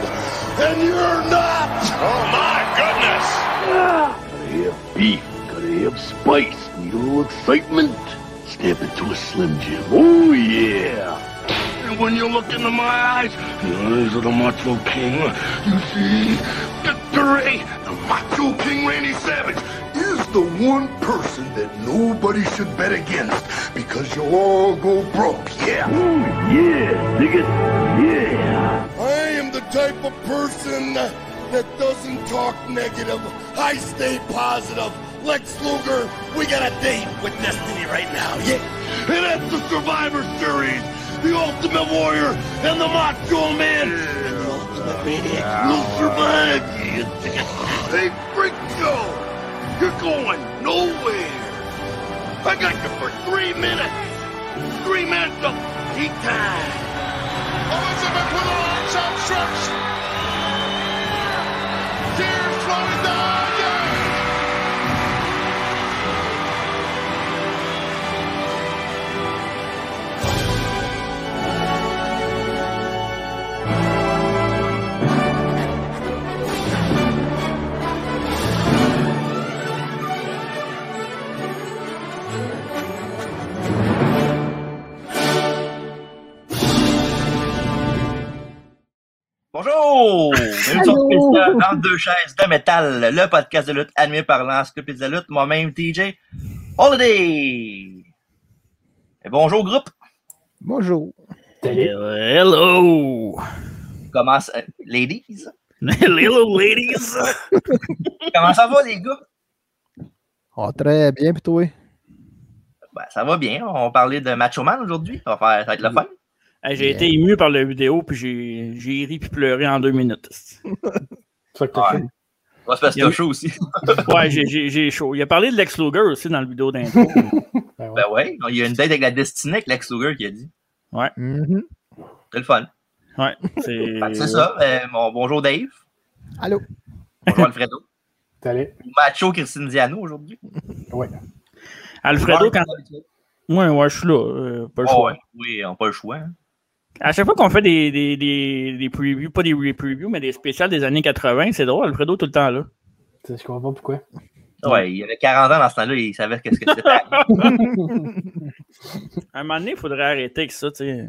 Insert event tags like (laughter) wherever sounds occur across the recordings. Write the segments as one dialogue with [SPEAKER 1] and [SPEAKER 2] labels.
[SPEAKER 1] and you're not.
[SPEAKER 2] Oh my goodness!
[SPEAKER 1] Ah, gotta have beef, gotta have spice, need a little excitement. Stamp it to a Slim Jim. Oh yeah! And when you look into my eyes, the eyes of the Macho King, you see victory. The Macho King Randy Savage is the one person that nobody should bet against because you'll all go broke. Yeah. Oh yeah, dig it. Yeah.
[SPEAKER 3] I am the type of person that doesn't talk negative. I stay positive. Lex Luger, we got a date with Destiny right now. Yeah.
[SPEAKER 1] And that's the Survivor Series. The Ultimate Warrior and the Macho Man. And the Ultimate Maniac will survive. Hey, freak show. You're going nowhere. I got you for three minutes. Three minutes of tea time.
[SPEAKER 2] Elizabeth with a long jump stretch. Tears flowing down. Yes.
[SPEAKER 4] Bonjour! Bienvenue sur Pizza entre deux chaises de métal, le podcast de lutte animé par l'encyclopédie de la lutte, moi-même TJ Holiday! Et bonjour groupe!
[SPEAKER 5] Bonjour.
[SPEAKER 6] Euh, Hello! (laughs)
[SPEAKER 4] Comment ça... Ladies?
[SPEAKER 6] Hello, ladies!
[SPEAKER 4] Comment ça va les gars?
[SPEAKER 5] Ah, très bien, puis toi?
[SPEAKER 4] Ben, ça va bien, on va parler de Macho Man aujourd'hui, ça va, faire... ça va être le fun.
[SPEAKER 6] Hey, j'ai été ému par la vidéo, puis j'ai j'ai ri puis pleuré en deux minutes. (laughs)
[SPEAKER 7] C'est ça que t'as
[SPEAKER 4] Ouais. On va se faire
[SPEAKER 6] Il y a-
[SPEAKER 4] ce show aussi.
[SPEAKER 6] Ouais, j'ai- j'ai j'ai chaud. Il a parlé de Lex Luger aussi dans le vidéo (laughs) d'intro.
[SPEAKER 7] fait. Ben ouais.
[SPEAKER 4] Ben ouais, il y a une date avec la destinée avec Lex Luger qui a dit.
[SPEAKER 5] Mhm.
[SPEAKER 4] C'est le fun.
[SPEAKER 6] Ouais,
[SPEAKER 4] Fait que
[SPEAKER 6] c'est
[SPEAKER 4] C'est ça. euh, bon, bonjour Dave.
[SPEAKER 5] Allô?
[SPEAKER 4] Bonjour Alfredo.
[SPEAKER 7] T'es allé?
[SPEAKER 4] Macho Christine Diano aujourd'hui.
[SPEAKER 7] Ouais.
[SPEAKER 6] Alfredo, quand. Ouais, ouais, je suis là. euh, pas le
[SPEAKER 4] Oh,
[SPEAKER 6] choix.
[SPEAKER 4] ouais. Oui, on n'a pas le choix. hein.
[SPEAKER 6] À chaque fois qu'on fait des, des, des, des previews, pas des re-previews, mais des spéciales des années 80, c'est drôle, Alfredo, tout le temps là.
[SPEAKER 7] Je comprends pas pourquoi.
[SPEAKER 4] Ouais, il avait 40 ans dans ce temps-là, il savait qu'est-ce que c'était.
[SPEAKER 6] (laughs) À un moment donné, il faudrait arrêter avec ça, tu sais.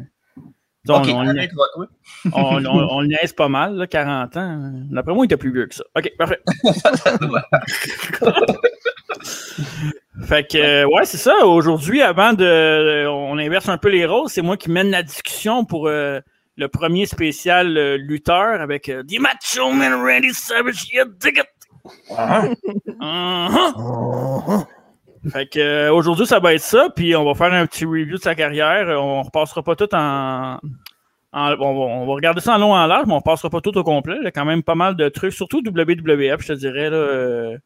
[SPEAKER 6] Tu sais,
[SPEAKER 4] ok,
[SPEAKER 6] on, on,
[SPEAKER 4] arrête, toi, toi.
[SPEAKER 6] on- on- on le niaise pas mal, là, 40 ans. D'après moi, il était plus vieux que ça. OK, parfait. Fait que, euh, ouais, c'est ça. Aujourd'hui, avant de. On inverse un peu les rôles. C'est moi qui mène la discussion pour euh, le premier spécial euh, lutteur avec euh, The Macho Man Randy Savage. You dig it! Uh-huh.
[SPEAKER 5] Oh.
[SPEAKER 6] Fait que, euh, aujourd'hui, ça va être ça. Puis on va faire un petit review de sa carrière. Euh, On repassera pas tout en. en- on, va, on va regarder ça en long et en large, mais on passera pas tout au complet. Il y a quand même pas mal de trucs, surtout WWF, je te dirais. Là, euh,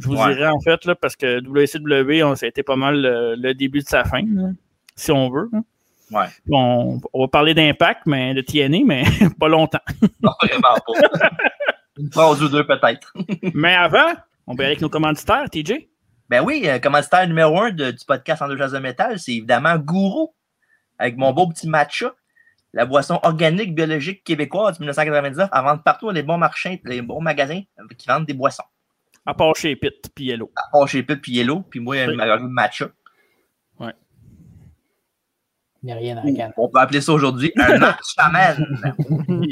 [SPEAKER 6] je vous
[SPEAKER 4] Ouais.
[SPEAKER 6] dirais en fait, là, parce que WCW, on, ça a été pas mal euh, le, le début de sa fin, là, si on veut. hein.
[SPEAKER 4] Ouais.
[SPEAKER 6] On, on va parler d'impact, mais de TNA, mais (laughs) pas longtemps.
[SPEAKER 4] Non, vraiment
[SPEAKER 6] (laughs)
[SPEAKER 4] pas. Une phrase ou deux, peut-être.
[SPEAKER 6] mais avant, on va avec nos commanditaires, TJ.
[SPEAKER 4] Ben oui, euh, commanditaire numéro un de- du podcast En deux jazz de métal, c'est évidemment Gourou, avec mon beau petit matcha, la boisson organique biologique québécoise de 1999, à vendre partout dans les bons marchés, les bons magasins euh, qui vendent des boissons.
[SPEAKER 6] À part chez Pitt, puis Hello.
[SPEAKER 4] À part chez Pip puis Yellow, puis moi,
[SPEAKER 6] Oui.
[SPEAKER 4] ma gomme matcha.
[SPEAKER 7] Il n'y a rien à la canne.
[SPEAKER 4] On peut appeler ça aujourd'hui un (laughs) matcha man.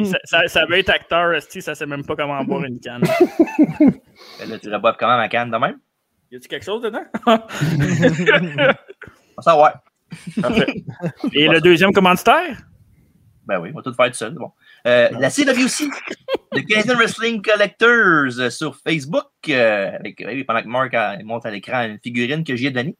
[SPEAKER 6] ça, ça, ça veut être acteur, esti, ça sait même pas comment boire une canne.
[SPEAKER 4] Ben là, tu la bois quand même à canne de même.
[SPEAKER 6] Y a-tu quelque chose dedans?
[SPEAKER 4] On va savoir.
[SPEAKER 6] (laughs) Et le deuxième commanditaire?
[SPEAKER 4] Ben oui, on va tout faire tout seul. Bon. Euh, la CWC, le Canadian Wrestling Collectors euh, sur Facebook, euh, avec, euh, oui, pendant que Mark euh, monte à l'écran une figurine que j'y ai donnée.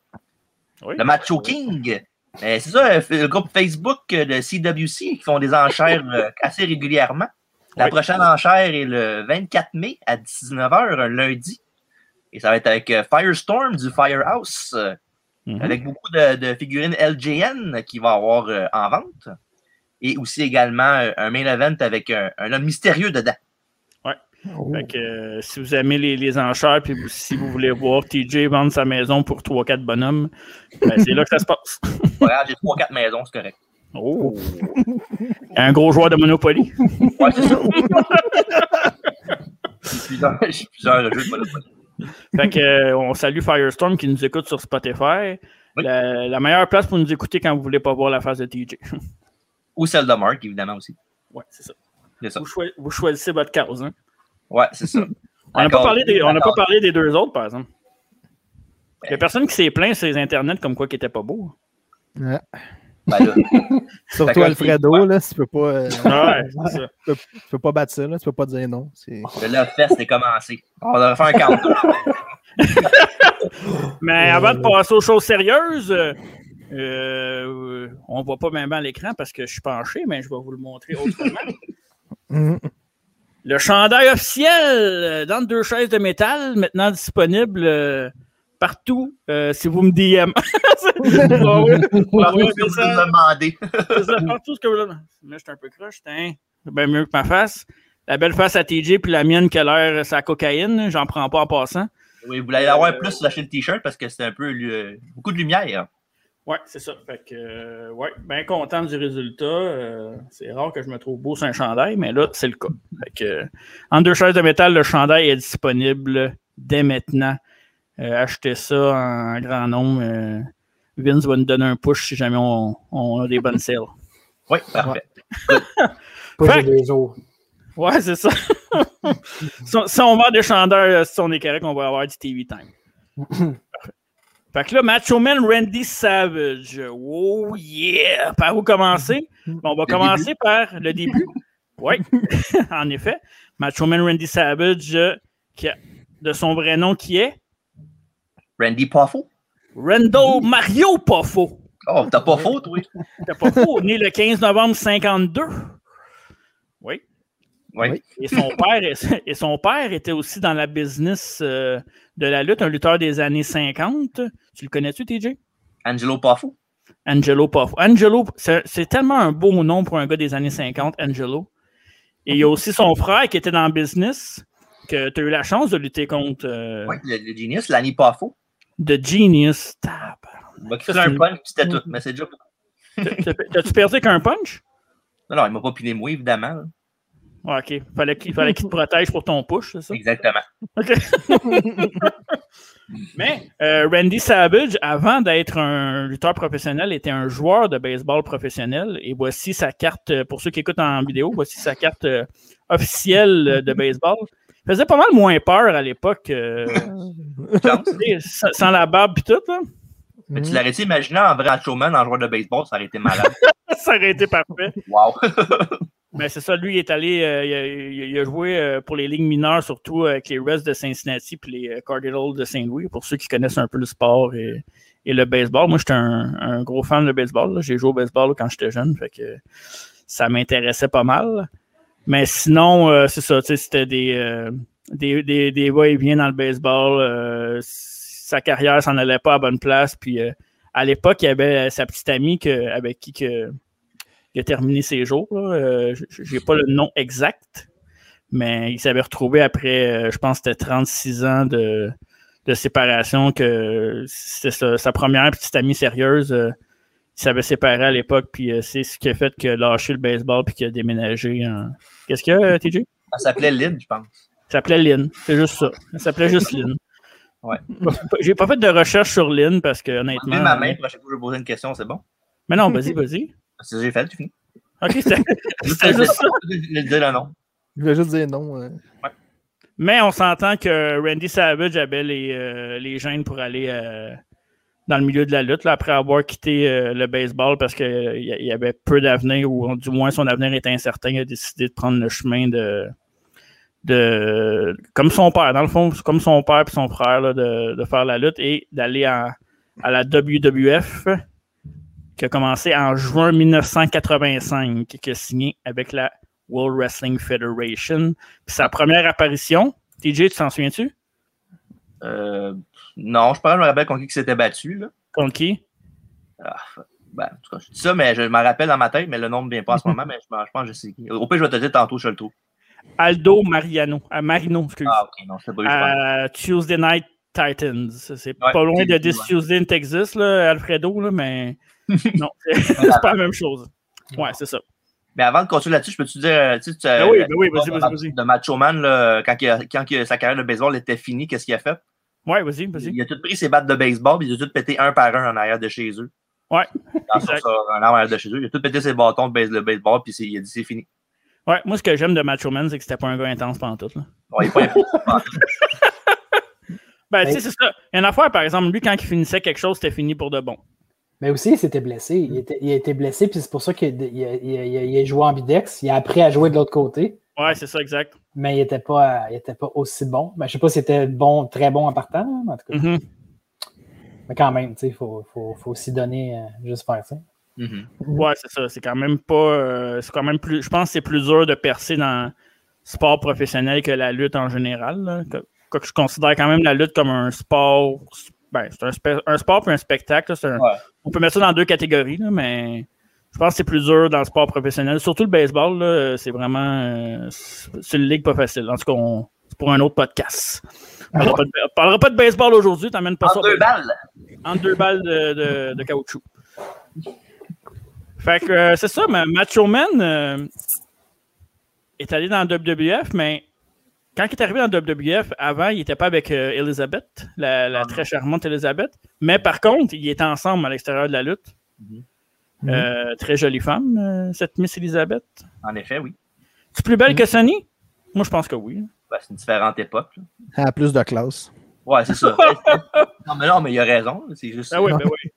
[SPEAKER 6] Oui.
[SPEAKER 4] Le Macho King. Euh, c'est ça, euh, f- le groupe Facebook euh, de CWC qui font des enchères euh, assez régulièrement. La
[SPEAKER 6] Oui.
[SPEAKER 4] prochaine enchère est le 24 mai à 19h, un lundi. Et ça va être avec euh, Firestorm du Firehouse, euh,
[SPEAKER 6] Mhm.
[SPEAKER 4] avec beaucoup de, de figurines LJN qui va avoir euh, en vente. Et aussi également euh, un main event avec un, un homme mystérieux dedans.
[SPEAKER 5] Oh.
[SPEAKER 6] Fait que, euh, si vous aimez les, les enchères, puis vous- si vous voulez voir TJ vendre sa maison pour 3-4 bonhommes, ben, c'est là que ça se passe.
[SPEAKER 4] Regarde, j'ai trois ah, quatre maisons, c'est correct.
[SPEAKER 6] Oh. un gros joueur de Monopoly.
[SPEAKER 4] Ouais,
[SPEAKER 6] (laughs)
[SPEAKER 4] c'est ça. Plusieurs- j'ai plusieurs jeux de Monopoly.
[SPEAKER 6] Fait que, euh, on salue Firestorm qui nous écoute sur Spotify.
[SPEAKER 4] Oui.
[SPEAKER 6] La, la meilleure place pour nous écouter quand vous voulez pas voir la face de TJ.
[SPEAKER 4] Ou celle de Mark, évidemment aussi.
[SPEAKER 6] (laughs) Ouais, c'est ça.
[SPEAKER 4] C'est ça.
[SPEAKER 6] Vous, choi- vous choisissez votre cause. hein.
[SPEAKER 4] Ouais, c'est ça.
[SPEAKER 6] (laughs) On n'a pas,
[SPEAKER 4] Encore-
[SPEAKER 6] parlé des- on n'a pas
[SPEAKER 4] encore-
[SPEAKER 6] parlé des deux autres, par exemple. Il n'y a personne qui s'est plaint sur les internets comme quoi qui était pas beau.
[SPEAKER 5] Ouais.
[SPEAKER 4] Ben là, Fait
[SPEAKER 5] Surtout
[SPEAKER 4] que-
[SPEAKER 5] Alfredo, là, tu peux pas, euh,
[SPEAKER 6] Ouais, c'est ça.
[SPEAKER 5] tu peux pas battre ça, là, tu peux pas dire non. C'est...
[SPEAKER 4] le Love Fest est commencé. On devrait faire un
[SPEAKER 6] (laughs)
[SPEAKER 4] countdown.
[SPEAKER 6] Mais avant de passer aux choses sérieuses, euh, euh, on ne voit pas même à l'écran parce que je suis penché, mais je vais vous le montrer autrement. (laughs)
[SPEAKER 5] Mhm.
[SPEAKER 6] le chandail officiel euh, dans deux chaises de métal, maintenant disponible euh, partout euh, si vous me (laughs) DM. (laughs) Vous envoyez- vous
[SPEAKER 4] Par contre,
[SPEAKER 6] envoyez un
[SPEAKER 4] si vous
[SPEAKER 6] message.
[SPEAKER 4] me demandez.
[SPEAKER 6] C'est ça, partout ce que vous là. Mais je suis un peu crush, hein. C'est bien mieux que ma face. La belle face à TJ, puis la mienne qui a l'air euh, sa cocaïne. J'en prends pas en passant.
[SPEAKER 4] Oui, vous voulez avoir plus sur la chaîne t-shirt parce que c'est un peu euh, beaucoup de lumière.
[SPEAKER 6] Ouais, c'est ça. Fait que, euh, ouais, bien content du résultat. Euh, c'est rare que je me trouve beau sur un chandail, mais là, c'est le cas. Fait que, euh, en deux chaises de métal, le chandail est disponible dès maintenant. Euh, achetez ça en grand nombre. Euh, Vince va nous donner un push si jamais on, on a des bonnes sales.
[SPEAKER 4] Oui, parfait.
[SPEAKER 7] Pas
[SPEAKER 6] Fait-
[SPEAKER 7] de deux jours.
[SPEAKER 6] Ouais, c'est ça. si, on, si on vend des chandelles, euh, si on est correct, on va avoir du TV time. Parfait. fait que là, Macho Man Randy Savage. Oh yeah! Par où commencer? Ben, on va commencer par le début. Oui, (laughs) en effet. Macho Man Randy Savage, euh, qui a- de son vrai nom qui est
[SPEAKER 4] Randy, pas faux.
[SPEAKER 6] Rando Mario Poffo.
[SPEAKER 4] Oh, t'as pas faux, toi.
[SPEAKER 6] T'as pas faux, né le 15 novembre 52. Oui.
[SPEAKER 4] Oui.
[SPEAKER 5] Oui.
[SPEAKER 6] Et son père, est- (laughs) et son père était aussi dans la business euh, de la lutte, un lutteur des années 50. Tu le connais-tu, TJ?
[SPEAKER 4] Angelo, pas faux.
[SPEAKER 6] Angelo Poffo. Angelo, c'est c'est tellement un beau nom pour un gars des années 50, Angelo. Et il y a aussi son frère qui était dans le business, que tu as eu la chance de lutter contre euh,
[SPEAKER 4] Oui, le, le Genius, l'année pas faux.
[SPEAKER 6] The Genius. Tab.
[SPEAKER 4] Il m'a crié un punch,
[SPEAKER 6] Mm.
[SPEAKER 4] c'était tout. Mais c'est déjà beaucoup.
[SPEAKER 6] T'as-tu perdu qu'un punch?
[SPEAKER 4] Non, non, il m'a pas piné moi, évidemment. là.
[SPEAKER 6] Ouais, OK. Fallait qu'il fallait qu'il te protège pour ton push, c'est ça?
[SPEAKER 4] Exactement.
[SPEAKER 6] (laughs) Mais euh, Randy Savage, avant d'être un lutteur professionnel, était un joueur de baseball professionnel. Et voici sa carte, euh, pour ceux qui écoutent en vidéo, voici sa carte euh, officielle euh, de baseball. Il faisait pas mal moins peur à l'époque, euh,
[SPEAKER 4] Chance.
[SPEAKER 6] tu sais, sans, sans la barbe et tout. là.
[SPEAKER 4] Mais
[SPEAKER 6] Mm.
[SPEAKER 4] tu l'aurais-tu imaginé en vrai showman, en joueur de baseball, ça aurait été
[SPEAKER 6] (laughs)
[SPEAKER 4] malade.
[SPEAKER 6] Ça aurait été parfait.
[SPEAKER 4] Wow.
[SPEAKER 6] Mais Ben, c'est ça, lui, il est allé, euh, il, a, il a- il a joué euh, pour les ligues mineures, surtout euh, avec les Reds de Cincinnati puis les euh, Cardinals de Saint-Louis, pour ceux qui connaissent un peu le sport et, et le baseball. Moi, j'étais un, un gros fan de baseball. là. J'ai joué au baseball quand j'étais jeune, fait que ça m'intéressait pas mal. Mais sinon, euh, c'est ça, tu sais, c'était des, euh, des, des, des va-et-vient dans le baseball. euh, sa carrière s'en allait pas à bonne place. Puis euh, à l'époque, il y avait sa petite amie que, avec qui que, il a terminé ses jours. là. Euh, j- J'ai pas le nom exact, mais il s'avait retrouvé après, euh, je pense que c'était 36 ans de, de séparation, que c'était sa, sa première petite amie sérieuse. euh, il s'avait séparé à l'époque, puis euh, c'est ce qui a fait que lâché le baseball puis qu'il a déménagé en. Qu'est-ce qu'il y a, euh, TJ?
[SPEAKER 4] Ça s'appelait Lynn, je pense.
[SPEAKER 6] Ça s'appelait Lynn. C'est juste ça. Ça s'appelait juste Lynn.
[SPEAKER 4] Ouais.
[SPEAKER 6] J'ai pas fait de recherche sur Lynn parce que honnêtement.
[SPEAKER 4] Mets ma main, prochaine fois que je vais poser une question, c'est bon.
[SPEAKER 6] Mais non, vas-y, vas-y.
[SPEAKER 4] C'est ce que j'ai fait, j'ai
[SPEAKER 6] (laughs)
[SPEAKER 4] fini.
[SPEAKER 6] Ok, c'était c'était juste ça.
[SPEAKER 4] Je vais dire le nom.
[SPEAKER 5] (laughs) Je voulais juste dire non. euh.
[SPEAKER 6] Mais on s'entend que Randy Savage avait les, euh, les gènes pour aller euh, dans le milieu de la lutte là, après avoir quitté euh, le baseball parce qu'il y y avait peu d'avenir ou du moins son avenir était incertain. Il a décidé de prendre le chemin de. de comme son père, dans le fond, comme son père et son frère, là, de, de faire la lutte et d'aller à, à la WWF qui a commencé en juin 1985, qui a signé avec la World Wrestling Federation. Puis sa première apparition, TJ, tu t'en souviens-tu?
[SPEAKER 4] Euh, non, je pense que je me rappelle contre qui il s'était battu. Là.
[SPEAKER 6] Contre qui?
[SPEAKER 4] Ah, fuck. ben, en tout cas, je dis ça, mais je m'en rappelle dans ma tête, mais le nom ne vient
[SPEAKER 6] (laughs)
[SPEAKER 4] pas en ce moment, mais je, m'en- je pense que je sais qui. Au pire, je vais te le dire tantôt, je le trouve.
[SPEAKER 6] Aldo Mariano. à Marino, excuse.
[SPEAKER 4] Ah, ok, non, c'est pas eu, je pense.
[SPEAKER 6] À Tuesday Night Titans. C'est
[SPEAKER 4] Ouais,
[SPEAKER 6] pas loin de
[SPEAKER 4] c'est-
[SPEAKER 6] This
[SPEAKER 4] ouais. (laughs)
[SPEAKER 6] Tuesday in Texas, là, Alfredo, là, mais non, (laughs) c'est c'est pas la même chose. Ouais, c'est ça.
[SPEAKER 4] Mais avant de continuer là-dessus, je peux-tu dire. euh, tu sais, tu,
[SPEAKER 6] Ben
[SPEAKER 4] euh,
[SPEAKER 6] oui,
[SPEAKER 4] la-
[SPEAKER 6] ben oui, vas-y,
[SPEAKER 4] de-
[SPEAKER 6] vas-y, vas-y.
[SPEAKER 4] De Macho Man, là, quand, il a- quand il a- sa carrière de baseball était finie, qu'est-ce qu'il a fait?
[SPEAKER 6] Ouais, vas-y, vas-y.
[SPEAKER 4] Il a tout pris ses battes de baseball, puis il a tout pété un par un en arrière de chez eux.
[SPEAKER 6] Ouais,
[SPEAKER 4] Dans
[SPEAKER 6] exact.
[SPEAKER 4] son- en arrière de chez eux. Il a tout pété ses bâtons de base- de baseball, puis c'est- il a dit c'est fini.
[SPEAKER 6] Ouais, moi, ce que j'aime de Macho Man, c'est que c'était pas un gars intense pendant tout. Là.
[SPEAKER 4] Bon, il est pas impliqué.
[SPEAKER 6] Ben, tu sais, c'est ça. Il y a une affaire, par exemple, lui, quand il finissait quelque chose, c'était fini pour de bon.
[SPEAKER 7] Mais aussi, il s'était blessé. Il, était- il a été blessé, puis c'est pour ça qu'il a, il a- il a- il a- il a joué en bidex. Il a appris à jouer de l'autre côté,
[SPEAKER 6] Ouais, c'est ça, exact.
[SPEAKER 7] mais il n'était pas, il était pas aussi bon. Ben, je ne sais pas s'il était bon, très bon en partant, hein, mais en tout cas.
[SPEAKER 6] Mhm.
[SPEAKER 7] Mais quand même, il faut, faut, faut s'y donner euh, juste faire ça.
[SPEAKER 4] Mhm.
[SPEAKER 6] Ouais, c'est ça. C'est quand même pas. euh, c'est quand même plus. Je pense que c'est plus dur de percer dans le sport professionnel que la lutte en général. là. Que, quoique je considère quand même la lutte comme un sport. Ben, c'est un, spe- un sport puis un spectacle. là. C'est un-
[SPEAKER 4] Ouais.
[SPEAKER 6] On peut mettre ça dans deux catégories, là, mais je pense que c'est plus dur dans le sport professionnel. Surtout le baseball, là, c'est vraiment. euh, c'est c'est une ligue pas facile. En tout cas, on- c'est pour un autre podcast. On parlera pas de, on parlera pas de baseball aujourd'hui, t'emmènes pas ça.
[SPEAKER 4] En
[SPEAKER 6] au
[SPEAKER 4] deux
[SPEAKER 6] baseball.
[SPEAKER 4] balles.
[SPEAKER 6] En deux balles de, de- de caoutchouc. Fait que euh, c'est ça, mais Macho Man euh, est allé dans WWF, mais quand il est arrivé dans WWF, avant, il n'était pas avec euh, Elizabeth, la, la très charmante Elizabeth. Mais par contre, ils étaient ensemble à l'extérieur de la lutte. Euh, très jolie femme, euh, cette Miss Elizabeth.
[SPEAKER 4] En effet, oui.
[SPEAKER 6] Tu plus belle que Sonny? Moi, je pense que oui.
[SPEAKER 4] Ben, c'est une différente époque. là.
[SPEAKER 5] Elle a plus de classe.
[SPEAKER 4] Ouais, c'est ça. non, mais non, mais il a raison. C'est juste.
[SPEAKER 6] Ah oui, ben oui.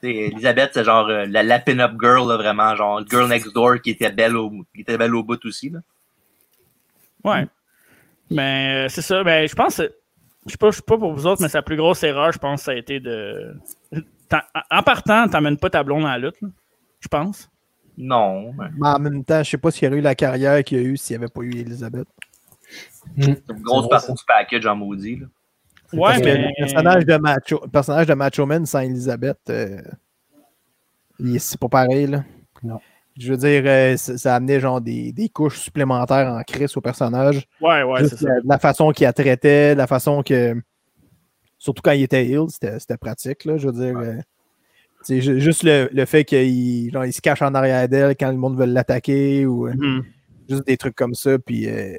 [SPEAKER 4] T'sais, Elisabeth, c'est genre euh, la, la pin-up girl, là, vraiment, genre girl next door qui était belle au, qui était belle au bout aussi. Là.
[SPEAKER 6] Ouais. Mais euh, c'est ça. Ben, je pense. que- Je sais pas, je sais pas pour vous autres, mais sa plus grosse erreur, je pense, ça a été de. T'en- En partant, t'emmènes pas ta blonde à la lutte, là, je pense.
[SPEAKER 4] Non, ben,
[SPEAKER 5] Mais en même temps, je sais pas s'il aurait eu la carrière qu'il y a eu s'il n'y avait pas eu Elisabeth.
[SPEAKER 4] c'est une grosse
[SPEAKER 7] C'est vrai,
[SPEAKER 4] partie du package en maudit. Là.
[SPEAKER 6] Ouais,
[SPEAKER 7] parce que
[SPEAKER 6] mais.
[SPEAKER 5] Le personnage de Macho, le personnage de Macho Man sans Elisabeth, euh, il- c'est pas pareil. Là.
[SPEAKER 7] Non.
[SPEAKER 5] Je veux dire, euh, ça, ça a amené genre des, des couches supplémentaires en crise au personnage.
[SPEAKER 6] Ouais, ouais, c'est
[SPEAKER 5] Juste
[SPEAKER 6] ça.
[SPEAKER 5] la, la façon qu'il la traitait, la façon que. Surtout quand il était ill, c'était c'était pratique, là, je veux dire. euh, c'est ju- juste le, le fait qu'il genre, il se cache en arrière d'elle quand le monde veut l'attaquer ou euh,
[SPEAKER 6] Mhm.
[SPEAKER 5] juste des trucs comme ça. Puis, euh,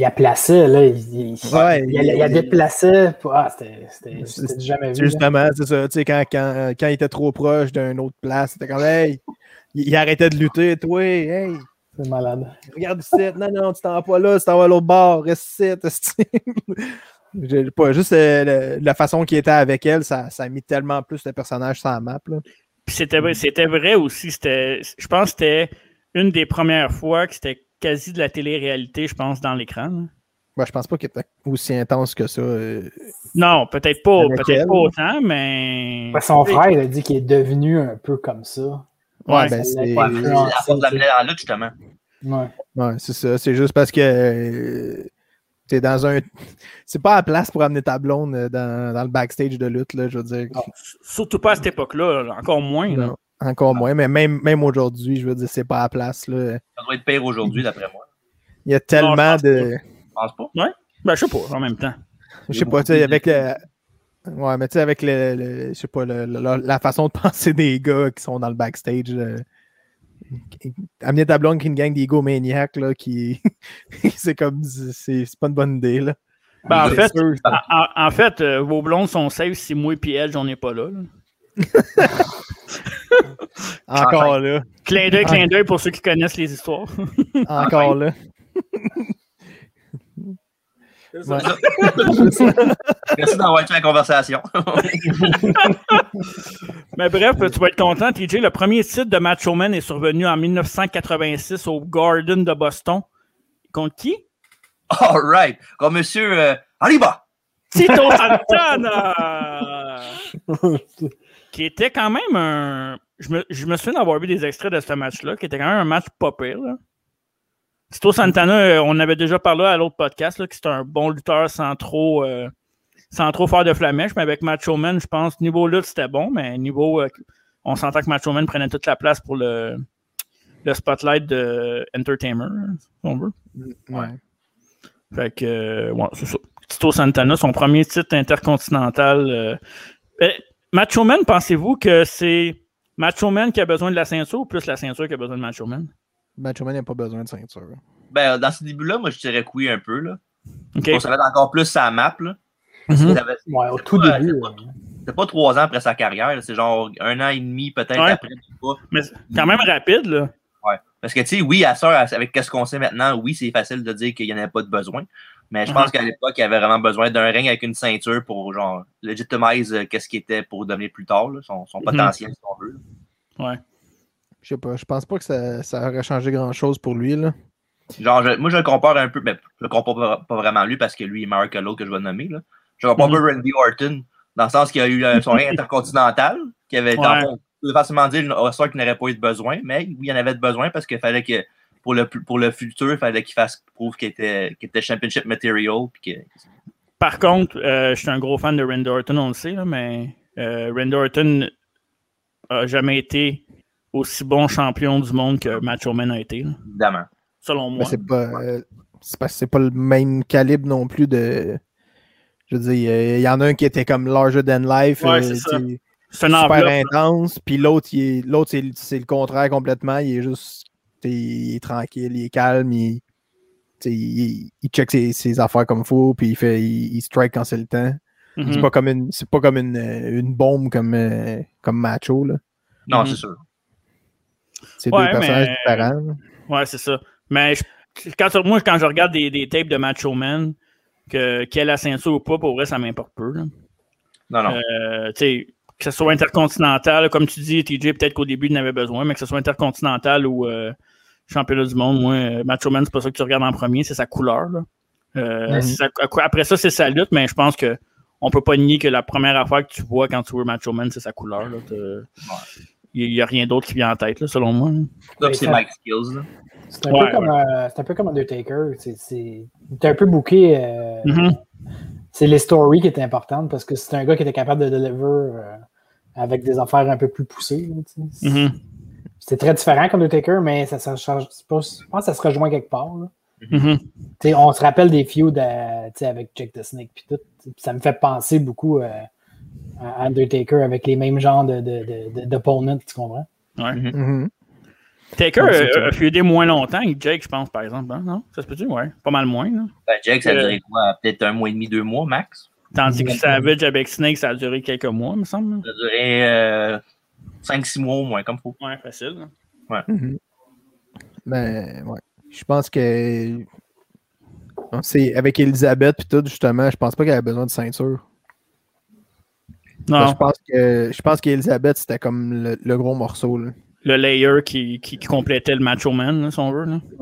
[SPEAKER 7] Il a placé, là. Il, il-
[SPEAKER 5] Ouais,
[SPEAKER 7] il a- il a
[SPEAKER 5] il-
[SPEAKER 7] déplacé. pour- Ah, c'était- c'était
[SPEAKER 5] C'est-
[SPEAKER 7] c'était du
[SPEAKER 6] Ben
[SPEAKER 7] jamais
[SPEAKER 6] hein.
[SPEAKER 7] vu. hein. là.
[SPEAKER 5] justement, c'est ça. Tu sais, quand, quand, quand il était trop proche d'une autre place, c'était comme, hey, il, il arrêtait de lutter. Toi, hey,
[SPEAKER 7] C'est malade.
[SPEAKER 5] regarde ici. Non, non, tu t'en vas pas là, tu t'en vas à l'autre bord. Reste ici. (laughs) esti. Je sais pas, juste euh, le- la façon qu'il était avec elle, ça, ça a mis tellement plus le personnage sur la map. Là.
[SPEAKER 6] Puis c'était vrai- c'était vrai aussi. C'était, je pense que c'était une des premières fois que c'était quasi de la télé-réalité, je pense, dans l'écran. là.
[SPEAKER 5] Ben, je pense pas qu'il était aussi intense que ça. euh.
[SPEAKER 6] Non, peut-être pas,
[SPEAKER 5] Avec
[SPEAKER 6] peut-être
[SPEAKER 5] elle.
[SPEAKER 6] pas autant, mais.
[SPEAKER 7] Ouais, son frère, il a dit qu'il est devenu un peu comme ça.
[SPEAKER 5] Ouais,
[SPEAKER 6] Ouais,
[SPEAKER 5] ben,
[SPEAKER 7] ça
[SPEAKER 5] c'est
[SPEAKER 7] l'a
[SPEAKER 4] Ouais,
[SPEAKER 7] Et-
[SPEAKER 4] c'est la force de la mêlée en lutte, justement.
[SPEAKER 7] Ouais.
[SPEAKER 5] ouais, c'est ça. C'est juste parce que euh, t'es dans un. (laughs) C'est pas à la place pour amener ta blonde euh, dans, dans le backstage de lutte, là, je veux dire.
[SPEAKER 6] Ah, Surtout pas à cette époque-là, là, encore moins. là.
[SPEAKER 5] Non, encore
[SPEAKER 6] Ah.
[SPEAKER 5] moins, mais même, même aujourd'hui, je veux dire, c'est pas à la place. là.
[SPEAKER 4] Ça doit être pire aujourd'hui, d'après moi.
[SPEAKER 5] Il y a tellement
[SPEAKER 6] Non, je pense
[SPEAKER 5] de.
[SPEAKER 4] Je pense pas.
[SPEAKER 6] Ben, je sais pas, en même temps.
[SPEAKER 5] Je sais pas, tu sais, avec le. Ouais, mais tu sais, avec le. le- je sais pas, le- le- la, la façon de (laughs) penser des gars qui sont dans le backstage. euh, qui- amener ta blonde qui est une gang d'ego maniaques, là, qui. (laughs) c'est comme. C'est c'est pas une bonne idée, là.
[SPEAKER 6] Ben, en
[SPEAKER 4] C'est
[SPEAKER 6] fait,
[SPEAKER 5] sûr.
[SPEAKER 6] en, en- en fait euh, vos blondes sont safe si moi et Edge, on n'est pas là. là.
[SPEAKER 5] Encore là.
[SPEAKER 6] Clin d'œil, clin d'œil pour ceux qui connaissent les histoires. (laughs)
[SPEAKER 5] Encore là. Ouais.
[SPEAKER 4] Merci d'avoir été la conversation. (laughs)
[SPEAKER 6] Mais bref, tu vas être content, TJ. Le premier titre de Macho Man est survenu en 1986 au Garden de Boston. Contre qui?
[SPEAKER 4] All right. Comme monsieur euh, Arriba.
[SPEAKER 6] (laughs) Tito Santana! (laughs) qui était quand même un. Je me, je me souviens d'avoir vu des extraits de ce match-là, qui était quand même un match pas pire. là. Tito Santana, euh, on avait déjà parlé à l'autre podcast, là, que c'était un bon lutteur sans trop, euh, sans trop faire de flamèche, mais avec Macho Man, je pense, niveau lutte, c'était bon, mais niveau. euh, on s'entend que Macho Man prenait toute la place pour le, le spotlight de Entertainer, si on veut.
[SPEAKER 5] Ouais.
[SPEAKER 6] Fait que, euh, ouais, c'est ça. Tito Santana, son premier eh, titre intercontinental. euh. Euh, Macho Man, pensez-vous que c'est Macho Man qui a besoin de la ceinture ou plus la ceinture qui a besoin de Macho Man?
[SPEAKER 5] Macho Man n'a pas besoin de ceinture.
[SPEAKER 4] Ben, dans ce début-là, moi, je dirais que oui un peu. Là.
[SPEAKER 6] OK.
[SPEAKER 4] On se mettre encore plus sa map. Là.
[SPEAKER 6] Mhm.
[SPEAKER 4] Ça avait-
[SPEAKER 7] Ouais, au tout
[SPEAKER 4] Ouais,
[SPEAKER 7] début.
[SPEAKER 4] c'est C'était pas trois ans après sa carrière, là, c'est genre un an et demi peut-être
[SPEAKER 6] Ouais.
[SPEAKER 4] après. je sais pas.
[SPEAKER 6] Mais c'est quand même rapide, là.
[SPEAKER 4] Parce que, tu sais, oui, à sœur, avec qu'est-ce qu'on sait maintenant, oui, c'est facile de dire qu'il n'y en avait pas de besoin. Mais je
[SPEAKER 6] Mhm.
[SPEAKER 4] pense qu'à l'époque, il y avait vraiment besoin d'un ring avec une ceinture pour, genre, legitimize euh, qu'est-ce qu'il était pour devenir plus tard, là, son, son
[SPEAKER 6] Mhm.
[SPEAKER 4] potentiel, si on veut. là.
[SPEAKER 5] Je sais pas, je pense pas que ça, ça aurait changé grand chose pour lui. Là.
[SPEAKER 4] Genre, je- moi, je le compare un peu, mais je le compare pas, pas vraiment lui parce que lui, il est meilleur que l'autre que je vais nommer. Là. Je le compare un
[SPEAKER 6] Mhm.
[SPEAKER 4] peu Randy Orton, dans le sens qu'il a eu euh,
[SPEAKER 6] (laughs)
[SPEAKER 4] son ring intercontinental, qui avait, dans le
[SPEAKER 6] Ouais.
[SPEAKER 4] fond, on peut facilement dire une roster qu'il n'aurait pas eu de besoin, mais oui, il en avait de besoin parce qu'il fallait que, pour le, pu- pour le futur, il fallait qu'il fasse prouve qu'il était, qu'il était championship material. Puis que,
[SPEAKER 6] Par contre, euh, je suis un gros fan de Randy Orton, on le sait, là, mais euh, Randy Orton a jamais été aussi bon champion du monde que Macho Man a été, là,
[SPEAKER 4] évidemment.
[SPEAKER 6] selon
[SPEAKER 5] Mais
[SPEAKER 6] moi.
[SPEAKER 5] c'est pas. euh, c'est parce que c'est pas le même calibre non plus de. Je veux dire, euh, il y en a un qui était comme larger than life,
[SPEAKER 6] Ouais,
[SPEAKER 5] euh,
[SPEAKER 6] c'est ça.
[SPEAKER 5] tu sais,
[SPEAKER 6] C'est un
[SPEAKER 5] super
[SPEAKER 6] enveloppe.
[SPEAKER 5] intense, puis l'autre, il est- l'autre, c'est, le- c'est le contraire complètement. Il est juste. tu sais, Il est tranquille, il est calme, il, tu sais, il, il check ses, ses affaires comme il faut, puis il, fait, il, il strike quand c'est le temps.
[SPEAKER 6] Mhm.
[SPEAKER 5] C'est pas comme une, c'est pas comme une, euh, une bombe comme, euh, comme Macho. Là.
[SPEAKER 4] Non,
[SPEAKER 6] Mhm.
[SPEAKER 4] c'est sûr.
[SPEAKER 5] C'est
[SPEAKER 6] Ouais,
[SPEAKER 5] deux personnages
[SPEAKER 6] mais-
[SPEAKER 5] différents. là.
[SPEAKER 6] Ouais, c'est ça. Mais je- quand, sur- moi, quand je regarde des, des tapes de Macho Man, que, qu'il ait la ceinture ou pas, pour vrai, ça m'importe peu. là.
[SPEAKER 4] Ah Non, non.
[SPEAKER 6] Euh, tu sais, que ce soit intercontinental, comme tu dis, TJ, peut-être qu'au début, il n'avait besoin, mais que ce soit intercontinental ou euh, championnat du monde, moi, euh, Macho Man, c'est pas ça que tu regardes en premier, c'est sa couleur. là. Euh,
[SPEAKER 5] Mhm.
[SPEAKER 6] c'est sa- après ça, c'est sa lutte, mais je pense que on peut pas nier que la première affaire que tu vois quand tu vois Macho Man, c'est sa couleur. là. T'as- Il n'y a rien d'autre qui vient en tête, là, selon moi. là.
[SPEAKER 4] Ça, c'est
[SPEAKER 7] ça-
[SPEAKER 4] Mike Skills. là.
[SPEAKER 7] euh, C'est un,
[SPEAKER 6] Ouais,
[SPEAKER 7] peu comme un- c'est un peu comme Undertaker. C'est, c'est, il était un peu booké. euh,
[SPEAKER 6] Mhm.
[SPEAKER 7] C'est les stories qui étaient importantes parce que c'est un gars qui était capable de deliver euh, avec des affaires un peu plus poussées. là, tu sais.
[SPEAKER 6] Mhm.
[SPEAKER 7] C'était très différent qu'Undertaker, mais ça, se change- c'est pas- je pense que ça se rejoint quelque part. là.
[SPEAKER 6] Mhm.
[SPEAKER 7] Tu sais, on se rappelle des feuds euh, tu sais, avec Jake the Snake puis tout. Puis Ça me fait penser beaucoup euh, à Undertaker avec les mêmes genres de, de, de- de- d'opponents, tu comprends?
[SPEAKER 5] Mhm.
[SPEAKER 6] Taker
[SPEAKER 5] Ouais, c'est
[SPEAKER 6] euh,
[SPEAKER 5] ça.
[SPEAKER 6] a feudé moins longtemps que Jake, je pense, par exemple. hein, non? Ça se peut-tu? Ouais, pas mal moins. là.
[SPEAKER 4] Ben, Jake, ça
[SPEAKER 6] Euh,
[SPEAKER 4] dirait quoi? Peut-être un mois et demi, deux mois max.
[SPEAKER 6] Tandis que Savage avec Snake, ça a duré quelques mois, me semble. hein.
[SPEAKER 4] Ça durait euh, cinq, six mois au moins, comme faut.
[SPEAKER 6] Ouais, facile. là.
[SPEAKER 5] Mhm. Ben, ouais. Je pense que. on sait, avec Elisabeth puis tout, justement, je pense pas qu'elle avait besoin de ceinture. Je
[SPEAKER 6] Non,
[SPEAKER 5] pense que je pense qu'Elisabeth, c'était comme le, le gros morceau. Là.
[SPEAKER 6] le layer qui, qui, qui complétait le Macho Man, là, si on veut. Là.
[SPEAKER 5] Je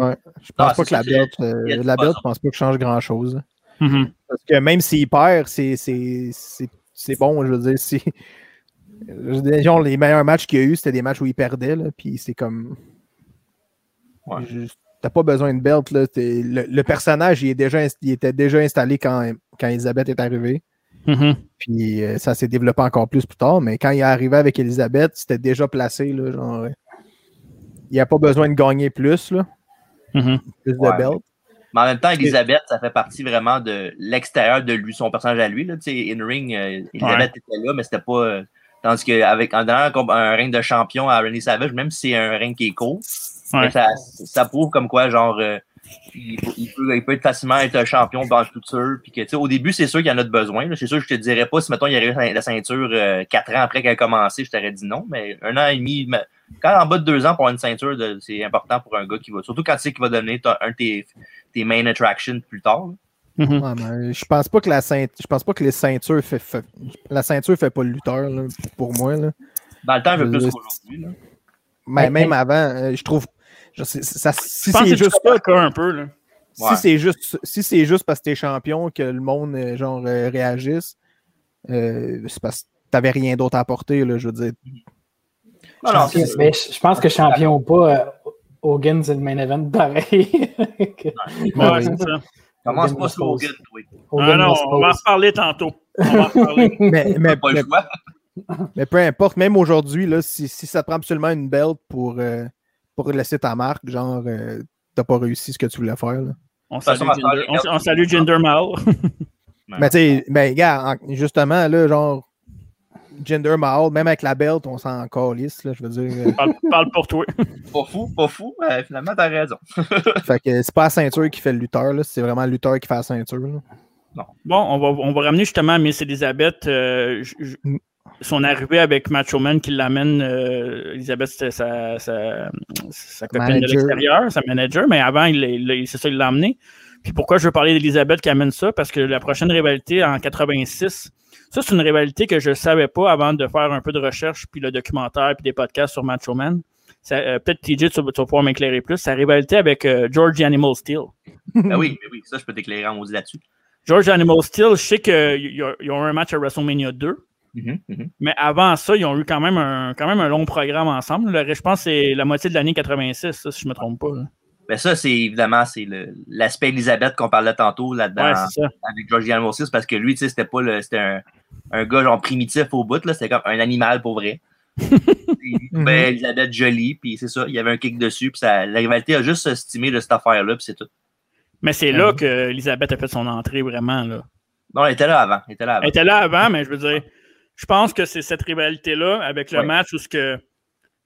[SPEAKER 5] pense
[SPEAKER 4] Ah,
[SPEAKER 5] pas
[SPEAKER 4] c'est
[SPEAKER 5] que la
[SPEAKER 4] ça, c'est-
[SPEAKER 5] bête, euh,
[SPEAKER 4] il y a du
[SPEAKER 5] la bête,
[SPEAKER 4] puzzle.
[SPEAKER 5] je pense pas que change grand chose.
[SPEAKER 6] Mhm.
[SPEAKER 5] Parce que même s'il perd, c'est, c'est, c'est, c'est bon, je veux dire. Si... je veux dire, disons, les meilleurs matchs qu'il y a eu, c'était des matchs où il perdait, là, puis c'est comme.
[SPEAKER 4] Ouais.
[SPEAKER 5] Je- T'as pas besoin de belt, là. t'es- Le, le personnage, il, est déjà, ins- il était déjà installé quand, quand Elisabeth est arrivée.
[SPEAKER 6] Mhm.
[SPEAKER 5] Puis euh, ça s'est développé encore plus plus tard, mais quand il est arrivé avec Elisabeth, c'était déjà placé, là, genre. euh, Il a pas besoin de gagner plus, là,
[SPEAKER 6] Mhm.
[SPEAKER 5] plus
[SPEAKER 4] Ouais.
[SPEAKER 5] de belt.
[SPEAKER 4] Mais en même temps, Elisabeth, ça fait partie vraiment de l'extérieur de lui, son personnage à lui. Là, Tu sais, in ring, euh, Elisabeth était là, mais c'était pas. euh, tandis qu'avec en donnant comme un ring de champion à René Savage, même si c'est un ring qui est court,
[SPEAKER 6] Ouais.
[SPEAKER 4] mais ça, ça prouve comme quoi, genre, euh, il, il peut, il peut être facilement être un champion dans le futur. Puis que, tu sais, au début, c'est sûr qu'il y en a de besoin. là. C'est sûr que je te dirais pas si, mettons, il arrivait la ceinture euh, quatre ans après qu'elle a commencé, je t'aurais dit non, mais un an et demi. ma- Quand en bas de deux ans, pour avoir une ceinture, de- c'est important pour un gars qui va. Surtout quand tu sais qu'il va donner ton- un de tes tes main attractions plus tard. là.
[SPEAKER 6] Mhm.
[SPEAKER 5] Ouais, mais je pense pas que la ceint- je pense pas que les ceintures fait, fait- la ceinture fait pas le lutteur là, pour moi. Là.
[SPEAKER 4] Dans le temps, un peu
[SPEAKER 5] Je-
[SPEAKER 4] plus qu'aujourd'hui. là.
[SPEAKER 5] Mais
[SPEAKER 7] Ouais,
[SPEAKER 5] même avant, euh, je trouve je sais- ça- si
[SPEAKER 6] Je pense que
[SPEAKER 5] c'est
[SPEAKER 6] c'est
[SPEAKER 5] juste
[SPEAKER 6] juste ça, cas, un peu. Là.
[SPEAKER 4] Ouais.
[SPEAKER 5] si c'est juste si c'est juste parce que t'es champion que le monde euh, genre euh, réagisse, euh, c'est parce que t'avais rien d'autre à apporter là, je veux dire.
[SPEAKER 4] Non, Ah non, c'est
[SPEAKER 7] Mais je, je pense que champion ou pas, euh, Hogan, c'est le main event pareil. (laughs) Que-
[SPEAKER 5] Ouais,
[SPEAKER 6] Ouais,
[SPEAKER 5] oui.
[SPEAKER 6] c'est ça.
[SPEAKER 4] Commence
[SPEAKER 7] Hogan
[SPEAKER 4] pas
[SPEAKER 7] was
[SPEAKER 4] sur
[SPEAKER 7] close.
[SPEAKER 4] Hogan, toi.
[SPEAKER 7] Hogan
[SPEAKER 6] Ah non,
[SPEAKER 7] was
[SPEAKER 6] on va en
[SPEAKER 7] close.
[SPEAKER 6] reparler tantôt. On va en reparler.
[SPEAKER 5] Mais, mais,
[SPEAKER 4] Pas le
[SPEAKER 5] mais-
[SPEAKER 4] choix.
[SPEAKER 5] mais peu importe, même aujourd'hui là, si, si ça te prend absolument une belt pour euh, pour laisser ta marque, genre euh, t'as pas réussi ce que tu voulais faire. là.
[SPEAKER 6] On
[SPEAKER 4] toute façon,
[SPEAKER 6] salue
[SPEAKER 4] on va parler
[SPEAKER 6] Jinder-
[SPEAKER 4] des
[SPEAKER 6] on-
[SPEAKER 4] gars.
[SPEAKER 6] on salue (laughs) Jinder Mahal.
[SPEAKER 5] Mais tu sais, ben, gars, en- justement, là, genre, Gender Mahal, même avec la belt, on s'en calisse, là, je veux
[SPEAKER 6] (laughs)
[SPEAKER 5] dire.
[SPEAKER 6] Parle, parle pour toi.
[SPEAKER 4] Pas fou, pas fou. Euh, finalement, t'as raison.
[SPEAKER 5] euh, fait que c'est pas la ceinture qui fait le lutteur, là, c'est vraiment le lutteur qui fait la ceinture. là.
[SPEAKER 6] Bon, on va, on va ramener justement Miss Elizabeth. euh, j- j-
[SPEAKER 5] Mm.
[SPEAKER 6] son arrivée avec Macho Man qui l'amène. euh, Elizabeth, c'était sa, sa, sa copine de
[SPEAKER 5] Manager.
[SPEAKER 6] l'extérieur, sa manager, mais avant, il, l'a- il l'a- c'est ça, il l'a amené. Puis pourquoi je veux parler d'Elizabeth qui amène ça? Parce que la prochaine rivalité en 86, ça, c'est une rivalité que je ne savais pas avant de faire un peu de recherche, puis le documentaire, puis des podcasts sur Macho Man. Ça, euh, Peut-être, TJ, tu, vas- tu vas pouvoir m'éclairer plus. Sa rivalité avec euh, George the Animal Steel.
[SPEAKER 4] Ben oui, ben oui, ça, je peux t'éclairer en maudit là-dessus.
[SPEAKER 6] George Animal Steel, je sais qu'ils ont un match à WrestleMania 2,
[SPEAKER 4] Mhm, mhm.
[SPEAKER 6] mais avant ça, ils ont eu quand même un, quand même un long programme ensemble. Le- je pense que c'est la moitié de l'année 86, ça, si je me trompe pas. là.
[SPEAKER 4] Ben ça, c'est évidemment c'est le- l'aspect Elisabeth qu'on parlait tantôt là-dedans
[SPEAKER 6] Ouais, c'est ça.
[SPEAKER 4] avec George Gianni parce que lui, tu sais, c'était pas le. C'était un, un gars genre primitif au bout, là. C'était comme un animal pour
[SPEAKER 6] (laughs)
[SPEAKER 4] vrai. Il
[SPEAKER 6] Mhm.
[SPEAKER 4] trouvait Elisabeth jolie, puis c'est ça, il y avait un kick dessus, puis ça, la rivalité a juste stimé de cette affaire-là, puis c'est tout.
[SPEAKER 6] Mais c'est là que Elisabeth a fait son entrée vraiment. Là.
[SPEAKER 4] Non, elle était là avant. Elle était là avant.
[SPEAKER 6] Elle était là avant, mais je veux dire, je pense que c'est cette rivalité-là avec le
[SPEAKER 4] Ouais.
[SPEAKER 6] match où ce que,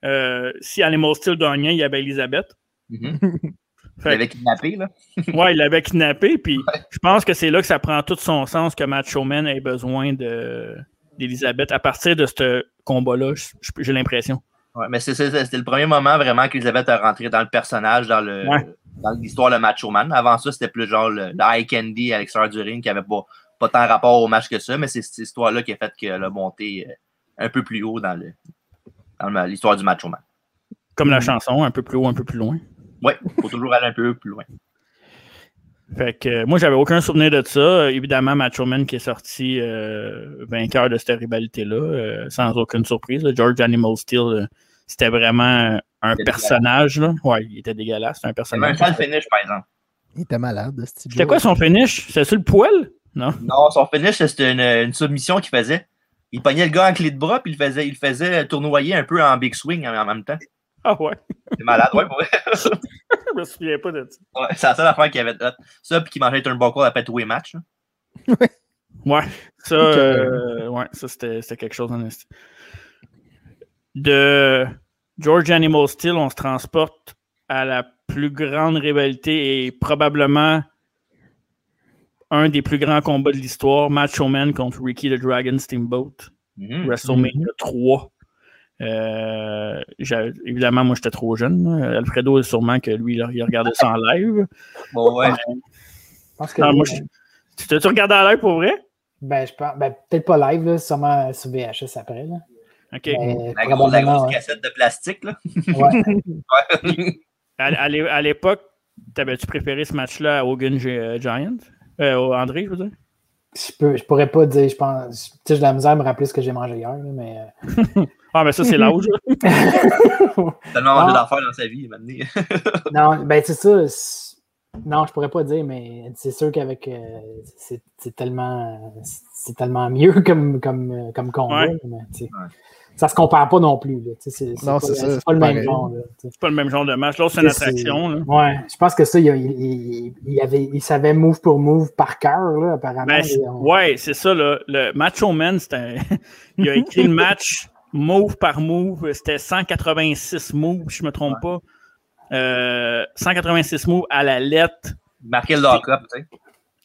[SPEAKER 6] euh, si Animal Steel gagnait, il y avait Elisabeth.
[SPEAKER 4] Mhm.
[SPEAKER 6] (laughs) Fait
[SPEAKER 4] Elle avait kidnappé, là.
[SPEAKER 6] Ouais, il l'avait kidnappé, puis je pense que c'est là que ça prend tout son sens que Matt Showman ait besoin de d'Elisabeth à partir de ce combat-là, j- j- j'ai l'impression.
[SPEAKER 4] Ouais, mais c'est- c'est- c'était le premier moment vraiment qu'Elisabeth a rentré dans le personnage, dans le
[SPEAKER 6] Ouais.
[SPEAKER 4] dans l'histoire de Macho Man. Avant ça, c'était plus genre le, le High Candy à l'extérieur du ring qui avait pas, pas tant rapport au match que ça, mais c'est cette histoire-là qui a fait qu'elle a monté euh, un peu plus haut dans le dans le- l'histoire du Macho Man.
[SPEAKER 6] Comme
[SPEAKER 4] Mm.
[SPEAKER 6] la chanson, un peu plus haut, un peu plus loin.
[SPEAKER 4] Oui, faut toujours aller un peu plus loin.
[SPEAKER 6] Fait que euh, moi, j'avais aucun souvenir de ça. Euh, Évidemment, Matt Showman qui est sorti euh, vainqueur de cette rivalité-là, euh, sans aucune surprise. là. George Animal Steel, euh, c'était vraiment un
[SPEAKER 4] C'était
[SPEAKER 6] personnage. Là. Ouais, il était dégueulasse, c'était un
[SPEAKER 4] C'est un
[SPEAKER 6] personnage.
[SPEAKER 4] sale finish, par exemple.
[SPEAKER 5] Il était malade, ce type.
[SPEAKER 6] C'était quoi son finish? C'était-tu le poil? Non?
[SPEAKER 4] Non, son finish, c'était une, une submission qu'il faisait. Il pognait le gars en clé de bras, puis il le faisait, il le faisait tournoyer un peu en big swing en, en même temps.
[SPEAKER 6] Ah ouais, (laughs)
[SPEAKER 4] C'est malade, ouais, pour vrai.
[SPEAKER 6] je me souviens pas de ça.
[SPEAKER 4] Ouais, c'est la seule affaire qu'il y avait de hot. Ça, puis qu'il mangeait un bon après tous les matchs. là.
[SPEAKER 6] Ouais, ça,
[SPEAKER 5] Donc,
[SPEAKER 6] euh, ouais, ça c'était c'était quelque chose en esti. De George Animal Steel, on se transporte à la plus grande rivalité et probablement un des plus grands combats de l'histoire, Macho Man contre Ricky the Dragon Steamboat,
[SPEAKER 4] Mhm.
[SPEAKER 6] WrestleMania 3. Euh, j'a- évidemment, moi j'étais trop jeune. là. Alfredo, sûrement que lui, là, il regardait ça en live.
[SPEAKER 4] Bon, ouais.
[SPEAKER 7] Je pense que.
[SPEAKER 6] Ah, moi, je- Tu te regardais en live pour vrai?
[SPEAKER 7] ben, je pense- ben, peut-être pas live, là, sûrement sur VHS après. Là.
[SPEAKER 6] Ok.
[SPEAKER 7] Mais
[SPEAKER 4] La, grosse- la
[SPEAKER 7] probablement,
[SPEAKER 4] grosse cassette de plastique,
[SPEAKER 5] (laughs)
[SPEAKER 4] là.
[SPEAKER 7] ouais. Ouais.
[SPEAKER 6] À, à l'é- à l'époque, t'avais-tu préféré ce match-là à Hogan G- euh, Giant? Euh, au André, je veux dire.
[SPEAKER 7] Je, peux, je pourrais pas dire, je pense. Tu sais, j'ai de la misère à me rappeler ce que j'ai mangé hier, là, mais. euh,
[SPEAKER 6] Ah, mais ça, c'est l'âge. là.
[SPEAKER 4] Tellement mangé
[SPEAKER 7] Ah.
[SPEAKER 4] d'affaires dans sa vie, maintenant.
[SPEAKER 7] Non, ben c'est ça. c'est- Non, je pourrais pas dire, mais c'est sûr qu'avec euh, c'est c'est tellement c'est tellement mieux (laughs) comme comme euh, comme combat,
[SPEAKER 6] Ouais.
[SPEAKER 7] mais, tu sais,
[SPEAKER 4] Ouais.
[SPEAKER 7] ça se compare pas non plus. Là, tu sais, c'est c'est
[SPEAKER 5] Non,
[SPEAKER 7] pas,
[SPEAKER 5] c'est ça,
[SPEAKER 7] c'est
[SPEAKER 5] c'est
[SPEAKER 7] pas le
[SPEAKER 5] pareil.
[SPEAKER 7] même genre. là, tu sais.
[SPEAKER 6] C'est pas le même genre de match. L'autre, c'est une
[SPEAKER 7] C'est-
[SPEAKER 6] attraction. Là.
[SPEAKER 7] Ouais, je pense que ça, il, il- il- il avait il savait move pour move par cœur là, apparemment.
[SPEAKER 6] Ben,
[SPEAKER 7] et
[SPEAKER 6] c'est-
[SPEAKER 7] on-
[SPEAKER 6] ouais, c'est ça. là. Le Macho Man, c'était un- (laughs) il a écrit le match move par move. C'était 186 moves, si je me trompe pas. Euh, 186 moves à la lettre.
[SPEAKER 4] Il marquait le lock-up, tu sais.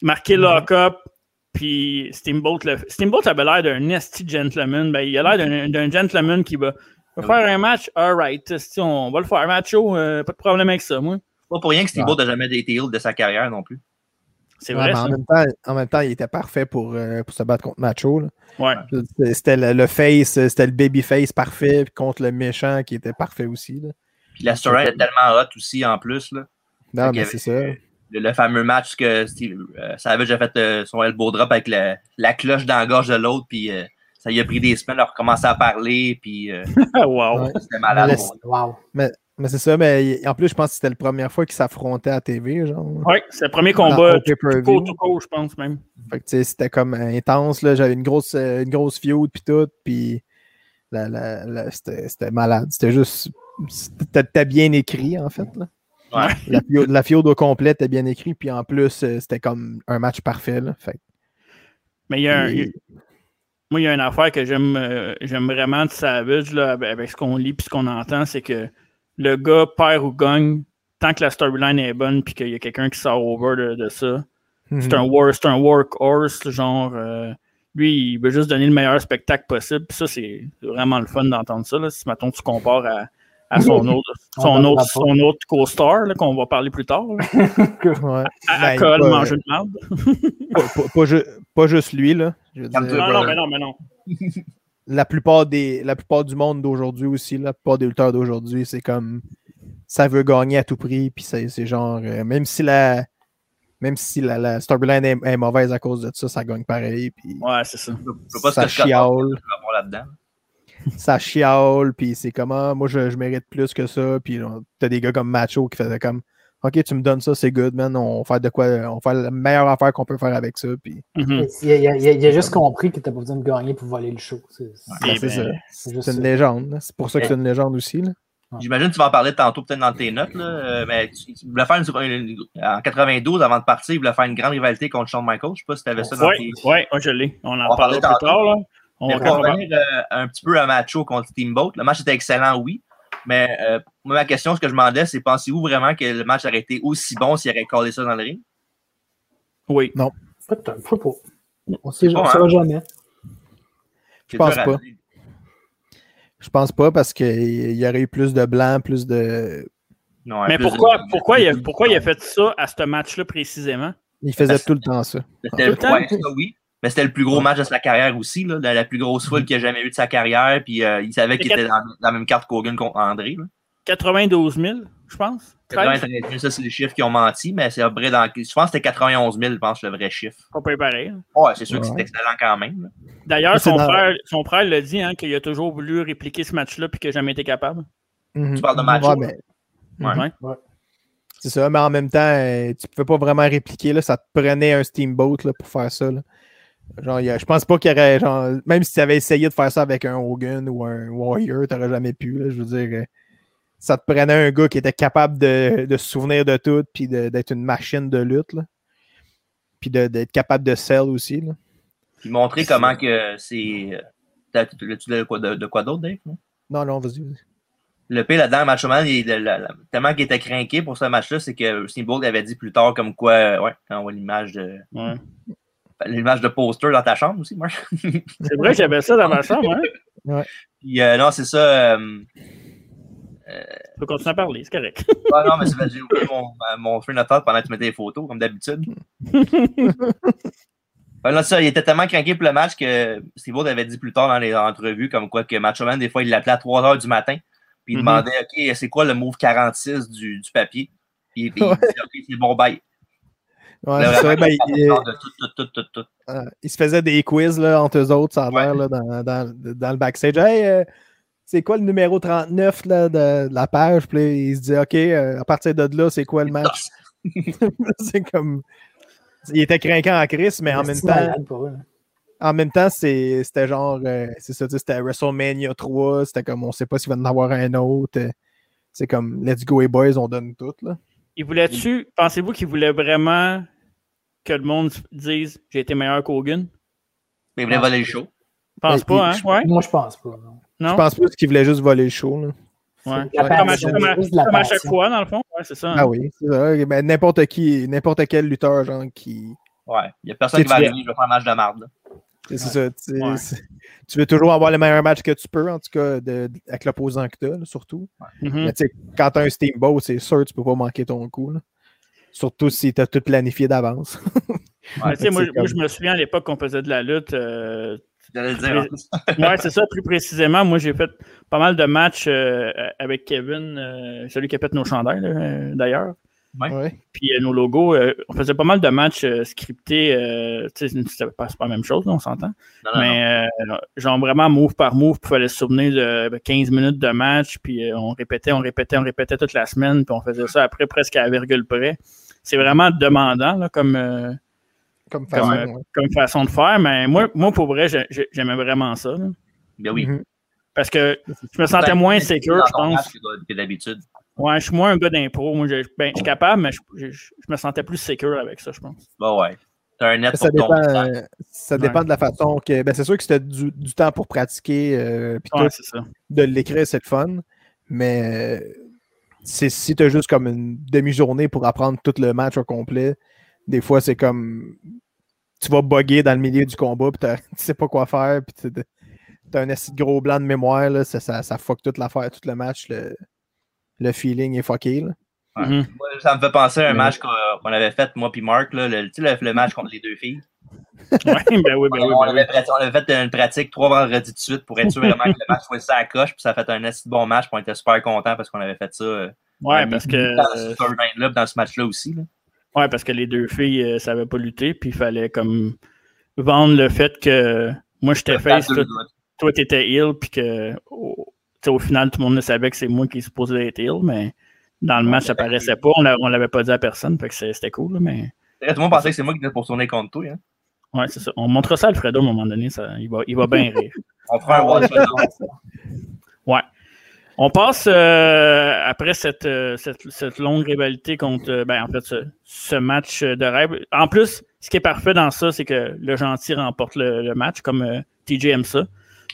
[SPEAKER 6] marqué
[SPEAKER 5] Mhm.
[SPEAKER 6] lock-up, puis Steamboat, le... Steamboat avait l'air d'un nasty gentleman. Ben, il a l'air d'un- d'un gentleman qui va,
[SPEAKER 5] Ah
[SPEAKER 6] va faire un match, alright, on va le faire, macho, euh, pas de problème avec ça, moi.
[SPEAKER 4] Pas pour rien que Steve Bolt n'a jamais été heel de sa carrière non plus.
[SPEAKER 6] C'est
[SPEAKER 5] Ouais,
[SPEAKER 6] vrai,
[SPEAKER 5] mais en,
[SPEAKER 6] ça.
[SPEAKER 5] même temps, en même temps, il était parfait pour, euh, pour se battre contre Macho. là.
[SPEAKER 6] Ouais.
[SPEAKER 5] C'était- C'était le, le face, euh, c'était le baby face parfait puis contre le méchant qui était parfait aussi. là.
[SPEAKER 4] Puis la storyline était tellement hot aussi en plus. Là.
[SPEAKER 5] Non,
[SPEAKER 4] Fait qu'il
[SPEAKER 5] Ah, mais
[SPEAKER 4] y
[SPEAKER 5] c'est ça.
[SPEAKER 4] avait- Le, le fameux match que Steve euh, Savage a fait euh, son elbow drop avec la- la cloche dans la gorge de l'autre, puis euh, ça lui a pris des semaines de recommencer à parler, puis euh,
[SPEAKER 6] Ah, wow.
[SPEAKER 5] Ouais.
[SPEAKER 4] c'était malade.
[SPEAKER 5] (laughs) Mais
[SPEAKER 4] pour vrai.
[SPEAKER 7] Wow.
[SPEAKER 5] Mais c'est ça, mais il- en plus, je pense que c'était la première fois qu'il s'affrontait à TV, genre.
[SPEAKER 6] Ouais, c'est le premier
[SPEAKER 5] Dans-
[SPEAKER 6] combat
[SPEAKER 5] au pay-per-view.
[SPEAKER 6] tout court, tout court, je pense même.
[SPEAKER 5] Fait que, tu sais, c'était comme euh, intense, là. J'avais une grosse, euh, une grosse feud, puis tout, puis la- la- la- c'était c'était malade. C'était juste... C'était t'as bien écrit, en fait, là.
[SPEAKER 4] Ouais.
[SPEAKER 5] (laughs) La feud, la feud au complet était bien écrit, puis en plus, euh, c'était comme un match parfait, là. Fait que-
[SPEAKER 6] Mais il y a un, il y a- Moi, il y a une affaire que j'aime euh, j'aime vraiment de Savage là, avec avec ce qu'on lit et ce qu'on entend, c'est que le gars perd ou gagne, tant que la storyline est bonne puis qu'il y a quelqu'un qui sort over de, de ça, c'est un, war- c'est un workhorse, genre. euh, lui, il veut juste donner le meilleur spectacle possible. Puis ça, c'est vraiment le fun d'entendre ça. Là, si maintenant tu compares à, à son autre,
[SPEAKER 7] On
[SPEAKER 6] son
[SPEAKER 7] parlera
[SPEAKER 6] autre,
[SPEAKER 7] pas.
[SPEAKER 6] son autre co-star là, qu'on va parler plus tard, là,
[SPEAKER 5] (laughs) Ouais.
[SPEAKER 6] à, à
[SPEAKER 5] Ben,
[SPEAKER 6] Cole,
[SPEAKER 5] pas-
[SPEAKER 6] manger de merde.
[SPEAKER 5] pas, pas- pas ju- pas juste lui, là. Je veux
[SPEAKER 4] Calme-toi,
[SPEAKER 5] dire,
[SPEAKER 6] Non,
[SPEAKER 4] brother.
[SPEAKER 6] non, mais non, mais non.
[SPEAKER 5] la, plupart des, la plupart du monde d'aujourd'hui aussi, la plupart des lutteurs d'aujourd'hui, c'est comme ça veut gagner à tout prix, puis c'est c'est genre, euh, même si la même si la, la storyline est, est mauvaise à cause de ça, ça gagne pareil, puis
[SPEAKER 6] Ouais, c'est ça.
[SPEAKER 4] Je veux pas ce
[SPEAKER 5] ça
[SPEAKER 4] que Scott Hall
[SPEAKER 5] chiale,
[SPEAKER 4] va avoir là-dedans.
[SPEAKER 5] ça chiale, puis c'est comme, ah, moi je, je mérite plus que ça, puis on- t'as des gars comme Macho qui faisaient comme, ok, tu me donnes ça, c'est good, man, on va faire de quoi, on va faire la meilleure affaire qu'on peut faire avec ça, puis
[SPEAKER 6] Mhm.
[SPEAKER 7] Il, a- il a- il a- il a juste compris que t'as pas besoin de gagner pour voler le show. C'est c'est-
[SPEAKER 5] ben,
[SPEAKER 6] Eh
[SPEAKER 5] c'est ça.
[SPEAKER 6] ben,
[SPEAKER 7] c'est juste
[SPEAKER 5] C'est une
[SPEAKER 7] ça.
[SPEAKER 5] légende, là. c'est pour ça que c'est une légende aussi, là.
[SPEAKER 4] J'imagine que tu vas en parler tantôt, peut-être dans tes notes, là, euh, mais tu, tu voulais faire une- une- en 92, avant de partir, il voulait faire une grande rivalité contre Shawn Michaels. Je sais pas si tu avais ça dans
[SPEAKER 6] Ouais,
[SPEAKER 4] tes.
[SPEAKER 6] ouais, ouais, je l'ai. On en
[SPEAKER 4] On
[SPEAKER 6] parlera
[SPEAKER 4] parlait
[SPEAKER 6] plus
[SPEAKER 4] tantôt.
[SPEAKER 6] tard. Là. On
[SPEAKER 4] Mais
[SPEAKER 6] va
[SPEAKER 4] pour
[SPEAKER 6] en parler.
[SPEAKER 4] revenir euh, un petit peu à Macho contre Steamboat, le match était excellent, oui. Mais euh, moi, ma question, ce que je me demandais, c'est pensez-vous vraiment que le match aurait été aussi bon s'il aurait collé ça dans le ring?
[SPEAKER 6] Oui.
[SPEAKER 7] Écoute, un propos. On sait on
[SPEAKER 4] Ouais.
[SPEAKER 7] saura jamais.
[SPEAKER 4] Je
[SPEAKER 5] pense pas. Je pense pas parce qu'il y aurait eu plus de blanc, plus de.
[SPEAKER 4] hein,
[SPEAKER 6] Mais pourquoi, pourquoi, il a, pourquoi il a fait ça à ce match-là précisément?
[SPEAKER 5] Il faisait
[SPEAKER 4] Parce-
[SPEAKER 5] tout le temps ça.
[SPEAKER 4] C'était
[SPEAKER 6] Tout
[SPEAKER 4] le,
[SPEAKER 6] le temps.
[SPEAKER 4] ouais, ça, oui. Mais c'était le plus gros match de sa carrière aussi, là, la, la plus grosse
[SPEAKER 5] Mm.
[SPEAKER 4] foule qu'il a jamais eu de sa carrière. Puis euh, il savait qu'il
[SPEAKER 6] Quatre-
[SPEAKER 4] était dans, dans la même carte qu'Hogan contre André. là.
[SPEAKER 6] 92 000, je pense. 13,
[SPEAKER 4] 93 000, ça, c'est les chiffres qui ont menti, mais c'est vrai dans. Je pense que c'était 91 000, je pense, le vrai chiffre.
[SPEAKER 6] pas payé pareil. hein.
[SPEAKER 4] Ouais, c'est sûr que
[SPEAKER 5] Ouais.
[SPEAKER 4] c'est excellent quand même. là.
[SPEAKER 6] D'ailleurs,
[SPEAKER 5] Mais c'est
[SPEAKER 6] son,
[SPEAKER 5] dans-
[SPEAKER 6] frère, son frère l'a dit hein, qu'il a toujours voulu répliquer ce match-là puis qu'il n'a jamais été capable.
[SPEAKER 5] Mhm.
[SPEAKER 4] parles de Macho,
[SPEAKER 5] Ouais,
[SPEAKER 4] là?
[SPEAKER 5] mais
[SPEAKER 4] Ouais.
[SPEAKER 6] Ouais.
[SPEAKER 5] c'est ça, mais en même temps, euh, tu pouvais pas vraiment répliquer. Là, ça te prenait un steamboat là, pour faire ça. là. Genre, il y a- je pense pas qu'il y aurait. Genre, même si tu avais essayé de faire ça avec un Hogan ou un Warrior, t'aurais jamais pu. là, je veux dire, euh, ça te prenait un gars qui était capable de, de se souvenir de tout puis de- d'être une machine de lutte. là. Puis de- d'être capable de sell aussi. là.
[SPEAKER 4] Puis montrer
[SPEAKER 5] C'est-
[SPEAKER 4] comment que c'est. euh, t'as- Tu tu- tu- de quoi de- de quoi d'autre, Dave? non?
[SPEAKER 5] Non, non, vas-y. vas-y.
[SPEAKER 4] Le P là-dedans, Macho Man, il- le- le- le- tellement qu'il était craqué pour ce match-là, c'est que Steamboat avait dit plus tard comme quoi, euh, ouais, quand on voit l'image de.
[SPEAKER 6] Ouais.
[SPEAKER 4] L'image de poster dans ta chambre aussi, moi.
[SPEAKER 6] C'est vrai, j'avais ça dans ma chambre. Hein?
[SPEAKER 4] Puis euh, non, c'est ça. euh,
[SPEAKER 6] Je peux continuer à parler, c'est correct.
[SPEAKER 4] Ah non, mais c'est parce que j'ai oublié mon, ma- mon feu notaire pendant que tu mettais les photos, comme
[SPEAKER 5] (laughs)
[SPEAKER 4] d'habitude. Ben là, ça, il était tellement craqué pour le match que Steve Wood avait dit plus tard dans les entrevues comme quoi que Macho Man, des fois, il l'appelait à 3 h du matin. Puis il
[SPEAKER 6] Mhm.
[SPEAKER 4] demandait OK, c'est quoi le move 46 du, du papier Puis, puis il
[SPEAKER 5] Ouais.
[SPEAKER 4] disait OK, c'est bon bye.
[SPEAKER 5] Ouais,
[SPEAKER 4] Là,
[SPEAKER 5] c'est ça,
[SPEAKER 4] vraiment,
[SPEAKER 5] ben,
[SPEAKER 4] il parlait
[SPEAKER 5] il-
[SPEAKER 4] genre de tout, tout, tout, tout, tout.
[SPEAKER 5] Euh, ils se faisaient des quiz là, entre eux autres, ça a
[SPEAKER 4] Ouais.
[SPEAKER 5] l'air, là, dans, dans- dans le backstage. Hey, euh, c'est quoi le numéro 39 là, de, de la page? Puis là, ils se disaient, OK, euh, à partir de là, c'est quoi le match? (laughs) c'est comme. Il était craquant en crise, mais en même
[SPEAKER 7] C'est
[SPEAKER 5] temps,
[SPEAKER 7] malade pour eux, hein. là.
[SPEAKER 5] en même temps, c'est- c'était genre. euh, c'est ça, tu sais, c'était WrestleMania 3, c'était comme on sait pas s'il va en avoir un autre. euh, C'est comme Let's Go et Boys, on donne tout. Là.
[SPEAKER 6] Il voulait-tu, pensez-vous qu'il voulait vraiment que le monde dise j'ai été meilleur qu'Hogan?
[SPEAKER 4] Mais il voulait voler le show.
[SPEAKER 6] Je pense
[SPEAKER 5] Et-
[SPEAKER 6] pas,
[SPEAKER 5] et-
[SPEAKER 6] hein? Ouais?
[SPEAKER 7] Moi, Ben, je pense pas. non.
[SPEAKER 5] Je
[SPEAKER 6] Non?
[SPEAKER 5] pense plus qu'ils voulaient juste voler le show. là.
[SPEAKER 6] Ouais.
[SPEAKER 7] La
[SPEAKER 5] Ouais.
[SPEAKER 6] Comme, à,
[SPEAKER 7] passion,
[SPEAKER 6] comme à-
[SPEAKER 7] juste de la
[SPEAKER 6] comme à
[SPEAKER 7] passion.
[SPEAKER 6] chaque fois, dans le fond. Ouais, c'est ça. hein.
[SPEAKER 5] Ah oui, c'est ça. Ben, n'importe qui, n'importe quel lutteur genre, qui,
[SPEAKER 4] Ouais. Il n'y a personne qui va
[SPEAKER 5] C'est-tu
[SPEAKER 4] arriver, je vais faire un match de marde.
[SPEAKER 5] C'est
[SPEAKER 7] Ouais.
[SPEAKER 5] ça. tu sais,
[SPEAKER 6] Ouais.
[SPEAKER 5] c'est- Tu veux toujours avoir le meilleur match que tu peux, en tout cas, de- de- avec l'opposant que tu as, surtout.
[SPEAKER 6] Mhm.
[SPEAKER 5] Mais tu sais, quand tu as un Steamboat, c'est sûr tu peux pas manquer ton coup. là. Surtout si tu as tout planifié d'avance.
[SPEAKER 6] Mais tu
[SPEAKER 5] c'est
[SPEAKER 6] sais, moi, moi,
[SPEAKER 7] ah
[SPEAKER 5] comme-
[SPEAKER 6] je me souviens à l'époque qu'on faisait de la lutte. euh,
[SPEAKER 4] J'allais le dire. en plus.
[SPEAKER 6] Ouais, c'est ça, plus précisément. Moi, j'ai fait pas mal de matchs euh, avec Kevin, euh, celui qui a fait nos chandails, là, euh, d'ailleurs.
[SPEAKER 4] Ouais.
[SPEAKER 5] Ouais.
[SPEAKER 6] Puis euh, nos logos, euh, on faisait pas mal de matchs euh, scriptés. euh, tu sais, c'est c'est pas, c'est pas la même chose, là, on s'entend.
[SPEAKER 4] Ah, Non, non, non.
[SPEAKER 6] Mais euh, genre vraiment move par move, il fallait se souvenir de 15 minutes de match, puis euh, on répétait, on répétait, on répétait toute la semaine, puis on faisait ça après presque à la virgule près. C'est vraiment demandant là, comme, euh,
[SPEAKER 5] Comme
[SPEAKER 6] comme,
[SPEAKER 5] façon.
[SPEAKER 6] euh,
[SPEAKER 5] ouais.
[SPEAKER 6] comme façon de faire, mais moi, moi pour vrai, j'ai- j'ai- j'aimais vraiment ça. là.
[SPEAKER 4] Ben oui.
[SPEAKER 5] Mhm.
[SPEAKER 6] Parce que je me sentais moins sécure, je
[SPEAKER 4] Ben, Dans ton
[SPEAKER 6] pense.
[SPEAKER 4] match que- Que d'habitude.
[SPEAKER 6] Ouais, je suis moins un gars d'impro. Moi, je, ben, je suis capable, mais je, je- je me sentais plus sécure avec ça, je pense.
[SPEAKER 4] Bah ouais. T'as un net
[SPEAKER 5] Ça
[SPEAKER 4] pour ton
[SPEAKER 5] dépend,
[SPEAKER 4] temps.
[SPEAKER 5] euh, ça dépend de la façon que. Ben, c'est sûr que c'était du, du temps pour pratiquer, euh, puis
[SPEAKER 6] Ouais,
[SPEAKER 5] tout,
[SPEAKER 6] c'est ça.
[SPEAKER 5] de l'écrire, c'est le fun. Mais euh, c'est, si tu as juste comme une demi-journée pour apprendre tout le match au complet, des fois, c'est comme. Tu vas bugger dans le milieu du combat, puis t'as- (laughs) tu sais pas quoi faire, puis t'es de- t'as un assez gros blanc de mémoire, là, ça, ça, ça fuck toute l'affaire, tout le match. Le, le feeling est fucké. là.
[SPEAKER 4] Ouais.
[SPEAKER 6] Mhm.
[SPEAKER 4] Moi, ça me fait penser à un
[SPEAKER 5] Mais-
[SPEAKER 4] match qu'on qu'on avait fait, moi puis Marc, là, le, tu sais, le, le match contre les deux filles.
[SPEAKER 6] Ouais, ben oui, ben oui,
[SPEAKER 4] on,
[SPEAKER 6] ben oui.
[SPEAKER 4] avait prati- on avait fait une pratique trois vendredis de suite pour être sûr vraiment que le match soit ça à coche, puis ça a fait un assez bon match, puis on était super contents parce qu'on avait fait ça euh,
[SPEAKER 6] Ouais, parce que.
[SPEAKER 4] dans ce tournament-là, puis dans ce match-là aussi. là.
[SPEAKER 6] Ouais, parce que les deux filles ne savaient pas lutter, puis il fallait comme vendre le fait que moi j'étais face, toi, toi t'étais ill, puis que au, tu sais, au final tout le monde le savait que c'est moi qui est supposé être ill, mais dans le match
[SPEAKER 4] ben,
[SPEAKER 6] ça paraissait pas, on l'a- on l'avait pas dit à personne, fait que c'est- c'était cool, là, mais
[SPEAKER 4] Tout le monde pensait que c'est moi qui venais pour tourner contre toi. hein.
[SPEAKER 6] ouais, c'est ça. On montre ça à Alfredo à un moment donné, ça, il va, il va bien rire.
[SPEAKER 4] On
[SPEAKER 6] Ah
[SPEAKER 4] prend un watch
[SPEAKER 6] (laughs) On passe euh, après cette, euh, cette, cette longue rivalité contre euh, ben, en fait, ce, ce match euh, de rêve. En plus, ce qui est parfait dans ça, c'est que le gentil remporte le, le match, comme euh, TJ aime ça.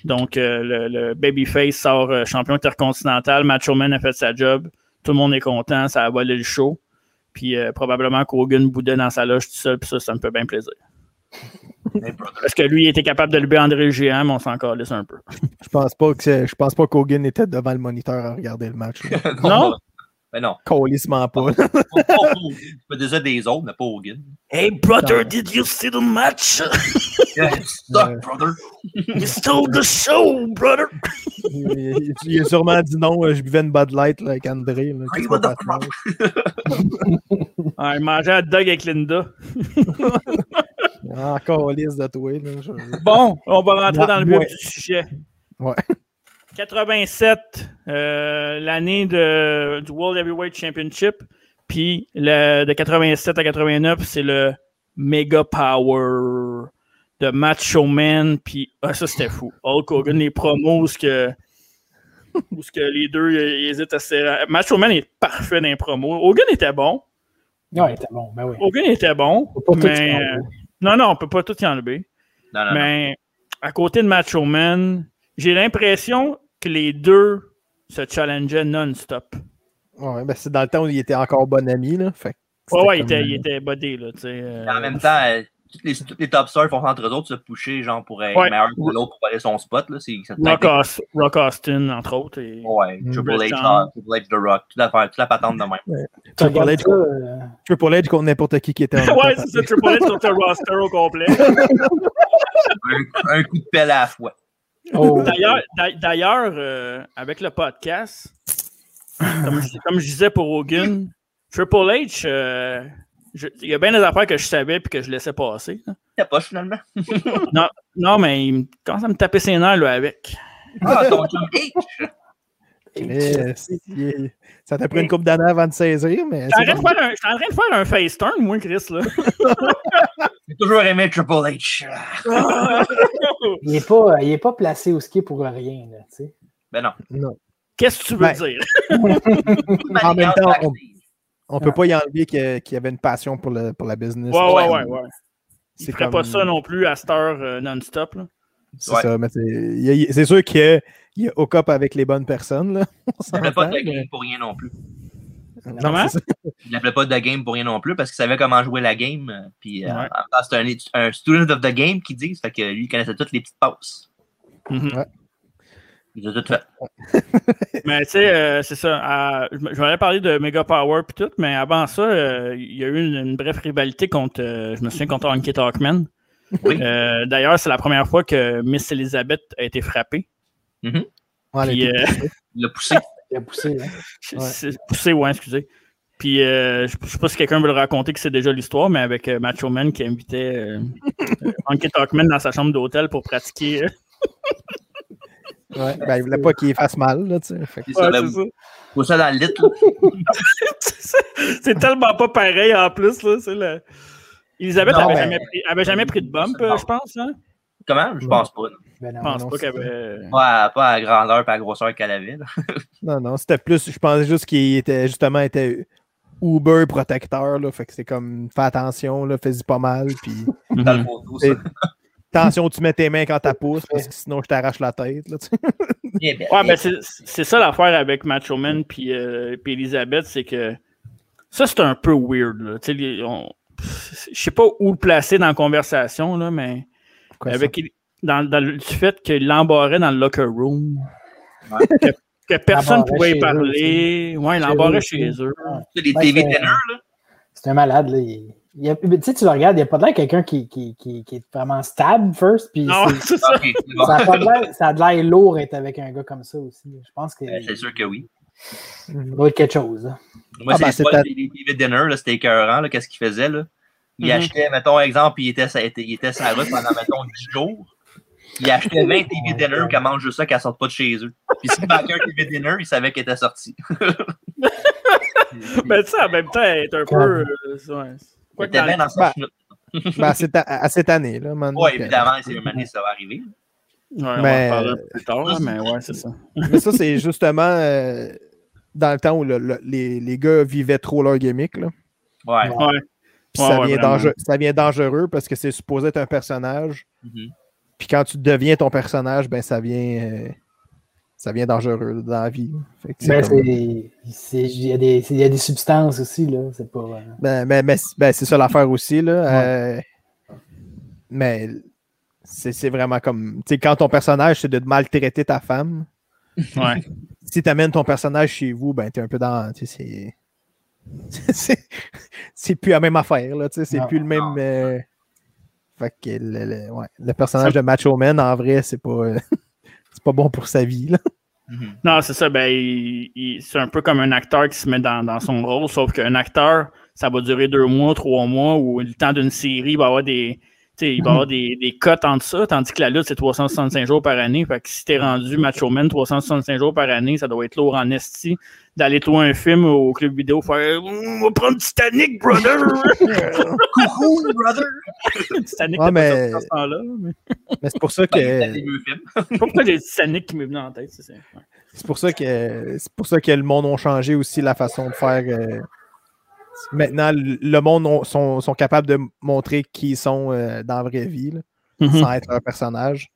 [SPEAKER 6] Donc, euh, le, le Babyface sort euh, champion intercontinental. Macho Man a fait sa job. Tout le monde est content. Ça a volé le show. Puis euh, probablement qu'Hogan boudait dans sa loge tout seul. Puis ça, ça me fait bien plaisir. Parce que lui, il était capable de lever André le Géant, mais on s'en calisse un peu.
[SPEAKER 5] Je pense pas que c'est- je pense pas qu'Hogan était devant le moniteur à regarder le match. (laughs) là.
[SPEAKER 6] Non?
[SPEAKER 4] Mais non.
[SPEAKER 5] Colissement pas. là.
[SPEAKER 4] Pas- pas Hogan. Tu peux déjà des autres, mais pas Hogan.
[SPEAKER 6] Hey, brother, did you see the match?
[SPEAKER 4] (laughs) Suck, brother.
[SPEAKER 6] You stole the show, brother!
[SPEAKER 5] il, il a sûrement dit non, euh, je buvais une Bud Light là, avec André. là, qu'est-ce qu'on va faire?
[SPEAKER 6] Ah, il mangeait à dog avec Linda.
[SPEAKER 5] Ah, calisse de toi. Là, je-
[SPEAKER 6] Bon, on va rentrer
[SPEAKER 5] Ouais,
[SPEAKER 6] dans le vif
[SPEAKER 5] ouais.
[SPEAKER 6] du sujet.
[SPEAKER 5] Ouais.
[SPEAKER 6] 87, euh, l'année de- du World Heavyweight Championship. Puis le- de 87 à 89, c'est le Mega Power de Macho Man. Puis ah, ça, c'était fou. Hulk Hogan, les promos où, ce que, où ce que les deux euh, ils hésitent à se. Macho Man est parfait dans les promos. Hogan était bon.
[SPEAKER 7] Ouais, c'était bon, ben oui.
[SPEAKER 6] Hogan était bon.
[SPEAKER 7] Faut pas tout
[SPEAKER 6] mais,
[SPEAKER 7] enlever.
[SPEAKER 6] euh, non, non, on peut pas tout y enlever.
[SPEAKER 4] Ah, Non, non, non.
[SPEAKER 6] Mais à côté de Macho Man, j'ai l'impression que les deux se challengeaient non-stop.
[SPEAKER 5] Ouais, ben, c'est dans le temps où il était encore bon ami. Là, fait que c'était
[SPEAKER 6] Ouais, ouais,
[SPEAKER 5] comme,
[SPEAKER 6] il était,
[SPEAKER 5] euh,
[SPEAKER 6] il était bodé, là, tu sais. euh,
[SPEAKER 4] Et En même temps, euh, toutes les, toutes les top stars font entre eux autres se pusher, genre, pour être
[SPEAKER 6] Ouais.
[SPEAKER 4] meilleur que l'autre pour aller son spot. Là. C'est, ça
[SPEAKER 6] Rock, Aus- Rock Austin, entre autres. et-
[SPEAKER 4] Ouais,
[SPEAKER 5] Mm.
[SPEAKER 4] Triple
[SPEAKER 6] Bret
[SPEAKER 4] H,
[SPEAKER 6] Hart.
[SPEAKER 4] ah, Triple H, The Rock, toute la, toute la patente de même.
[SPEAKER 7] Tu
[SPEAKER 5] Triple
[SPEAKER 7] regardes
[SPEAKER 5] H,
[SPEAKER 7] ça, euh,
[SPEAKER 5] Triple H contre n'importe qui qui était en
[SPEAKER 6] (laughs) (laughs) ouais, c'est ça, Triple H sur le roster au complet.
[SPEAKER 4] Un, un coup de pelle à la fois.
[SPEAKER 7] oh,
[SPEAKER 6] (laughs) D'ailleurs, d'a- d'ailleurs, euh, avec le podcast, comme je, comme je disais pour Hogan, Triple H, euh, je- il y a bien des affaires que je savais et que je laissais passer. là.
[SPEAKER 4] Ta poche, finalement.
[SPEAKER 6] Non, mais il me- commence à me taper ses nerfs là, avec.
[SPEAKER 5] (laughs)
[SPEAKER 4] Ah, ton chum H!
[SPEAKER 5] Mais,
[SPEAKER 6] (laughs)
[SPEAKER 5] c'est- il- ça t'a pris une coupe d'années avant de saisir, mais
[SPEAKER 6] J'étais
[SPEAKER 5] c'est
[SPEAKER 6] en train de faire un- j'étais en train de faire un face turn, moi, Chris, là.
[SPEAKER 4] J'ai toujours aimé Triple H.
[SPEAKER 5] (laughs)
[SPEAKER 7] il n'est pas, il est pas placé au ski pour rien, là, tu sais.
[SPEAKER 4] Ben non.
[SPEAKER 6] Qu'est-ce que tu veux
[SPEAKER 5] Ben,
[SPEAKER 6] dire?
[SPEAKER 5] En même temps, on-
[SPEAKER 4] Backstage.
[SPEAKER 5] on peut pas y enlever que- qu'il y avait une passion pour, le, pour la business.
[SPEAKER 6] Ouais, ouais, ouais,
[SPEAKER 5] C'est-
[SPEAKER 6] ouais. Il
[SPEAKER 5] c'est
[SPEAKER 6] ferait
[SPEAKER 5] comme-
[SPEAKER 6] pas ça non plus à cette heure euh, non-stop, là.
[SPEAKER 5] C'est
[SPEAKER 4] Ouais.
[SPEAKER 5] ça, mais c'est il y a- il- c'est sûr qu'il y a- il y a hook-up avec les bonnes personnes. Là. (laughs) On
[SPEAKER 4] Il n'appelait pas
[SPEAKER 5] s'entend,
[SPEAKER 4] de la
[SPEAKER 5] mais-
[SPEAKER 4] game pour rien non plus.
[SPEAKER 5] Non,
[SPEAKER 6] Comment?
[SPEAKER 5] c'est ça.
[SPEAKER 4] Il n'appelait pas de la game pour rien non plus parce qu'il savait comment jouer la game. euh, Puis, euh,
[SPEAKER 6] Ouais.
[SPEAKER 4] en même temps, c'est un, un student of the game qui dit. Ça fait que lui, il connaissait toutes les petites passes.
[SPEAKER 6] Mhm.
[SPEAKER 5] Ouais.
[SPEAKER 4] Il les a toutes faites.
[SPEAKER 6] Mais tu sais, euh, c'est ça. à- je m- je vais parler de Mega Power puis tout, mais avant ça, euh, il y a eu une, une brève rivalité contre, euh, je me souviens, contre Honky Talkman.
[SPEAKER 4] Oui.
[SPEAKER 6] Euh, D'ailleurs, c'est la première fois que Miss Elizabeth a été frappée.
[SPEAKER 5] Ouais,
[SPEAKER 6] Puis,
[SPEAKER 5] les-
[SPEAKER 6] euh,
[SPEAKER 4] Il l'a poussé.
[SPEAKER 7] Il a poussé, hein. là.
[SPEAKER 6] C'est-
[SPEAKER 5] Ouais.
[SPEAKER 6] c'est Poussé, ouais, excusez. Puis, euh, je ne sais pas si quelqu'un veut le raconter que c'est déjà l'histoire, mais avec euh, Macho Man qui invitait
[SPEAKER 5] (laughs)
[SPEAKER 6] euh, euh, Honky Talkman dans sa chambre d'hôtel pour pratiquer. euh,
[SPEAKER 5] ouais, (laughs) ben, il voulait pas qu'il fasse mal. Là, tu sais. Fait que-
[SPEAKER 4] Il s'avait poussé dans le lit. là.
[SPEAKER 6] (laughs) c'est tellement pas pareil en plus. Là, c'est le- Elisabeth
[SPEAKER 5] Non,
[SPEAKER 6] avait,
[SPEAKER 5] mais-
[SPEAKER 6] jamais pris, avait jamais pris de bump, euh, je pense. Hein?
[SPEAKER 4] Comment? Je pense pas. non.
[SPEAKER 7] Ben non,
[SPEAKER 6] Je pense
[SPEAKER 5] non,
[SPEAKER 6] pas
[SPEAKER 5] c'est
[SPEAKER 6] qu'elle avait.
[SPEAKER 4] Pas à, pas à la grandeur et à la grosseur qu'elle avait. là.
[SPEAKER 5] Non, non, c'était plus. Je pensais juste qu'il était justement était uber protecteur, là, fait que c'est comme, fais attention, là, fais-y pas mal,
[SPEAKER 6] (laughs)
[SPEAKER 5] puis
[SPEAKER 4] Dans
[SPEAKER 6] euh,
[SPEAKER 7] Mhm.
[SPEAKER 4] le photo, ça.
[SPEAKER 5] Et- attention, tu mets tes mains quand t'as pousse, parce que sinon je t'arrache la tête, là, tu
[SPEAKER 6] (laughs)
[SPEAKER 5] sais.
[SPEAKER 4] Bien, bien, bien.
[SPEAKER 6] Ouais, mais c'est c'est ça l'affaire avec Macho Man puis euh, puis Elisabeth, c'est que ça, c'est un peu weird. là. Tu sais, les- on- pff, Je sais pas où le placer dans la conversation, là, mais
[SPEAKER 5] Quoi,
[SPEAKER 6] avec dans, dans le fait qu'il l'embarrait dans le locker room.
[SPEAKER 4] Ouais.
[SPEAKER 6] Que, que personne
[SPEAKER 7] L'embarrait
[SPEAKER 6] pouvait
[SPEAKER 7] chez
[SPEAKER 6] y parler. ouais, il
[SPEAKER 7] Chez
[SPEAKER 6] l'embarrait
[SPEAKER 7] eux
[SPEAKER 6] chez
[SPEAKER 7] aussi.
[SPEAKER 6] eux.
[SPEAKER 4] C'est des
[SPEAKER 7] Ben,
[SPEAKER 4] TV
[SPEAKER 7] c'est-
[SPEAKER 4] tenors, là.
[SPEAKER 7] C'est un malade, là. Il- il a- mais tu sais, tu le regardes, il n'y a pas l'air de quelqu'un qui, qui, qui, qui est vraiment stable first, puis
[SPEAKER 6] Non,
[SPEAKER 7] c'est-
[SPEAKER 6] (laughs) c'est (laughs) ça.
[SPEAKER 4] Ok, c'est bon.
[SPEAKER 7] ça a pas de l'air- ça a de l'air lourd être avec un gars comme ça aussi. Je pense que
[SPEAKER 4] Euh, C'est sûr que oui.
[SPEAKER 5] ça? Mhm.
[SPEAKER 7] il doit être quelque chose. hein. là.
[SPEAKER 4] Moi,
[SPEAKER 5] Ah, ben,
[SPEAKER 4] c'est
[SPEAKER 5] c'est
[SPEAKER 4] pas
[SPEAKER 5] ta-
[SPEAKER 4] les TV dinners, là, c'était écœurant, là, qu'est-ce qu'il faisait, là. Il
[SPEAKER 6] Mhm.
[SPEAKER 4] achetait, mettons, exemple, il était, sa- il était sur la route pendant, mettons, 10 jours. Il achetait 20 TV dinners qu'elle mange juste ça, qu'elle sorte pas de chez eux. Puis s'il manquait un TV dinner, il savait qu'elle était sortie.
[SPEAKER 6] Mais tu sais, en même temps, elle est un peu. euh, ouais.
[SPEAKER 4] Il
[SPEAKER 6] Quoi que
[SPEAKER 4] était
[SPEAKER 6] dans le-
[SPEAKER 4] bien dans son
[SPEAKER 5] Ben,
[SPEAKER 4] chenoute.
[SPEAKER 5] Ben, c'est à, à cette année, là, man.
[SPEAKER 4] Oui,
[SPEAKER 5] Donc, euh,
[SPEAKER 4] évidemment, c'est une année, ça va arriver.
[SPEAKER 6] Ouais, on va
[SPEAKER 5] Mais-
[SPEAKER 6] en parler plus tard, là, mais ouais, c'est ça.
[SPEAKER 5] Mais ça, c'est justement euh, dans le temps où le- le- les, les gars vivaient trop leur gimmick, là.
[SPEAKER 4] Ouais.
[SPEAKER 7] Ouais.
[SPEAKER 6] Ouais.
[SPEAKER 5] Puis
[SPEAKER 6] Ouais,
[SPEAKER 5] ça,
[SPEAKER 6] ouais,
[SPEAKER 5] vient
[SPEAKER 6] vraiment.
[SPEAKER 5] dangereux, ça vient dangereux parce que c'est supposé être un personnage.
[SPEAKER 6] Mm-hmm.
[SPEAKER 4] Mhm.
[SPEAKER 5] Puis quand tu deviens ton personnage, ben ça vient, euh, ça vient dangereux dans la vie. Fait que c'est
[SPEAKER 7] Ben,
[SPEAKER 5] comme-
[SPEAKER 7] c'est- c'est- Il y, a des- il y a des substances aussi, là. C'est pas. euh,
[SPEAKER 5] Ben, mais- mais- ben, c'est ça l'affaire aussi. Là. Euh, mais c'est c'est vraiment comme. tu sais, Quand ton personnage, c'est de maltraiter ta femme,
[SPEAKER 6] Ouais.
[SPEAKER 5] si tu amènes ton personnage chez vous, ben t'es un peu dans. tu sais, C'est (laughs) c'est- c'est plus la même affaire, là. tu sais, C'est
[SPEAKER 7] Non,
[SPEAKER 5] plus le même.
[SPEAKER 4] non.
[SPEAKER 5] euh, Fait que le, le- ouais, le personnage de Macho Man, en vrai, c'est pas. euh, (laughs) c'est pas bon pour sa vie. Là.
[SPEAKER 4] Mhm.
[SPEAKER 6] Non, c'est ça. Ben, il- il- c'est un peu comme un acteur qui se met dans, dans son rôle, sauf qu'un acteur, ça va durer deux mois, trois mois, ou le temps d'une série, il va avoir des, tu sais, il va avoir des, des cotes entre ça, tandis que la lutte, c'est 365 jours par année. Fait que si t'es rendu Macho Man 365 jours par année, ça doit être lourd en esti d'aller trouver un film au club vidéo, faire « On va prendre Titanic, brother!
[SPEAKER 4] Coucou, brother! »
[SPEAKER 6] Titanic,
[SPEAKER 5] Ouais,
[SPEAKER 6] t'as
[SPEAKER 5] mais-
[SPEAKER 6] pas sorti dans ce temps-là. mais-
[SPEAKER 5] Mais c'est pour ça
[SPEAKER 4] Ben,
[SPEAKER 5] que.
[SPEAKER 4] c'était mieux film.
[SPEAKER 6] Je sais pas pourquoi j'ai dit Titanic qui m'est venu en tête. c'est ça. Ouais.
[SPEAKER 5] C'est pour ça que c'est pour ça que le monde a changé aussi la façon de faire. euh, maintenant, le le monde ont- sont, sont capables de m- montrer qui ils sont euh, dans la vraie vie, là,
[SPEAKER 6] Mhm.
[SPEAKER 5] sans être leur personnage.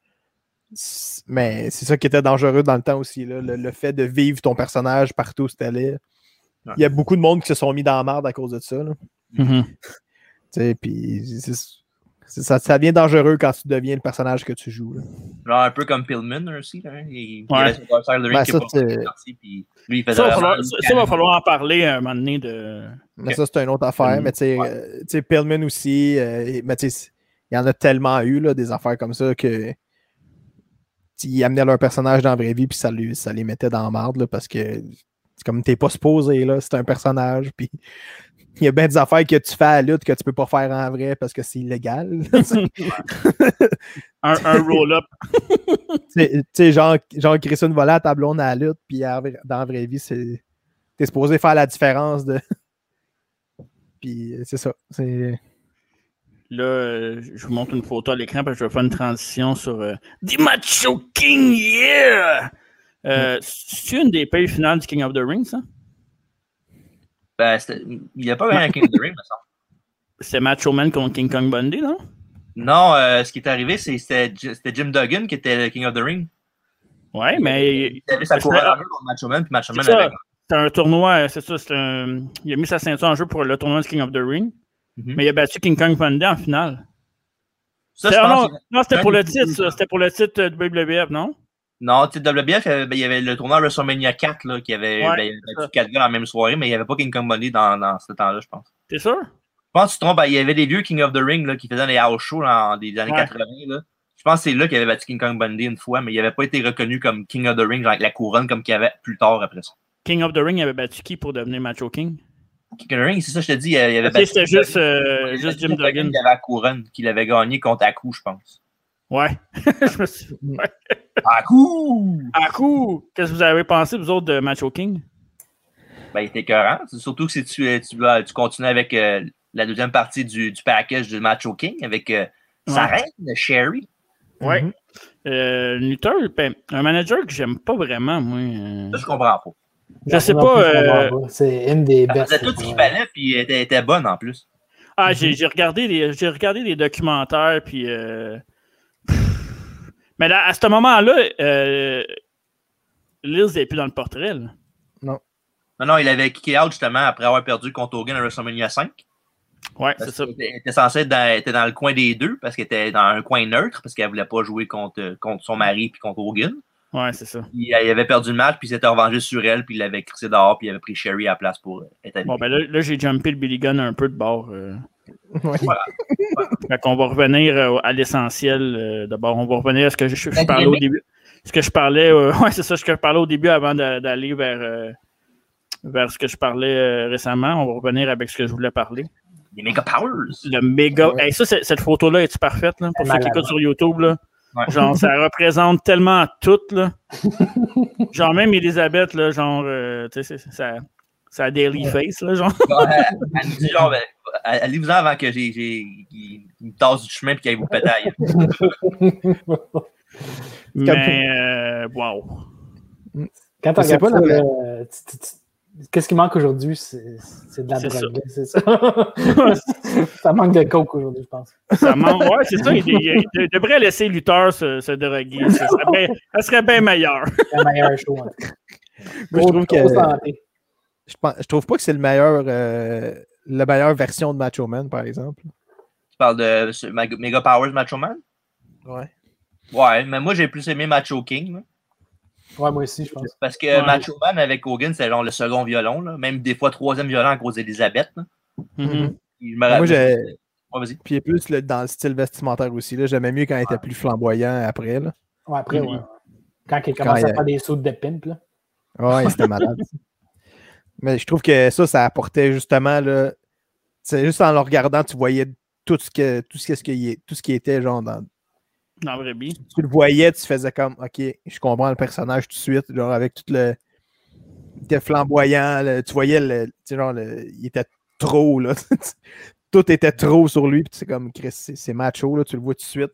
[SPEAKER 5] S- Mais c'est ça qui était dangereux dans le temps aussi, là, le, le fait de vivre ton personnage partout où c'était Il y a beaucoup de monde qui se sont mis dans la marde à cause de ça. là.
[SPEAKER 6] Mhm.
[SPEAKER 5] Tu sais, puis c'est- c'est- ça, ça devient dangereux quand tu deviens le personnage que tu joues. là.
[SPEAKER 4] Genre un peu comme Pillman aussi. Là. hein. Il, il
[SPEAKER 6] Ouais.
[SPEAKER 4] avait son adversaire de ring
[SPEAKER 5] Ben,
[SPEAKER 4] qui
[SPEAKER 5] ça,
[SPEAKER 4] est pas
[SPEAKER 5] c'est-
[SPEAKER 4] sorti, puis lui, il faisait
[SPEAKER 6] Ça, va
[SPEAKER 4] vraiment
[SPEAKER 6] falloir-
[SPEAKER 4] une
[SPEAKER 6] ça- ça
[SPEAKER 4] canne.
[SPEAKER 6] va falloir en parler à un moment donné de...
[SPEAKER 5] Mais ça, c'est une autre affaire.
[SPEAKER 6] Mhm.
[SPEAKER 5] Mais tu sais,
[SPEAKER 4] Ouais.
[SPEAKER 5] euh, tu sais, Pillman aussi, euh, mais tu sais, il y en a tellement eu, là, des affaires comme ça, que tu- ils amenaient leur personnage dans la vraie vie, puis ça, lui- ça les mettait dans la marde, là, parce que c'est comme t'es pas supposé, là, c'est un personnage, puis il y a bien des affaires que tu fais à la lutte que tu peux pas faire en vrai parce que c'est illégal. (laughs)
[SPEAKER 6] un, un roll-up.
[SPEAKER 5] Tu sais- tu sais, genre, genre Christine Volant à ta blonde à la lutte, puis à la vra- dans la vraie vie, c'est. T'es supposé faire la différence de. (laughs) puis euh, c'est ça. C'est.
[SPEAKER 6] Là, euh, je vous montre une photo à l'écran parce que je vais faire une transition sur euh, The Macho King, yeah!
[SPEAKER 4] Hmm.
[SPEAKER 6] Euh, C'est une des pays finales du King of the Ring, ça?
[SPEAKER 4] Ben, c'était- il n'y a pas gagné un King of the Ring, me semble.
[SPEAKER 6] C'est Macho Man contre King Kong Bundy, non?
[SPEAKER 4] Non, euh, ce qui est arrivé, c'est- c'était Ji- c'était Jim Duggan qui était le King of the Ring.
[SPEAKER 6] Ouais, mais
[SPEAKER 4] Il avait sa
[SPEAKER 6] C'est
[SPEAKER 4] couronne
[SPEAKER 6] ça.
[SPEAKER 4] en jeu contre Macho Man, puis Macho Man
[SPEAKER 6] C'est ça.
[SPEAKER 4] avait gagné.
[SPEAKER 6] c'est un tournoi, euh, c'est ça, c'est un... il a mis sa ceinture en jeu pour le tournoi du King of the Ring,
[SPEAKER 4] Mhm.
[SPEAKER 6] mais il a battu King Kong Bundy en finale.
[SPEAKER 4] Ça, je
[SPEAKER 6] C'est- ah,
[SPEAKER 4] pense.
[SPEAKER 6] non, non, c'était
[SPEAKER 4] un
[SPEAKER 6] pour le
[SPEAKER 4] des-
[SPEAKER 6] titre, ça, c'était pour le titre euh, WWF, non?
[SPEAKER 4] Non, tu sais, WBF, euh, ben, il y avait le tournoi WrestleMania 4 là, qui avait
[SPEAKER 6] Ouais,
[SPEAKER 4] ben, il y avait
[SPEAKER 6] c'est
[SPEAKER 4] battu
[SPEAKER 6] ça.
[SPEAKER 4] 4 gars dans la même soirée, mais il n'y avait pas King Kong Bundy dans, dans ce temps-là, je pense.
[SPEAKER 6] T'es sûr?
[SPEAKER 4] Je pense que tu te trompes, ben, il y avait les vieux King of the Ring là, qui faisaient les house shows dans des années
[SPEAKER 6] Ouais.
[SPEAKER 4] 80. Là. Je pense que c'est là qu'il avait battu King Kong Bundy une fois, mais il n'avait pas été reconnu comme King of the Ring, genre avec la couronne comme qu'il y avait plus tard après ça.
[SPEAKER 6] King of the Ring avait battu qui pour devenir Macho King?
[SPEAKER 4] King of the Ring, c'est ça, je te dis, il y avait
[SPEAKER 6] Ok,
[SPEAKER 4] battu-
[SPEAKER 6] C'était juste, euh,
[SPEAKER 4] il y avait battu
[SPEAKER 6] juste Jim Duggan.
[SPEAKER 4] Il avait la couronne qu'il avait gagné contre Aku, je pense.
[SPEAKER 6] Ouais. je me suis...
[SPEAKER 4] Aku!
[SPEAKER 6] À coup, qu'est-ce que vous avez pensé, vous autres, de Macho King?
[SPEAKER 4] Ben, il était écœurant. C'est Surtout que si tu, euh, tu, vas- tu continues avec euh, la deuxième partie du, du package du Macho King avec euh, sa
[SPEAKER 6] Ouais.
[SPEAKER 4] reine, Sherry.
[SPEAKER 6] Ouais.
[SPEAKER 5] Mhm.
[SPEAKER 6] Euh, un lutteur, ben, un manager que j'aime pas vraiment, moi. euh,
[SPEAKER 4] Ça, je comprends pas.
[SPEAKER 6] Je
[SPEAKER 7] Non,
[SPEAKER 6] sais
[SPEAKER 7] non
[SPEAKER 6] pas.
[SPEAKER 7] plus, ça
[SPEAKER 6] euh,
[SPEAKER 7] va pas. C'est une des
[SPEAKER 4] Elle
[SPEAKER 6] Ben,
[SPEAKER 7] best.
[SPEAKER 4] faisait Ah, tout ce qu'il fallait, puis elle était, elle était bonne en plus.
[SPEAKER 6] Ah, j'ai j'ai regardé les j'ai regardé les documentaires puis euh, pff. mais là, à ce moment-là, euh, Liz n'est plus dans le portrait. là.
[SPEAKER 4] Non, non, il avait kické out justement après avoir perdu contre Hogan à WrestleMania 5.
[SPEAKER 6] Ouais, c'est
[SPEAKER 4] Parce
[SPEAKER 6] ça.
[SPEAKER 4] qu'elle était, elle était censée être dans, elle était dans le coin des deux parce qu'elle était dans un coin neutre parce qu'elle voulait pas jouer contre, contre son mari puis contre Hogan.
[SPEAKER 6] Ouais, c'est ça.
[SPEAKER 4] Puis elle avait perdu le match puis il s'était revengé sur elle puis il l'avait crissé dehors puis il avait pris Sherry à la place pour euh, être avec
[SPEAKER 6] Bon, ben là, là, j'ai jumpé le Billy Gunn un peu de bord. euh.
[SPEAKER 5] Ouais.
[SPEAKER 6] (laughs) Fait qu'on va revenir euh, à l'essentiel. euh, D'abord, on va revenir à ce que je, je
[SPEAKER 4] Ben,
[SPEAKER 6] parlais au
[SPEAKER 4] mais-
[SPEAKER 6] début. Ce que je parlais, euh, (laughs) ouais, c'est ça, ce que je parlais au début avant d'a- d'aller vers, euh, vers ce que je parlais euh, récemment. On va revenir avec ce que je voulais parler.
[SPEAKER 4] les Mega Powers. (laughs)
[SPEAKER 6] Le méga.
[SPEAKER 5] Ouais.
[SPEAKER 6] Hey, ça, c'est- cette photo-là est parfaite là, pour
[SPEAKER 7] Elle
[SPEAKER 6] ceux qui
[SPEAKER 7] est malade.
[SPEAKER 6] écoutent sur YouTube. Là.
[SPEAKER 4] Ouais.
[SPEAKER 6] Genre, ça représente tellement tout. Là. genre, même Elisabeth, là, genre, euh, tu sais, c'est- ça. Ça daily face, là, genre.
[SPEAKER 4] Genre, elle, elle nous dit genre, ben, allez-vous-en avant que j'ai, j'ai, qu'il- qu'il me tasse du chemin puis qu'elle vous pète à la gueule.
[SPEAKER 6] Mais, euh, wow.
[SPEAKER 7] Quand tu
[SPEAKER 5] Je sais
[SPEAKER 7] regardes
[SPEAKER 5] pas,
[SPEAKER 7] ça,
[SPEAKER 5] là,
[SPEAKER 7] là, tu- tu- tu- qu'est-ce qui manque aujourd'hui? C'est c'est de la
[SPEAKER 6] C'est
[SPEAKER 7] drogue, c'est ça. ça (laughs) manque de coke aujourd'hui, je pense.
[SPEAKER 6] Ça manque. Ouais, c'est ça. Il, il- il devrait laisser Luther se, se droguer. Ça serait bien, ça serait bien meilleur.
[SPEAKER 7] C'est la meilleure show. en tout cas.
[SPEAKER 5] Moi, je
[SPEAKER 7] Gros-
[SPEAKER 5] trouve que-
[SPEAKER 7] grosse santé.
[SPEAKER 5] Je, pense- je trouve pas que c'est le meilleur, euh, la meilleure version de Macho Man, par exemple.
[SPEAKER 4] Tu parles de ce- Mag- Mega Powers Macho Man?
[SPEAKER 5] Ouais.
[SPEAKER 4] Ouais, mais moi j'ai plus aimé Macho King. là.
[SPEAKER 7] Ouais, moi aussi, je pense.
[SPEAKER 4] Parce que
[SPEAKER 6] Ouais.
[SPEAKER 4] Macho Man avec Hogan, c'est genre le second violon, là. même des fois troisième violon à cause d'Elisabeth. là.
[SPEAKER 6] Mm-hmm.
[SPEAKER 5] Mm-hmm.
[SPEAKER 4] Puis je me
[SPEAKER 5] Moi,
[SPEAKER 4] rappelle-
[SPEAKER 5] j'ai-
[SPEAKER 4] Ouais, vas-y.
[SPEAKER 5] Puis plus là, dans le style vestimentaire aussi. là. J'aimais mieux quand il était plus flamboyant après. Là.
[SPEAKER 7] Ouais, après,
[SPEAKER 6] Mhm.
[SPEAKER 7] ouais. Quand il
[SPEAKER 5] Quand
[SPEAKER 7] commence
[SPEAKER 5] il-
[SPEAKER 7] à faire des sauts de pimp, là.
[SPEAKER 5] Ouais, c'était malade. Mais je trouve que ça, ça apportait justement là. C'est juste en le regardant, tu voyais tout ce que tout ce, que- ce qui est- tout ce qui était genre dans.
[SPEAKER 6] (laughs) Dans la vraie vie.
[SPEAKER 5] Tu le voyais, tu faisais comme OK, je comprends le personnage tout de suite, genre avec tout le. Il était flamboyant, le- tu voyais le. Tu sais, genre le- il était trop là. (laughs) tout était trop sur lui, puis c'est comme Chris, c'est c'est macho, là, tu le vois tout de suite.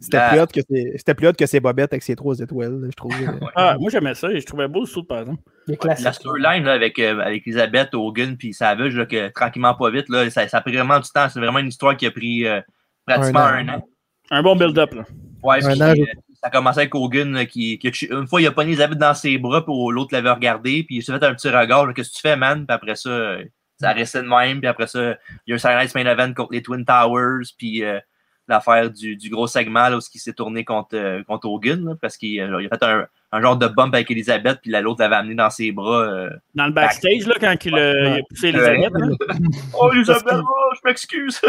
[SPEAKER 5] C'était
[SPEAKER 4] La-
[SPEAKER 5] plus haute que ses- c'était plus haute que ses bobettes avec ses trois étoiles, là, je trouve.
[SPEAKER 6] Ah, moi, j'aimais ça. et Je trouvais beau le saut, par exemple.
[SPEAKER 7] Il est
[SPEAKER 4] La
[SPEAKER 7] classique.
[SPEAKER 4] storyline là, avec, euh, avec Elisabeth, Hogan puis Savage, là, que tranquillement pas vite, là, ça, ça a pris vraiment du temps. C'est vraiment une histoire qui a pris euh, pratiquement
[SPEAKER 5] Un
[SPEAKER 4] un
[SPEAKER 5] an.
[SPEAKER 4] an.
[SPEAKER 6] Un bon build-up, là.
[SPEAKER 4] Ouais,
[SPEAKER 5] Un
[SPEAKER 4] puis,
[SPEAKER 5] an, je-
[SPEAKER 4] euh, ça a commencé avec Hogan là, qui, qui a tué- une fois il a pogné Elisabeth dans ses bras, puis l'autre l'avait regardé, puis il s'est fait un petit regard, genre, qu'est-ce que tu fais, man? Puis après ça, euh, ça a resté de même, puis après ça, il y a eu Silence Main Event contre les Twin Towers, puis euh, l'affaire du, du gros segment là, où il s'est tourné contre, euh, contre Hogan, là, parce qu'il euh, il a fait un, un genre de bump avec Elisabeth, puis la- l'autre l'avait amené dans ses bras. euh,
[SPEAKER 6] Dans le backstage, là, quand il, euh, il a poussé Elisabeth. là.
[SPEAKER 4] Oh,
[SPEAKER 5] Elisabeth,
[SPEAKER 4] oh, je m'excuse.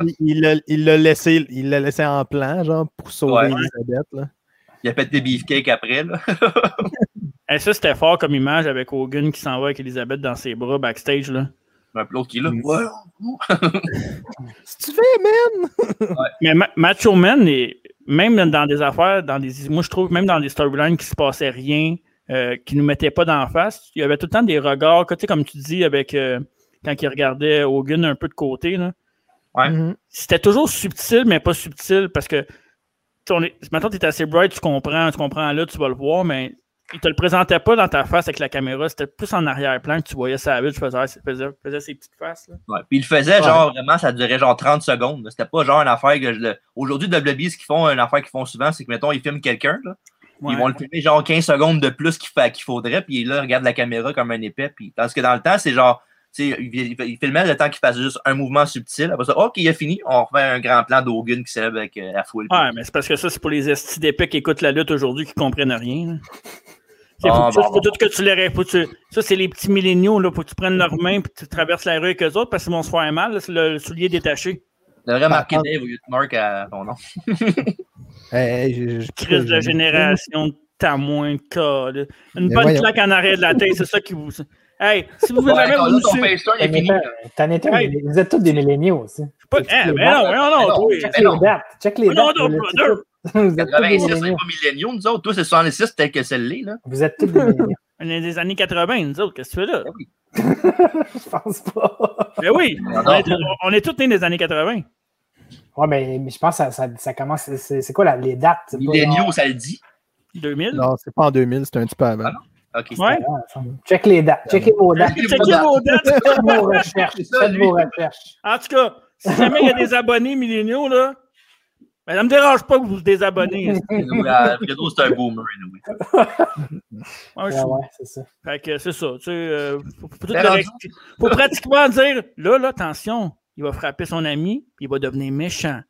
[SPEAKER 5] Il- il l'a- il l'a laissé, il l'a laissé en plan, genre, pour sauver
[SPEAKER 4] Ouais.
[SPEAKER 5] Elisabeth. Là.
[SPEAKER 4] (laughs) Il a pété beefcake après, là. (laughs)
[SPEAKER 6] Et Eh, ça, c'était fort comme image avec Hogan qui s'en va avec Elisabeth dans ses bras backstage. Là.
[SPEAKER 4] Un l'autre qui est là.
[SPEAKER 5] Mm.
[SPEAKER 4] Ouais.
[SPEAKER 5] Si tu fais, man!
[SPEAKER 6] Mais Ma- Macho Man, est- même dans des affaires, dans des, moi je trouve, même dans des storylines qui se passait rien, euh, qui nous mettaient pas d'en face, il y avait tout le temps des regards, que, tu sais, comme tu dis, avec euh, quand il regardait Hogan un peu de côté. Là,
[SPEAKER 4] Ouais.
[SPEAKER 5] Mhm.
[SPEAKER 6] c'était toujours subtil, mais pas subtil, parce que tu sais, on est- maintenant tu es assez bright, tu comprends, tu comprends là, tu vas le voir, mais il te le présentait pas dans ta face avec la caméra, c'était plus en arrière-plan que tu voyais Savage faisait, faisait, faisait ses petites faces. là.
[SPEAKER 4] Ouais. Puis il le faisait,
[SPEAKER 6] Ah
[SPEAKER 4] genre, vraiment, ça durait genre 30 secondes. là. C'était pas genre une affaire que je le... Aujourd'hui, WWE, ce qu'ils font, une affaire qu'ils font souvent, c'est que, mettons, ils filment quelqu'un, là.
[SPEAKER 6] Ouais.
[SPEAKER 4] Ils vont le filmer genre 15 secondes de plus qu'il fa- qu'il faudrait, puis là, il regarde la caméra comme un épais. Puis... Tandis que dans le temps, c'est genre, tu sais, il, il- il filmait le temps qu'il fasse juste un mouvement subtil. Après ça, OK, il a fini. On refait un grand plan d'Hogan qui célèbre avec euh, la foule.
[SPEAKER 6] Ouais, mais c'est parce que ça, c'est pour les estis d'épais qui écoutent la lutte aujourd'hui qui comprennent rien. là. C'est
[SPEAKER 4] Ah,
[SPEAKER 6] faut, que-
[SPEAKER 4] bon,
[SPEAKER 6] faut
[SPEAKER 4] bon.
[SPEAKER 6] tout que tu les ré- faut que tu- Ça, c'est les petits milléniaux, là. Faut que tu prennes leurs mains puis tu traverses la rue avec eux autres parce qu'ils vont se faire mal, là, c'est le, le soulier détaché.
[SPEAKER 4] Il devrait marquer
[SPEAKER 5] Par contre-
[SPEAKER 4] Dave au lieu de Mark à ton nom.
[SPEAKER 5] Hey, je- je- je-
[SPEAKER 6] Crise de la
[SPEAKER 5] je-
[SPEAKER 6] génération de tamouin de cas, là. Une
[SPEAKER 5] Mais
[SPEAKER 6] bonne
[SPEAKER 5] voyons.
[SPEAKER 6] claque en arrêt de la tête, c'est ça qui vous. Hey, si vous voulez
[SPEAKER 4] Ouais,
[SPEAKER 6] jamais
[SPEAKER 4] encore là,
[SPEAKER 6] vous
[SPEAKER 4] ton
[SPEAKER 6] suivre-
[SPEAKER 4] face turn est
[SPEAKER 7] T'en
[SPEAKER 4] fini.
[SPEAKER 7] étais un- T'en étais un.
[SPEAKER 6] Hey.
[SPEAKER 7] Vous êtes tous des milléniaux aussi.
[SPEAKER 6] pas-
[SPEAKER 7] Check
[SPEAKER 6] Eh,
[SPEAKER 7] les
[SPEAKER 6] mais
[SPEAKER 7] dates.
[SPEAKER 6] non, mais non, non,
[SPEAKER 4] Mais non,
[SPEAKER 6] toi,
[SPEAKER 7] Check
[SPEAKER 4] mais
[SPEAKER 7] les
[SPEAKER 4] non.
[SPEAKER 7] dates. Check les
[SPEAKER 6] Mais Oh, non,
[SPEAKER 7] dates.
[SPEAKER 6] non,
[SPEAKER 7] vous êtes
[SPEAKER 6] brother.
[SPEAKER 7] tous- Vous êtes tous des
[SPEAKER 4] 86, euh, c'est
[SPEAKER 7] milléniaux.
[SPEAKER 4] pas milléniaux, nous autres. Toi, c'est 66, tel que celle-là, là.
[SPEAKER 7] Vous êtes tous des milléniaux. (laughs)
[SPEAKER 6] on est des années 80, nous autres, qu'est-ce que tu fais là?
[SPEAKER 7] Je pense pas.
[SPEAKER 6] Ben oui,
[SPEAKER 4] Non,
[SPEAKER 6] on est, on est tous nés des années 80.
[SPEAKER 7] Ouais, mais, mais je pense que ça, ça, ça commence. C'est c'est quoi la- les dates? c'est pas-
[SPEAKER 4] Milléniaux, ça le dit.
[SPEAKER 6] 2000?
[SPEAKER 5] Non, c'est pas en 2000, c'est un petit peu avant.
[SPEAKER 4] Ok, c'est
[SPEAKER 6] Ouais.
[SPEAKER 7] Ah, ça me- Check les dates. Checkez vos dates.
[SPEAKER 6] Checkez vos dates.
[SPEAKER 7] Faites vos recherches.
[SPEAKER 4] C'est ça,
[SPEAKER 7] Faites
[SPEAKER 4] lui.
[SPEAKER 7] vos recherches.
[SPEAKER 6] En tout cas, si jamais il y a des abonnés milléniaux, là, ben, ça me dérange pas que vous vous désabonnez. hein.
[SPEAKER 4] Nous, la- euh, Pedro, c'est un boomer, anyway.
[SPEAKER 6] Ouais, je
[SPEAKER 7] Ouais,
[SPEAKER 6] suis-
[SPEAKER 7] ouais, c'est ça.
[SPEAKER 6] Fait que c'est ça. Tu sais, euh, faut, faut tout
[SPEAKER 4] Ben,
[SPEAKER 6] le
[SPEAKER 4] rendu-
[SPEAKER 6] rec- faut pratiquement dire là, là, attention, il va frapper son ami, puis il va devenir méchant.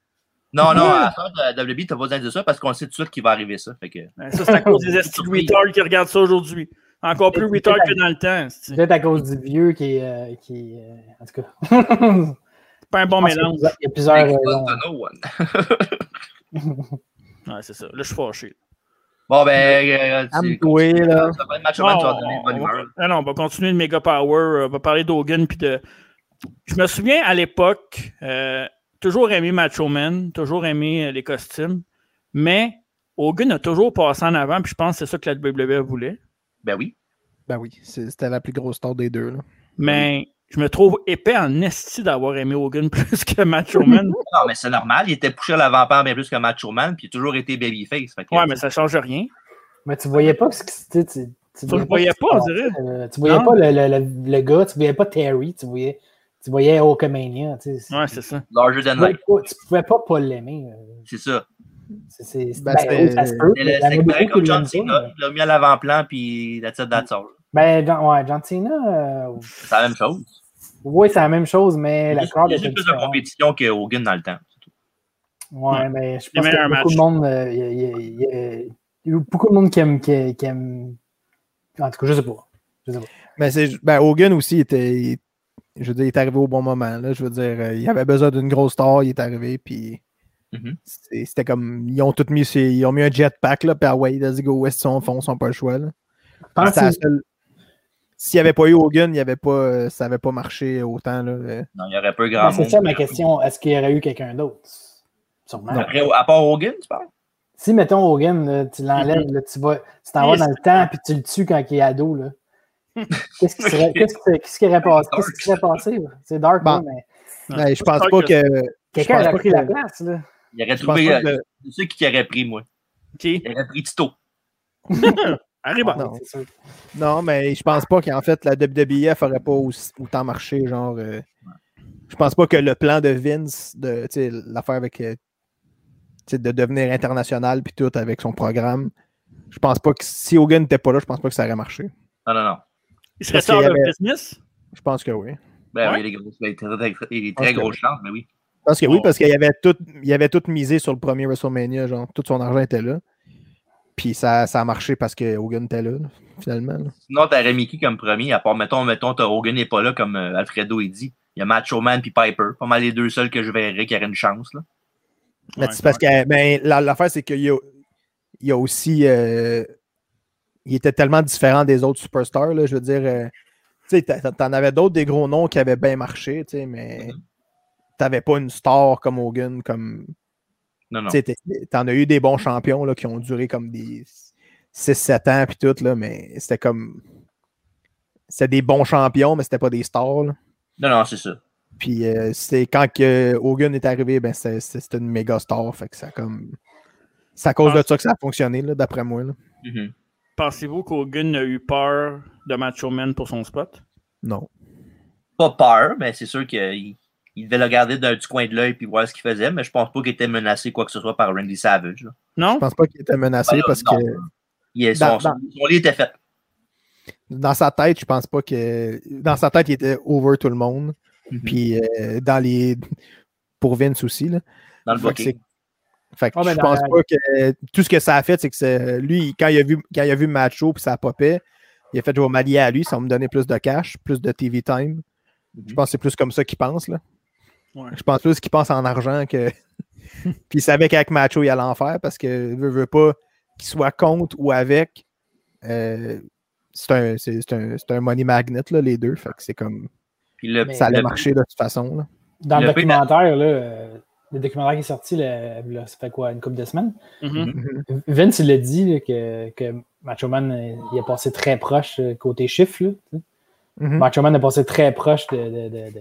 [SPEAKER 4] Non, non, à la fin de WB, t'as pas besoin de dire ça parce qu'on sait tout de suite qu'il va arriver ça. Fait que...
[SPEAKER 6] Ben, ça, c'est à cause des estis de retards qui regardent ça aujourd'hui. Encore plus
[SPEAKER 7] Et- et-
[SPEAKER 6] retard que dans le temps. C'est
[SPEAKER 7] Peut-être à cause du vieux qui est. euh, qui, est, euh, en tout cas. (laughs) Je
[SPEAKER 6] c'est pas un bon
[SPEAKER 7] pense qu'il y a
[SPEAKER 6] mélange.
[SPEAKER 7] plusieurs- Il y a plusieurs
[SPEAKER 4] Thanks to no
[SPEAKER 7] raisons.
[SPEAKER 4] one.
[SPEAKER 6] Ouais, c'est ça. Là, je suis fâché.
[SPEAKER 4] Bon, ben, euh, tu-
[SPEAKER 5] Calme-toi, là.
[SPEAKER 4] Ça va être match
[SPEAKER 6] Bon,
[SPEAKER 4] avant, tu vas donner une
[SPEAKER 6] on,
[SPEAKER 4] bonne
[SPEAKER 7] Oh.
[SPEAKER 6] on va,
[SPEAKER 4] humeur.
[SPEAKER 6] Ah non, on va continuer de Mega Power. euh, On va parler d'Hogan. Puis de. Je me souviens à l'époque, euh, toujours aimé Macho Man, toujours aimé euh, les costumes, mais Hogan a toujours passé en avant. Puis je pense que c'est ça que la WWE voulait.
[SPEAKER 4] Ben oui.
[SPEAKER 5] Ben oui, c'est- c'était la plus grosse tour des deux. Là.
[SPEAKER 6] Mais je me trouve épais en esti d'avoir aimé Hogan (laughs) plus que Macho Man.
[SPEAKER 4] Non, mais c'est normal. Il était poussé à l'avant-plan bien plus que Macho Man, puis il a toujours été babyface. Fait que-
[SPEAKER 6] Ouais, mais ça change rien.
[SPEAKER 7] Mais tu voyais pas ce que c'était. Tu,
[SPEAKER 6] Ça, je
[SPEAKER 7] tu
[SPEAKER 6] voyais
[SPEAKER 7] voyais
[SPEAKER 6] pas, on
[SPEAKER 7] ce qui se
[SPEAKER 6] dirait.
[SPEAKER 7] passait, euh, Tu voyais
[SPEAKER 6] Non.
[SPEAKER 7] pas le, le, le, le gars, tu voyais pas Terry, tu voyais, tu voyais Hulkamania. Tu, sais,
[SPEAKER 6] Ouais, c'est ça.
[SPEAKER 4] Larger than
[SPEAKER 7] tu, pouvais
[SPEAKER 4] life,
[SPEAKER 7] pas, tu pouvais pas pas l'aimer. euh,
[SPEAKER 4] c'est ça.
[SPEAKER 7] C'est, c'est, c'est-
[SPEAKER 5] Ben,
[SPEAKER 7] ben,
[SPEAKER 5] c'était-
[SPEAKER 7] oui, ça se peut,
[SPEAKER 4] C'est
[SPEAKER 7] il y
[SPEAKER 4] le-
[SPEAKER 7] en a
[SPEAKER 4] c'est
[SPEAKER 7] beaucoup
[SPEAKER 4] pareil
[SPEAKER 7] qui
[SPEAKER 4] comme John
[SPEAKER 7] l'aiment pas,
[SPEAKER 4] Cena.
[SPEAKER 7] mais-
[SPEAKER 4] Il l'a mis à l'avant-plan, puis that's it, that's all.
[SPEAKER 7] Ben, John- ouais, John Cena, euh,
[SPEAKER 4] C'est la même chose.
[SPEAKER 7] oui, c'est la même chose, mais la
[SPEAKER 4] Juste-
[SPEAKER 7] crowd
[SPEAKER 4] il y a
[SPEAKER 7] était
[SPEAKER 4] juste plus de
[SPEAKER 7] différente.
[SPEAKER 4] compétition que Hogan dans le temps.
[SPEAKER 7] Ouais,
[SPEAKER 6] Ouais.
[SPEAKER 7] mais je
[SPEAKER 6] Les
[SPEAKER 7] pense qu'il y a
[SPEAKER 6] meilleurs
[SPEAKER 7] beaucoup de monde. euh, il y a- il y a- il y a- il y a beaucoup de monde qui aime, qui, qui aime. En tout cas, je sais pas. Je sais pas.
[SPEAKER 5] Mais c'est, ben, Hogan aussi, il était, il- je veux dire, il est arrivé au bon moment. Là, je veux dire, euh, il avait besoin d'une grosse star, il est arrivé, puis
[SPEAKER 4] Mhm.
[SPEAKER 5] c'est- c'était comme, ils ont tout mis, sur- ils ont mis un jetpack, là, puis ah ouais, let's go, West, on fonce, on n'a pas le choix. là.
[SPEAKER 7] Pense-
[SPEAKER 5] C'était la seule- S'il n'y avait pas eu Hogan, il y avait pas, euh, ça n'avait pas marché autant. Là, euh.
[SPEAKER 4] Non, il n'y aurait pas eu
[SPEAKER 7] ben,
[SPEAKER 4] grand
[SPEAKER 7] c'est
[SPEAKER 4] monde.
[SPEAKER 7] ça ma question. Est-ce qu'il y aurait eu quelqu'un d'autre? Sûrement.
[SPEAKER 4] Après, à part Hogan, tu parles?
[SPEAKER 7] Si, mettons, Hogan, là, tu l'enlèves, là, tu vas, tu t'en vas dans le temps, puis tu le tues quand il est
[SPEAKER 5] (laughs)
[SPEAKER 7] ado, là. Qu'est-ce qui serait, qu'est-ce qui, qu'est-ce qui aurait passé? Qu'est-ce qui serait passé? là? C'est dark,
[SPEAKER 5] Bon.
[SPEAKER 7] là, mais
[SPEAKER 5] Ben, je pense pas que.
[SPEAKER 7] quelqu'un
[SPEAKER 5] pense
[SPEAKER 7] aurait
[SPEAKER 5] pas
[SPEAKER 7] pris
[SPEAKER 5] que-
[SPEAKER 7] la place, là.
[SPEAKER 4] Il aurait
[SPEAKER 5] Je pense
[SPEAKER 4] trouvé.
[SPEAKER 5] pas
[SPEAKER 4] euh,
[SPEAKER 5] que-
[SPEAKER 4] C'est ceux qui aurait pris, moi.
[SPEAKER 6] Qui?
[SPEAKER 4] Il aurait pris Tito.
[SPEAKER 6] Arrive.
[SPEAKER 5] Non.
[SPEAKER 7] C'est sûr.
[SPEAKER 5] Non, mais je pense pas qu'en fait la WWF aurait pas aussi- autant marché, genre. euh, je pense pas que le plan de Vince, de tu sais, l'affaire avec euh, tu sais, de devenir international puis tout avec son programme. Je pense pas que si Hogan n'était pas là, je pense pas que ça aurait marché.
[SPEAKER 4] Non, non, non.
[SPEAKER 6] Il serait
[SPEAKER 5] Parce qu'il
[SPEAKER 6] sort
[SPEAKER 5] y
[SPEAKER 6] de
[SPEAKER 5] avait-
[SPEAKER 6] business.
[SPEAKER 5] Je pense que oui.
[SPEAKER 4] Ben
[SPEAKER 6] Ouais.
[SPEAKER 4] oui, les gros, il y a des très, des
[SPEAKER 5] Parce
[SPEAKER 4] très
[SPEAKER 5] que-
[SPEAKER 4] grosses chances, mais oui.
[SPEAKER 5] Je pense que oui,
[SPEAKER 6] Bon.
[SPEAKER 5] parce qu'il avait tout, il avait tout misé sur le premier WrestleMania, genre tout son argent était là. Puis ça, ça a marché parce que Hogan était là, là, finalement. là.
[SPEAKER 4] Sinon, t'aurais mis qui comme premier, à part, mettons, mettons, t'as Hogan n'est pas là, comme euh, Alfredo il dit. Il y a Macho Man puis Piper. Pas mal les deux seuls que je verrais qui auraient une chance, là.
[SPEAKER 5] Mais
[SPEAKER 6] Ouais,
[SPEAKER 5] c'est parce que ben, la- l'affaire, c'est qu'il y a, il y a aussi. euh, il était tellement différent des autres superstars. Là, je veux dire, euh, tu sais, t'a- t'en avais d'autres des gros noms qui avaient bien marché, tu sais, mais
[SPEAKER 6] Mm-hmm.
[SPEAKER 5] t'avais pas une star comme Hogan. Comme,
[SPEAKER 4] Non, non.
[SPEAKER 5] tu sais, t'es- t'en as eu des bons champions là, qui ont duré comme des 6-7 ans, puis tout, là, mais c'était comme. C'était des bons champions, mais c'était pas des stars. là.
[SPEAKER 4] Non, non, c'est ça.
[SPEAKER 5] Puis euh, c'est quand que Hogan est arrivé, ben c'est- c'est- c'était une méga star. Fait que ça comme. C'est à cause de ça que ça a fonctionné, là, d'après moi. là.
[SPEAKER 4] Mhm.
[SPEAKER 6] Pensez-vous qu'Hogan a eu peur de Macho Man pour son spot?
[SPEAKER 5] Non.
[SPEAKER 4] Pas peur, mais c'est sûr qu'il il devait le regarder d'un du coin de l'œil puis voir ce qu'il faisait, mais je pense pas qu'il était menacé quoi que ce soit par Randy Savage. là.
[SPEAKER 6] Non?
[SPEAKER 5] Je pense pas qu'il était menacé
[SPEAKER 4] Ouais,
[SPEAKER 5] parce
[SPEAKER 4] non.
[SPEAKER 5] que
[SPEAKER 4] Il est-
[SPEAKER 5] Dans-
[SPEAKER 4] son, son- son lit était fait.
[SPEAKER 5] dans sa tête, je pense pas que. Dans sa tête, il était over tout le monde.
[SPEAKER 4] Mhm.
[SPEAKER 5] Puis euh, dans les. Pour Vince aussi. Là.
[SPEAKER 4] Dans le
[SPEAKER 5] Fait que
[SPEAKER 4] booking.
[SPEAKER 5] c'est- Fait que
[SPEAKER 7] Ah, ben,
[SPEAKER 5] je
[SPEAKER 7] dans-
[SPEAKER 5] pense pas que tout ce que ça a fait, c'est que c'est- lui, quand il a vu, quand il a vu Macho puis ça popait, il a fait je vais m'allier à lui, ça va me donner plus de cash, plus de TV time. Je pense que c'est plus comme ça qu'il pense. Là.
[SPEAKER 6] Ouais.
[SPEAKER 5] Je pense plus qu'il pense en argent que. puis il savait qu'avec Macho, il allait en faire parce que veut, veut pas qu'il soit contre ou avec. euh, c'est un, c'est- c'est un, c'est un money magnet, là, les deux. Fait que c'est comme.
[SPEAKER 4] Puis le,
[SPEAKER 7] Mais-
[SPEAKER 5] Ça allait
[SPEAKER 4] Ben, le-
[SPEAKER 5] marcher de toute façon. là.
[SPEAKER 7] Dans le,
[SPEAKER 4] Le pays-
[SPEAKER 7] documentaire, là, euh, le documentaire qui est sorti, là, là, ça fait quoi, une couple de semaines?
[SPEAKER 6] Mhm.
[SPEAKER 7] Vince, il a dit là, que, que Macho Man, euh, il a passé très proche euh, côté chiffres. là, tu sais.
[SPEAKER 5] Mhm.
[SPEAKER 7] Macho Man a passé très proche de. de, de- de-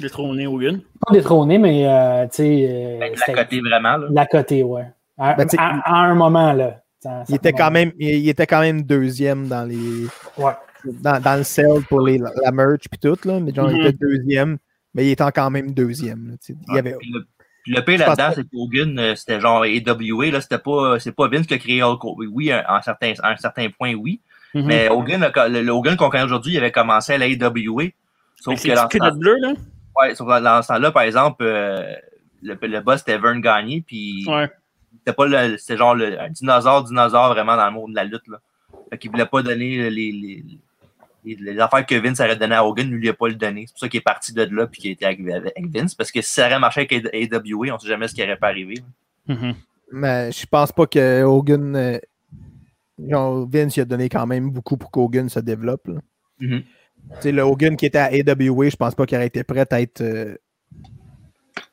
[SPEAKER 6] J'ai trouvé Hogan.
[SPEAKER 7] Pas détrôné, mais euh, tu sais. euh,
[SPEAKER 4] Ben, la
[SPEAKER 7] c'était-
[SPEAKER 4] côté vraiment, là.
[SPEAKER 7] la côté, ouais. À,
[SPEAKER 5] Ben, tu sais,
[SPEAKER 7] à- à un moment, là. Tu Ça- ça
[SPEAKER 5] Il était,
[SPEAKER 7] remonte.
[SPEAKER 5] quand même, il, il était quand même deuxième dans, les,
[SPEAKER 7] Ouais.
[SPEAKER 5] dans, dans le sale pour les, la, la merch puis tout, là, mais genre, il
[SPEAKER 6] Mhm.
[SPEAKER 5] était deuxième, mais il était quand même deuxième. là, tu sais. il y avait,
[SPEAKER 4] Ah, Puis le, puis le pire
[SPEAKER 5] Je pense
[SPEAKER 4] là-dedans,
[SPEAKER 5] pas-
[SPEAKER 4] c'est qu'Hogan, euh, c'était genre AWA, là, c'était pas, c'est pas Vince qui a créé Hulk Hogan. Oui, un- à un certain, à un certain point, oui.
[SPEAKER 6] Mhm.
[SPEAKER 4] Mais Hogan, a co- le, le Hogan qu'on connaît aujourd'hui, il avait commencé à la AWA. Sauf
[SPEAKER 6] Avec
[SPEAKER 4] que dans ce
[SPEAKER 6] les petites
[SPEAKER 4] temps-
[SPEAKER 6] culottes bleues, là.
[SPEAKER 4] ouais, sauf que dans ce temps-là, par exemple, euh, le, le boss c'était Vern Gagné, puis
[SPEAKER 6] Ouais.
[SPEAKER 4] c'était pas le, c'était genre le, un dinosaure, dinosaure vraiment dans le monde de la lutte. Là. Fait qu'il voulait pas donner les, les, les, les affaires que Vince aurait donné à Hogan, lui, il a pas le donné. C'est pour ça qu'il est parti de là puis qu'il était avec, avec Vince. Parce que si ça aurait marché avec AWA, on sait jamais ce qui aurait pas arrivé.
[SPEAKER 6] Mhm.
[SPEAKER 5] mais je pense pas que Hogan. euh, genre, Vince, il a donné quand même beaucoup pour qu'Hogan se développe. là.
[SPEAKER 4] Mhm.
[SPEAKER 5] Tu sais, le Hogan qui était à AWA, je pense pas qu'il aurait été prêt à être. euh,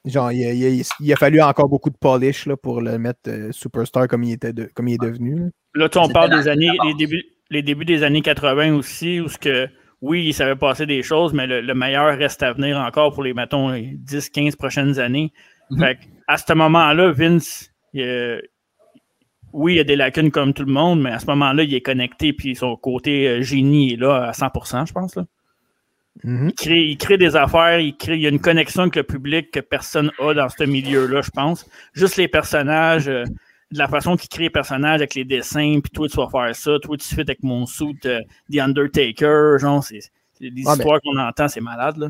[SPEAKER 5] genre, il a, il a- il a fallu encore beaucoup de polish là, pour le mettre euh, superstar comme il, était de- comme il est devenu. là.
[SPEAKER 6] Là, tu, on
[SPEAKER 4] C'était
[SPEAKER 6] parle
[SPEAKER 4] la-
[SPEAKER 6] des années,
[SPEAKER 4] la
[SPEAKER 6] les
[SPEAKER 4] base.
[SPEAKER 6] débuts, les débuts des années 80 aussi, où ce que, oui, il savait passer des choses, mais le, le meilleur reste à venir encore pour les, mettons, les 10, 15 prochaines années.
[SPEAKER 4] Mhm.
[SPEAKER 6] Fait que, à ce moment-là, Vince, il, euh, oui, il a des lacunes comme tout le monde, mais à ce moment-là, il est connecté, puis son côté euh, génie est là à 100 je pense. Là. Il, crée, il crée des affaires, il, crée, il y a une connexion avec le public que personne a dans ce milieu-là, je pense. Juste les personnages. euh, de la façon qu'il crée les personnages avec les dessins, puis toi tu vas faire ça, toi tu fais avec mon suit euh, The Undertaker, genre, c'est c'est des
[SPEAKER 5] Ah,
[SPEAKER 6] histoires qu'on entend, c'est malade, là.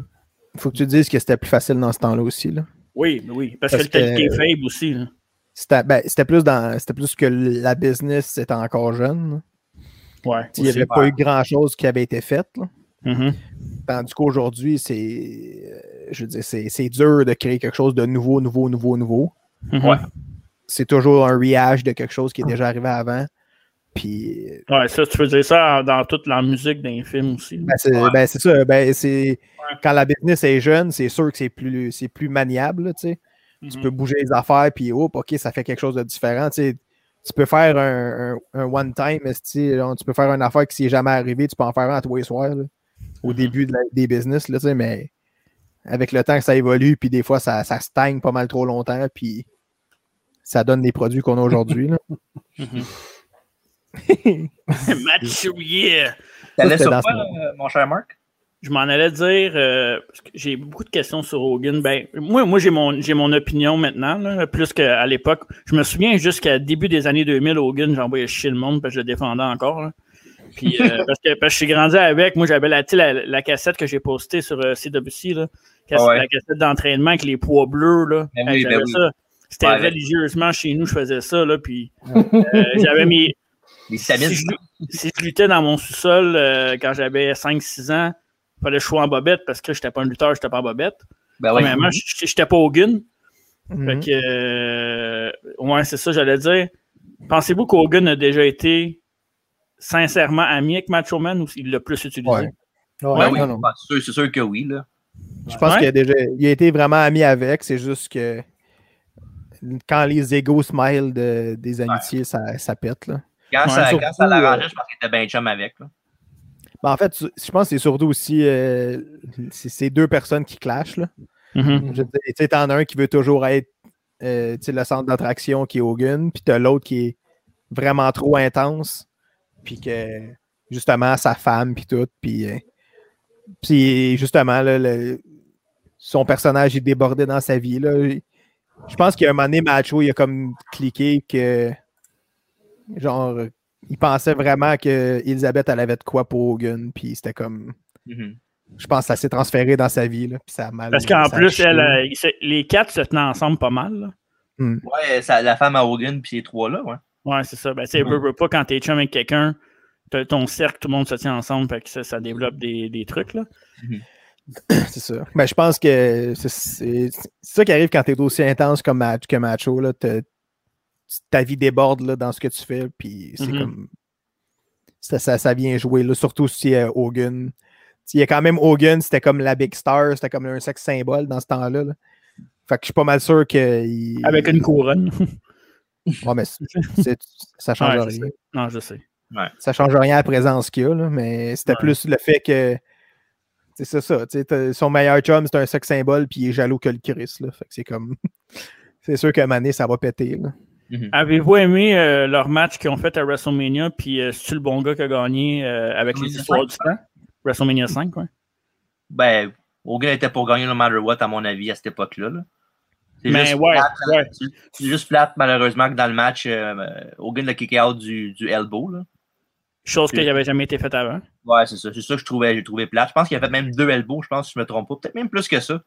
[SPEAKER 5] Faut que tu dises que c'était plus facile dans ce temps-là aussi. Là.
[SPEAKER 6] Oui, oui, parce,
[SPEAKER 5] Parce
[SPEAKER 6] que le
[SPEAKER 5] que-
[SPEAKER 6] est faible aussi, là.
[SPEAKER 5] C'était ben, c'était plus dans. C'était plus que la business était encore jeune. là.
[SPEAKER 6] Ouais.
[SPEAKER 5] Tu sais, Il n'y
[SPEAKER 4] Aussi,
[SPEAKER 5] avait pas
[SPEAKER 4] ouais.
[SPEAKER 5] eu grand-chose qui avait été fait. là.
[SPEAKER 6] Mhm.
[SPEAKER 5] Tandis qu'aujourd'hui, c'est. euh, Je veux dire, c'est c'est dur de créer quelque chose de nouveau, nouveau, nouveau, nouveau.
[SPEAKER 6] Mhm.
[SPEAKER 4] Ouais.
[SPEAKER 5] C'est toujours un rehash de quelque
[SPEAKER 4] Ah.
[SPEAKER 5] chose qui est déjà arrivé avant. Puis euh,
[SPEAKER 6] Ouais, ça, tu faisais ça en- dans toute la musique d'un film aussi. là.
[SPEAKER 5] Ben, c'est
[SPEAKER 4] Ouais.
[SPEAKER 5] ben, c'est ça. Ben, c'est- Quand la business est jeune, c'est sûr que c'est plus, c'est plus maniable. là, tu sais. Tu
[SPEAKER 6] Mhm.
[SPEAKER 5] peux bouger les affaires, puis hop, OK, ça fait quelque chose de différent. tu sais. Tu peux faire un, un- un one-time, esti, genre, tu peux faire une affaire qui s'est jamais arrivée, tu peux en faire un à tous les soirs, là,
[SPEAKER 6] Mhm.
[SPEAKER 5] au début de la- des business, là, tu sais, mais avec le temps que ça évolue, puis des fois, ça, ça stagne pas mal trop longtemps, puis ça donne des produits qu'on a aujourd'hui. là.
[SPEAKER 6] (laughs) Mathieu, yeah!
[SPEAKER 4] T'allais
[SPEAKER 5] c'était
[SPEAKER 4] sur
[SPEAKER 5] dans
[SPEAKER 4] quoi, euh, mon cher Marc?
[SPEAKER 6] Je m'en allais dire, euh, parce que j'ai beaucoup de questions sur Hogan. Ben, moi, moi j'ai mon, j'ai mon opinion maintenant, là, plus qu'à l'époque. Je me souviens jusqu'à début des années 2000, Hogan, j'envoyais chier le monde parce que je le défendais encore. là. Puis,
[SPEAKER 4] (laughs)
[SPEAKER 6] euh, parce, que, parce que je suis grandi avec, moi j'avais la, tu sais, la, la cassette que j'ai postée sur euh, CWC, là, Cass-
[SPEAKER 4] Ah ouais.
[SPEAKER 6] la cassette d'entraînement avec les poids bleus. Là,
[SPEAKER 4] Ben
[SPEAKER 6] Hey,
[SPEAKER 4] oui,
[SPEAKER 6] j'avais
[SPEAKER 4] ben oui.
[SPEAKER 6] ça. C'était
[SPEAKER 4] Ouais, ben-
[SPEAKER 6] religieusement chez nous, je faisais ça. Là, puis, euh, j'avais mes,
[SPEAKER 4] Les
[SPEAKER 6] si
[SPEAKER 4] vitamines.
[SPEAKER 6] je, si je luttais dans mon sous-sol euh, quand j'avais 5-6 ans, il fallait que je sois en bobette parce que j'étais pas un lutteur, j'étais pas en bobette.
[SPEAKER 4] Ben oui.
[SPEAKER 6] Premièrement, je j'étais pas Hogan. (laughs) Fait
[SPEAKER 5] Mhm.
[SPEAKER 6] que, euh, ouais, c'est ça, j'allais dire. Pensez-vous qu'Hogan a déjà été sincèrement ami avec Macho Man ou il l'a plus utilisé?
[SPEAKER 5] Ouais.
[SPEAKER 7] Ouais.
[SPEAKER 4] Ben oui,
[SPEAKER 5] non, non.
[SPEAKER 4] ben, c'est sûr- c'est sûr que oui. Là.
[SPEAKER 5] Je pense
[SPEAKER 6] Ouais.
[SPEAKER 5] qu'il a déjà il a été vraiment ami avec. C'est juste que quand les égos se mêlent de- des amitiés, ça, ça pète. Là.
[SPEAKER 4] Quand,
[SPEAKER 6] Ouais,
[SPEAKER 4] ça,
[SPEAKER 5] surtout,
[SPEAKER 4] quand ça l'arrangeait,
[SPEAKER 5] euh,
[SPEAKER 4] je pense qu'il était bien chum avec. Là.
[SPEAKER 5] Mais Ben, en fait, je pense que c'est surtout aussi euh, c'est ces deux personnes qui clashent. Là.
[SPEAKER 6] Mhm.
[SPEAKER 5] Je veux dire, tu sais, t'en as un qui veut toujours être euh, tu sais, le centre d'attraction qui est Hogan, puis t'as l'autre qui est vraiment trop intense, puis que justement sa femme, puis tout, puis euh, puis justement là, le- son personnage est débordé dans sa vie. Là. Je pense qu'à un moment donné, Macho, il a comme cliqué que genre il pensait vraiment que Elisabeth elle avait de quoi pour Hogan, puis c'était comme
[SPEAKER 4] Mhm.
[SPEAKER 5] je pense que ça s'est transféré dans sa vie là, puis ça a mal.
[SPEAKER 6] Parce qu'en
[SPEAKER 5] ça a
[SPEAKER 6] plus,
[SPEAKER 5] chié.
[SPEAKER 6] elle, euh, il se- les quatre se tenaient ensemble pas mal. là.
[SPEAKER 4] Ouais, ça- la femme à Hogan puis ces trois-là. Ouais.
[SPEAKER 6] Ouais, c'est ça. Ben, tu sais, veux, veux pas quand t'es chum avec quelqu'un, t'as ton cercle, tout le monde se tient ensemble, fait que ça, ça développe des, des trucs. Là.
[SPEAKER 5] (clears throat) C'est ça. Mais je pense que c'est- c'est c'est ça qui arrive quand t'es aussi intense comme ma- que macho. Là, te- ta vie déborde là, dans ce que tu fais. Puis c'est
[SPEAKER 6] Mhm.
[SPEAKER 5] comme. Ça, ça, ça vient jouer, là, surtout si euh, Hogan. Il y a quand même Hogan, c'était comme la big star, c'était comme un sexe symbole dans ce temps-là. là. Fait que je suis pas mal sûr que. il-
[SPEAKER 6] Avec une couronne. (laughs)
[SPEAKER 5] Ouais, mais c'est- c'est- ça change
[SPEAKER 6] Ouais, c'est
[SPEAKER 5] rien.
[SPEAKER 6] ça. non, je sais.
[SPEAKER 5] ça change rien à la présence qu'il y a, là, mais c'était
[SPEAKER 4] Ouais.
[SPEAKER 5] plus le fait que. tu sais, C'est ça, tu sais, t'as- son meilleur chum, c'est un (laughs) sex symbole, puis il est jaloux que le Chris. Là, fait que c'est comme. c'est sûr qu'à un moment donné, ça va péter. là.
[SPEAKER 4] Mhm.
[SPEAKER 6] Avez-vous aimé euh, leur match qu'ils ont fait à WrestleMania? Puis euh, c'est-tu le bon gars qui a gagné euh, avec les
[SPEAKER 4] WrestleMania
[SPEAKER 6] histoires du
[SPEAKER 4] 5?
[SPEAKER 6] temps? WrestleMania 5, ouais.
[SPEAKER 4] Ben, Hogan était pour gagner no matter what, à mon avis, à cette époque-là. là. C'est
[SPEAKER 6] Mais
[SPEAKER 4] juste
[SPEAKER 6] ouais,
[SPEAKER 4] plate,
[SPEAKER 6] ouais.
[SPEAKER 4] c'est- C'est juste plate, malheureusement, que dans le match, euh, euh, Hogan l'a kické out du, du elbow. Là.
[SPEAKER 6] Chose qui
[SPEAKER 4] Oui.
[SPEAKER 6] n'avait jamais été faite avant.
[SPEAKER 4] Ouais, c'est ça. C'est ça que je trouvais, j'ai trouvé plate. Je pense qu'il a fait même deux elbows, je pense, si je me trompe pas. Peut-être même plus que ça.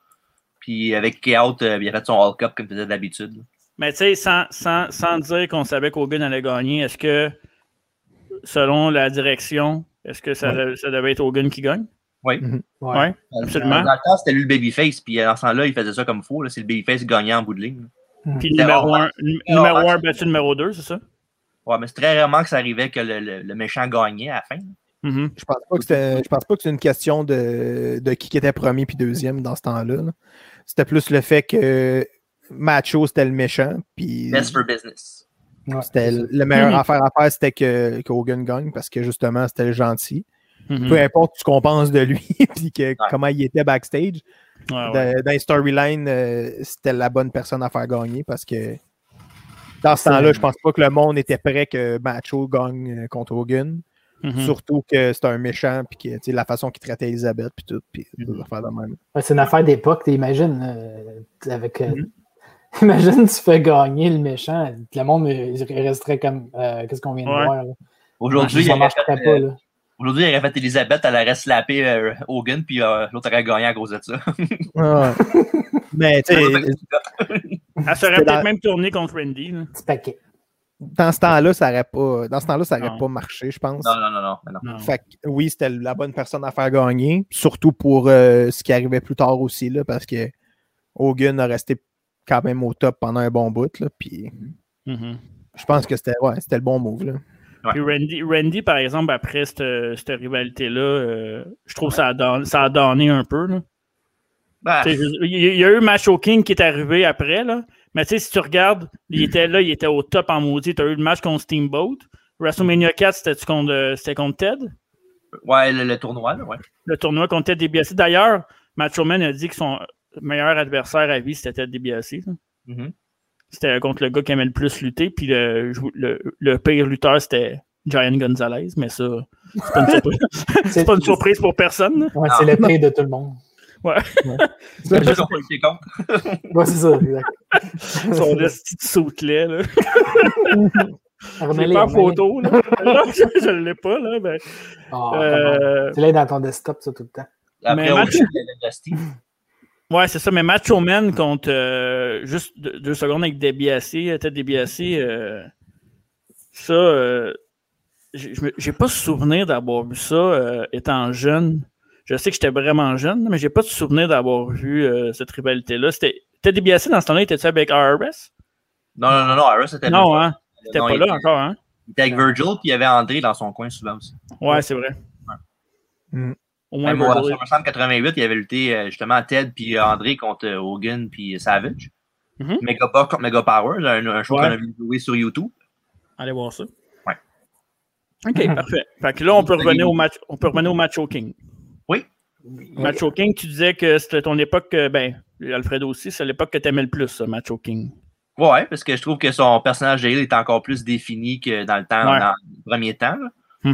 [SPEAKER 4] Puis avec kick out, euh, il a fait son all cup comme il faisait d'habitude. là.
[SPEAKER 6] Mais tu sais, sans, sans, sans dire qu'on savait qu'Hogan allait gagner, est-ce que, selon la direction, est-ce que ça, ça devait être Hogan qui gagne?
[SPEAKER 7] Ouais.
[SPEAKER 6] Ouais, absolument.
[SPEAKER 4] Dans le temps, c'était lui le babyface, puis euh, dans ce temps-là, il faisait ça comme faux. là. C'est le babyface gagnant en bout de ligne. là.
[SPEAKER 6] Puis
[SPEAKER 4] C'était
[SPEAKER 6] numéro
[SPEAKER 4] rare.
[SPEAKER 6] 1
[SPEAKER 4] C'était rare.
[SPEAKER 6] battu numéro 2, c'est ça?
[SPEAKER 4] Ouais, mais c'est très rarement que ça arrivait que le, le- le méchant gagnait à la fin.
[SPEAKER 6] Mhm.
[SPEAKER 5] Je pense pas que c'était- je pense pas que c'est une question de, de qui qui était premier puis deuxième dans ce temps-là. là. C'était plus le fait que Macho c'était le méchant puis
[SPEAKER 4] Best for business.
[SPEAKER 7] Ouais.
[SPEAKER 5] c'était le la meilleure
[SPEAKER 6] Mhm.
[SPEAKER 5] affaire à faire c'était que, que Hogan gagne parce que justement c'était le gentil.
[SPEAKER 4] Hmm.
[SPEAKER 6] Mhm.
[SPEAKER 5] Peu importe ce qu'on pense de lui (laughs) puis que comment il était backstage
[SPEAKER 6] Ouais, Ah ouais.
[SPEAKER 5] dans, dans les storylines euh, c'était la bonne personne à faire gagner parce que dans ce temps-là je pense pas que le monde était prêt que Macho gagne euh, contre Hogan.
[SPEAKER 6] Mhm.
[SPEAKER 5] Surtout que c'est un méchant, puis que tu sais, la façon qu'il traitait Elisabeth, puis tout, puis des affaires de même.
[SPEAKER 7] Ouais, c'est une affaire d'époque, t'imagines. euh, t- avec, euh,
[SPEAKER 6] Mm-hmm.
[SPEAKER 7] (laughs) Imagine, tu fais gagner le méchant. Le monde euh, il resterait comme. euh, Qu'est-ce qu'on vient de
[SPEAKER 6] Ouais.
[SPEAKER 7] voir? là?
[SPEAKER 4] Aujourd'hui, il
[SPEAKER 7] ça
[SPEAKER 4] aurait
[SPEAKER 7] marcherait
[SPEAKER 4] fait,
[SPEAKER 7] pas.
[SPEAKER 4] euh,
[SPEAKER 7] Là.
[SPEAKER 4] aujourd'hui, il aurait fait Elisabeth, elle aurait slappé euh, Hogan, puis euh, l'autre aurait gagné à cause de ça.
[SPEAKER 5] (laughs) Mais tu sais,
[SPEAKER 6] Elle serait
[SPEAKER 5] C'était
[SPEAKER 6] peut-être
[SPEAKER 5] dans-
[SPEAKER 6] même tournée contre Randy. là.
[SPEAKER 7] Petit paquet.
[SPEAKER 5] dans ce temps-là, ça aurait pas, dans ce temps-là, ça aurait
[SPEAKER 6] (laughs) Non.
[SPEAKER 5] pas marché, je pense.
[SPEAKER 4] non, non, non, non. mais non.
[SPEAKER 6] Non.
[SPEAKER 5] Fait que, oui, c'était la bonne personne à faire gagner, surtout pour euh, ce qui arrivait plus tard aussi, là, parce que Hogan a resté quand même au top pendant un bon bout, là, puis
[SPEAKER 6] Mhm.
[SPEAKER 5] je pense que c'était ouais, c'était le bon move. Là.
[SPEAKER 6] Puis Randy, Randy, par exemple, après cette, cette rivalité-là, euh, je trouve que ça a, don- ça a donné un peu. là.
[SPEAKER 4] Ben,
[SPEAKER 6] Tu sais, je- Il y il y a eu Macho King qui est arrivé après, là. mais tu sais, si tu regardes, il était là, il était au top en maudit. Tu as eu le match contre Steamboat. WrestleMania 4, c'était contre, euh, c'était contre Ted.
[SPEAKER 4] ouais, le, le tournoi, là, ouais.
[SPEAKER 6] Le tournoi contre Ted DiBiase. D'ailleurs, Macho Man a dit que son meilleur adversaire à vie, c'était Ted DiBiase. là.
[SPEAKER 4] Mhm.
[SPEAKER 6] C'était contre le gars qui aimait le plus lutter. Puis le, le- le pire lutteur, c'était Giant Gonzalez. Mais ça, c'est pas une surprise, (laughs) C'est pas une surprise pour personne. là.
[SPEAKER 7] Ouais,
[SPEAKER 4] Ah.
[SPEAKER 7] c'est le pire de tout le monde.
[SPEAKER 4] C'est sûr qu'on peut lutter contre.
[SPEAKER 7] Ouais, c'est ça,
[SPEAKER 6] (laughs)
[SPEAKER 7] exact.
[SPEAKER 6] Son petit sautelet. Là. Je l'ai
[SPEAKER 7] Remets-les,
[SPEAKER 6] pas en
[SPEAKER 7] remets-les.
[SPEAKER 6] photo. Là. Non, (laughs) je je l'ai pas. Là, mais,
[SPEAKER 7] Ah,
[SPEAKER 6] euh,
[SPEAKER 7] Tu l'as dans ton desktop, ça, tout le temps.
[SPEAKER 4] Après,
[SPEAKER 6] Mais
[SPEAKER 4] on
[SPEAKER 6] Matt-
[SPEAKER 4] joue le Dusty.
[SPEAKER 6] ouais, c'est ça. Mais Macho Man contre euh, juste deux, deux secondes avec DiBiase, Ted DiBiase, euh, ça, euh, j'ai je me- j'ai pas de souvenir d'avoir vu ça euh, étant jeune. Je sais que j'étais vraiment jeune, mais j'ai pas de souvenir d'avoir vu euh, cette rivalité-là. C'était Ted DiBiase, dans ce temps-là, était-tu avec IRS?
[SPEAKER 4] Non, non, non, non, Harris était
[SPEAKER 6] Non,
[SPEAKER 4] là.
[SPEAKER 6] hein? C'était
[SPEAKER 4] Non,
[SPEAKER 6] pas
[SPEAKER 4] il
[SPEAKER 6] là
[SPEAKER 4] était-
[SPEAKER 6] encore, hein?
[SPEAKER 4] Il était avec Virgil, puis il y avait André dans son coin souvent aussi.
[SPEAKER 6] Ouais, c'est vrai.
[SPEAKER 5] Mm.
[SPEAKER 6] Au moins,
[SPEAKER 4] Même au
[SPEAKER 6] Virgil-
[SPEAKER 4] SummerSlam 88, il avait lutté euh, justement Ted, puis André contre euh, Hogan, puis Savage.
[SPEAKER 6] Mhm.
[SPEAKER 4] Mega Power contre Mega Power, un, un show
[SPEAKER 6] Ouais.
[SPEAKER 4] qu'on a vu jouer sur YouTube.
[SPEAKER 6] Allez voir ça.
[SPEAKER 4] Ouais.
[SPEAKER 6] OK, parfait. Fait que là, on peut revenir au match, on peut revenir au Macho King.
[SPEAKER 4] Oui.
[SPEAKER 6] Macho King, tu disais que c'était ton époque, euh, ben, Alfredo aussi, c'est l'époque que t'aimais le plus, ça, Macho King.
[SPEAKER 4] Ouais, parce que je trouve que son personnage de Hill est encore plus défini que dans le temps,
[SPEAKER 6] Ouais.
[SPEAKER 4] dans le premier temps. là.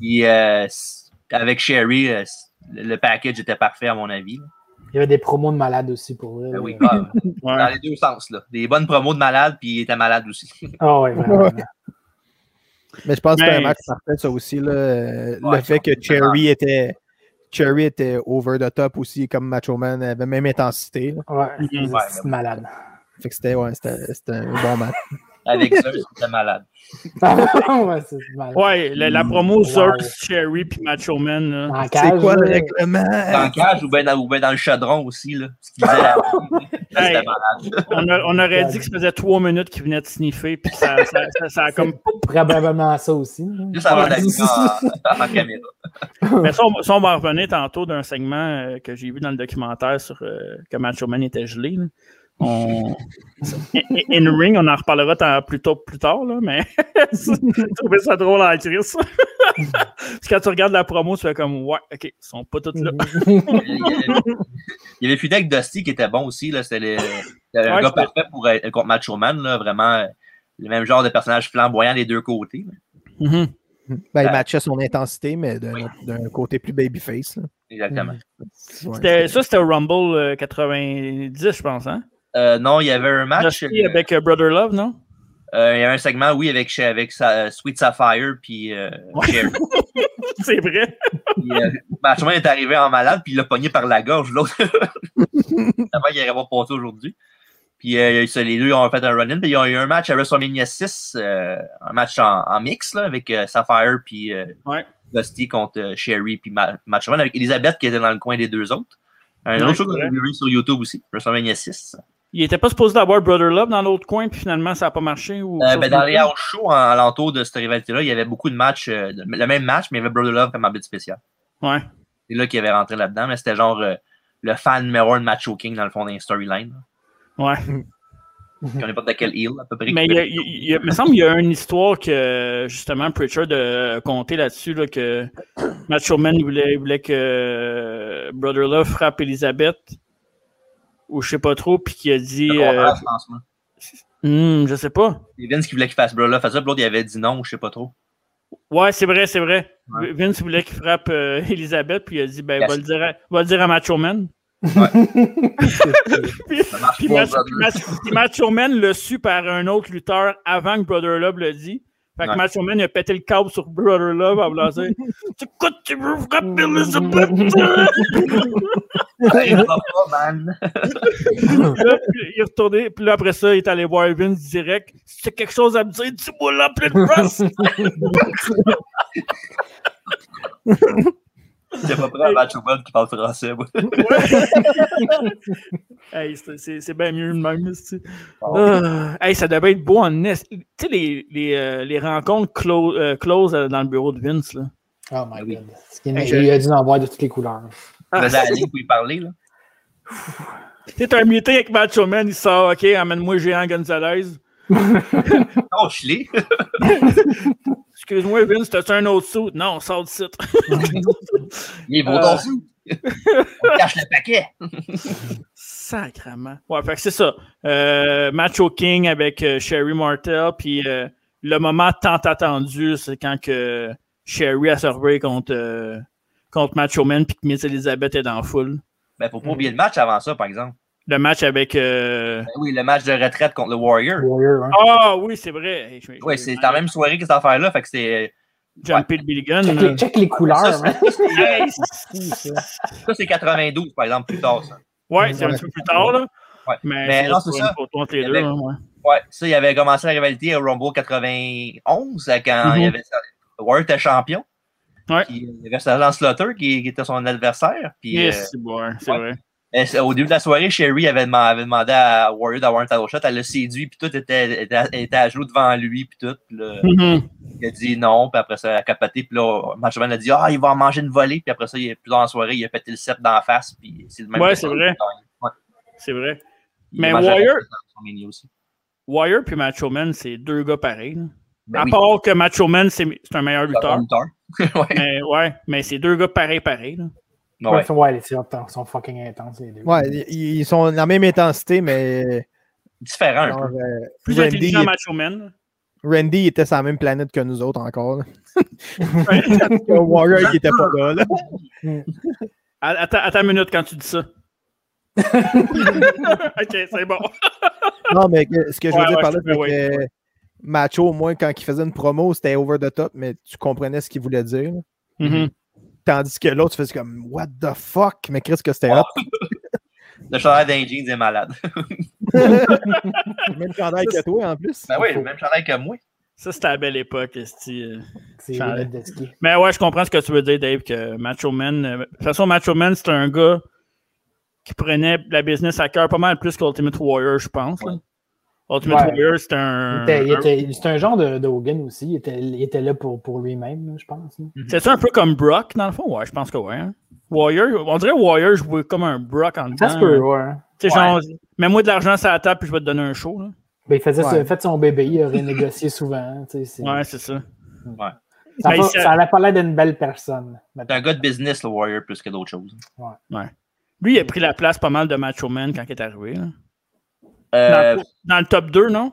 [SPEAKER 4] Puis euh, s- avec Sherry, euh, s- le le package était parfait à mon avis. là.
[SPEAKER 7] Il y avait des promos de malades aussi pour elle.
[SPEAKER 4] Ben oui,
[SPEAKER 7] euh.
[SPEAKER 4] grave.
[SPEAKER 6] Ouais.
[SPEAKER 4] dans les deux sens. Là. Des bonnes promos de malade, puis il était malade aussi. (laughs)
[SPEAKER 7] Ah, ouais, vraiment.
[SPEAKER 5] Ouais. Mais je pense que c'était un
[SPEAKER 6] Mais-
[SPEAKER 5] match parfait, ça aussi. Là. Euh,
[SPEAKER 4] Ouais,
[SPEAKER 5] le fait
[SPEAKER 4] ça,
[SPEAKER 5] que
[SPEAKER 4] c'est
[SPEAKER 5] Cherry était, Cherry était over the top aussi, comme Macho Man, elle avait même intensité. là.
[SPEAKER 7] Ouais,
[SPEAKER 6] Mhm.
[SPEAKER 7] c'est
[SPEAKER 4] Ouais,
[SPEAKER 7] c'est malade. (laughs)
[SPEAKER 5] Fait que c'était ouais, c'était- c'était un bon match.
[SPEAKER 4] Avec ça, c'était malade.
[SPEAKER 7] ouais, c'est malade.
[SPEAKER 6] Ouais, la, la promo Zerk,
[SPEAKER 7] Wow.
[SPEAKER 6] Sherry puis Macho Man. là.
[SPEAKER 4] Ah.
[SPEAKER 7] En
[SPEAKER 5] C'est
[SPEAKER 7] cage,
[SPEAKER 5] quoi le
[SPEAKER 7] là.
[SPEAKER 4] Dans le
[SPEAKER 5] règlement?
[SPEAKER 4] cage ou bien dans, ou ben dans le chaudron aussi. Là, ce qu'il disait, là,
[SPEAKER 6] (laughs)
[SPEAKER 4] c'était
[SPEAKER 6] Hey.
[SPEAKER 4] malade.
[SPEAKER 6] On, a- on aurait dit que ça faisait trois minutes qu'il venait de sniffer, puis que ça, ça, ça- ça a comme.
[SPEAKER 7] Probablement ça aussi. là.
[SPEAKER 4] Juste avant
[SPEAKER 7] (laughs)
[SPEAKER 4] la mise en, en caméra.
[SPEAKER 6] Mais ça, on, ça, on va en revenir tantôt d'un segment euh, que j'ai vu dans le documentaire sur euh, que Macho Man était gelé. là.
[SPEAKER 4] (laughs)
[SPEAKER 6] On- In- In Ring, on en reparlera tant- plus tôt plus tard, là, mais (laughs) j'ai trouvé ça drôle à écrire ça. Parce que quand tu regardes la promo, tu fais comme Ouais, ok, ils sont pas tous (laughs) là.
[SPEAKER 7] Oh
[SPEAKER 4] Il y avait- il y avait Fidel avec Dusty qui était bon aussi. là, C'était le- c'était un
[SPEAKER 6] Ouais,
[SPEAKER 4] gars
[SPEAKER 6] c'était-
[SPEAKER 4] parfait pour, être- contre Macho Man. Là, vraiment, euh, le même genre de personnage flamboyant des deux côtés. là.
[SPEAKER 6] Mhm.
[SPEAKER 5] Ben, il
[SPEAKER 4] Ah.
[SPEAKER 5] matchait son intensité, mais d'un autre- d'un côté plus babyface. là.
[SPEAKER 4] Exactement.
[SPEAKER 6] Mm.
[SPEAKER 5] Ouais.
[SPEAKER 6] C'était- Ça, c'était au Rumble euh, 90, je pense. Hein?
[SPEAKER 4] Euh, non, il y avait un match.
[SPEAKER 6] Nosky
[SPEAKER 4] euh,
[SPEAKER 6] avec euh, Brother Love, non? (laughs)
[SPEAKER 4] euh, il y avait un segment, oui, avec, avec sa- euh, Sweet Sapphire puis euh, Jerry.
[SPEAKER 6] C'est vrai.
[SPEAKER 4] Puis,
[SPEAKER 6] (laughs)
[SPEAKER 4] euh, Matchman est arrivé en malade, puis il l'a pogné par la gorge, l'autre. Avant qu'il aurait pas passé aujourd'hui. Puis euh, ça, les deux ont fait un run-in, puis ils ont eu un match à WrestleMania 6, euh, un match en, en mix là, avec euh, Sapphire puis euh,
[SPEAKER 6] Ouais.
[SPEAKER 4] Dusty contre euh, Sherry puis Ma- Matchman avec Elisabeth qui était dans le coin des deux autres. Un
[SPEAKER 6] Ouais,
[SPEAKER 4] autre chose
[SPEAKER 6] c'est
[SPEAKER 4] qu'on a
[SPEAKER 6] vrai.
[SPEAKER 4] vu sur YouTube aussi, WrestleMania 6.
[SPEAKER 6] Il était pas supposé avoir Brother Love dans l'autre coin, puis finalement, ça n'a pas marché. Ou...
[SPEAKER 4] Euh, ben, dans les house shows en alentour de cette rivalité-là, il y avait beaucoup de matchs, euh, de- le même match, mais il y avait Brother Love comme arbitre spécial.
[SPEAKER 6] Ouais.
[SPEAKER 4] C'est là qu'il avait rentré là-dedans, mais c'était genre euh, le fan numéro un de Macho King dans le fond d'un storyline.
[SPEAKER 6] Ouais.
[SPEAKER 4] Puis on n'importe quel heel, à peu près.
[SPEAKER 6] Mhm. Mais il, y a- il y a- il y a- me semble qu'il y a une histoire que, justement, Pritchard a compté là-dessus, là, que Macho Man voulait, voulait que Brother Love frappe Elisabeth, ou je sais pas trop, puis qu'il a dit...
[SPEAKER 4] Le
[SPEAKER 6] euh,
[SPEAKER 4] contraire, je pense, moi.
[SPEAKER 6] Hmm, je sais pas.
[SPEAKER 4] C'est Vince qui voulait qu'il fasse Brother Love, à ça, puis l'autre, il avait dit non, je sais pas
[SPEAKER 6] (laughs)
[SPEAKER 4] trop.
[SPEAKER 6] Ouais, c'est vrai, c'est vrai.
[SPEAKER 4] Ouais.
[SPEAKER 6] Vince voulait qu'il frappe euh, (laughs) Elisabeth, puis il a dit, ben,
[SPEAKER 4] Yes.
[SPEAKER 6] va, le dire à, va le dire à Macho Man. (laughs) puis,
[SPEAKER 4] Ça marche
[SPEAKER 6] puis
[SPEAKER 4] pas,
[SPEAKER 6] Macho,
[SPEAKER 4] Brother.
[SPEAKER 6] puis Macho- puis Macho Man le su par un autre lutteur avant que Brother Love le dit. Fait que
[SPEAKER 4] Ouais.
[SPEAKER 6] Macho Man il a pété le câble sur Brother Love en voulant dire « C'est quoi tu veux frapper Elisabeth?
[SPEAKER 4] Hey, ça va pas, man.
[SPEAKER 6] Puis là, puis il est retourné, puis là, après ça, il est allé voir Vince direct. « Si t'as quelque chose à me dire, dis-moi là, plein de face!
[SPEAKER 4] J'étais pas prêt à Macho Man qui parle français,
[SPEAKER 6] (laughs)
[SPEAKER 4] moi.
[SPEAKER 6] Hey, c'est- c'est c'est bien mieux de même. c'est-
[SPEAKER 4] Bon.
[SPEAKER 6] Ah, hey, ça devait être beau en est. Tu sais, les, les, euh, les rencontres clo- euh, closes euh, dans le bureau de Vince. Là.
[SPEAKER 7] Oh my
[SPEAKER 4] Oui.
[SPEAKER 7] god. Ce qui est-
[SPEAKER 6] Ah Hey, je-
[SPEAKER 7] Il a dû en voir de toutes
[SPEAKER 6] (laughs)
[SPEAKER 7] les couleurs. (laughs)
[SPEAKER 4] Il faisait aller pour y parler, là.
[SPEAKER 6] T'es un meeting avec Macho Man, il sort, OK, amène-moi Géant Gonzalez.
[SPEAKER 4] Oh, je l'ai.
[SPEAKER 6] Excuse-moi, Vince, t'as-tu un autre sou? Non, sort du site. (laughs)
[SPEAKER 4] Il est beau
[SPEAKER 6] Euh.
[SPEAKER 4] dans sous. On cache le paquet.
[SPEAKER 6] Sacrement. Ouais, fait que c'est ça. Euh, Macho King avec euh, Sherry Martel, puis euh, le moment tant attendu, c'est quand que Sherry a servi contre, euh, contre Macho Man, puis que Miss Elizabeth est dans la foule.
[SPEAKER 4] Ben,
[SPEAKER 6] Mm.
[SPEAKER 4] faut pas oublier le match avant ça, par exemple.
[SPEAKER 6] Le match avec... euh,
[SPEAKER 4] Ben oui, le match de retraite contre le Warrior.
[SPEAKER 7] Warrior, hein.
[SPEAKER 6] Ah oui, c'est vrai. Hey, je- je-
[SPEAKER 4] Oui, c'est dans la même soirée que cette affaire-là. Fait que c'est.
[SPEAKER 6] John P. Billigan.
[SPEAKER 7] check, (laughs)
[SPEAKER 6] là.
[SPEAKER 7] les, check les
[SPEAKER 4] Ça,
[SPEAKER 7] couleurs. hein.
[SPEAKER 4] c'est- c'est-
[SPEAKER 6] Hey,
[SPEAKER 7] C'est ça.
[SPEAKER 4] ça, c'est 92, par exemple, plus tard, ça.
[SPEAKER 6] Ouais, c'est un petit peu plus tard, là.
[SPEAKER 4] Ouais.
[SPEAKER 6] Mais,
[SPEAKER 4] Mais non, c'est
[SPEAKER 6] pour-
[SPEAKER 4] ça.
[SPEAKER 6] pour toi, entre les deux,
[SPEAKER 4] Avec-
[SPEAKER 6] hein, ouais.
[SPEAKER 4] Ouais, ça, il avait commencé la rivalité au Rumble 91, euh, quand
[SPEAKER 6] Mhm.
[SPEAKER 4] il y avait. Warrior était champion.
[SPEAKER 6] Ouais.
[SPEAKER 4] Puis, il y avait Sergeant Slaughter qui, qui était son adversaire. Puis, euh,
[SPEAKER 6] Yes, c'est bon, hein, c'est
[SPEAKER 4] ouais.
[SPEAKER 6] vrai.
[SPEAKER 4] elle s- au début de la soirée, Sherry avait, demand- avait demandé à Warrior d'avoir un title shot. Elle l'a séduit, puis tout était, était, était à genoux devant lui, puis tout. Puis
[SPEAKER 6] (laughs)
[SPEAKER 4] là,
[SPEAKER 6] Mhm.
[SPEAKER 4] il a dit non, puis après ça, elle a capoté. Puis là, Matchman a dit Ah, il va en manger une volée. Puis après ça, il, plus tard dans la soirée, il a pété le sceptre dans la face. Puis c'est le même.
[SPEAKER 6] Ouais, c'est vrai. C'est vrai.
[SPEAKER 4] Il
[SPEAKER 6] Mais
[SPEAKER 4] mange la
[SPEAKER 6] Warrior-
[SPEAKER 4] raquette dans son menu aussi.
[SPEAKER 6] Wire puis Macho Man, c'est deux gars pareils. là.
[SPEAKER 4] Ben
[SPEAKER 6] à
[SPEAKER 4] oui,
[SPEAKER 6] part que Macho Man, c'est c'est un meilleur
[SPEAKER 4] c'est un
[SPEAKER 6] lutteur.
[SPEAKER 4] lutteur. (laughs) ouais.
[SPEAKER 6] (laughs) Mais ouais, mais c'est deux gars pareils, pareils. là.
[SPEAKER 4] Ouais.
[SPEAKER 7] Ouais, ouais, les tirs ils sont fucking intenses, les deux.
[SPEAKER 5] Ouais, ils- ils sont de la même intensité, mais
[SPEAKER 4] Différent un
[SPEAKER 5] genre,
[SPEAKER 4] peu.
[SPEAKER 5] euh,
[SPEAKER 6] Plus
[SPEAKER 5] Randy,
[SPEAKER 6] intelligent Macho Man.
[SPEAKER 5] Randy était sur la même planète que nous autres encore. là.
[SPEAKER 6] Ouais.
[SPEAKER 5] (laughs) Le Warrior, il était pas là. là.
[SPEAKER 6] Attends, attends une minute quand tu dis ça. (laughs) ok, c'est bon.
[SPEAKER 5] Non, mais que- ce que je veux
[SPEAKER 6] Ouais,
[SPEAKER 5] dire
[SPEAKER 6] ouais,
[SPEAKER 5] par là,
[SPEAKER 6] je
[SPEAKER 5] c'est
[SPEAKER 6] comprends,
[SPEAKER 5] que Macho, au moins, quand il faisait une promo, c'était over the top, mais tu comprenais ce qu'il voulait dire.
[SPEAKER 6] Mhm.
[SPEAKER 5] Tandis que l'autre, tu faisais comme What the fuck? Mais Chris, que c'était
[SPEAKER 4] Ouais.
[SPEAKER 5] hot. (laughs)
[SPEAKER 4] Le chandail d'un jeans est malade.
[SPEAKER 5] Le même chandail que toi, en plus.
[SPEAKER 4] (laughs) Ben oui, le même chandail que moi.
[SPEAKER 6] Ça, c'était à la belle époque, esti, euh.
[SPEAKER 7] C'est
[SPEAKER 6] Charles.
[SPEAKER 7] les de ski.
[SPEAKER 6] Mais ouais, je comprends ce que tu veux dire, Dave, que Macho Man. euh, De toute façon, Macho Man, c'est un gars qui prenait la business à cœur pas mal plus qu'Ultimate Warrior, je pense. là. Ultimate
[SPEAKER 7] Ouais.
[SPEAKER 6] Warrior, c'est
[SPEAKER 7] Il
[SPEAKER 6] un.
[SPEAKER 7] était- il était- C'est un genre de, de Hogan aussi. Il était, il était là pour, pour lui-même, je pense. hein.
[SPEAKER 6] Mm-hmm. C'est ça un peu comme Brock, dans le fond? Ouais, je pense que ouais. hein. Warrior, on dirait Warrior jouait comme un Brock en dedans.
[SPEAKER 7] Ça se peut,
[SPEAKER 6] hein.
[SPEAKER 7] ouais.
[SPEAKER 6] Tu sais,
[SPEAKER 4] Ouais.
[SPEAKER 6] genre, mets-moi de l'argent sur la table puis je vais te donner un show. Là.
[SPEAKER 7] Ben, il faisait
[SPEAKER 5] Ouais.
[SPEAKER 7] fait son bébé, il
[SPEAKER 6] (laughs)
[SPEAKER 7] a renégocié souvent. tu sais, c'est-
[SPEAKER 6] Ouais, c'est ça.
[SPEAKER 7] Ça
[SPEAKER 6] Ben,
[SPEAKER 7] va-
[SPEAKER 6] ça-
[SPEAKER 7] ça n'a pas l'air d'une belle personne.
[SPEAKER 4] C'est un gars de business, le Warrior, plus que d'autres choses.
[SPEAKER 6] Lui,
[SPEAKER 7] Mm.
[SPEAKER 6] il a pris la place pas mal de Macho Man quand il est arrivé. là.
[SPEAKER 4] Euh,
[SPEAKER 6] Dans, le top 2, non?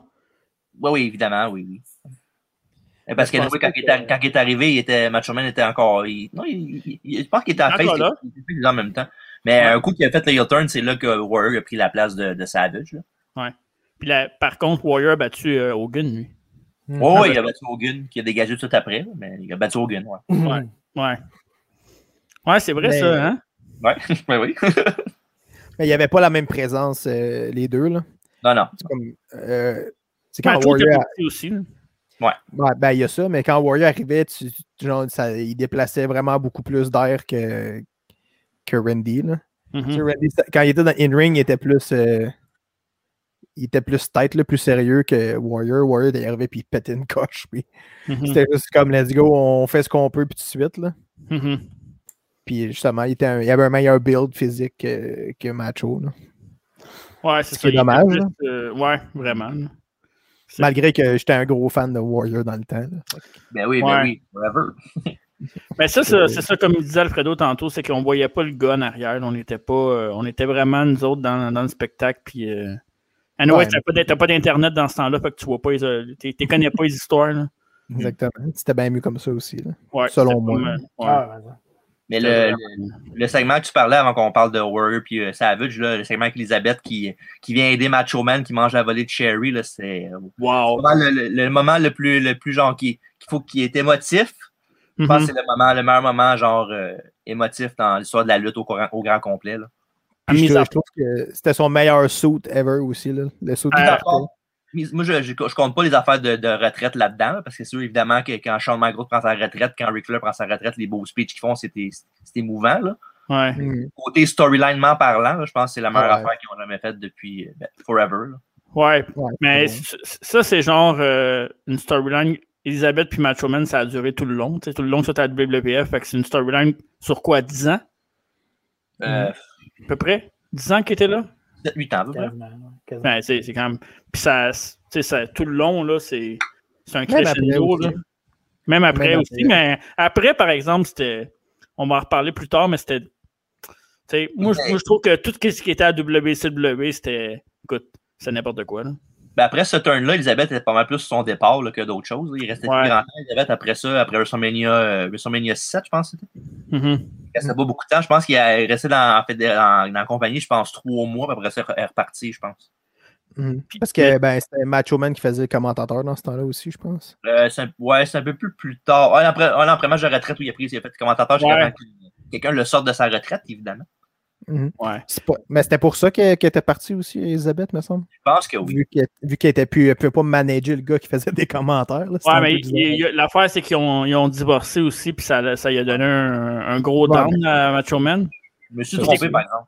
[SPEAKER 4] Oui, oui, évidemment, oui, oui. Et Parce que,
[SPEAKER 7] Je pense
[SPEAKER 4] oui, quand,
[SPEAKER 7] pas
[SPEAKER 4] il
[SPEAKER 7] que-
[SPEAKER 4] est, quand il est arrivé, il était, Macho Man était encore. il- non, il- il- il- je pense qu'il était en
[SPEAKER 6] Encore
[SPEAKER 4] face.
[SPEAKER 6] là.
[SPEAKER 4] Il était en même temps. Mais un coup qu'il a fait le heel turn, c'est là que Warrior a pris la place de, de Savage. là.
[SPEAKER 6] Puis là, par contre, Warrior a battu euh, Hogan, lui.
[SPEAKER 4] Ouais, ouais, il a battu Hogan, qui a dégagé tout de suite après, là, mais il a battu Hogan, ouais.
[SPEAKER 6] Ouais. Ouais. Ouais, c'est vrai,
[SPEAKER 5] Mais-
[SPEAKER 6] ça, hein?
[SPEAKER 4] Ouais, (laughs) ouais, oui.
[SPEAKER 5] Mais il n'y avait pas la même présence, euh, les deux. là.
[SPEAKER 4] non, non.
[SPEAKER 5] C'est comme. euh, c'est quand
[SPEAKER 6] Macho était
[SPEAKER 5] Warrior.
[SPEAKER 6] Ben, parti aussi. là.
[SPEAKER 5] Ouais, ben, il y a ça, mais quand Warrior arrivait, tu, tu- genre, ça- il déplaçait vraiment beaucoup plus d'air que, que Randy. Là. Tu sais,
[SPEAKER 6] Mhm.
[SPEAKER 5] Randy, ça- quand il était dans In-Ring, il était plus. euh, il était plus tête, là, plus sérieux que Warrior. Warrior, il arrivait puis il pétait une coche. Puis
[SPEAKER 6] Mhm.
[SPEAKER 5] C'était juste comme, let's go, on fait ce qu'on peut, puis tout de suite. Là.
[SPEAKER 6] Mhm.
[SPEAKER 5] Puis justement, il, était un- il avait un meilleur build physique que, que Macho. là.
[SPEAKER 6] Ouais, c'est
[SPEAKER 5] Ce
[SPEAKER 6] ça.
[SPEAKER 5] qui est
[SPEAKER 6] il était
[SPEAKER 5] dommage, hein.
[SPEAKER 6] plus,
[SPEAKER 5] là.
[SPEAKER 6] euh, ouais, vraiment. là. C'est-
[SPEAKER 5] Malgré que j'étais un gros fan de Warrior dans le temps. là.
[SPEAKER 4] Ben oui,
[SPEAKER 6] Ouais.
[SPEAKER 4] ben oui, forever.
[SPEAKER 6] Mais Ben, ça, ça, c'est ça, comme disait Alfredo tantôt, c'est qu'on voyait pas le gars en arrière. là, On était pas. euh, on était vraiment nous autres dans, dans le spectacle. Puis. Euh... Anyway,
[SPEAKER 5] Ouais,
[SPEAKER 6] t'as pas d'in- t'as pas d'internet dans ce temps-là, fait que tu vois pas les, euh, t'es- t'es connais pas les histoires. Là.
[SPEAKER 5] Exactement. C'était bien mieux comme ça aussi. là.
[SPEAKER 6] Ouais,
[SPEAKER 5] Selon
[SPEAKER 6] c'était
[SPEAKER 5] moi.
[SPEAKER 6] comme, euh, ouais.
[SPEAKER 7] (laughs) Ah, ouais, ouais.
[SPEAKER 4] Mais
[SPEAKER 6] C'était
[SPEAKER 4] le, le- le segment que tu parlais avant qu'on parle de Warrior puis euh, Savage, là, le segment avec Elisabeth qui, qui vient aider Macho Man qui mange la volée de Sherry, là, c'est euh,
[SPEAKER 6] Wow.
[SPEAKER 4] probablement le, le- le moment le plus, le plus genre qui, qu'il faut qu'il est émotif. Je pense
[SPEAKER 6] Mhm.
[SPEAKER 4] que c'est le moment, le meilleur moment genre euh, émotif dans l'histoire de la lutte au, courant- au grand complet. Là.
[SPEAKER 5] Puis
[SPEAKER 6] Mis
[SPEAKER 5] je,
[SPEAKER 6] à-
[SPEAKER 5] je trouve que c'était son meilleur suit ever aussi. Là. Le suit qu'il
[SPEAKER 6] Euh,
[SPEAKER 5] portait.
[SPEAKER 4] Mais Moi, je, je, je compte pas les affaires de, de retraite là-dedans, là, parce que c'est sûr, évidemment, que quand Shawn Michaels prend sa retraite, quand Ric Flair prend sa retraite, les beaux speeches qu'ils font, c'est é- c'est émouvant. Là.
[SPEAKER 6] Ouais.
[SPEAKER 5] Mm.
[SPEAKER 4] Côté storylinement parlant, là, je pense que c'est la meilleure
[SPEAKER 5] Ouais.
[SPEAKER 4] affaire qu'ils ont jamais faite depuis euh, ben, Forever. là.
[SPEAKER 6] Ouais,
[SPEAKER 5] Ouais,
[SPEAKER 6] mais
[SPEAKER 5] c'est
[SPEAKER 6] c- c- ça, c'est genre euh, une storyline. Elisabeth puis Macho Man, ça a duré tout le long. tu sais, Tout le long, ça, à WWF. Fait que c'est une storyline sur quoi 10 ans,
[SPEAKER 4] Euh,
[SPEAKER 6] à peu près 10 ans qu'il était là.
[SPEAKER 4] 7-8 ans, à peu près.
[SPEAKER 7] Quasiment, ouais, quasiment.
[SPEAKER 6] Ouais, c'est c'est quand même. Puis ça, c'est- tu sais, ça, tout le long, là, c'est c'est un
[SPEAKER 5] Même après
[SPEAKER 6] crescendo.
[SPEAKER 5] aussi.
[SPEAKER 6] là. Même après
[SPEAKER 5] Même
[SPEAKER 6] aussi.
[SPEAKER 5] après.
[SPEAKER 6] Mais après, par exemple, c'était. On va en reparler plus tard, mais c'était. tu sais, Moi, je-
[SPEAKER 4] Ouais.
[SPEAKER 6] moi, je trouve que tout ce qui était à WCW, c'était. Écoute, c'est n'importe quoi. Là.
[SPEAKER 4] Ben, après ce turn-là, Elisabeth était pas mal plus sur son départ là, que d'autres choses. là. Il restait
[SPEAKER 6] Ouais.
[SPEAKER 4] plus grand temps, Elisabeth, après ça, après WrestleMania, euh, WrestleMania 7, je pense. que c'était.
[SPEAKER 6] Mhm.
[SPEAKER 4] Il restait pas beaucoup de temps. Je pense qu'il est resté dans, en fait, dans, dans la compagnie, je pense, trois mois, puis après ça, elle est repartie, je pense.
[SPEAKER 5] Mm. Parce que ben, c'était Macho Man qui faisait le commentateur dans ce temps-là aussi, je pense.
[SPEAKER 4] Euh, c'est un, ouais, c'est un peu plus plus tard. Un an après, un an après match de retraite où il a pris, il a fait le commentateur jusqu'à
[SPEAKER 6] Ouais.
[SPEAKER 4] avant que quelqu'un le sorte de sa retraite, évidemment.
[SPEAKER 5] Mhm.
[SPEAKER 6] Ouais.
[SPEAKER 5] C'est pas- Mais c'était pour ça que- qu'elle était partie aussi, Elisabeth, me semble.
[SPEAKER 4] Je pense que oui.
[SPEAKER 5] Vu qu'elle vu qu'elle était plus, elle pouvait pas manager le gars qui faisait des commentaires. là, c'était
[SPEAKER 6] Ouais,
[SPEAKER 5] un
[SPEAKER 6] mais
[SPEAKER 5] peu
[SPEAKER 6] il-
[SPEAKER 5] bizarre.
[SPEAKER 6] il- l'affaire, c'est qu'ils ont, ils ont divorcé aussi, puis ça, ça lui a donné un, un gros
[SPEAKER 5] Ouais,
[SPEAKER 6] down à Macho Man.
[SPEAKER 4] Je me suis
[SPEAKER 5] Ça,
[SPEAKER 4] trompé,
[SPEAKER 5] c'est-
[SPEAKER 4] par exemple.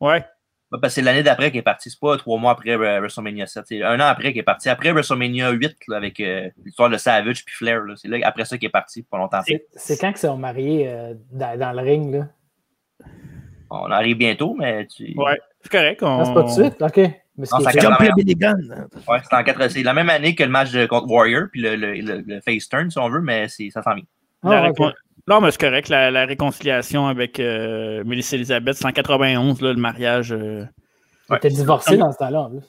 [SPEAKER 6] Ouais.
[SPEAKER 4] Ouais, parce que c'est l'année d'après qu'il est parti. C'est pas trois mois après euh, WrestleMania 7. C'est un an après qu'il est parti. Après WrestleMania 8, là, avec euh, l'histoire de Savage puis Flair. là. C'est là, après ça qu'il est parti, pas longtemps après.
[SPEAKER 7] C'est- C'est quand qu'ils sont mariés euh, dans, dans le ring, là?
[SPEAKER 4] On arrive bientôt, mais tu...
[SPEAKER 6] Ouais. C'est correct. On...
[SPEAKER 7] Ah, c'est pas tout de suite? OK. Mais c'est
[SPEAKER 4] Non, ça
[SPEAKER 7] c'est-
[SPEAKER 4] quatre-
[SPEAKER 5] Jump your billy gun.
[SPEAKER 4] Ouais, c'est en quatre- c'est la même année que le match de, contre Warrior, puis le, le, le- le face turn, si on veut, mais c'est- ça s'en vient.
[SPEAKER 6] La
[SPEAKER 7] Ah,
[SPEAKER 6] récon-
[SPEAKER 7] ok.
[SPEAKER 6] Non, mais c'est correct. La, la réconciliation avec euh, Mélissa Elisabeth, c'est en 91, là, le mariage. euh.
[SPEAKER 7] Ils étaient divorcés dans ce temps-là, en plus.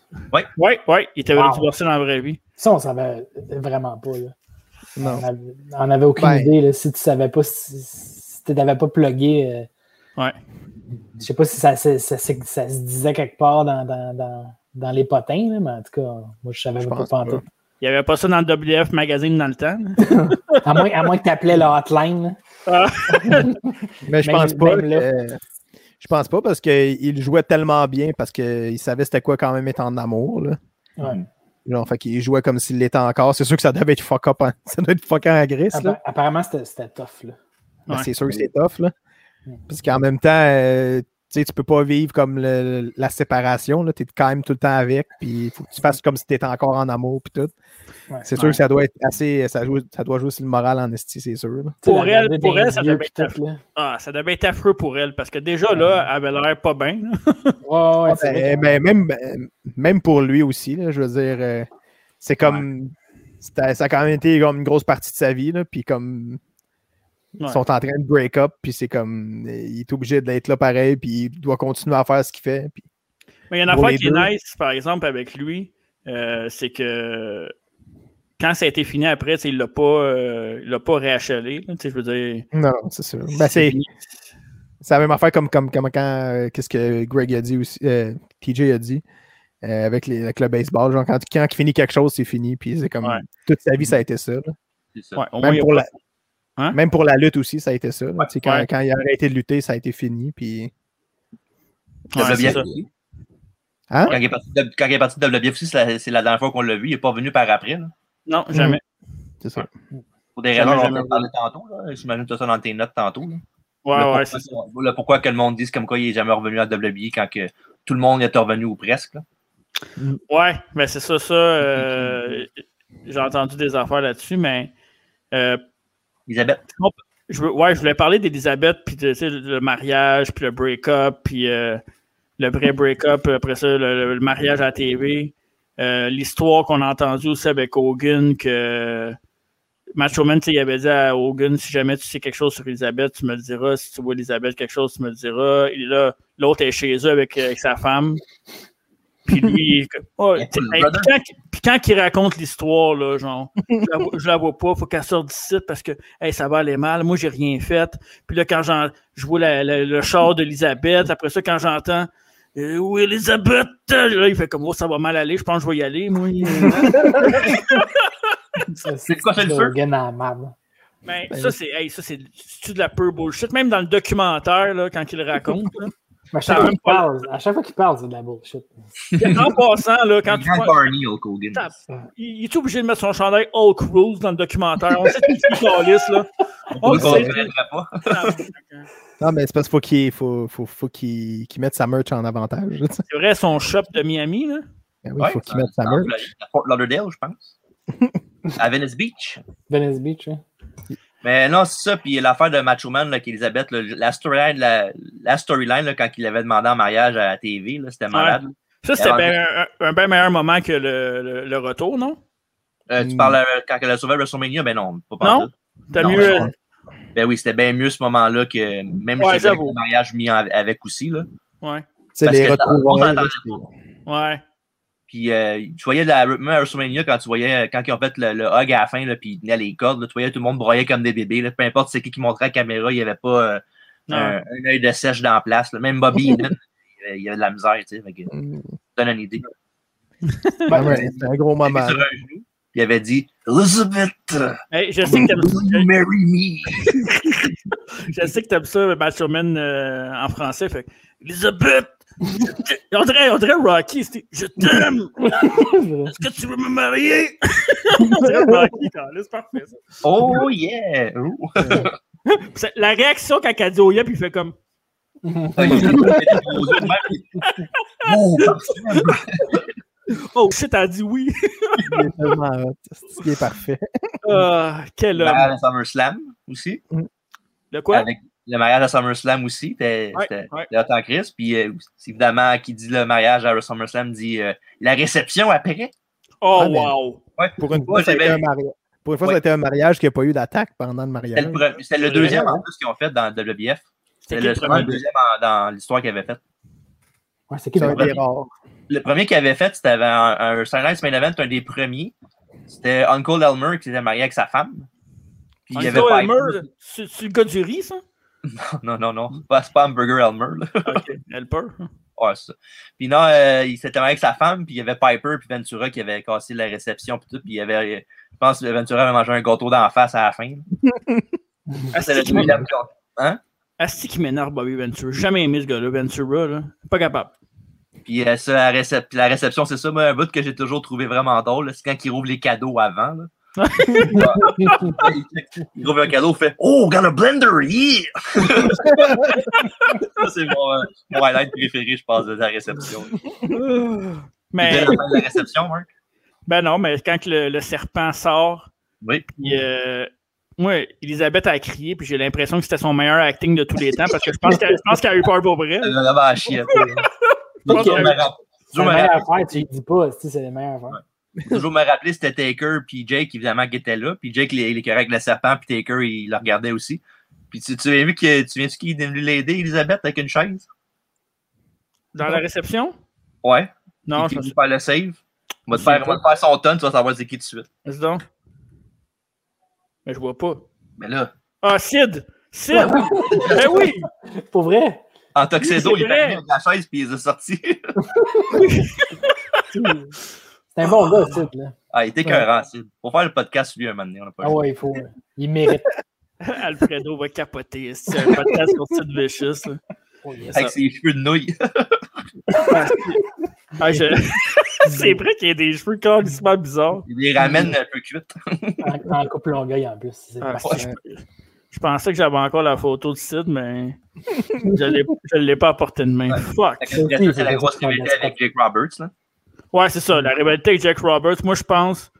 [SPEAKER 6] Ouais, ouais, il était
[SPEAKER 7] Wow.
[SPEAKER 6] divorcé dans la vraie vie.
[SPEAKER 7] Ça, on savait vraiment pas, là.
[SPEAKER 5] Non.
[SPEAKER 7] On avait- On n'avait aucune
[SPEAKER 5] Ben.
[SPEAKER 7] idée, là, si tu savais pas, si, si tu n'avais pas plugué. euh,
[SPEAKER 6] Ouais.
[SPEAKER 7] Je sais pas si ça, se- ça se- ça se disait quelque part dans, dans, dans, dans les potins, là, mais en tout cas, moi, je savais
[SPEAKER 5] Je
[SPEAKER 7] pas
[SPEAKER 5] pense
[SPEAKER 7] pas en
[SPEAKER 5] pas.
[SPEAKER 7] tout.
[SPEAKER 6] Il n'y avait pas ça dans le WF Magazine dans le temps. là.
[SPEAKER 7] À moins, à moins que tu appelais la hotline. là.
[SPEAKER 5] Mais je
[SPEAKER 7] Même-
[SPEAKER 5] pense pas.
[SPEAKER 7] même là.
[SPEAKER 5] que- Je pense pas parce qu'il jouait tellement bien parce qu'il savait c'était quoi quand même être en amour. Là.
[SPEAKER 7] Ouais.
[SPEAKER 5] Genre, fait qu'il jouait comme s'il l'était encore. C'est sûr que ça devait être fuck up. en- (laughs) Ça doit être fucking agressif.
[SPEAKER 7] Appa- Apparemment, c'était c'était tough, là.
[SPEAKER 5] Ben,
[SPEAKER 6] Ouais.
[SPEAKER 5] c'est sûr que c'est tough, là.
[SPEAKER 7] Ouais.
[SPEAKER 5] Parce qu'en même temps, euh, tu sais, tu peux pas vivre comme le- la séparation, là. T'es quand même tout le temps avec, puis il faut que tu fasses comme si t'étais encore en amour, puis tout.
[SPEAKER 7] Ouais.
[SPEAKER 5] C'est sûr que ça doit être assez... Ça, joue- ça doit jouer sur le moral en esti, c'est sûr. là.
[SPEAKER 6] Pour
[SPEAKER 7] Tu sais,
[SPEAKER 6] elle-
[SPEAKER 7] regarder
[SPEAKER 6] pour
[SPEAKER 7] dans
[SPEAKER 6] elle,
[SPEAKER 7] les
[SPEAKER 6] ça
[SPEAKER 7] yeux
[SPEAKER 6] devait
[SPEAKER 7] puis
[SPEAKER 6] être
[SPEAKER 7] tout, là.
[SPEAKER 6] Ah, ça devait être affreux pour elle, parce que
[SPEAKER 7] Ah,
[SPEAKER 6] déjà, là, elle avait l'air pas bien. là.
[SPEAKER 7] Ouais, ouais,
[SPEAKER 5] Ben,
[SPEAKER 7] c'est vrai que-
[SPEAKER 5] ben, même, ben, même pour lui aussi, là, je veux dire, euh, c'est comme... c'était- Ça a quand même été comme une grosse partie de sa vie, là, puis comme... Ils
[SPEAKER 6] Ouais.
[SPEAKER 5] sont en train de break up, puis c'est comme... euh, Il est obligé d'être là pareil, puis il doit continuer à faire ce qu'il fait, puis...
[SPEAKER 6] Mais il y a une
[SPEAKER 5] Pour
[SPEAKER 6] affaire
[SPEAKER 5] les
[SPEAKER 6] qui est
[SPEAKER 5] deux.
[SPEAKER 6] nice, par exemple, avec lui, euh, c'est que quand ça a été fini après, tu sais, il l'a pas, euh, il l'a pas réachelé. là, tu sais, Je veux dire.
[SPEAKER 5] Non, non, c'est sûr. Ben, c'est c'est la même affaire comme, comme, comme quand, euh, qu'est-ce que Greg a dit aussi, euh, TJ a dit, euh, avec, les- avec le baseball. Genre, quand, quand il finit quelque chose, c'est fini. Puis c'est comme,
[SPEAKER 6] Ouais.
[SPEAKER 5] toute sa vie, ça a été ça. là.
[SPEAKER 4] C'est ça.
[SPEAKER 6] Ouais, au moins,
[SPEAKER 5] Même
[SPEAKER 6] il a
[SPEAKER 5] pour,
[SPEAKER 6] pas-
[SPEAKER 5] la,
[SPEAKER 6] Hein?
[SPEAKER 5] même pour la lutte aussi, ça a été ça. là. Tu sais, Quand,
[SPEAKER 6] Ouais.
[SPEAKER 5] quand il a arrêté de lutter, ça a été fini. Puis...
[SPEAKER 6] Ouais, c'est
[SPEAKER 4] WWF
[SPEAKER 6] ça.
[SPEAKER 4] aussi.
[SPEAKER 5] Hein?
[SPEAKER 4] Quand il est parti de- quand il est parti de WWF aussi, c'est la, c'est la dernière fois qu'on l'a vu. Il n'est pas venu par après. là.
[SPEAKER 6] Non, jamais.
[SPEAKER 5] C'est ça.
[SPEAKER 4] Pour des
[SPEAKER 6] Jamais,
[SPEAKER 4] raisons dont
[SPEAKER 6] jamais.
[SPEAKER 4] on parlait tantôt. là. J'imagine que tu as ça dans tes notes tantôt. là.
[SPEAKER 5] Hmm.
[SPEAKER 6] Ouais,
[SPEAKER 4] le,
[SPEAKER 6] ouais,
[SPEAKER 4] pourquoi,
[SPEAKER 6] c'est ça.
[SPEAKER 4] le pourquoi que le monde dise comme quoi il n'est jamais revenu à WWE quand que tout le monde est revenu ou presque. là.
[SPEAKER 6] Ouais, mais c'est ça, ça. euh, J'ai entendu des affaires là-dessus, mais euh,
[SPEAKER 4] Elisabeth,
[SPEAKER 6] je, veux- ouais, je voulais parler d'Elisabeth, puis de, tu sais, le mariage, puis le break-up, puis euh, le vrai break-up, puis après ça, le, le- le mariage à la TV. Euh, L'histoire qu'on a entendue aussi avec Hogan, que Macho Man, tu sais, il avait dit à Hogan, si jamais tu sais quelque chose sur Elisabeth, tu me le diras. Si tu vois Elisabeth quelque chose, tu me le diras. Et là, l'autre est chez eux avec, avec sa femme. Puis lui, il est comme, Oh,
[SPEAKER 4] Hey,
[SPEAKER 6] t'sais,
[SPEAKER 4] cool,
[SPEAKER 6] hey,
[SPEAKER 4] brother.
[SPEAKER 6] puis quand, puis quand il raconte l'histoire, là, genre, je la, vois- je la vois pas, faut qu'elle sorte d'ici parce que hey, ça va aller mal, moi j'ai rien fait. Puis là, quand j'en- je vois la- la- le char d'Elisabeth, après ça, quand j'entends euh, Oui, Elisabeth, là, il fait comme oh, ça va mal aller, je pense que je vais y aller, moi. (laughs)
[SPEAKER 4] C'est quoi, c'est le feu?
[SPEAKER 7] Logan à la marde.
[SPEAKER 6] Mais Ben, ça, c'est hey, ça, c'est c'est-tu de la pure bullshit, même dans le documentaire, là, quand il le raconte. là.
[SPEAKER 7] Mais À chaque
[SPEAKER 6] Ça a
[SPEAKER 7] fois
[SPEAKER 6] même
[SPEAKER 7] qu'il
[SPEAKER 6] pas-
[SPEAKER 7] parle, à chaque fois qu'il parle, c'est de la bullshit.
[SPEAKER 6] Puis en passant, là, quand
[SPEAKER 4] quand
[SPEAKER 6] tu
[SPEAKER 4] grand
[SPEAKER 6] vois-
[SPEAKER 4] Barney, Hulk Hogan.
[SPEAKER 6] Tape. il, il est obligé de mettre son chandail Hulk Rules dans le documentaire. On sait qu'il est caliste, là. On
[SPEAKER 4] On
[SPEAKER 6] le
[SPEAKER 4] ne
[SPEAKER 6] sait.
[SPEAKER 4] comprendrait pas.
[SPEAKER 5] Non, mais c'est parce qu'il faut qu'il faut, faut, faut qu'il- qu'il mette sa merch en avantage. là, tu sais.
[SPEAKER 6] C'est vrai, son shop de Miami, là.
[SPEAKER 5] Ben oui,
[SPEAKER 4] Ouais,
[SPEAKER 5] faut qu'il
[SPEAKER 4] ça-
[SPEAKER 5] mette sa
[SPEAKER 4] ça
[SPEAKER 5] merch.
[SPEAKER 4] enlève la- Fort Lauderdale, je pense. à Venice Beach.
[SPEAKER 7] Venice Beach, hein.
[SPEAKER 4] Mais non, c'est ça. Puis l'affaire de Macho Man, là, qu'Elisabeth, là, la storyline, la, la storyline là, quand il avait demandé en mariage à la TV, là, c'était malade.
[SPEAKER 6] Ça, c'était
[SPEAKER 4] Avant-
[SPEAKER 6] ben un, un- un bien meilleur moment que le, le- le retour, non?
[SPEAKER 4] Euh, tu
[SPEAKER 5] Hmm.
[SPEAKER 4] parles euh, quand elle a sauvé WrestleMania, ben non, pas
[SPEAKER 6] Non?
[SPEAKER 4] partout.
[SPEAKER 6] T'as
[SPEAKER 4] Non,
[SPEAKER 6] mieux.
[SPEAKER 4] je comprends. Ben oui, c'était bien mieux ce moment-là que même je
[SPEAKER 6] Ouais,
[SPEAKER 4] te dirais que
[SPEAKER 6] j'avoue.
[SPEAKER 4] le mariage mis en- avec aussi. Là.
[SPEAKER 6] euh, Ouais.
[SPEAKER 5] C'est
[SPEAKER 4] Parce
[SPEAKER 5] les
[SPEAKER 4] que ça- on
[SPEAKER 5] retrouvailles.
[SPEAKER 4] s'entendait
[SPEAKER 5] là,
[SPEAKER 6] Ouais.
[SPEAKER 4] Puis euh, tu voyais la, même à WrestleMania quand tu voyais euh, quand ils ont fait le, le hug à la fin, là, puis ils tenaient les cordes, là, tu voyais tout le monde broyait comme des bébés. Là, peu importe c'est qui qui montrait à la caméra, il n'y avait pas euh,
[SPEAKER 6] Non.
[SPEAKER 4] un, un œil de sèche dans la place. là. Même Bobby Heenan, il y avait- il y avait de la misère, tu sais. fait que ça
[SPEAKER 5] Mm.
[SPEAKER 4] donne une idée.
[SPEAKER 5] Ah ouais, C'est un gros
[SPEAKER 4] Il était
[SPEAKER 5] moment.
[SPEAKER 4] sur un genou, puis il avait dit Elizabeth,
[SPEAKER 6] Hey, je sais que t'aimes
[SPEAKER 4] will you marry me?
[SPEAKER 6] je sais que t'aimes ça, Macho Man, euh, en français. Fait que, Elizabeth! je t'aime. On dirait, on dirait Rocky, c'était Je t'aime! Est-ce que tu veux me marier? on dirait Rocky, caliste, c'est parfait. ça.
[SPEAKER 4] Oh yeah! (laughs) Ouh.
[SPEAKER 6] Puis c'est- La réaction quand elle dit oh yeah, puis il fait comme
[SPEAKER 4] Oh, parfait.
[SPEAKER 6] Oh shit, elle dit oui. (laughs)
[SPEAKER 5] Il est tellement hot. C'est- il est parfait.
[SPEAKER 6] Ah, quel homme.
[SPEAKER 4] mariage à SummerSlam aussi.
[SPEAKER 6] Le quoi?
[SPEAKER 4] Bah, Avec le mariage à SummerSlam aussi. C'était
[SPEAKER 6] Ouais,
[SPEAKER 4] c'était-
[SPEAKER 6] ouais.
[SPEAKER 4] c'était hot en crise. Puis euh, c'est évidemment, qui dit le mariage à SummerSlam dit euh, la réception après.
[SPEAKER 6] Oh
[SPEAKER 5] Ah, mais-
[SPEAKER 6] wow!
[SPEAKER 4] Ouais.
[SPEAKER 5] Pour une
[SPEAKER 4] Ouais,
[SPEAKER 5] fois, ça a été
[SPEAKER 4] j'avais-
[SPEAKER 5] un mariage. Pour une fois, ça
[SPEAKER 4] Ouais.
[SPEAKER 5] a été un mariage qui n'a pas eu d'attaque pendant le
[SPEAKER 4] C'était
[SPEAKER 5] mariage.
[SPEAKER 4] le, pre- c'était le
[SPEAKER 6] C'est
[SPEAKER 4] deuxième
[SPEAKER 7] vrai,
[SPEAKER 4] en plus qu'ils ont fait dans le WBF. C'était
[SPEAKER 6] C'était qui
[SPEAKER 4] le,
[SPEAKER 6] le
[SPEAKER 4] seulement le
[SPEAKER 6] premier?
[SPEAKER 4] deuxième en- dans l'histoire qu'ils avaient faite.
[SPEAKER 7] Ouais, c'est qui
[SPEAKER 5] C'est
[SPEAKER 7] le
[SPEAKER 5] un
[SPEAKER 7] vrai?
[SPEAKER 5] des rares.
[SPEAKER 4] Le premier qu'ils avaient fait, c'était un, un Saturday Night's Main Event, un des premiers. C'était Uncle Elmer qui s'était marié avec sa femme. Puis il y avait
[SPEAKER 6] Enzo
[SPEAKER 4] Piper.
[SPEAKER 6] Elmer, c'est c'est le gars du riz, ça?
[SPEAKER 4] (laughs) Non, non, non. C'est pas, c'est pas Hamburger Elmer. Là. (laughs)
[SPEAKER 6] Ok, Elper.
[SPEAKER 4] Ouais, c'est ça. Puis non, euh, il s'était marié avec sa femme, puis il y avait Piper puis Ventura qui avait cassé la réception, puis tout. Puis il y avait, euh, je pense que Ventura avait mangé un gâteau d'en face à la fin. C'était le
[SPEAKER 6] Asti qui (laughs)
[SPEAKER 4] deuxième
[SPEAKER 6] Asti qui m'énerve, Bobby Ventura. J'ai Jamais aimé ce gars-là, Ventura, là. Pas capable.
[SPEAKER 4] Puis euh, ça, la, récep- puis la réception, c'est ça, moi, un bout que j'ai toujours trouvé vraiment drôle, là, c'est quand il rouvre les cadeaux avant. Là. (laughs) Il rouvre un cadeau, il fait Oh, got a blender, yeah! ça, c'est mon, euh, mon highlight préféré, je pense, de la réception. Puis dès
[SPEAKER 6] mais,
[SPEAKER 4] la fin de la réception, hein? Marc.
[SPEAKER 6] ben non, mais quand que le, le serpent sort,
[SPEAKER 4] Oui.
[SPEAKER 6] puis, euh, moi, Elisabeth a crié, puis j'ai l'impression que c'était son meilleur acting de tous les temps, parce que je pense qu'elle je pense qu'elle a eu peur pour vrai.
[SPEAKER 4] (laughs) Elle a vraiment à
[SPEAKER 6] (laughs)
[SPEAKER 4] chier.
[SPEAKER 6] pense
[SPEAKER 4] Toujours
[SPEAKER 6] que-
[SPEAKER 4] me rapp-
[SPEAKER 7] C'est la
[SPEAKER 4] toujours me
[SPEAKER 7] meilleure
[SPEAKER 4] rappeler-
[SPEAKER 7] affaire, tu le dis pas, si c'est la meilleure affaire.
[SPEAKER 4] toujours me rappeler, c'était Taker puis Jake, évidemment, qui était là. Puis Jake, il il écœurait avec le serpent, puis Taker, il le regardait aussi. Puis tu, tu as vu que tu viens de qui est venu l'aider, Elisabeth, avec une chaise?
[SPEAKER 6] Dans la réception?
[SPEAKER 4] Ouais. il
[SPEAKER 6] Non, je me
[SPEAKER 4] finit
[SPEAKER 6] suis-
[SPEAKER 4] par le save. On va te faire, on va te faire son tonne, tu vas savoir c'est qui tout de suite.
[SPEAKER 6] Vas-y donc. Mais je vois pas.
[SPEAKER 4] Mais là,
[SPEAKER 6] Ah, Sid! Sid! ben oui! (laughs)
[SPEAKER 7] Pour vrai?
[SPEAKER 4] en toxedo,
[SPEAKER 6] Oui, c'est
[SPEAKER 4] il est arrivé
[SPEAKER 6] vrai.
[SPEAKER 4] avec la chaise puis il est sorti.
[SPEAKER 7] tu sais, C'est un bon gars, ce titre, là.
[SPEAKER 4] (laughs) ah, il était qu'un rancide. Faut faire le podcast sur lui un moment donné. On a pas
[SPEAKER 7] Ah ouais, il faut. euh, Il mérite.
[SPEAKER 6] Alfredo va capoter. C'est un podcast sur Sid Vicious. là.
[SPEAKER 7] Oh, yes.
[SPEAKER 4] Avec ses cheveux de nouilles. (laughs)
[SPEAKER 6] Ah, je- (laughs) c'est vrai qu'il y a des cheveux carrément bizarres.
[SPEAKER 4] Il les ramène un peu cuites.
[SPEAKER 7] En, en couple longueuil en plus. C'est
[SPEAKER 6] Ah,
[SPEAKER 7] parfait.
[SPEAKER 6] je, je pensais que j'avais encore la photo de Sid, mais je l'ai- je l'ai pas à portée de main. Fuck!
[SPEAKER 4] C'est la grosse rivalité avec Jake Roberts. Là.
[SPEAKER 6] Ouais, c'est ça. La rivalité avec Jack Roberts, moi, je pense.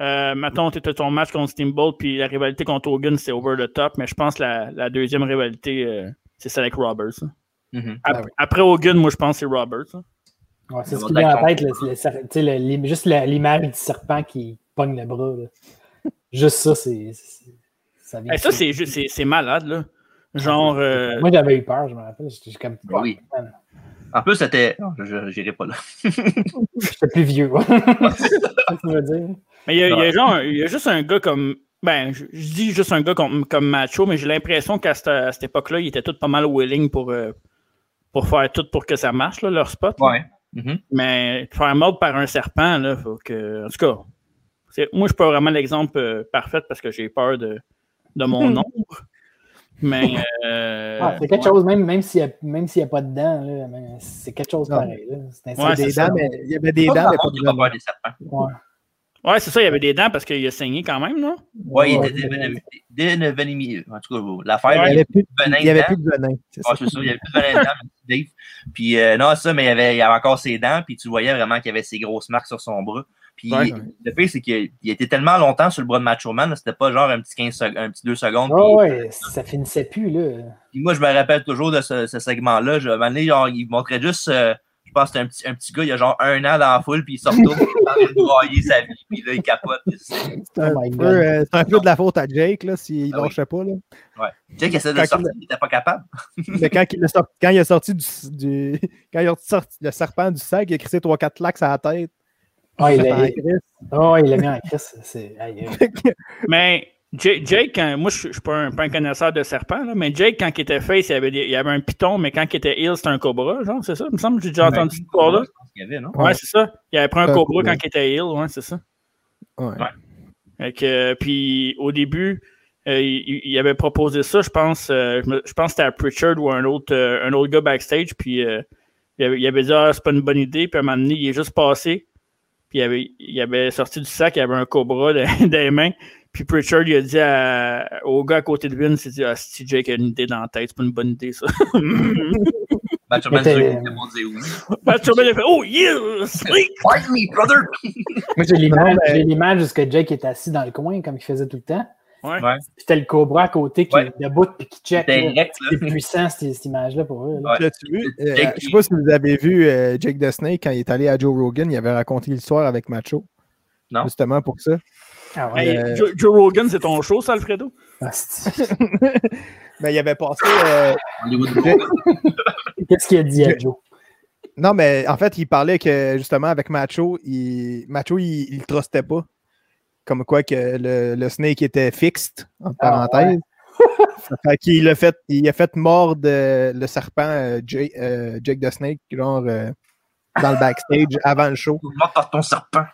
[SPEAKER 6] Euh, mettons, tu ton match contre Steamboat, puis la rivalité contre Hogan, c'est over the top, mais je pense que la, la deuxième rivalité, euh, c'est celle avec Roberts. hein.
[SPEAKER 4] Mhm.
[SPEAKER 6] Ap-
[SPEAKER 7] Ah oui.
[SPEAKER 6] Après Hogan, moi, je pense que c'est Roberts. hein.
[SPEAKER 7] Ouais, c'est
[SPEAKER 4] Ça
[SPEAKER 7] ce
[SPEAKER 4] va
[SPEAKER 7] qui vient en
[SPEAKER 4] d'accord.
[SPEAKER 7] tête, là, c'est le cer- tu sais, le- l'im- juste la- l'image du serpent qui pogne le bras. là. Juste ça, c'est. c'est- Ça vient.
[SPEAKER 6] Eh, ça, c'est juste- c'est c'est malade, là. Genre, euh,
[SPEAKER 7] Moi, j'avais eu peur, je me rappelle. J'étais comme.
[SPEAKER 4] Ben oui.
[SPEAKER 7] Man,
[SPEAKER 4] En plus, c'était. Non, je- je- J'irai pas là.
[SPEAKER 7] J'étais plus vieux. (laughs) ouais. c'est ça que tu veux dire.
[SPEAKER 6] mais il y, a- il y a genre- il y a juste un gars comme. Ben, je, je dis juste un gars comme, comme Macho, mais j'ai l'impression qu'à cette, à cette époque-là, ils étaient tous pas mal willing pour, euh, pour faire tout pour que ça marche, là, leur spot. là.
[SPEAKER 4] Ouais. Mhm.
[SPEAKER 6] Mais te faire mordre par un serpent, là, faut que. En tout cas, c'est- moi, je suis pas vraiment l'exemple euh, parfait parce que j'ai peur de, de mon ombre. Mais. euh,
[SPEAKER 7] (laughs) Ah, c'est quelque
[SPEAKER 6] ouais.
[SPEAKER 7] chose, même, même s'il n'y a, même s'il y a pas de dents, là, mais c'est quelque chose
[SPEAKER 5] Non.
[SPEAKER 7] pareil. là. C'est
[SPEAKER 6] Ouais,
[SPEAKER 7] un
[SPEAKER 5] Des
[SPEAKER 7] c'est
[SPEAKER 5] dents,
[SPEAKER 7] ça.
[SPEAKER 5] mais il y avait des
[SPEAKER 4] Pas
[SPEAKER 5] dents,
[SPEAKER 4] grand
[SPEAKER 5] mais pas
[SPEAKER 4] monde
[SPEAKER 5] de
[SPEAKER 4] qui a
[SPEAKER 5] dents.
[SPEAKER 4] peur des serpents.
[SPEAKER 7] Ouais.
[SPEAKER 6] Ouais, c'est ça, il y avait des dents parce qu'il a saigné quand même, non?
[SPEAKER 4] Ouais, il
[SPEAKER 7] Ouais,
[SPEAKER 4] était
[SPEAKER 7] ouais.
[SPEAKER 4] dévenu- dévenu- En tout cas,
[SPEAKER 5] Il
[SPEAKER 4] l'affaire.
[SPEAKER 5] n'y avait plus
[SPEAKER 4] venin
[SPEAKER 5] il y avait
[SPEAKER 4] dedans.
[SPEAKER 5] plus de venin. c'est ça.
[SPEAKER 4] Ah, c'est ça, il y avait plus de 20 ans, mais Dave. Puis euh, non, ça, mais il y avait, il y avait encore ses dents, puis tu voyais vraiment qu'il y avait ses grosses marques sur son bras. Puis
[SPEAKER 6] Ouais.
[SPEAKER 4] le pire, c'est qu'il il était tellement longtemps sur le bras de Macho Man, là, c'était pas genre un petit 15 sec- un petit 2 secondes.
[SPEAKER 7] Ah
[SPEAKER 4] puis-
[SPEAKER 7] ouais, ça finissait plus, là.
[SPEAKER 4] puis moi, je me rappelle toujours de ce, ce segment-là. Je, un moment donné, genre, il montrait juste, euh, je pense que c'était un petit, un petit gars, il a genre un an dans la foule, puis il sort retourne, il est en train de broyer sa vie, puis là, il capote. puis c'est-
[SPEAKER 5] C'est un,
[SPEAKER 7] Oh my
[SPEAKER 5] peu,
[SPEAKER 7] God.
[SPEAKER 5] euh, c'est un peu de la faute à Jake là, s'il
[SPEAKER 4] Ah
[SPEAKER 5] ne lâchait pas. Là.
[SPEAKER 4] Tu sais qu'il essaie de le sortir, il était pas capable.
[SPEAKER 5] Mais quand il, a sorti, quand il a sorti du, du- (laughs) quand il a sorti le serpent du sac, il a crissé 3-4 claques à la tête.
[SPEAKER 7] Ah, il
[SPEAKER 5] Ah,
[SPEAKER 7] l'a
[SPEAKER 5] Chris.
[SPEAKER 7] ah ouais, il l'a mis en crise. C'est... aïe,
[SPEAKER 5] (laughs)
[SPEAKER 7] aïe.
[SPEAKER 6] Mais Ja- Jake, quand- moi, je je suis pas un, pas un connaisseur de serpents, là, mais Jake, quand il était face, il y avait, des- il y avait un python, mais quand il était heel, c'était un cobra, genre, c'est ça? Il me semble que j'ai déjà
[SPEAKER 4] Ben,
[SPEAKER 6] entendu cette histoire-là.
[SPEAKER 4] Je pense qu'il y avait, non?
[SPEAKER 6] Ouais, c'est ça. Il avait pris
[SPEAKER 7] Euh,
[SPEAKER 6] un
[SPEAKER 5] Un
[SPEAKER 6] cobra
[SPEAKER 7] ben.
[SPEAKER 5] cobra.
[SPEAKER 6] quand il était heel, ouais, c'est ça.
[SPEAKER 5] Ouais.
[SPEAKER 6] Fait que, euh, puis au début, euh, il, il avait proposé ça, je pense, euh, je, me- je pense que c'était à Pritchard ou un autre, euh, un autre gars backstage, puis euh, il, avait, il avait dit ah, c'est pas une bonne idée, puis à un moment donné, il est juste passé, puis il avait, il avait sorti du sac, il avait un cobra dans, (laughs) dans les mains, puis Pritchard, il a dit à- au gars à côté de lui, il s'est dit ah, si Jake a une idée dans la tête, c'est pas une bonne idée ça. (laughs)
[SPEAKER 4] Macho Man
[SPEAKER 7] C'était-
[SPEAKER 4] 2, il était monté où?
[SPEAKER 6] Macho Man, il a fait oh yeah, sweet!
[SPEAKER 4] Fight me, brother!
[SPEAKER 7] Moi, j'ai l'image,
[SPEAKER 5] mais-
[SPEAKER 7] j'ai l'image où ce que Jake est assis dans le coin, comme il faisait tout le temps.
[SPEAKER 6] Ouais.
[SPEAKER 4] Ouais.
[SPEAKER 7] Puis t'as le cobra à côté qui
[SPEAKER 4] Ouais.
[SPEAKER 7] est debout puis qui check.
[SPEAKER 4] C'était
[SPEAKER 7] là.
[SPEAKER 4] direct, là.
[SPEAKER 7] C'est puissant, cette, cette image-là, pour eux. là.
[SPEAKER 4] Ouais.
[SPEAKER 5] L'as-tu vu? Euh,
[SPEAKER 4] Jake-
[SPEAKER 5] je sais pas si vous avez vu euh, Jake the Snake quand il est allé à Joe Rogan, il avait raconté l'histoire avec Macho.
[SPEAKER 4] Non.
[SPEAKER 5] Justement pour ça.
[SPEAKER 7] Ah ouais.
[SPEAKER 6] Hey,
[SPEAKER 5] Euh,
[SPEAKER 6] Joe, Joe Rogan, c'est ton show, ça, Alfredo?
[SPEAKER 7] Ah, c'est-
[SPEAKER 5] Mais il avait passé. euh,
[SPEAKER 4] Hollywood
[SPEAKER 5] Jake-
[SPEAKER 7] Qu'est-ce qu'il
[SPEAKER 5] (laughs)
[SPEAKER 7] a dit à Joe?
[SPEAKER 5] Non, mais en fait, il parlait que justement avec Macho, il, Macho, il, il le trustait pas. Comme quoi que le, le Snake était fixe, en
[SPEAKER 7] Ah,
[SPEAKER 5] parenthèse. (laughs) Fait qu'il a fait, il a fait mordre euh, le serpent euh, Jay- euh, Jake the Snake, genre euh, dans le backstage avant
[SPEAKER 4] (laughs)
[SPEAKER 5] le show.
[SPEAKER 4] Mort par ton serpent.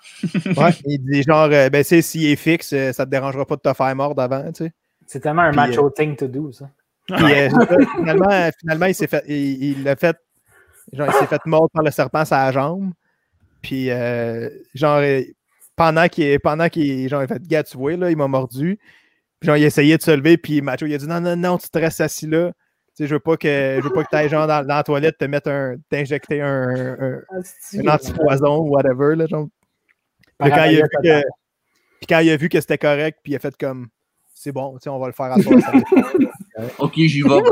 [SPEAKER 5] Ouais, il dit genre, euh, ben, tu sais, s'il est fixe, euh, ça te dérangera pas de te faire mordre avant, tu sais.
[SPEAKER 7] C'est tellement un
[SPEAKER 5] Puis, euh,
[SPEAKER 7] macho thing to do, ça.
[SPEAKER 5] Puis, euh, c'est ça, finalement, euh, finalement, il s'est fait, il, il l'a fait, genre, il s'est fait mordre par le serpent sur la jambe. Puis, euh, genre, euh, pendant qu'il, pendant qu'il, genre, il fait, gars, tu vois, là, il m'a mordu. Puis, genre, il essayait de se lever, puis Macho, il a dit, non, non, non, tu te restes assis là. Tu sais, je veux pas que, je veux pas que t'ailles, genre, dans, dans la toilette, te mettre un, t'injecter un, un, un antipoison ou whatever, là, genre. Puis quand, il a euh, vu que, puis quand il a vu que c'était correct, puis il a fait comme c'est bon, tu sais, on va le faire à toi. ça-
[SPEAKER 4] (laughs) Euh, Ok, j'y vais. bro.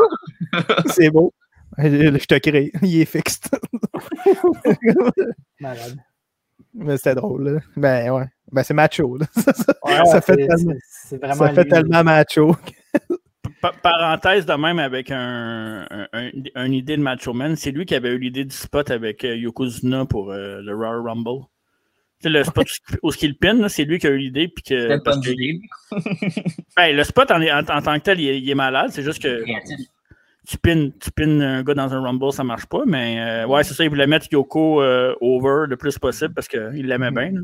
[SPEAKER 5] (laughs) c'est beau. Je je te crée. Il est fixe. (laughs)
[SPEAKER 7] Malade.
[SPEAKER 5] Mais c'était drôle. là. Mais ouais. Ben, c'est macho. là. (laughs) Ça, ça-
[SPEAKER 7] Ouais,
[SPEAKER 5] ça fait
[SPEAKER 7] ouais, c'est-
[SPEAKER 5] tellement-
[SPEAKER 7] c'est- c'est vraiment
[SPEAKER 5] ça fait
[SPEAKER 7] lui, là.
[SPEAKER 5] tellement macho.
[SPEAKER 6] Pa- parenthèse de même avec un, un- un- une idée de Macho Man, c'est lui qui avait eu l'idée du spot avec euh, Yokozuna pour euh, le Royal Rumble. Tu sais, le spot où Skillpin, là, c'est lui qui a eu l'idée. Puis que,
[SPEAKER 4] Peut-être pas
[SPEAKER 6] parce
[SPEAKER 4] une
[SPEAKER 6] que-
[SPEAKER 4] idée.
[SPEAKER 6] Ben, le spot en, est- en- en tant que tel, il est, il est malade. C'est juste que
[SPEAKER 4] Créatif.
[SPEAKER 6] tu pins, tu pins un gars dans un Rumble, ça marche pas. Mais euh, ouais, c'est ça, il voulait mettre Yoko euh, over le plus possible parce qu'il l'aimait bien. là.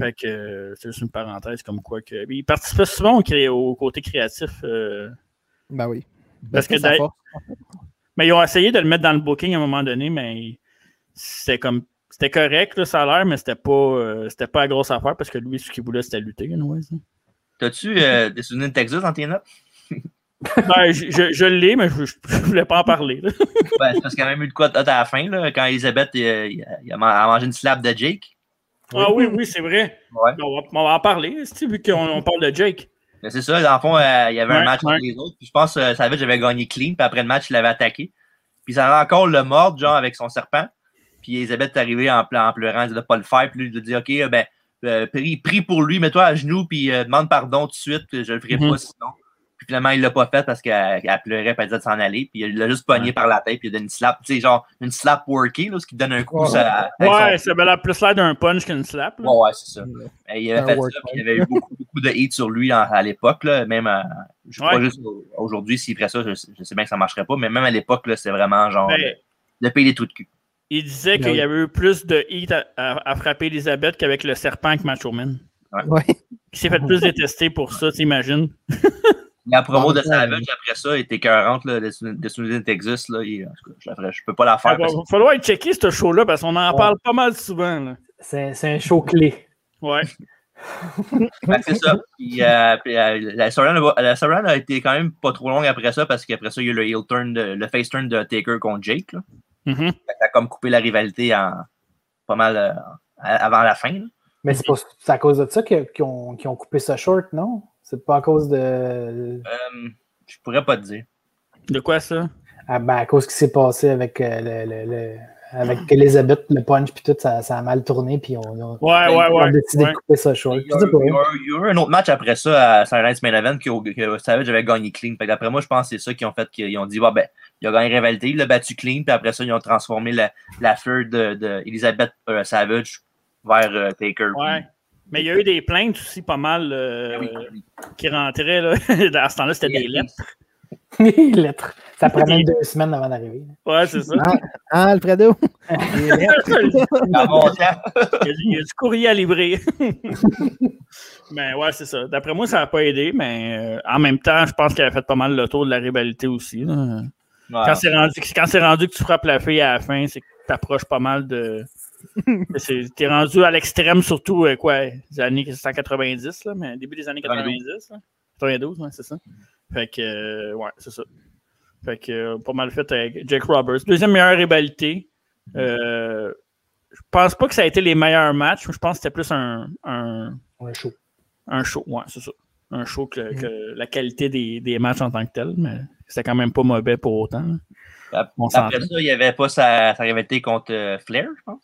[SPEAKER 6] Fait que euh, c'est juste une parenthèse comme quoi que. Il participait souvent au, cré- au côté créatif. euh,
[SPEAKER 5] Ben oui.
[SPEAKER 6] Parce que
[SPEAKER 5] ça
[SPEAKER 6] d'ailleurs-
[SPEAKER 5] force.
[SPEAKER 6] Mais ils ont essayé de le mettre dans le booking à un moment donné, mais c'était comme. C'était correct, le salaire, mais c'était pas, euh, c'était pas la grosse affaire parce que lui, ce qu'il voulait, c'était lutter. anyways, hein.
[SPEAKER 4] T'as-tu euh, des souvenirs de Texas dans tes notes?
[SPEAKER 6] Ben, je je- je l'ai, mais je, je voulais pas en parler. là.
[SPEAKER 4] Ben, c'est parce qu'il y a même eu de quoi à la fin, là, quand Elisabeth euh, il a, il a man- a mangé une slab de Jake.
[SPEAKER 6] Ah oui, oui, c'est vrai. Ben,
[SPEAKER 4] Ouais.
[SPEAKER 6] On, va, on va en parler, c'est-tu, vu qu'on on parle de Jake.
[SPEAKER 4] Mais c'est ça, dans le fond, euh, il y avait
[SPEAKER 6] Ouais,
[SPEAKER 4] un match
[SPEAKER 6] ouais.
[SPEAKER 4] avec les autres. Puis je pense que Savage avait gagné clean, puis après le match, il l'avait attaqué. Puis ça allait encore le mordre, genre, avec son serpent. Puis Elisabeth est arrivée en, ple- en pleurant, elle disait de pas le faire. Puis lui, il a dit, OK, euh, ben, euh, prie, prie pour lui, mets-toi à genoux, puis euh, demande pardon tout de suite, que je le ferai
[SPEAKER 6] Mhm.
[SPEAKER 4] pas sinon. Puis finalement, il l'a pas fait parce qu'elle elle pleurait, puis elle disait de s'en aller. Puis il l'a juste pogné par la tête, puis il a donné une slap, tu sais, genre, une slap working, là, ce qui donne un coup, ça. avec son-
[SPEAKER 6] Ouais, ça avait l'air plus l'air d'un punch qu'une slap. là.
[SPEAKER 4] Ouais, ouais, c'est ça. Mais il
[SPEAKER 5] Un
[SPEAKER 4] avait fait
[SPEAKER 5] work
[SPEAKER 4] ça, puis il y avait eu beaucoup, beaucoup de hate sur lui en- à l'époque, là, même à- je crois
[SPEAKER 6] Ouais.
[SPEAKER 4] juste au- aujourd'hui, s'il ferait ça, je, je sais bien que ça marcherait pas, mais même à l'époque, là, c'est vraiment genre
[SPEAKER 6] Ben,
[SPEAKER 4] le- le pays des trous de cul.
[SPEAKER 6] il disait
[SPEAKER 7] Ben
[SPEAKER 6] qu'il
[SPEAKER 7] oui.
[SPEAKER 6] y avait eu plus de hit à, à- à frapper Elisabeth qu'avec le serpent que Macho Man.
[SPEAKER 5] Ouais.
[SPEAKER 6] Il s'est fait plus détester pour ça, t'imagines?
[SPEAKER 4] La promo
[SPEAKER 5] Ouais,
[SPEAKER 4] de
[SPEAKER 5] ouais.
[SPEAKER 4] Savage après ça était écœurante, là, de Sou- de Soudan Texas, là, il- en tout cas, je, la ferais- je peux pas la faire.
[SPEAKER 6] Il Ah, va
[SPEAKER 4] Ah, parce que-
[SPEAKER 6] va falloir checker ce show-là parce qu'on en
[SPEAKER 7] Ouais.
[SPEAKER 6] parle pas mal souvent. Là.
[SPEAKER 7] C'est c'est un show clé.
[SPEAKER 6] Ouais.
[SPEAKER 4] Ben, c'est ça. Puis, euh, puis, euh, la storyline va- la storyline a été quand même pas trop longue après ça, parce qu'après ça, il y a eu le heel turn, de- le face turn de Taker contre Jake. Là.
[SPEAKER 6] Mhm.
[SPEAKER 4] Fait que Ça a comme coupé la rivalité en pas mal euh, à- avant la fin. là.
[SPEAKER 7] Mais
[SPEAKER 6] Mhm.
[SPEAKER 7] c'est pas- c'est à cause de ça que- qu'ils ont, qu'ils ont coupé ça short, non? C'est pas à cause de.
[SPEAKER 4] Euh, je pourrais pas te dire.
[SPEAKER 6] De quoi ça?
[SPEAKER 7] Ah, ben, à cause qui s'est passé avec euh, le, le- le-
[SPEAKER 6] (clears throat)
[SPEAKER 7] avec Elizabeth, le punch, puis tout, ça, ça a mal tourné, puis on, on-
[SPEAKER 6] Ouais,
[SPEAKER 4] Ben,
[SPEAKER 6] ouais,
[SPEAKER 7] on a
[SPEAKER 6] ouais.
[SPEAKER 7] décidé
[SPEAKER 6] ouais.
[SPEAKER 7] de couper ça short.
[SPEAKER 4] Il y,
[SPEAKER 7] Je
[SPEAKER 4] a,
[SPEAKER 7] sais pas.
[SPEAKER 4] il y a- il y a eu un autre match après ça à Saturday Night's Main Event que, que Savage avait gagné clean. Fait que d'après moi, je pense que c'est ça qu'ils ont fait. qu'ils ont dit, bah, ben, il a gagné rivalité, il l'a battu clean, puis après ça, ils ont transformé la, la fleur de, de Elizabeth euh, Savage vers euh, Taker. (laughs)
[SPEAKER 6] Ouais. Mais il y a eu des plaintes aussi pas mal euh,
[SPEAKER 4] Puis-
[SPEAKER 6] qui rentraient. Là. (laughs) à ce temps-là, c'était des lettres.
[SPEAKER 7] Les (laughs) lettres. Ça
[SPEAKER 6] (laughs)
[SPEAKER 7] prend même deux semaines avant d'arriver.
[SPEAKER 6] Ouais, c'est ça.
[SPEAKER 5] Hein,
[SPEAKER 7] (laughs)
[SPEAKER 5] Alfredo?
[SPEAKER 6] (laughs)
[SPEAKER 4] Dans mon temps,
[SPEAKER 6] Il y a du- il y a du courrier à livrer. (laughs) mais ouais, c'est ça. D'après moi, ça n'a pas aidé, mais euh, en même temps, je pense qu'elle a fait pas mal le tour de la rivalité aussi. là. Quand
[SPEAKER 4] ouais.
[SPEAKER 6] c'est rendu, quand c'est rendu que tu frappes la fille à la fin, c'est que tu approches pas mal de. c'est- T'es rendu à l'extrême, surtout, euh, quoi, des années 190, là, mais début des années 90. là. 92, ouais, c'est ça. Fait que, euh, ouais, c'est ça. Fait que, euh, pas mal fait avec Jake Roberts. Deuxième meilleure rivalité. Euh, je pense pas que ça a été les meilleurs matchs. Je pense que c'était plus un, un,
[SPEAKER 7] Un show.
[SPEAKER 6] un show. Ouais, c'est ça. Un show que, que la qualité des, des matchs en tant que tel, mais c'était quand même pas mauvais pour autant. là.
[SPEAKER 4] Ap-
[SPEAKER 6] On s'entend.
[SPEAKER 4] Après ça, il n'y avait pas sa, sa rivalité contre euh, Flair, je pense.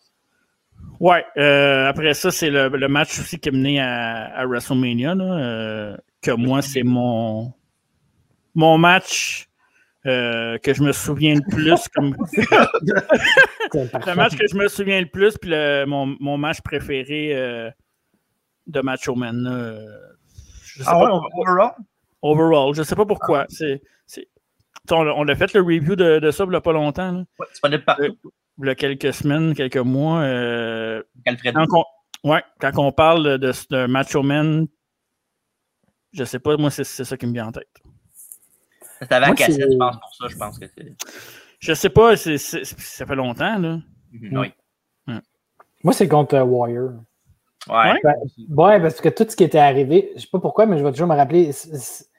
[SPEAKER 6] Ouais, euh, après ça, c'est le, le match aussi qui est mené à, à WrestleMania, là, euh, que moi, c'est mon, mon match euh, que je me souviens le plus.
[SPEAKER 4] (laughs)
[SPEAKER 6] comme,
[SPEAKER 7] C'est parfait.
[SPEAKER 6] le match que je me souviens le plus, puis le- mon, mon match préféré euh, de Macho Man. là, euh, je sais
[SPEAKER 4] Ah
[SPEAKER 6] pas
[SPEAKER 4] ouais, Ah. overall?
[SPEAKER 6] Overall, je sais pas pourquoi. C'est, c'est- tu sais, on, l'a- on a fait le review de, de ça il y a pas longtemps, là,
[SPEAKER 4] Ouais, disponible
[SPEAKER 7] Euh,
[SPEAKER 4] partout.
[SPEAKER 6] il y a quelques semaines, quelques mois. euh,
[SPEAKER 4] Alfredo.
[SPEAKER 6] quand on, ouais, quand on parle de, de Macho Man, je sais pas, moi, c'est c'est ça qui me vient en tête.
[SPEAKER 4] C'était avec
[SPEAKER 7] Moi,
[SPEAKER 4] cassette,
[SPEAKER 7] c'est-
[SPEAKER 4] je pense, pour ça, je pense que c'est.
[SPEAKER 6] Je sais pas, c'est- c'est- ça fait longtemps, là.
[SPEAKER 4] Oui.
[SPEAKER 7] Moi, c'est contre euh, Warrior.
[SPEAKER 4] Ouais.
[SPEAKER 7] Ouais, parce que tout ce qui était arrivé, je sais pas pourquoi, mais je vais toujours me rappeler, c- c- tu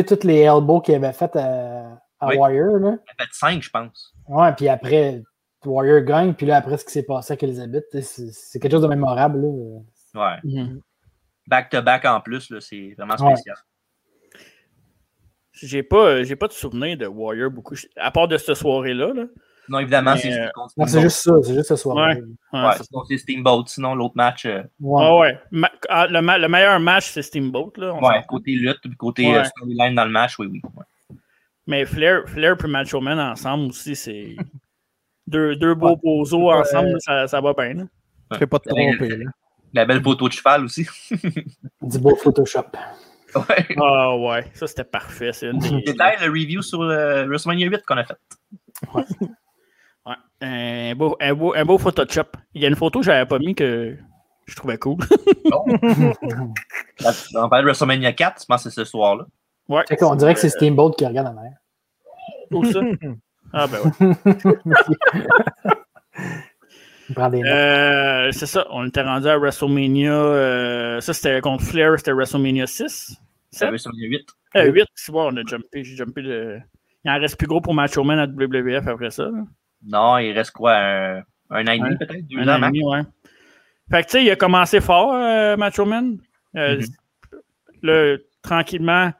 [SPEAKER 7] sais, toutes les elbows qu'il avait faites à, à
[SPEAKER 4] Oui.
[SPEAKER 7] Warrior, là.
[SPEAKER 4] Il a fait 5, je pense.
[SPEAKER 7] Ouais, puis après, Warrior gagne, puis là, après ce qui s'est passé avec Elizabeth, tu sais, c'est c'est quelque chose de mémorable, là.
[SPEAKER 4] Ouais. Back-to-back en plus, là, c'est vraiment
[SPEAKER 7] Ouais.
[SPEAKER 4] spécial.
[SPEAKER 6] J'ai pas, j'ai pas de souvenir de Warrior beaucoup, à part de cette soirée-là. Là.
[SPEAKER 4] Non, évidemment,
[SPEAKER 6] Mais,
[SPEAKER 4] c'est
[SPEAKER 6] euh,
[SPEAKER 4] contre
[SPEAKER 7] Non,
[SPEAKER 4] Steamboat.
[SPEAKER 7] c'est juste ça, c'est juste ce soir.
[SPEAKER 6] Ouais.
[SPEAKER 7] là.
[SPEAKER 6] Ah,
[SPEAKER 4] Ouais,
[SPEAKER 6] c'est-
[SPEAKER 4] c'est contre Steamboat. Sinon, l'autre match, euh,
[SPEAKER 7] Ouais.
[SPEAKER 6] ah ouais. Ma- ah, le, ma- le meilleur match, c'est Steamboat. Là, on
[SPEAKER 4] ouais,
[SPEAKER 6] s'entend.
[SPEAKER 4] côté lutte, puis côté
[SPEAKER 6] Ouais.
[SPEAKER 4] euh, storyline dans le match, oui, oui. ouais.
[SPEAKER 6] Mais Flair, Flair et Macho Man ensemble aussi, c'est deux, deux beaux poseaux ensemble, ça, ça va bien. là.
[SPEAKER 5] Je ne pas te
[SPEAKER 4] Ouais.
[SPEAKER 5] tromper. là.
[SPEAKER 4] La belle photo de cheval aussi. (laughs)
[SPEAKER 7] Du beau Photoshop.
[SPEAKER 4] ouais.
[SPEAKER 6] Ah ouais, ça c'était parfait. C'est une des-
[SPEAKER 4] Détail, le review sur le WrestleMania 8 qu'on a fait.
[SPEAKER 6] Ouais. Un beau, un beau, un beau Photoshop. Il y a une photo que j'avais pas mis que je trouvais cool. (laughs)
[SPEAKER 4] Là, On parlait de WrestleMania 4, je pense que c'est ce soir-là.
[SPEAKER 6] Ouais.
[SPEAKER 7] Fait qu'on dirait que
[SPEAKER 6] Euh,
[SPEAKER 7] c'est Steamboat qui regarde en arrière.
[SPEAKER 6] Où ça? Ah ben ouais.
[SPEAKER 7] Il prend des notes.
[SPEAKER 6] Euh, c'est ça, on était rendu à WrestleMania. euh, ça c'était contre Flair, c'était WrestleMania 6.
[SPEAKER 4] C'est
[SPEAKER 6] Sept?
[SPEAKER 4] WrestleMania 8.
[SPEAKER 6] Euh, 8, c'est bon, on a jumpé. J'ai jumpé le. Il en reste plus gros pour Macho Man à WWF après ça. là.
[SPEAKER 4] Non, il reste quoi, un, un an et demi peut-être? Deux
[SPEAKER 6] Un
[SPEAKER 4] ans,
[SPEAKER 6] an et
[SPEAKER 4] max?
[SPEAKER 6] demi, ouais. Fait que tu sais, il a commencé fort, euh, Macho Man. Euh,
[SPEAKER 4] Mhm.
[SPEAKER 6] là, tranquillement,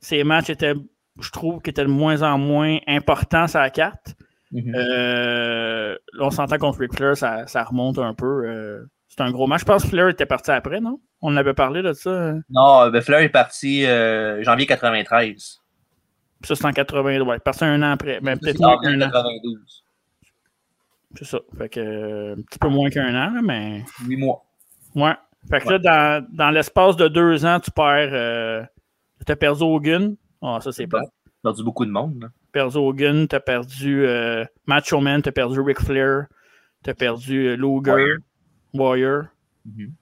[SPEAKER 6] ses matchs étaient, je trouve, qu'ils étaient de moins en moins importants sur la carte.
[SPEAKER 4] Mhm.
[SPEAKER 6] Euh, là, on s'entend contre Ric Flair, ça, ça remonte un peu. euh, c'est un gros match. Je pense que Flair était parti après, non? On en avait parlé de ça. euh.
[SPEAKER 4] Non, euh, ben Flair est parti euh, janvier 93.
[SPEAKER 6] Ça, c'est en 80, ouais. Parti un an après. Mais peut-être
[SPEAKER 4] Non,
[SPEAKER 6] moins qu'un an.
[SPEAKER 4] 92.
[SPEAKER 6] C'est ça. Fait que, euh, un petit peu moins qu'un an, là, mais.
[SPEAKER 4] Huit mois.
[SPEAKER 6] Ouais. Fait que là, dans, dans l'espace de deux ans, tu perds. Euh, t'as perdu Hogan. Ah, ça, c'est
[SPEAKER 4] Ouais.
[SPEAKER 6] pas.
[SPEAKER 4] T'as perdu beaucoup de monde. là.
[SPEAKER 6] T'as perdu Hogan, t'as perdu euh, Macho Man, t'as perdu Ric Flair, t'as perdu euh, Luger, Warrior.
[SPEAKER 4] Warrior. Mhm.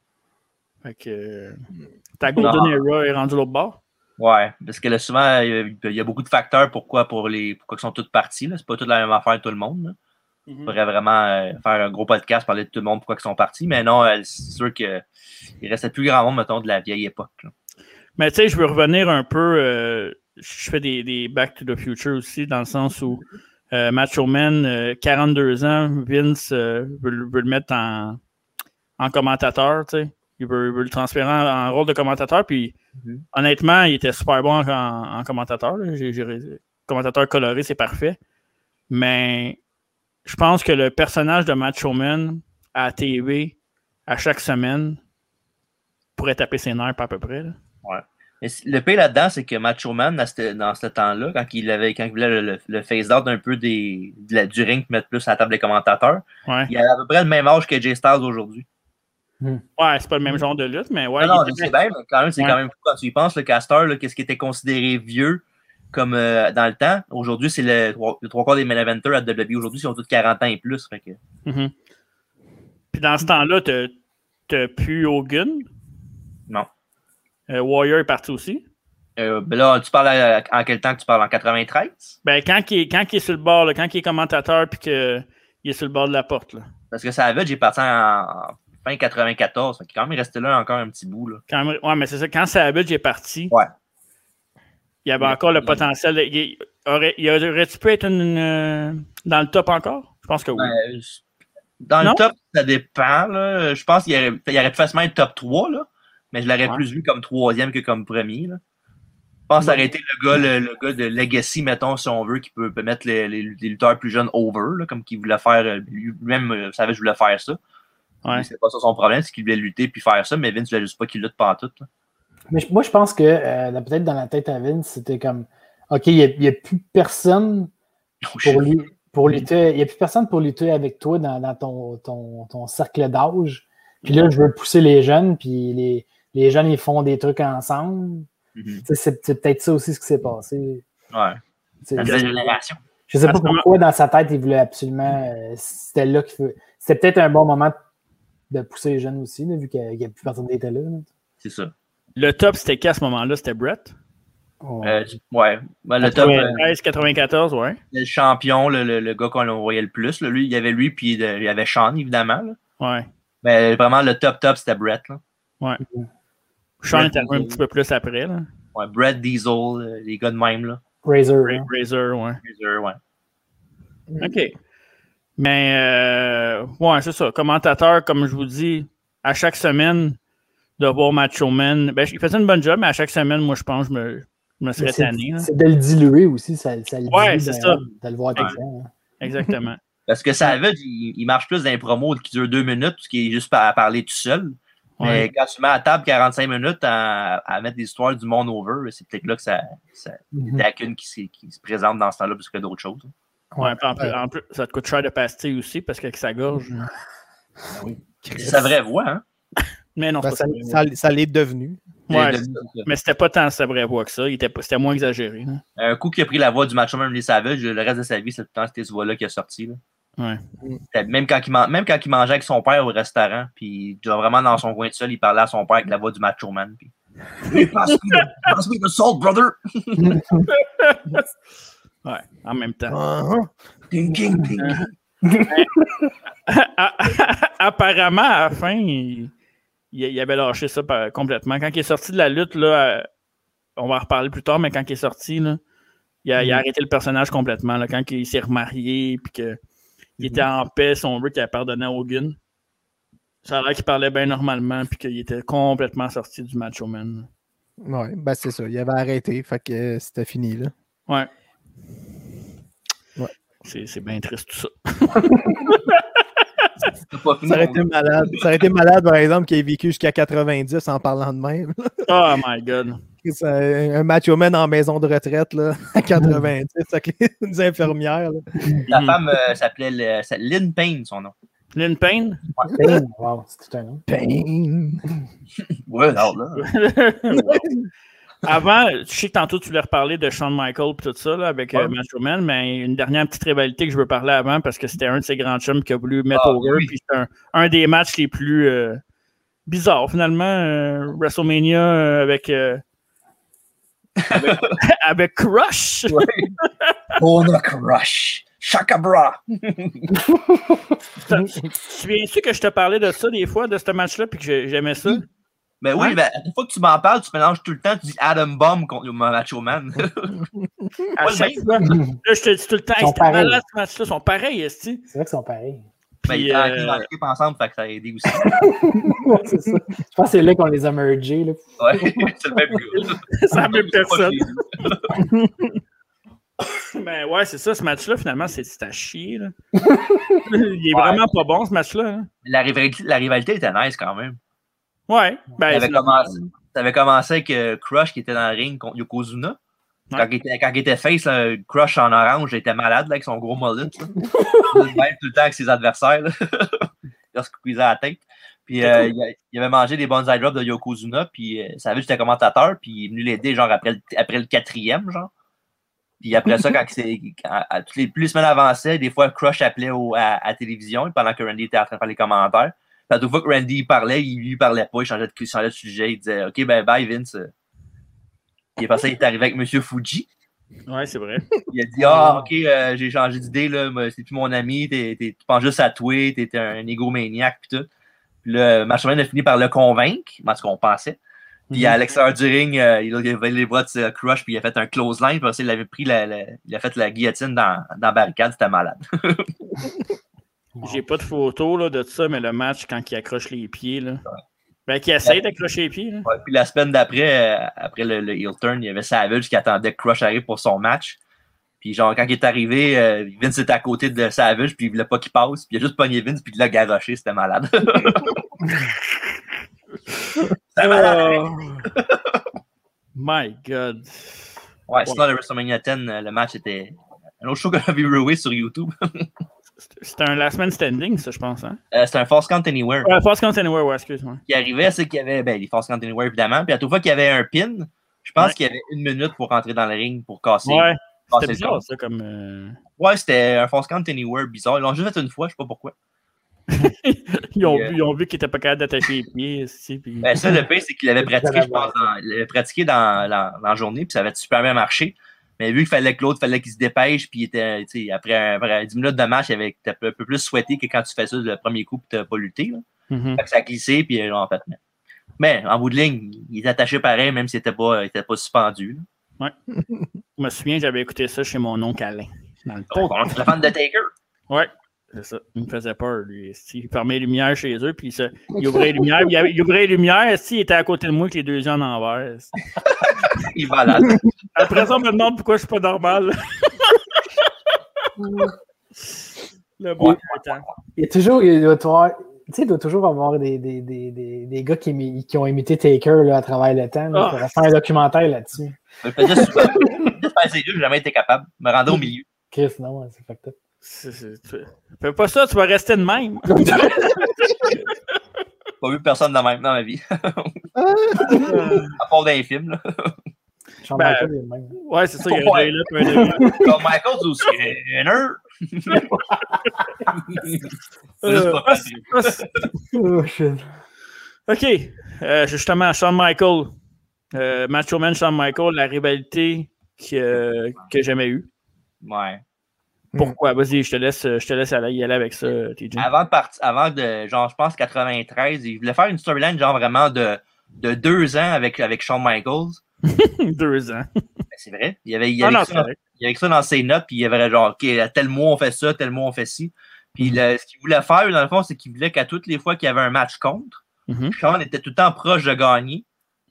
[SPEAKER 6] Fait que. euh, ta Golden Era est rendue l'autre bord.
[SPEAKER 4] Ouais, parce que là, souvent, il y a- il y a beaucoup de facteurs pourquoi, pour les, pourquoi ils sont tous partis. là. C'est pas toute la même affaire, tout le monde. là. On pourrait vraiment euh, faire un gros podcast, parler de tout le monde, pourquoi ils sont partis. Mais non, euh, c'est sûr qu'il restait plus grand monde, mettons, de la vieille époque. là.
[SPEAKER 6] Mais tu sais, je veux revenir un peu. euh, je fais des, des Back to the Future aussi, dans le sens où euh, Macho Man, euh, 42 ans, Vince euh, veut, le- veut le mettre en, en commentateur, tu sais. Il veut, il veut le transférer en, en rôle de commentateur. Puis
[SPEAKER 4] Mhm.
[SPEAKER 6] honnêtement, il était super bon en, en commentateur. là. J'ai- j'ai- commentateur coloré, c'est parfait. Mais je pense que le personnage de Macho Man à la TV, à chaque semaine, pourrait taper ses nerfs à peu près. là.
[SPEAKER 4] Mais c- le pire là-dedans, c'est que Macho Man, dans ce, dans ce temps-là, quand il, avait, quand il voulait le, le- le face-out un peu des, de la, du ring, mettre plus à la table des commentateurs,
[SPEAKER 6] Ouais.
[SPEAKER 4] il avait à peu près le même âge que Jay Styles aujourd'hui.
[SPEAKER 6] Ouais, c'est pas le même genre de lutte, mais ouais.
[SPEAKER 4] non, non,
[SPEAKER 6] il
[SPEAKER 4] je
[SPEAKER 6] était-
[SPEAKER 4] sais bien, mais quand même, c'est
[SPEAKER 6] Ouais.
[SPEAKER 4] quand même fou quand tu y penses, le casteur, là, qu'est-ce qui était considéré vieux comme euh, dans le temps. Aujourd'hui, c'est le, trois- le trois quarts des main eventers à WWE aujourd'hui, ils ont tous 40 ans et plus. Fait que,
[SPEAKER 6] Mhm. Puis dans ce temps-là, t'as- t'as plus Hogan.
[SPEAKER 4] Non.
[SPEAKER 6] Euh, Warrior est parti aussi.
[SPEAKER 4] euh, ben là, tu parles à- à- en quel temps que tu parles? En 93?
[SPEAKER 6] Ben, quand il est, quand il est sur le bord, là, quand il est commentateur, puis qu'il est sur le bord de la porte, là.
[SPEAKER 4] Parce que ça avait, j'ai parti en, en fin 94. Fait que quand même, il restait là encore un petit bout. Là.
[SPEAKER 6] Quand même- ouais, mais c'est ça. Quand Savage est parti,
[SPEAKER 4] Ouais.
[SPEAKER 6] il y avait encore le potentiel. de- il aurait, il aurait-tu pu être une- une, euh, dans le top encore? Je pense que oui.
[SPEAKER 4] Euh, je- dans
[SPEAKER 6] Non?
[SPEAKER 4] le top, ça dépend. Là. Je pense qu'il aurait, il aurait pu facilement être top 3, là, mais je l'aurais
[SPEAKER 6] Ouais.
[SPEAKER 4] plus vu comme troisième que comme premier. Là. Je pense arrêter le gars, le, le gars de Legacy, mettons, si on veut, qui peut, peut mettre les, les- les lutteurs plus jeunes over, là, comme qu'il voulait faire. euh, Lui-même euh, savait que je voulais faire ça.
[SPEAKER 6] Ouais.
[SPEAKER 4] Lui, C'est pas ça son problème, c'est qu'il voulait lutter puis faire ça, mais Vince voulait juste pas qu'il lutte pas tout. (laughs)
[SPEAKER 7] Mais je- moi, je pense que euh, dans- peut-être dans la tête à Vince, c'était comme OK, il n'y a, plus personne
[SPEAKER 4] Oh,
[SPEAKER 7] pour, lui, pour lutter. Il n'y a plus personne pour lutter avec toi dans, dans ton, ton, ton cercle d'âge. Puis là, je veux pousser les jeunes, puis les, les jeunes, ils font des trucs ensemble.
[SPEAKER 6] Mhm.
[SPEAKER 7] Tu sais, C'est c'est peut-être ça aussi ce qui s'est passé.
[SPEAKER 4] Ouais.
[SPEAKER 7] Tu sais,
[SPEAKER 4] La nouvelle génération.
[SPEAKER 7] Je sais
[SPEAKER 6] À
[SPEAKER 7] pas
[SPEAKER 6] ce moment-
[SPEAKER 7] pourquoi dans sa tête il voulait absolument. euh, c'était là qu'il veut. C'était peut-être un bon moment de pousser les jeunes aussi, là, vu qu'il n'y a plus personne qui était là. là.
[SPEAKER 4] C'est ça.
[SPEAKER 6] Le top, c'était qui à ce moment-là? C'était Brett.
[SPEAKER 7] On-
[SPEAKER 4] Euh, ouais. Ouais, le top. euh,
[SPEAKER 6] 93, 94, ouais.
[SPEAKER 4] le champion, le, le- le gars qu'on voyait le plus. là. Lui, il y avait lui, puis euh, il y avait Sean, évidemment. là.
[SPEAKER 6] Ouais.
[SPEAKER 4] Mais vraiment, le top top, c'était Brett. Là.
[SPEAKER 6] Sean
[SPEAKER 4] Brett
[SPEAKER 6] est arrivé un
[SPEAKER 4] Diesel.
[SPEAKER 6] petit peu plus après, là.
[SPEAKER 4] Ouais, Brett Diesel, euh, les gars de même. Là.
[SPEAKER 7] Razor. hein.
[SPEAKER 6] Razor, ouais.
[SPEAKER 4] User, ouais.
[SPEAKER 6] OK. Mais, euh, ouais, c'est ça. Commentateur, comme je vous dis, à chaque semaine, de voir Macho Man. Ben, il faisait une bonne job, mais à chaque semaine, moi, je pense, je me, je me
[SPEAKER 7] Mais
[SPEAKER 6] serais
[SPEAKER 7] C'est
[SPEAKER 6] tanné. là.
[SPEAKER 7] c'est de le diluer aussi, ça, ça le
[SPEAKER 6] Ouais,
[SPEAKER 7] dilue
[SPEAKER 6] c'est
[SPEAKER 7] de,
[SPEAKER 6] ça.
[SPEAKER 7] de le voir tout
[SPEAKER 6] Ouais.
[SPEAKER 7] le temps, hein.
[SPEAKER 6] Exactement.
[SPEAKER 4] Parce que Savage, il, il marche plus dans les promos qui durent deux minutes, ce qui est juste à parler tout seul.
[SPEAKER 6] Ouais.
[SPEAKER 4] Mais quand tu mets à table 45 minutes à, à mettre des histoires du monde over, ben, c'est peut-être là que ça, ça
[SPEAKER 7] Mhm.
[SPEAKER 4] des lacunes qui, se- qui se présentent dans ce temps-là plus que d'autres choses.
[SPEAKER 6] Ouais, puis en, plus, en plus, ça te coûte cher de pastilles aussi, parce qu'avec sa gorge.
[SPEAKER 4] C'est sa vraie voix, hein?
[SPEAKER 6] Mais non,
[SPEAKER 5] Ben,
[SPEAKER 6] c'est
[SPEAKER 5] ça,
[SPEAKER 6] pas sa vraie
[SPEAKER 5] ça-
[SPEAKER 6] voix.
[SPEAKER 5] ça l'est devenu.
[SPEAKER 4] Il
[SPEAKER 6] Ouais,
[SPEAKER 4] est
[SPEAKER 6] c'est-
[SPEAKER 4] devenu ça.
[SPEAKER 6] Mais c'était pas tant sa vraie voix que ça. Il était pas- C'était moins exagéré. hein.
[SPEAKER 4] Un coup qui a pris la voix du match même les Savage, le reste de sa vie, c'est tout le temps cette voix-là qui a sorti. là.
[SPEAKER 6] Ouais.
[SPEAKER 4] C'était- Même quand, il man- même quand il mangeait avec son père au restaurant, puis genre, vraiment dans son coin de sol, il parlait à son père avec la voix du macho man. Puis... Hey, pass me the- pass me the salt, brother!
[SPEAKER 6] Ouais, en même temps.
[SPEAKER 5] Uh-huh.
[SPEAKER 4] Ding, ding, ding.
[SPEAKER 6] (laughs) Apparemment, à la fin, il, il- il avait lâché ça par- complètement. Quand il est sorti de la lutte, là, euh, on va en reparler plus tard, mais quand il est sorti, là, il, a, il a arrêté le personnage complètement. là, quand il s'est remarié, puis qu'il était en paix, son veut qu'il a pardonné à Hogan. Ça a l'air qu'il parlait bien normalement, puis qu'il était complètement sorti du Macho Man.
[SPEAKER 5] Ouais, ben c'est ça. Il avait arrêté, fait que euh, c'était fini là.
[SPEAKER 6] Ouais.
[SPEAKER 5] Ouais.
[SPEAKER 6] C'est c'est bien triste tout ça.
[SPEAKER 4] C'est pas fini.
[SPEAKER 5] Ça aurait été malade. Ça aurait été malade, par exemple, qu'il ait vécu jusqu'à 90 en parlant de même. (laughs)
[SPEAKER 6] Oh my god.
[SPEAKER 5] Ça, Un macho man en maison de retraite là, (laughs) à 90 avec les, (laughs) les infirmières. là.
[SPEAKER 4] La femme euh, s'appelait le- c'est Lynn Payne, son nom.
[SPEAKER 6] Lynn Payne?
[SPEAKER 7] Bing! Wow, c'est tout un nom.
[SPEAKER 5] Pain.
[SPEAKER 4] Ouais, alors là.
[SPEAKER 6] Wow. (laughs) Avant, je sais que tantôt tu voulais reparler de Shawn Michaels et tout ça là, avec
[SPEAKER 4] Ouais.
[SPEAKER 6] euh, Macho Man, mais une dernière petite rivalité que je veux parler avant parce que c'était un de ses grands chums qui a voulu mettre
[SPEAKER 4] Ah,
[SPEAKER 6] over.
[SPEAKER 4] oui.
[SPEAKER 6] Puis c'est un, un des matchs les plus euh, bizarres finalement. euh, WrestleMania euh, avec, euh,
[SPEAKER 4] (laughs)
[SPEAKER 6] avec, avec Crush.
[SPEAKER 4] On a crush. Shaka bra.
[SPEAKER 6] Tu (laughs) tu te souviens-tu que je te parlais de ça des fois, de ce match-là, puis que j'ai- j'aimais ça?
[SPEAKER 4] Mais oui,
[SPEAKER 6] Ouais.
[SPEAKER 4] mais à chaque fois que tu m'en parles, tu mélanges tout le temps, tu dis Adam Bomb contre le Macho Man. (laughs)
[SPEAKER 6] À
[SPEAKER 4] Ouais,
[SPEAKER 6] chaque fois. Là, je te dis tout le temps,
[SPEAKER 7] Ils sont
[SPEAKER 6] c'était malade
[SPEAKER 7] pareils.
[SPEAKER 6] ce match-là, ils sont pareils, esti.
[SPEAKER 7] C'est vrai qu'ils sont pareils. (laughs)
[SPEAKER 4] mais ils
[SPEAKER 6] Puis,
[SPEAKER 4] étaient
[SPEAKER 6] euh,
[SPEAKER 4] dans l'équipe ensemble, fait que ça a aidé aussi. (laughs)
[SPEAKER 7] Ouais, c'est ça. Je pense que c'est là qu'on les a mergés. Là.
[SPEAKER 4] Ouais, c'est le même (laughs) gars.
[SPEAKER 6] C'est la même personne. (laughs) Mais Ben ouais, c'est ça, ce match-là, finalement, c'est c'est à
[SPEAKER 4] (laughs)
[SPEAKER 6] chier. là. Il est
[SPEAKER 4] Ouais.
[SPEAKER 6] vraiment pas bon, ce match-là. hein.
[SPEAKER 4] La rivalité, la rivalité était nice quand même.
[SPEAKER 6] Ouais.
[SPEAKER 4] Ça
[SPEAKER 6] Ben,
[SPEAKER 4] avait
[SPEAKER 6] c'est-
[SPEAKER 4] commencé, ça avait commencé avec euh, Crush qui était dans le ring contre Yokozuna. Quand, il était, quand il était face, là, Crush en orange, il était malade là, avec son gros mullet. là. Il mêle tout le temps avec ses adversaires. là. (laughs) Lorsqu'il cuisait à la tête. Puis euh, il, a- il avait mangé des bonsai drops de Yokozuna. Puis euh, ça avait j'étais commentateur. Puis il est venu l'aider genre après le, après le quatrième. genre. Puis après ça, quand, il s'est- quand- à- toutes les, plus les semaines avançaient, des fois Crush appelait au- à, à la télévision pendant que Randy était en train de faire les commentaires. Puis à toute fois que Randy il parlait, il lui parlait pas, il changeait de, il changeait de sujet, il disait Ok, ben bye Vince. Il est passé, il est arrivé avec Monsieur Fuji.
[SPEAKER 6] ouais, c'est vrai.
[SPEAKER 4] Il a dit Ah, ok, euh, j'ai changé d'idée, là, mais c'est plus mon ami, t'es- t'es- tu penses juste à toi, t'es un égomaniaque, pis tout. Puis là, Machoman a fini par le convaincre, en ce qu'on pensait. Puis à l'extérieur du ring, euh, il a levé les bras de ce Crush, puis il a fait un close line, parce qu'il avait pris la, la- il a fait la guillotine dans, dans la barricade, c'était malade.
[SPEAKER 7] Wow.
[SPEAKER 6] J'ai pas de photo là, de ça, mais le match, quand il accroche les pieds, là. Ben, qui essaie d'accrocher les pieds, là.
[SPEAKER 4] Ouais, puis la semaine d'après, euh, après le, le heel turn, il y avait Savage qui attendait que Crush arrive pour son match. Puis genre, quand il est arrivé, euh, Vince était à côté de Savage, puis il voulait pas qu'il passe. Puis il a juste pogné Vince, puis il l'a garoché, c'était malade. (laughs) c'était malade.
[SPEAKER 6] Euh, My God.
[SPEAKER 4] Ouais, sinon, le WrestleMania 10, euh, le match était un autre show qu'on a vu rouer sur YouTube. (laughs)
[SPEAKER 6] C'est- C'est un last man standing, ça, je pense. Hein? Euh,
[SPEAKER 4] Euh, c'était un Force Count Anywhere.
[SPEAKER 6] Ouais, Fast Count Anywhere, ouais, excuse-moi.
[SPEAKER 4] Ce qui arrivait, c'est qu'il y avait ben, les Force Count Anywhere, évidemment. Puis à toute fois qu'il y avait un pin, je pense
[SPEAKER 6] Ouais.
[SPEAKER 4] qu'il y avait une minute pour rentrer dans le ring pour casser,
[SPEAKER 6] Ouais,
[SPEAKER 4] casser
[SPEAKER 6] c'était
[SPEAKER 4] le corps.
[SPEAKER 6] bizarre, ça, comme. euh,
[SPEAKER 4] Ouais, c'était un Force Count Anywhere bizarre. Ils l'ont juste fait une fois, je sais pas pourquoi.
[SPEAKER 6] Ils ont,
[SPEAKER 4] Yeah.
[SPEAKER 6] vu- ils ont vu qu'il était pas capable d'attacher les pieds, esti, puis-
[SPEAKER 4] Ben, ça, le pire, c'est qu'il l'avait pratiqué, je pense, dans, il l'avait pratiqué dans, dans- dans la journée, puis ça avait super bien marché. Mais vu qu'il fallait que l'autre, fallait qu'il se dépêche, puis il était, tu sais, après, un- après 10 minutes de match, il avait t'as un peu plus souhaité que quand tu fais ça le premier coup, puis t'as pas lutté. Là.
[SPEAKER 6] Mhm.
[SPEAKER 4] Fait que ça a glissé, puis euh, en fait. Mais, mais, en bout de ligne, il était attaché pareil, même s'il était pas, il était pas suspendu. là.
[SPEAKER 6] Je me souviens, j'avais écouté ça chez mon oncle Alain. Dans le temps.
[SPEAKER 4] Donc, on est la fan de Taker.
[SPEAKER 6] Ouais, c'est ça. Il me faisait peur, lui. esti. Il fermait les lumières chez eux, puis il, se- il ouvrait les lumières. Il, avait- il ouvrait les lumières, esti, il était à côté de moi avec les deux yeux en envers. esti.
[SPEAKER 4] Il va là.
[SPEAKER 6] Après ça, on me demande pourquoi je suis pas normal. (laughs) Le bon
[SPEAKER 4] Ouais.
[SPEAKER 6] temps.
[SPEAKER 7] Il y a toujours, il doit avoir- tu sais, il doit toujours avoir des, des, des, des, des gars qui, imi- qui ont imité Taker là, à travers le temps. là.
[SPEAKER 6] Ah.
[SPEAKER 7] Il faudrait faire un documentaire là-dessus.
[SPEAKER 4] Je le faisais souvent. Je faisais deux, j'ai jamais été capable. Je me rendais au milieu.
[SPEAKER 7] Chris, non, ouais, c'est fucked up.
[SPEAKER 4] (laughs)
[SPEAKER 6] C'est- c'est- tu- Fais pas ça, tu vas rester de même.
[SPEAKER 4] Faut pas vu personne de même dans ma vie. (laughs) à part dans les films. Là.
[SPEAKER 7] Shawn
[SPEAKER 6] Ben,
[SPEAKER 7] Michaels est le même.
[SPEAKER 6] Ouais, c'est ça, il y a
[SPEAKER 4] Ouais.
[SPEAKER 6] un là, puis un délire.
[SPEAKER 4] Comme Michael ou
[SPEAKER 6] Euh,
[SPEAKER 4] Skinner.
[SPEAKER 6] Euh,
[SPEAKER 4] C'est juste pas facile.
[SPEAKER 7] Oh, shit.
[SPEAKER 6] OK. Euh, justement, Shawn Michael. Euh, Macho Man, Shawn Michael, la rivalité que, que j'ai jamais eue.
[SPEAKER 4] Ouais. Hmm.
[SPEAKER 6] Pourquoi? Vas-y, je te laisse, euh, je te laisse aller, y aller avec ça, TJ.
[SPEAKER 4] Avant de partir, avant de, genre, je pense 93, il voulait faire une storyline, genre vraiment de, de deux ans avec, avec Shawn Michaels.
[SPEAKER 6] (laughs) Deux ans.
[SPEAKER 4] Ben, c'est vrai. Il y avait, il y
[SPEAKER 6] Ah
[SPEAKER 4] avait
[SPEAKER 6] non,
[SPEAKER 4] que
[SPEAKER 6] c'est
[SPEAKER 4] ça dans-
[SPEAKER 6] correct.
[SPEAKER 4] il y avait que ça dans ses notes, puis il y avait genre, OK, à tel mois on fait ça, tel mois on fait ci. Puis le- ce qu'il voulait faire, dans le fond, c'est qu'il voulait qu'à toutes les fois qu'il y avait un match contre,
[SPEAKER 6] Mhm.
[SPEAKER 4] Shawn était tout le temps proche de gagner,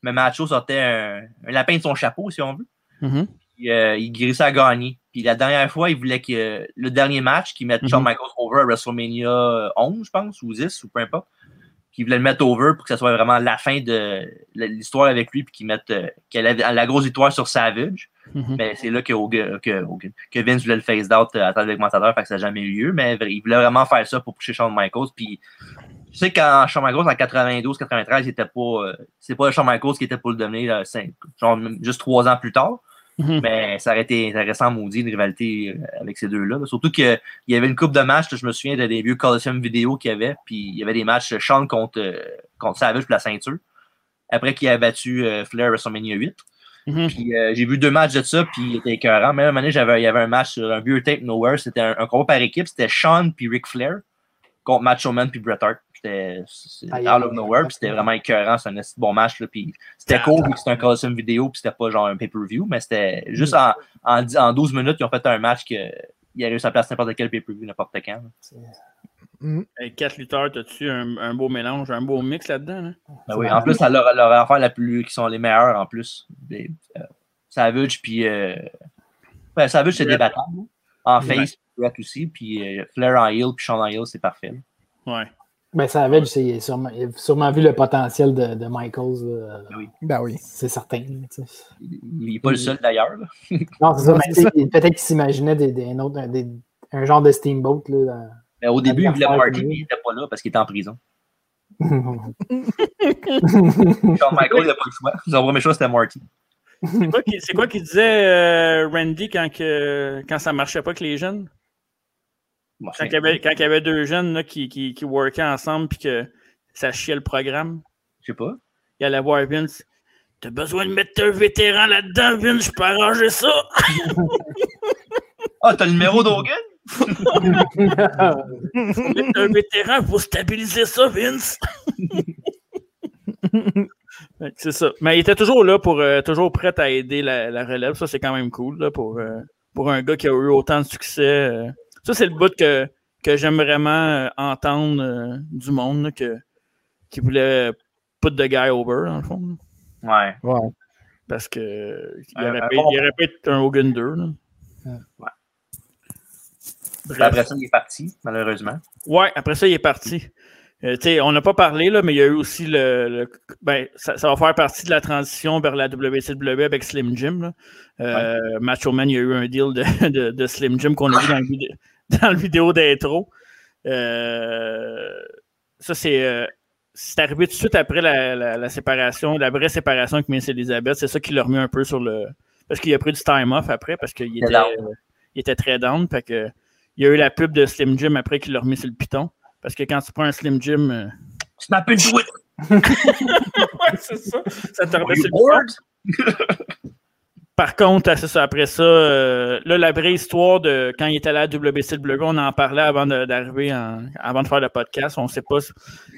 [SPEAKER 4] mais Macho sortait un, un lapin de son chapeau, si on veut.
[SPEAKER 6] Mhm.
[SPEAKER 4] Puis, euh, il guérissait à gagner. Puis la dernière fois, il voulait que euh, le dernier match, qu'il mette
[SPEAKER 6] Mhm.
[SPEAKER 4] Shawn Michaels over à WrestleMania 11, je pense, ou 10, ou peu importe. Qu'il voulait le mettre over pour que ce soit vraiment la fin de la- l'histoire avec lui, puis qu'il mette euh, qu'elle avait la grosse victoire sur Savage.
[SPEAKER 6] Mhm.
[SPEAKER 4] Mais Ben, c'est là que, Hogan- que, Hogan- que Vince voulait le face out euh, à travers l'augmentateur, fait que ça n'a jamais eu lieu. Mais il voulait vraiment faire ça pour pousser Shawn Michaels. Puis je sais qu'en Shawn Michaels, en 92-93, c'était pas, euh, c'est pas Shawn Michaels qui était pour le devenir, euh, cinq- genre, même juste trois ans plus tard.
[SPEAKER 6] Mhm.
[SPEAKER 4] Mais ça aurait été intéressant, maudit, une rivalité euh, avec ces deux-là. là. Surtout qu'il y avait une coupe de matchs, là, je me souviens de des vieux Coliseum vidéo qu'il y avait, puis il y avait des matchs euh, Shawn contre, euh, contre Savage pour la ceinture. Après qu'il a battu euh, Flair à WrestleMania 8.
[SPEAKER 6] Mhm.
[SPEAKER 4] Puis euh, j'ai vu deux matchs de ça, puis il était écœurant. Même à un moment donné, j'avais- il y avait un match sur un vieux tape Nowhere, c'était un, un combat par équipe, c'était Shawn puis Ric Flair contre Macho Man puis Bret Hart. C'était c'est-
[SPEAKER 7] Aïe,
[SPEAKER 4] out of
[SPEAKER 7] aïe,
[SPEAKER 4] nowhere,
[SPEAKER 7] aïe.
[SPEAKER 4] puis c'était vraiment écœurant, c'est un esti de bon match. Là, puis c'était cool, vu que c'était un Coliseum vidéo, puis c'était pas genre un pay-per-view, mais c'était juste en, en, dix- en 12 minutes, ils ont fait un match que il a réussi à placer n'importe quel pay-per-view, n'importe quand. là.
[SPEAKER 6] Hey, quatre lutteurs, t'as-tu un, un beau mélange, un beau mix là-dedans? là?
[SPEAKER 4] Ben oui, en plus, ça leur, leur affaire la plus. qui sont les meilleurs en plus. Des, euh, Savage, puis. Euh, ben, Savage, c'est
[SPEAKER 6] Brett.
[SPEAKER 4] débattable. En
[SPEAKER 6] Ouais.
[SPEAKER 4] face, Brett aussi, puis euh, Flair en heel, puis Sean en heel, c'est parfait. là. (laughs)
[SPEAKER 6] Ouais.
[SPEAKER 7] Ben, Savage, c'est- il a sûrement, il a sûrement vu le potentiel de, de Michaels. là.
[SPEAKER 5] Ben oui.
[SPEAKER 7] C'est certain. là, tu sais.
[SPEAKER 4] Il n'est pas le seul d'ailleurs. là.
[SPEAKER 7] Non, c'est ça.
[SPEAKER 5] Non,
[SPEAKER 7] mais
[SPEAKER 5] c'est
[SPEAKER 7] tu sais, Peut-être qu'il s'imaginait des, des- un, autre- un- des- un genre de steamboat. Là,
[SPEAKER 4] Mais au début, il voulait
[SPEAKER 7] Ouais.
[SPEAKER 4] party, mais il n'était pas là parce qu'il était en prison. (laughs)
[SPEAKER 7] dans-
[SPEAKER 4] Shawn Michaels, il n'a pas le choix. Son premier choix, c'était Marty.
[SPEAKER 6] C'est quoi qui- C'est quoi qu'il disait euh, Randy quand, que, quand ça marchait pas avec les jeunes?
[SPEAKER 4] Bon,
[SPEAKER 6] Quand
[SPEAKER 4] c'est-
[SPEAKER 6] il y avait, quand il y avait deux jeunes là, qui, qui, qui workaient ensemble puis que ça chiait le programme,
[SPEAKER 4] Je sais pas.
[SPEAKER 6] il allait voir Vince. T'as besoin de mettre un vétéran là-dedans, Vince, je peux arranger ça!
[SPEAKER 4] Ah, t'as le numéro d'Hogan?
[SPEAKER 6] Faut mettre un vétéran pour stabiliser ça, Vince! Fait que c'est ça. Mais il était toujours là pour euh, toujours prêt à aider la, la relève. Ça, c'est quand même cool là, pour, euh, pour un gars qui a eu autant de succès. euh. Ça, c'est le bout que, que j'aime vraiment euh, entendre euh, du monde là, que, qui voulait put the guy over, dans le fond. là.
[SPEAKER 4] Ouais.
[SPEAKER 5] Ouais.
[SPEAKER 6] Parce que euh, il
[SPEAKER 4] Un-
[SPEAKER 6] aurait,
[SPEAKER 4] un
[SPEAKER 6] pas,
[SPEAKER 4] bon-
[SPEAKER 6] il aurait pas été un Hogan 2. là.
[SPEAKER 4] Ouais.
[SPEAKER 6] Bref.
[SPEAKER 4] Après ça, il est parti, malheureusement.
[SPEAKER 6] Ouais, après ça, il est parti. Euh, tu sais, on n'a pas parlé, là, mais il y a eu aussi le. le- ben, ça, ça va faire partie de la transition vers la WCW avec Slim Jim. là. Euh, Macho Man, il y a eu un deal de, (laughs) de- de Slim Jim qu'on a vu dans le, vid- dans le vidéo d'intro. Euh, ça, c'est. euh, c'est arrivé tout de suite après la, la- la séparation, la vraie séparation avec Miss Elizabeth. C'est ça qui l'a remis un peu sur le. Parce qu'il a pris du time off après, parce qu'il
[SPEAKER 4] était
[SPEAKER 6] était,
[SPEAKER 4] down.
[SPEAKER 6] il était très down. Fait que, il y a eu la pub de Slim Jim après qu'il l'a remis sur le piton. Parce que quand tu prends un Slim Jim. euh,
[SPEAKER 4] Snap and do it!
[SPEAKER 6] ouais, c'est ça. Ça te remet
[SPEAKER 4] Are you
[SPEAKER 6] sur le piton.
[SPEAKER 4] bored?
[SPEAKER 6] Par contre, c'est ça, après ça, euh, là, la vraie histoire de quand il était allé à la WCW, on en parlait avant de- d'arriver, en- avant de faire le podcast. On sait pas.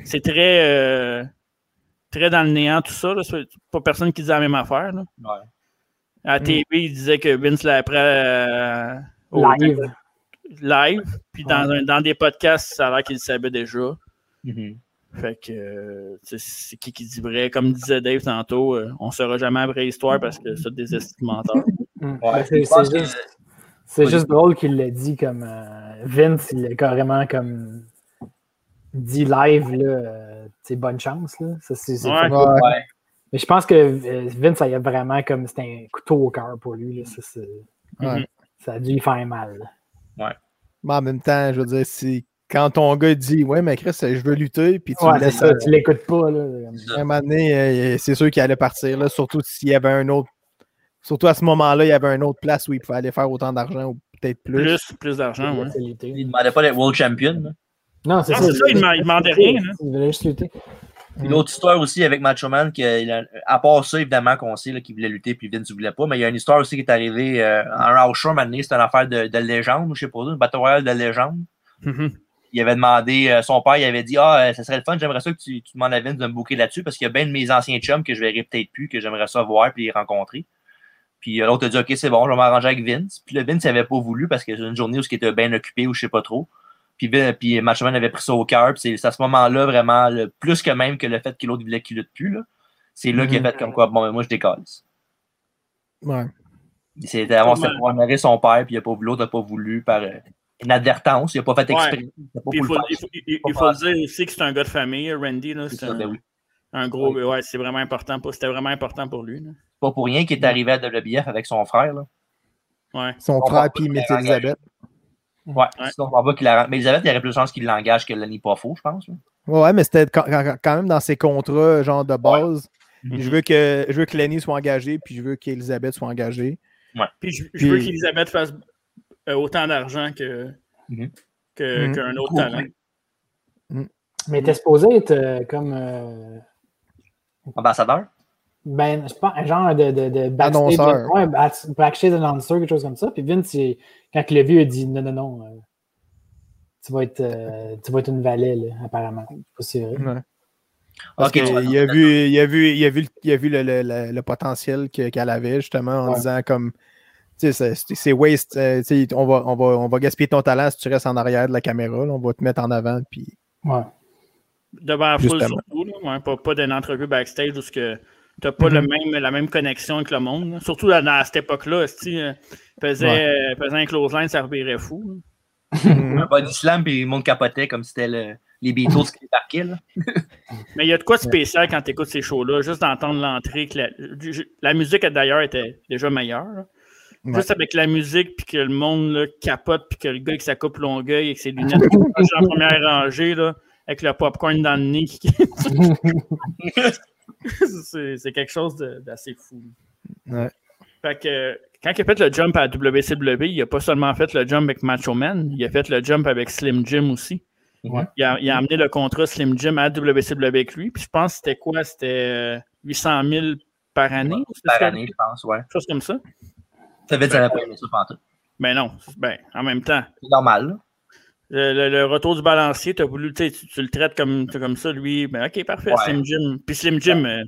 [SPEAKER 6] C'est très, euh, très dans le néant, tout ça. Là. C'est Pas personne qui disait la même affaire. là.
[SPEAKER 4] Ouais.
[SPEAKER 6] À la TV, il disait que Vince l'a appris euh, au-
[SPEAKER 7] Live.
[SPEAKER 6] live. Puis dans, un- dans des podcasts, ça a l'air qu'il le savait déjà.
[SPEAKER 4] Mhm.
[SPEAKER 6] Fait que euh, tu sais, c'est qui qui dit vrai. Comme disait Dave tantôt, euh, on ne saura jamais la vraie histoire parce que c'est des estimateurs.
[SPEAKER 7] Mm.
[SPEAKER 4] Ouais,
[SPEAKER 7] Ben, c'est-
[SPEAKER 4] je pense
[SPEAKER 7] c'est
[SPEAKER 4] que-
[SPEAKER 7] juste, c'est juste drôle qu'il l'ait dit comme euh, Vince, il l'a carrément comme dit live là, euh, tu sais, bonne chance là. Ça, c'est- c'est-
[SPEAKER 6] Ouais.
[SPEAKER 5] Ouais.
[SPEAKER 7] Mais je pense que euh, Vince, ça y a vraiment comme c'était un couteau au cœur pour lui là. Ça, c'est-
[SPEAKER 4] Mm-hmm.
[SPEAKER 5] Ouais.
[SPEAKER 7] ça a dû lui faire mal. là.
[SPEAKER 5] Mais en même temps, je veux dire, si quand ton gars dit Ouais, mais Chris, je veux lutter, puis tu
[SPEAKER 7] Ouais,
[SPEAKER 5] le
[SPEAKER 7] c'est
[SPEAKER 5] laisses.
[SPEAKER 7] ça, tu l'écoutes pas. Là.
[SPEAKER 5] À un moment donné, euh, c'est sûr qu'il allait partir, là, surtout s'il y avait un autre. Surtout à ce moment-là, il y avait une autre place où il pouvait aller faire autant d'argent ou peut-être plus.
[SPEAKER 6] Plus, plus d'argent, Ah, ouais.
[SPEAKER 7] Lutter.
[SPEAKER 4] Il ne demandait pas d'être world champion. là.
[SPEAKER 7] Non, c'est
[SPEAKER 6] Non,
[SPEAKER 7] ça.
[SPEAKER 6] Ah, c'est ça, il demandait- il demandait rien. hein. là.
[SPEAKER 7] Il voulait juste lutter.
[SPEAKER 4] Une autre histoire aussi avec Macho Man, que, il a- à part ça, évidemment, qu'on sait là, qu'il voulait lutter puis Vince ne voulait pas, mais il y a une histoire aussi qui est arrivée euh, en House Show, un moment donné, c'était une affaire de, de légende, je sais pas, une battle royale de légende.
[SPEAKER 6] Mhm.
[SPEAKER 4] Il avait demandé, euh, son père, il avait dit Ah, euh, ça serait le fun, j'aimerais ça que tu, tu demandes à Vince de me booker là-dessus parce qu'il y a bien de mes anciens chums que je verrai peut-être plus, que j'aimerais ça voir puis les rencontrer. Puis euh, l'autre a dit Ok, c'est bon, je vais m'arranger avec Vince. Puis le Vince n'avait pas voulu parce que c'est une journée où il était bien occupé ou je sais pas trop. Puis, Vin- puis Macho Man avait pris ça au cœur. Puis c'est- c'est à ce moment-là vraiment le, plus que même que le fait que l'autre voulait qu'il lutte plus. là. C'est là qu'il a fait comme quoi Bon, ben, moi je décolle.
[SPEAKER 5] Ouais.
[SPEAKER 4] C'était avant, c'était pour honorer son père. Puis il a pas voulu, l'autre n'a pas voulu par euh, inadvertance. Il n'a pas fait
[SPEAKER 6] Ouais.
[SPEAKER 4] exprès. Il a pas
[SPEAKER 6] Puis Il
[SPEAKER 4] voulu
[SPEAKER 6] faut,
[SPEAKER 4] le
[SPEAKER 6] il
[SPEAKER 4] faire.
[SPEAKER 6] faut- il- il faut dire aussi que c'est un gars de famille, Randy. là,
[SPEAKER 4] C'est
[SPEAKER 6] C'est
[SPEAKER 4] ça, ben
[SPEAKER 6] un,
[SPEAKER 4] oui.
[SPEAKER 6] un gros. Ouais, c'est vraiment important. pour- C'était vraiment important pour lui. là.
[SPEAKER 4] C'est pas pour rien qu'il
[SPEAKER 6] Mm.
[SPEAKER 4] est arrivé à WBF avec son frère. Là.
[SPEAKER 6] Ouais.
[SPEAKER 5] Son
[SPEAKER 4] On
[SPEAKER 5] frère
[SPEAKER 4] va-
[SPEAKER 5] puis Miss Elizabeth.
[SPEAKER 4] Ouais,
[SPEAKER 6] Ouais.
[SPEAKER 4] sinon on va qu'il la rend- Mais Elisabeth, il y aurait plus de chance qu'il l'engage que Lenny Poffo, je pense. là.
[SPEAKER 5] Ouais, mais c'était quand, quand- quand même dans ses contrats, genre de base.
[SPEAKER 6] Mhm.
[SPEAKER 5] Je, veux que, je veux que Lenny soit engagé, puis je veux qu'Elizabeth soit engagée.
[SPEAKER 6] Puis je, je veux
[SPEAKER 5] Puis-
[SPEAKER 6] qu'Elisabeth fasse euh, autant d'argent que,
[SPEAKER 4] Mhm.
[SPEAKER 6] que-
[SPEAKER 5] Mhm.
[SPEAKER 6] qu'un autre
[SPEAKER 4] Cool.
[SPEAKER 6] talent.
[SPEAKER 7] Mais t'es supposé être euh, comme. euh,
[SPEAKER 6] Mm.
[SPEAKER 4] Ambassadeur.
[SPEAKER 7] Ben, je pense, un genre de, de, de backstage.
[SPEAKER 5] Annonceur.
[SPEAKER 7] Ouais, back- backstage annonceur, quelque chose comme ça. Puis Vince, il- quand il l'a vu, il a dit non, non, non. euh, tu, vas être, euh, tu vas être une valet, là, apparemment. Je sais pas si c'est vrai.
[SPEAKER 5] Ouais.
[SPEAKER 4] Ok,
[SPEAKER 5] Parce que il a vu, il a vu, il a vu, le- il a vu le, le- le- le potentiel que- qu'elle avait, justement, en
[SPEAKER 7] Ouais.
[SPEAKER 5] disant comme. tu sais, C'est c'est- c'est waste. euh, tu sais, on, va, on, va, on va gaspiller ton talent si tu restes en arrière de la caméra. là, on va te mettre en avant. Puis,
[SPEAKER 7] Ouais.
[SPEAKER 6] Devant la foule
[SPEAKER 5] Justement.
[SPEAKER 6] surtout, là, ouais, pas, pas d'une entrevue backstage où tu n'as pas le même, la même connexion avec le monde. là. Surtout là, dans, à cette époque-là, si faisait, euh, faisait un close line, ça revirait fou. là. Mm.
[SPEAKER 4] un body slam, puis le monde capotait comme si c'était le- les Beatles qui débarquaient. là.
[SPEAKER 6] Mais il y a de quoi de spécial quand tu écoutes ces shows-là, juste d'entendre l'entrée. que La, du- ju- la musique, elle, d'ailleurs, était déjà meilleure. là.
[SPEAKER 5] Ouais.
[SPEAKER 6] Juste avec la musique, puis que le monde là, capote, puis que le gars avec sa coupe longueuil,
[SPEAKER 5] (laughs)
[SPEAKER 6] avec ses lunettes en première rangée, là, avec le popcorn dans le nez. (laughs) qui- c'est c'est quelque chose de- d'assez fou.
[SPEAKER 5] Ouais.
[SPEAKER 6] Fait que quand il a fait le jump à WCW, il a pas seulement fait le jump avec Macho Man, il a fait le jump avec Slim Jim aussi.
[SPEAKER 4] Ouais.
[SPEAKER 6] Il, a, il a amené le contrat Slim Jim à WCW avec lui. Puis je pense que c'était quoi? C'était euh, 800 000 par année? ou c'est
[SPEAKER 4] Par
[SPEAKER 6] ça?
[SPEAKER 4] année, je pense, ouais.
[SPEAKER 6] Quelque chose comme ça?
[SPEAKER 4] Ça veut dire ça n'a pas aimé ça pendant tout.
[SPEAKER 6] Ben non. Ben, en même temps,
[SPEAKER 4] C'est normal. là.
[SPEAKER 6] le, le- le retour du balancier, t'as voulu, tu, sais, tu- tu le traites comme, comme ça, lui. Ben ok, parfait,
[SPEAKER 4] Ouais.
[SPEAKER 6] Slim Jim. Puis Slim Jim, euh,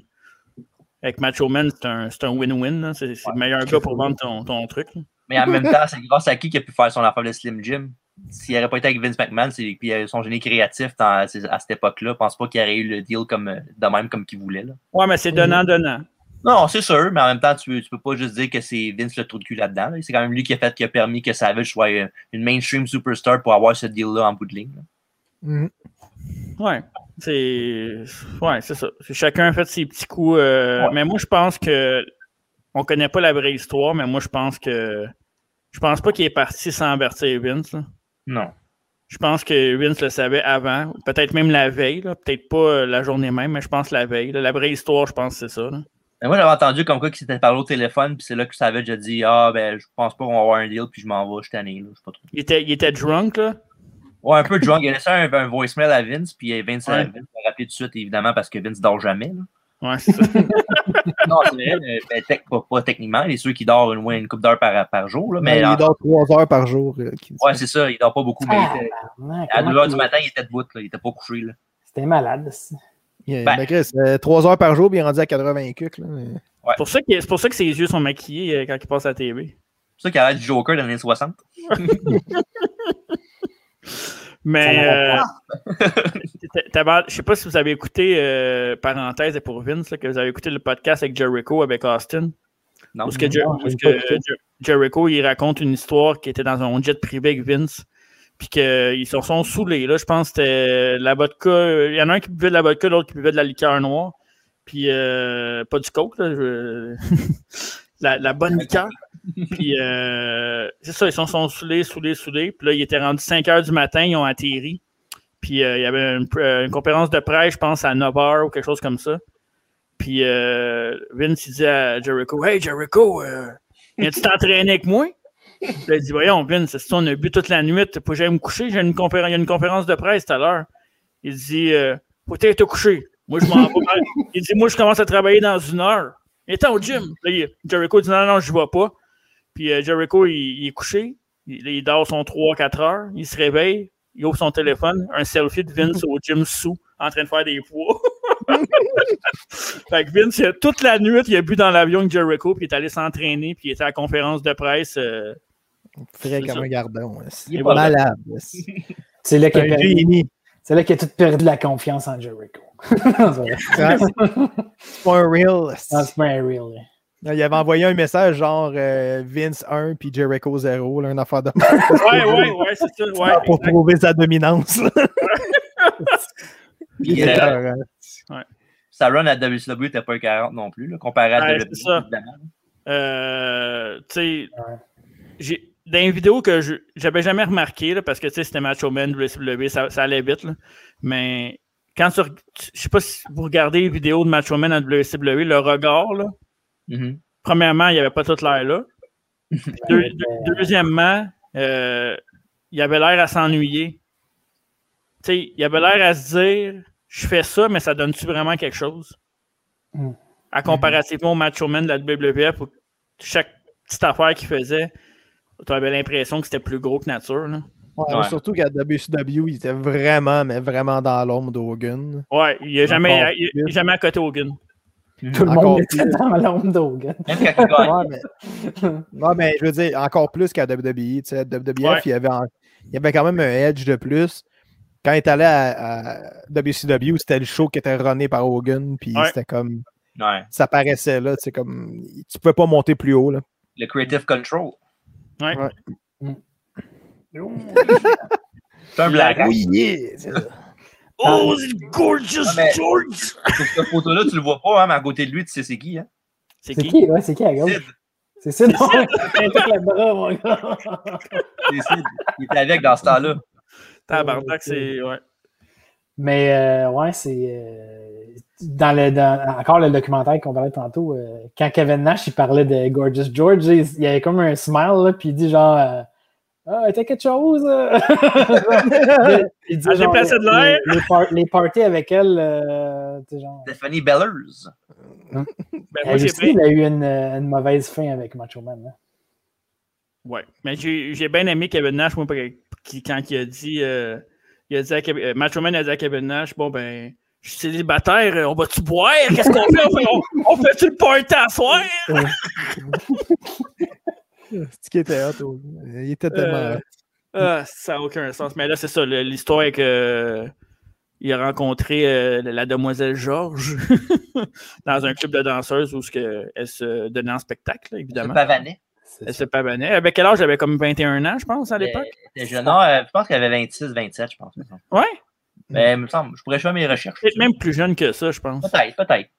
[SPEAKER 6] avec Macho Man, c'est un c'est un win-win. là. C'est c'est le meilleur gars pour vendre ton, ton truc. là.
[SPEAKER 4] Mais en même temps, c'est grâce à qui qu'il a pu faire son affaire de Slim Jim. S'il n'aurait pas été avec Vince McMahon, c'est- puis euh, son génie créatif dans- c'est- à cette époque-là, je pense pas qu'il aurait eu le deal comme, euh, de même comme qu'il voulait. là.
[SPEAKER 6] Ouais, mais c'est donnant-donnant.
[SPEAKER 4] Non, c'est sûr, mais en même temps, tu, tu peux pas juste dire que c'est Vince le trou de cul là-dedans. là. C'est quand même lui qui a fait, qui a permis que Savage soit euh, une mainstream superstar pour avoir ce deal-là en bout de ligne. là.
[SPEAKER 5] Mhm.
[SPEAKER 6] Ouais. C'est ouais, c'est ça. C'est Chacun a fait ses petits coups. euh, Mais moi, je pense que on connaît pas la vraie histoire, mais moi, je pense que je pense pas qu'il est parti sans avertir Vince. là.
[SPEAKER 4] Non.
[SPEAKER 6] Je pense que Vince le savait avant, peut-être même la veille, là. peut-être pas euh, la journée même, mais je pense la veille. là. La vraie histoire, je pense que c'est ça. là.
[SPEAKER 4] Mais moi, j'avais entendu comme quoi qu'il s'était parlé au téléphone, puis c'est là que Savage a dit Ah, ben, je pense pas qu'on va avoir un deal, puis je m'en vais, je suis tanné, là, je sais pas trop.
[SPEAKER 6] Il était, il était drunk, là.
[SPEAKER 4] Ouais, un peu drunk. Il a laissé un, un voicemail à Vince, puis euh, Vince
[SPEAKER 6] Ouais.
[SPEAKER 4] Vince l'a rappelé tout de suite, évidemment, parce que Vince dort jamais. là.
[SPEAKER 6] Ouais, c'est ça.
[SPEAKER 4] Non, c'est vrai, mais- mais tec- pas, pas techniquement. Il est sûr qu'il dort une, une coupe d'heure par, par jour, là, mais.
[SPEAKER 5] il dort Ah, trois heures par jour. euh, qu'il dit.
[SPEAKER 4] Ouais, c'est ça, il dort pas beaucoup, mais il était-
[SPEAKER 5] ben,
[SPEAKER 7] Tabarnak,
[SPEAKER 4] à
[SPEAKER 7] Ah, comment
[SPEAKER 4] 2h
[SPEAKER 7] il-
[SPEAKER 4] du matin, il était debout, là, il était pas couché. Là.
[SPEAKER 7] C'était malade. ça.
[SPEAKER 5] Il-
[SPEAKER 4] ben-
[SPEAKER 5] ben, Chris, euh, trois heures par jour, puis il est rendu à 80 cucs. là.
[SPEAKER 6] C'est pour ça que- c'est pour ça que ses yeux sont maquillés euh, quand il passe à la TV.
[SPEAKER 4] C'est ça qu'il a l'air du Joker dans les années 60.
[SPEAKER 6] Mais
[SPEAKER 7] Ça
[SPEAKER 6] euh, t'as- t'as mal- je sais pas si vous avez écouté euh, parenthèse et pour Vince là, que vous avez écouté le podcast avec Jericho avec Austin.
[SPEAKER 4] Non.
[SPEAKER 6] Parce que, Jer-
[SPEAKER 7] non,
[SPEAKER 6] où ce
[SPEAKER 7] Ah, j'ai
[SPEAKER 6] que,
[SPEAKER 7] pas écouté.
[SPEAKER 6] Jer- Jericho il raconte une histoire qui était dans un jet privé avec Vince. Puis qu'ils se sont saoulés. Là, je pense que c'était la vodka. euh, Il y en a un qui buvait de la vodka, l'autre qui buvait de la liqueur noire. Puis euh, pas du coke, là, je- (laughs) la, la bonne liqueur. Puis euh, c'est ça, ils se sont saoulés, saoulés, saoulés. Puis là, il était rendu 5 heures du matin, ils ont atterri. Puis euh, il y avait une, euh, une conférence de presse, je pense, à 9h ou quelque chose comme ça. Puis euh, Vince il dit à Jericho Hey Jericho, euh, viens-tu t'entraîner avec moi? Puis là, il dit Voyons, Vince, c'est ça, on a bu toute la nuit, faut que j'aille me coucher, j'ai une conférence, il y a une conférence de presse tout à l'heure. Il dit euh, Faut que t'ailles te coucher. Moi, je m'en vais. Il dit Moi, je commence à travailler dans une heure. Étant au gym. Là, il- Jericho dit Non, non, je ne vais pas. Puis euh, Jericho, il, il est couché. Il, il dort son 3-4 heures. Il se réveille. Il ouvre son téléphone. Un selfie de Vince au gym sous, en train de faire des poids. fait que Vince, il a- toute la nuit, il a bu dans l'avion avec Jericho, puis il est allé s'entraîner, puis il était à la conférence de presse. euh,
[SPEAKER 5] Frais
[SPEAKER 6] C'est
[SPEAKER 5] comme
[SPEAKER 6] ça.
[SPEAKER 5] un gardon. hein. C'est
[SPEAKER 6] Il est pas
[SPEAKER 5] malade. hein. C'est
[SPEAKER 7] C'est là qu'il
[SPEAKER 6] Ben,
[SPEAKER 7] a
[SPEAKER 5] un
[SPEAKER 7] perdu-
[SPEAKER 5] génie.
[SPEAKER 7] c'est là qu'il a tout perdu la confiance en Jericho. (laughs) c'est
[SPEAKER 5] Ouais,
[SPEAKER 6] (laughs)
[SPEAKER 5] C'est c'est pas un real.
[SPEAKER 6] Ah,
[SPEAKER 7] non, c'est pas un real. là.
[SPEAKER 5] Non, Il avait envoyé un message genre euh, Vince 1 puis Jericho 0, là, une affaire de merde,
[SPEAKER 6] Ouais, ouais, ouais, c'est ça. Ouais,
[SPEAKER 5] pour
[SPEAKER 6] exact.
[SPEAKER 5] prouver sa dominance. là. Il
[SPEAKER 4] Puis,
[SPEAKER 5] était
[SPEAKER 4] euh,
[SPEAKER 5] écœurant.
[SPEAKER 4] Sa run à WCW n'était pas un 40 non plus, là, comparé à
[SPEAKER 6] Ouais,
[SPEAKER 4] WWE,
[SPEAKER 6] c'est ça.
[SPEAKER 4] évidemment.
[SPEAKER 6] Euh, tu sais,
[SPEAKER 7] Ouais.
[SPEAKER 6] j'ai- dans une vidéo que je- j'avais jamais remarqué, là, parce que tu sais, c'était Macho Man, WCW, ça, ça allait vite, là. mais quand tu, reg- tu- je sais pas si vous regardez les vidéos de Macho Man à WCW, le regard, là,
[SPEAKER 4] Mhm.
[SPEAKER 6] premièrement, il n'y avait pas toute l'air (laughs) là. Deux- deux- deuxièmement, euh, il avait l'air à s'ennuyer. Tu sais, il avait l'air à se dire je fais ça, mais ça donne-tu vraiment quelque chose? Hmm.
[SPEAKER 7] Mm.
[SPEAKER 6] À comparativement au Macho Man de la WWF, où chaque petite affaire qu'il faisait, tu avais l'impression que c'était plus gros que nature. là.
[SPEAKER 5] Ouais,
[SPEAKER 4] Ouais.
[SPEAKER 5] Surtout qu'à WCW, il était vraiment, mais vraiment dans l'ombre d'Hogan.
[SPEAKER 6] Ouais, il n'est jamais,
[SPEAKER 5] Encore
[SPEAKER 6] il- il est jamais à côté Hogan.
[SPEAKER 7] Tout le
[SPEAKER 5] Encore
[SPEAKER 7] monde était
[SPEAKER 5] plus.
[SPEAKER 7] dans l'ombre d'Hogan.
[SPEAKER 4] Même quand il gagne,
[SPEAKER 5] Ouais, mais... Ouais, mais je veux dire, encore plus qu'à WWE. Tu sais, à WWF,
[SPEAKER 6] Ouais.
[SPEAKER 5] il, avait en- il avait quand même un edge de plus. Quand il est allé à, à WCW, c'était le show qui était runné par Hogan, puis
[SPEAKER 6] Ouais.
[SPEAKER 5] c'était comme.
[SPEAKER 4] ouais.
[SPEAKER 5] Ça paraissait là, tu sais, comme. Tu pouvais pas monter plus haut, là.
[SPEAKER 4] le creative control.
[SPEAKER 6] Ouais.
[SPEAKER 5] Ouais.
[SPEAKER 7] Mm.
[SPEAKER 4] C'est un blague.
[SPEAKER 5] Oui, yeah, c'est ça.
[SPEAKER 7] Oh,
[SPEAKER 6] c'est gorgeous
[SPEAKER 4] Ah, mais-
[SPEAKER 6] George!
[SPEAKER 4] Cette photo-là, tu le vois pas, hein, mais à côté de lui, tu sais c'est qui. Hein?
[SPEAKER 6] C'est
[SPEAKER 7] C'est
[SPEAKER 6] qui?
[SPEAKER 7] qui? Ouais, c'est qui à gauche?
[SPEAKER 4] Sid.
[SPEAKER 7] C'est ça, non? C'est tout le bras, mon gars.
[SPEAKER 4] C'est Sid. Il était avec dans ce temps-là.
[SPEAKER 6] Tabarnak, c'est. Ouais.
[SPEAKER 7] Mais euh, ouais, c'est. euh, dans le, dans- encore le documentaire qu'on parlait tantôt, euh, quand Kevin Nash il parlait de Gorgeous George, il il y avait comme un smile, là, puis il dit genre. euh, ah, t'as quelque chose? euh? il dit,
[SPEAKER 6] Elle déplaçait de l'air.
[SPEAKER 7] Les, les par- les parties avec elle, euh, tu sais, genre.
[SPEAKER 4] Stephanie Bellers.
[SPEAKER 6] Ben, moi,
[SPEAKER 7] Elle
[SPEAKER 6] j'ai
[SPEAKER 7] aussi,
[SPEAKER 6] bien-
[SPEAKER 7] il a eu une, euh, une mauvaise fin avec Macho Man. hein.
[SPEAKER 6] Ouais. Mais j'ai j'ai bien aimé Kevin Nash, moi, qui- qui, quand il a dit. euh, il a dit à Kevin, euh, Macho Man a dit à Kevin Nash Bon, ben, je suis célibataire, euh, on va-tu boire Qu'est-ce qu'on fait On fait- On, on fait-tu le party à soir
[SPEAKER 5] (laughs) Ah. C'est qui était hot. Hogan. Il était tellement.
[SPEAKER 6] Euh,
[SPEAKER 5] hot.
[SPEAKER 6] Ah, Ça n'a aucun sens. Mais là, c'est ça, le- l'histoire est que. euh, Il a rencontré euh, la demoiselle Georges (laughs) dans un club de danseuses où ce que elle se donnait en spectacle, là,
[SPEAKER 4] De
[SPEAKER 6] évidemment.
[SPEAKER 4] Pavanet.
[SPEAKER 6] Elle se pavanait. Avec quel âge? J'avais comme 21 ans, je pense,
[SPEAKER 5] Ben,
[SPEAKER 6] à l'époque.
[SPEAKER 4] Elle était jeune. Non, euh, je pense qu'elle avait 26, 27, je pense. il me semble.
[SPEAKER 6] Ouais.
[SPEAKER 4] Mais il me semble, je pourrais faire mes recherches.
[SPEAKER 6] Peut-être même plus jeune que ça, je pense.
[SPEAKER 4] Peut-être, peut-être.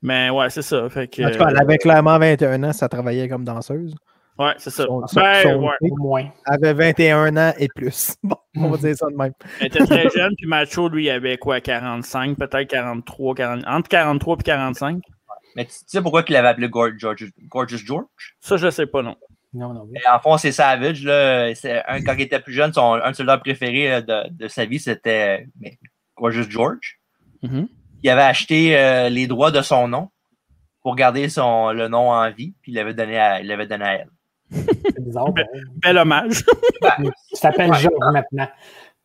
[SPEAKER 6] Mais ouais, c'est ça. Fait que,
[SPEAKER 5] En tout cas, elle avait clairement 21 ans, ça travaillait comme danseuse.
[SPEAKER 6] ouais, c'est ça.
[SPEAKER 5] Son- son-
[SPEAKER 6] ben,
[SPEAKER 5] son-
[SPEAKER 6] ouais.
[SPEAKER 7] Au moins.
[SPEAKER 5] Elle avait 21 ans et plus. (laughs) Bon, on va dire ça de même.
[SPEAKER 6] Elle était très (laughs) jeune, puis Macho, lui, il avait quoi, 45, peut-être 43, 40, entre 43 et 45.
[SPEAKER 4] Mais tu tu sais pourquoi qu'il l'avait appelé Gor- George- Gorgeous George?
[SPEAKER 6] Ça, je sais pas, non.
[SPEAKER 7] Non, non. oui.
[SPEAKER 4] Mais en fond, c'est Savage. Là. C'est un, quand il était plus jeune, son, un de ses leurs préférés euh, de, de sa vie, c'était euh, mais, Gorgeous George.
[SPEAKER 6] Mhm.
[SPEAKER 4] Il avait acheté euh, les droits de son nom pour garder son, le nom en vie, puis il l'avait donné à, il l'avait donné à elle.
[SPEAKER 7] C'est bizarre.
[SPEAKER 6] Ben-
[SPEAKER 7] ben.
[SPEAKER 6] Bel hommage. (laughs)
[SPEAKER 7] Tu t'appelles Georges maintenant.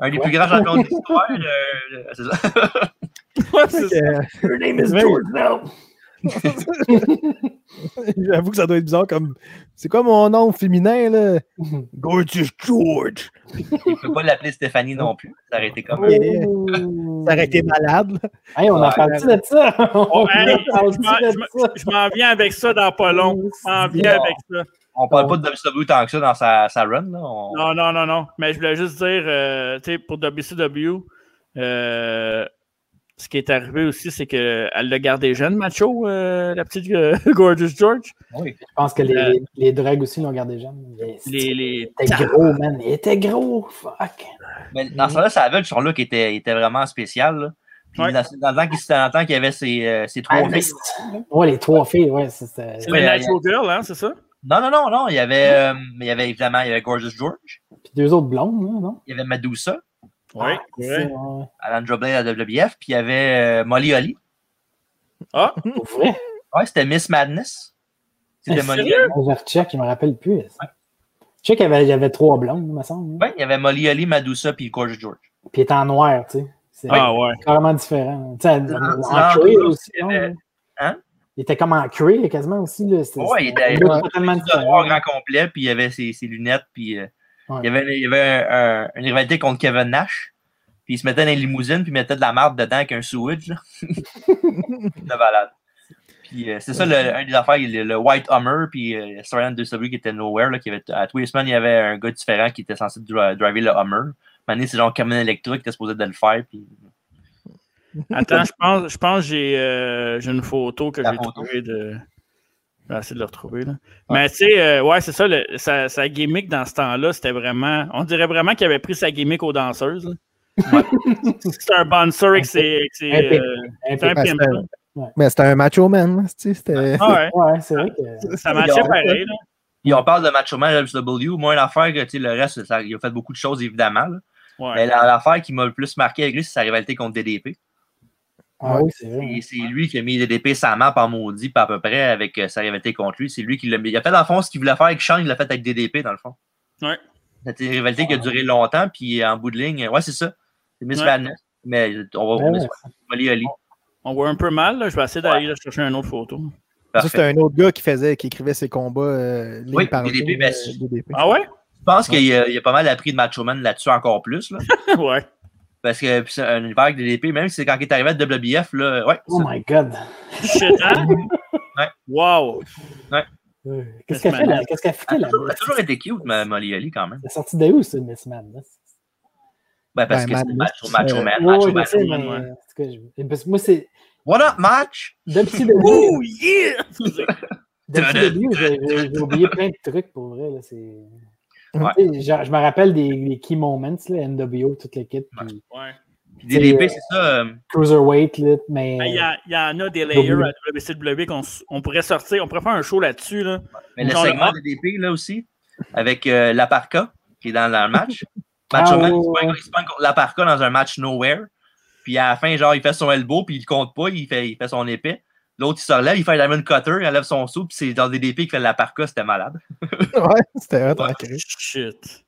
[SPEAKER 4] Un des
[SPEAKER 7] Ouais.
[SPEAKER 4] plus grands champions de l'histoire. euh, c'est ça.
[SPEAKER 6] Ouais, c'est
[SPEAKER 7] (laughs)
[SPEAKER 6] ça.
[SPEAKER 5] Euh,
[SPEAKER 1] Her name is
[SPEAKER 5] Right.
[SPEAKER 1] George now.
[SPEAKER 5] euh, (laughs) J'avoue que ça doit être bizarre comme. C'est quoi mon nom féminin, là? Gorgeous George.
[SPEAKER 4] Il ne peut pas l'appeler Stéphanie non plus. Ça aurait été comme.
[SPEAKER 7] (laughs)
[SPEAKER 5] Ouais. Yeah.
[SPEAKER 7] Ouh.
[SPEAKER 5] Ça aurait été malade, là.
[SPEAKER 7] Hey, on en
[SPEAKER 4] Ouais.
[SPEAKER 7] parle-tu de ça? (laughs) On
[SPEAKER 6] Hey,
[SPEAKER 7] en parle-tu
[SPEAKER 6] je m'en-
[SPEAKER 7] de ça?
[SPEAKER 6] Je m'en viens avec ça dans pas long. Je m'en viens avec ça.
[SPEAKER 4] On parle pas de WWE tant que ça dans sa, sa run. Là. On-
[SPEAKER 6] Non, non, non, non. Mais je voulais juste dire, euh, tu sais, pour WCW, euh, Ce qui est arrivé aussi, c'est qu'elle l'a gardé jeune, macho, euh, la petite euh, (laughs) Gorgeous George.
[SPEAKER 7] Oui, je pense que les,
[SPEAKER 6] Euh,
[SPEAKER 7] les- les drags aussi l'ont gardé jeune. Les-
[SPEAKER 6] Les, les...
[SPEAKER 7] Il était gros, man. Il était gros. Fuck.
[SPEAKER 4] Mais dans ce temps-là, Savage, son look était, était vraiment spécial. là. Puis
[SPEAKER 6] Ouais.
[SPEAKER 4] dans, dans le temps qu'il dans le temps qu'il y avait ses, euh, ses trois
[SPEAKER 7] Ah, mais
[SPEAKER 4] filles.
[SPEAKER 7] c'est- Ouais, les trois filles, ouais. c'est- c'est-
[SPEAKER 6] C'est
[SPEAKER 4] Ouais,
[SPEAKER 6] les
[SPEAKER 4] ouais,
[SPEAKER 6] Natural Girl, hein, c'est ça?
[SPEAKER 4] Non, non, non, non. Il y avait,
[SPEAKER 7] Hein?
[SPEAKER 4] euh, il y avait évidemment il y avait Gorgeous George.
[SPEAKER 7] Puis deux autres blondes, hein, non? Ah,
[SPEAKER 4] Il y avait Medusa,
[SPEAKER 6] Oui.
[SPEAKER 7] C'est- ouais.
[SPEAKER 4] Alandra Blair à WWF. Puis il y avait euh, Molly Holly.
[SPEAKER 6] Ah,
[SPEAKER 7] Pour vrai?
[SPEAKER 4] Ouais, c'était Miss Madness. C'était
[SPEAKER 7] Oh,
[SPEAKER 6] Ah,
[SPEAKER 4] Molly
[SPEAKER 6] sérieux?
[SPEAKER 4] Holly.
[SPEAKER 7] Moi, Je recheck, je me rappelle plus. Je sais qu'il y avait, il y avait trois blondes, il me semble. hein.
[SPEAKER 4] Ouais, il y avait Molly Holly, Medusa, puis Gorgeous George.
[SPEAKER 7] Puis il était en noir, tu sais. C'est
[SPEAKER 6] ah ouais.
[SPEAKER 7] carrément différent. Tu sais, en,
[SPEAKER 4] Ah,
[SPEAKER 7] en
[SPEAKER 4] ah,
[SPEAKER 7] cuir
[SPEAKER 4] oui,
[SPEAKER 7] aussi.
[SPEAKER 4] euh,
[SPEAKER 7] ouais.
[SPEAKER 4] hein?
[SPEAKER 7] Il était comme en cuir quasiment aussi. Là. C'était-
[SPEAKER 4] Ouais, il
[SPEAKER 7] c'était
[SPEAKER 4] était-
[SPEAKER 7] un look Oh, totalement
[SPEAKER 4] C'était noir
[SPEAKER 7] différent.
[SPEAKER 4] grand complet, puis il y avait ses, ses lunettes, puis euh,
[SPEAKER 7] Ouais.
[SPEAKER 4] il y avait, il y avait un- un- une rivalité contre Kevin Nash. Puis il se mettait dans les limousines, puis il mettait de la marde dedans avec un sewage. là. de balade. Puis euh, c'est ça, le, un des affaires, le, le White Hummer, puis euh, Storyline de WWE qui était Nowhere, là, qui avait, à tous les semaines, il y avait un gars différent qui était censé dri- driver le Hummer. Maintenant, c'est genre Carmen Electra qui était supposé de le faire. Puis...
[SPEAKER 6] Attends, je pense, je pense que j'ai euh, j'ai une photo que
[SPEAKER 4] La
[SPEAKER 6] j'ai
[SPEAKER 4] photo.
[SPEAKER 6] trouvée de. Je vais essayer de la retrouver. Là. Mais tu sais, euh, ouais, c'est ça, le- sa, sa gimmick dans ce temps-là, c'était vraiment. On dirait vraiment qu'il avait pris sa gimmick aux danseuses. là. (laughs) c'est un bouncer avec ses. avec ses,
[SPEAKER 7] Un pimp.
[SPEAKER 6] euh, c'est
[SPEAKER 7] Un peu-
[SPEAKER 6] un
[SPEAKER 5] Ouais,
[SPEAKER 6] pimp.
[SPEAKER 5] c'était-
[SPEAKER 6] là.
[SPEAKER 5] Mais c'était un macho man, là, tu sais, c'était.
[SPEAKER 6] Ah ouais,
[SPEAKER 7] Ouais, c'est vrai que.
[SPEAKER 6] ça marchait pareil. là.
[SPEAKER 4] Puis on parle de Macho Man WCW, moi, l'affaire, que, tu sais, le reste, ça- il a fait beaucoup de choses, évidemment. Ben là. Mais
[SPEAKER 6] Ouais.
[SPEAKER 4] la- l'affaire qui m'a le plus marqué avec lui, c'est sa rivalité contre DDP.
[SPEAKER 7] Ah oui, c'est vrai.
[SPEAKER 4] Et c'est lui qui a mis DDP sa map en maudit, pas à peu près, avec euh, sa rivalité contre lui. C'est lui qui l'a mis. Il a fait, dans le fond, ce qu'il voulait faire avec Sean, il l'a fait avec DDP, dans le fond.
[SPEAKER 6] Ouais.
[SPEAKER 4] C'était une rivalité qui a duré longtemps, puis en bout de ligne, euh, ouais, c'est ça. C'est Miss
[SPEAKER 6] Ouais.
[SPEAKER 4] Madness. Mais euh, on va
[SPEAKER 7] Ouais,
[SPEAKER 4] on va
[SPEAKER 7] ouais.
[SPEAKER 4] Oli, Oli.
[SPEAKER 6] On voit un peu mal, là. je vais essayer d'aller chercher une autre photo.
[SPEAKER 5] Ça, c'était
[SPEAKER 4] Parfait.
[SPEAKER 5] un autre gars qui faisait, qui écrivait ses combats euh, ligne
[SPEAKER 4] Oui,
[SPEAKER 5] par
[SPEAKER 4] DDP,
[SPEAKER 5] ligne,
[SPEAKER 4] ben,
[SPEAKER 5] euh, DDP.
[SPEAKER 6] Ah ouais?
[SPEAKER 4] Je pense qu'il y a, il y a pas mal appris de Macho Man là-dessus encore plus. Là, (laughs)
[SPEAKER 6] ouais.
[SPEAKER 4] parce que puis c'est un univers avec DDP, même si c'est quand il est arrivé à WBF, là, ouais,
[SPEAKER 7] Oh
[SPEAKER 4] ça,
[SPEAKER 7] my god.
[SPEAKER 6] Shit, hein?
[SPEAKER 4] Ouais.
[SPEAKER 6] Wow!
[SPEAKER 7] Euh, Qu'est-ce qu'elle fait là? Qu'est-ce qu'elle fait là?
[SPEAKER 4] ça a toujours été cute, ma- Molly Holly, quand même.
[SPEAKER 7] Elle est sortie de où, ça, Miss Madness?
[SPEAKER 4] Ben, parce
[SPEAKER 5] Ben,
[SPEAKER 4] que c'est Macho,
[SPEAKER 5] Madness,
[SPEAKER 4] macho
[SPEAKER 5] euh,
[SPEAKER 4] Man,
[SPEAKER 7] Ouais,
[SPEAKER 4] Macho
[SPEAKER 7] ouais,
[SPEAKER 4] Man.
[SPEAKER 7] je sais, mais,
[SPEAKER 6] ouais.
[SPEAKER 7] euh, en tout cas, je- parce que moi, c'est.
[SPEAKER 4] What up, match?
[SPEAKER 7] Depuis
[SPEAKER 6] Oh yeah! Excusez.
[SPEAKER 7] le début, j'ai- j'ai j'ai oublié plein de trucs pour vrai. Là, c'est...
[SPEAKER 4] Ouais.
[SPEAKER 7] Tu sais, genre, Je, me rappelle des, des key moments, là, NWO, toute l'équipe, puis
[SPEAKER 6] (laughs) Ouais.
[SPEAKER 4] DDP,
[SPEAKER 7] euh,
[SPEAKER 4] c'est ça. euh,
[SPEAKER 7] Cruiserweight, là, mais.
[SPEAKER 6] Ben, Il y, a- il y en a des layers à WCW qu'on s- on pourrait sortir, on pourrait faire un show là-dessus. Là.
[SPEAKER 4] Mais le
[SPEAKER 6] Genre
[SPEAKER 4] segment
[SPEAKER 6] le-
[SPEAKER 4] DDP, là aussi, avec euh, l'Aparca, qui est dans, dans le
[SPEAKER 7] (laughs)
[SPEAKER 4] match. Macho
[SPEAKER 7] Ah,
[SPEAKER 4] Man,
[SPEAKER 7] ouais,
[SPEAKER 4] il se pogne-
[SPEAKER 7] ouais.
[SPEAKER 4] il se pogne contre l'Aparca dans un match nowhere. Puis à la fin, genre, il fait son elbow, puis il compte pas, il fait, il fait son épée. L'autre, il se relève, il fait un diamond cutter, il enlève son saut, puis c'est dans DDP qui fait l'Aparca, c'était malade.
[SPEAKER 5] (laughs) Ouais, c'était hot, hein, Chris.
[SPEAKER 6] Shit.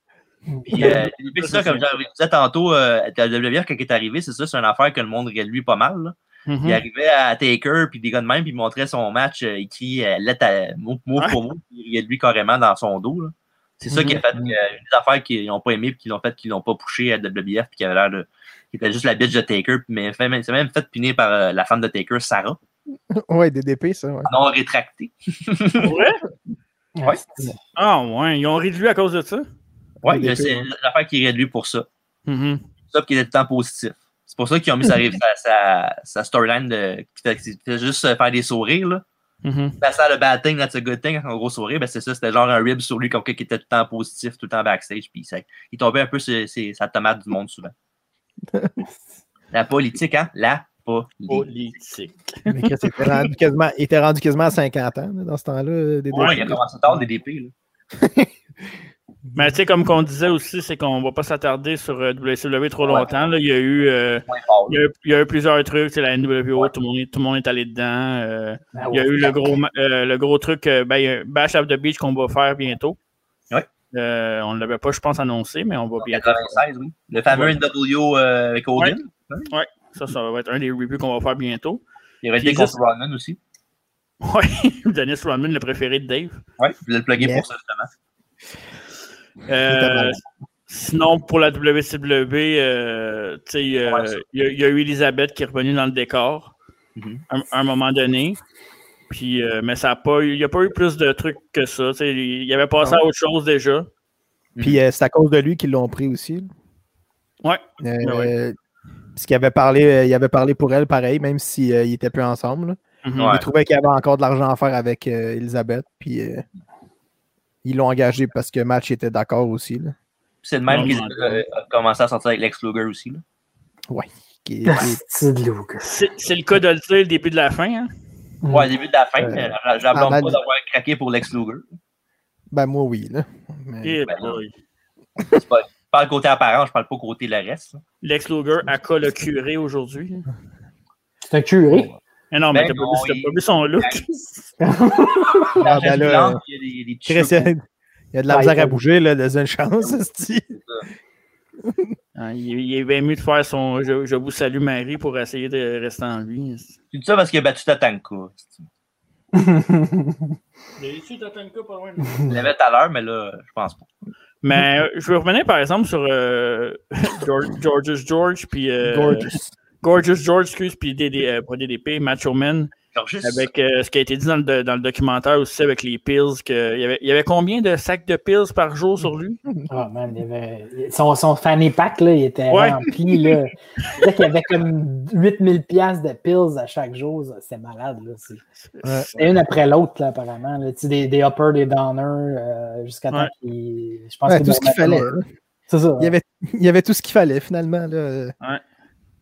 [SPEAKER 4] Puis euh, DDP, c'est ça, comme j'avais dit tantôt, euh, la WWF, quand il est arrivé, c'est ça, c'est une affaire que le monde regarde lui pas mal. là. Il arrivait à Taker, puis des gars de même, puis il montrait son match, euh, il criait euh, lettre à- mot, mot
[SPEAKER 6] Ouais.
[SPEAKER 4] pour mot, puis il riait de lui carrément dans son dos. là. C'est ça qui a fait que, euh, des affaires qu'ils n'ont pas aimé, puis qu'ils l'ont fait, qu'ils l'ont pas poussé à WBF, puis qui avait l'air de. qui était juste la bitch de Taker, puis- mais fait- c'est même fait punir par euh, la femme de Taker, Sarah,
[SPEAKER 5] Ouais, DDP, ça, ouais.
[SPEAKER 4] non rétractée.
[SPEAKER 6] Ouais?
[SPEAKER 4] Ouais.
[SPEAKER 6] Ah ouais, ils ont ri de lui à cause de ça?
[SPEAKER 4] Ouais,
[SPEAKER 5] DDP,
[SPEAKER 4] c'est
[SPEAKER 5] ouais.
[SPEAKER 4] l'affaire qui riait de lui pour ça.
[SPEAKER 6] Mhm.
[SPEAKER 4] ça qui était tout le temps positif. C'est pour ça qu'ils ont mis sa, sa, sa, sa storyline de qui fait- qui fait juste euh, faire des sourires. Là.
[SPEAKER 6] Mhm.
[SPEAKER 4] Ben, ça, le bad thing, that's a good thing, un gros sourire, ben, c'est ça, c'était genre un rib sur lui, comme quelqu'un qui était tout le temps positif, tout le temps backstage, puis ça, il tombait un peu sur, sur sa tomate du monde souvent. la politique, hein? La
[SPEAKER 6] Oh,
[SPEAKER 4] politique.
[SPEAKER 6] Politique.
[SPEAKER 5] Mais Chris, il était rendu quasiment, il était rendu quasiment à 50 ans là, dans ce temps-là, euh, DDP.
[SPEAKER 4] Ouais, il a commencé tard, DDP. Là.
[SPEAKER 6] Mais tu sais, comme qu'on disait aussi, c'est qu'on va pas s'attarder sur euh, WCW trop
[SPEAKER 4] Ouais.
[SPEAKER 6] longtemps. là. Il, y a eu, euh,
[SPEAKER 4] Point fort,
[SPEAKER 6] il,
[SPEAKER 4] là.
[SPEAKER 6] y a eu, il y a eu plusieurs trucs, c'est la NWO, tout, le monde, est- tout le monde est allé dedans. euh,
[SPEAKER 7] Ah
[SPEAKER 6] il y a
[SPEAKER 7] ouais.
[SPEAKER 6] eu le
[SPEAKER 7] (laughs)
[SPEAKER 6] gros, ma- euh, le gros truc, euh, ben, il y a un Bash of the Beach qu'on va faire bientôt.
[SPEAKER 4] Ouais.
[SPEAKER 6] Euh, on ne l'avait pas, je pense, annoncé, mais on va
[SPEAKER 4] En
[SPEAKER 6] bientôt.
[SPEAKER 4] 96, oui. Le fameux
[SPEAKER 6] Ouais.
[SPEAKER 4] NWO euh, avec Hogan.
[SPEAKER 6] Ça, ça va être un des reviews qu'on va faire bientôt.
[SPEAKER 4] Il y avait
[SPEAKER 6] Puis
[SPEAKER 4] des
[SPEAKER 6] juste-
[SPEAKER 4] contre Rodman aussi.
[SPEAKER 6] (laughs) Oui, Dennis Rodman, le préféré de Dave.
[SPEAKER 4] Ouais, je voulais le plugger
[SPEAKER 5] Yes.
[SPEAKER 4] pour ça, justement.
[SPEAKER 6] Euh,
[SPEAKER 5] était malade.
[SPEAKER 6] sinon, pour la WCW, euh, tu sais, euh,
[SPEAKER 4] Ouais, ça.
[SPEAKER 6] il y, a- il y a eu Elisabeth qui est revenue dans le décor
[SPEAKER 4] Mhm.
[SPEAKER 6] à un- à un moment donné. Puis, euh, mais ça a pas eu- il n'y a pas eu plus de trucs que ça. tu sais, Il avait passé
[SPEAKER 4] Ah
[SPEAKER 6] à autre chose déjà.
[SPEAKER 5] Puis euh, c'est à cause de lui qu'ils l'ont pris aussi. là.
[SPEAKER 6] Ouais.
[SPEAKER 5] Euh,
[SPEAKER 6] Ouais,
[SPEAKER 5] Parce qu'il avait parlé, euh, il avait parlé pour elle pareil, même s'ils si, euh, ils étaient plus ensemble. là.
[SPEAKER 6] Mhm.
[SPEAKER 4] Ouais.
[SPEAKER 5] Il trouvait qu'il y avait encore de l'argent à faire avec euh, Elisabeth. Puis euh, ils l'ont engagé parce que Match était d'accord aussi. Là.
[SPEAKER 4] C'est le même
[SPEAKER 6] Non,
[SPEAKER 4] qui
[SPEAKER 6] non,
[SPEAKER 4] a commencé à sortir avec Lex Luger aussi. là.
[SPEAKER 5] Qui- qui-
[SPEAKER 7] Asti de Luger.
[SPEAKER 6] C'est c'est le cas de le dire, le début de la fin. Hein?
[SPEAKER 4] Ouais, début de la fin,
[SPEAKER 5] Euh,
[SPEAKER 4] mais je la blâme
[SPEAKER 5] mal
[SPEAKER 4] pas
[SPEAKER 5] dit.
[SPEAKER 4] d'avoir craqué pour Lex Luger.
[SPEAKER 5] ben moi oui. Là. Mais-
[SPEAKER 6] Eh
[SPEAKER 4] ben non.
[SPEAKER 6] boy.
[SPEAKER 4] C'est pas- Je parle côté apparent, je parle pas côté le reste. là.
[SPEAKER 6] Lex Luger a cas le curé aujourd'hui.
[SPEAKER 7] C'est un curé.
[SPEAKER 6] Mais non, mais
[SPEAKER 4] Ben
[SPEAKER 6] t'as pas,
[SPEAKER 4] non,
[SPEAKER 6] vu- t'as
[SPEAKER 4] il- Ben
[SPEAKER 6] pas vu son look.
[SPEAKER 5] Ah, ben
[SPEAKER 4] Dans la
[SPEAKER 5] là,
[SPEAKER 4] plante, il y a des- il y a des petits
[SPEAKER 5] Chris, il y a- il y a de la
[SPEAKER 7] Ouais,
[SPEAKER 5] misère à
[SPEAKER 7] ouais.
[SPEAKER 5] bouger, là, dans une chance, (laughs)
[SPEAKER 4] Euh,
[SPEAKER 5] esti.
[SPEAKER 6] Ah, Il, il est bien mieux de faire son je, je vous salue Marie pour essayer de rester en lui.
[SPEAKER 5] euh,
[SPEAKER 4] Tu dis ça parce qu'il a battu Tatanka.
[SPEAKER 5] (laughs)
[SPEAKER 4] Je l'avais tout à l'heure, mais là, je pense pas.
[SPEAKER 6] (laughs) Mais euh, je veux revenir par exemple sur euh, (laughs) George, George's George, puis euh,
[SPEAKER 5] Gorgeous.
[SPEAKER 6] Gorgeous George, excuse, puis DD, euh, pas DDP, Macho Man,
[SPEAKER 4] Alors, juste,
[SPEAKER 6] avec euh, ce qui a été dit dans le, do- dans le documentaire aussi avec les pills. Que, il, y avait, il y avait combien de sacs de pills par jour sur lui?
[SPEAKER 7] Ah, man, il avait- Son, son fanny pack, là, il était
[SPEAKER 6] Ouais.
[SPEAKER 7] rempli. Là. Là, qu'il y avait comme 8000 pièces de pills à chaque jour. ça, C'était malade. Là. C'est-
[SPEAKER 5] Ouais.
[SPEAKER 7] C'était une après l'autre, là, apparemment. là. Tu sais, Des, des uppers, des downers, euh, jusqu'à temps
[SPEAKER 6] Ouais.
[SPEAKER 7] qu'il... Je pense
[SPEAKER 5] Ouais,
[SPEAKER 7] qu'il
[SPEAKER 5] tout ce qu'il
[SPEAKER 7] dormait pas.
[SPEAKER 5] fallait. là.
[SPEAKER 7] C'est ça.
[SPEAKER 5] Il y, avait, il y avait tout ce qu'il fallait, finalement, là, euh,
[SPEAKER 6] Ouais.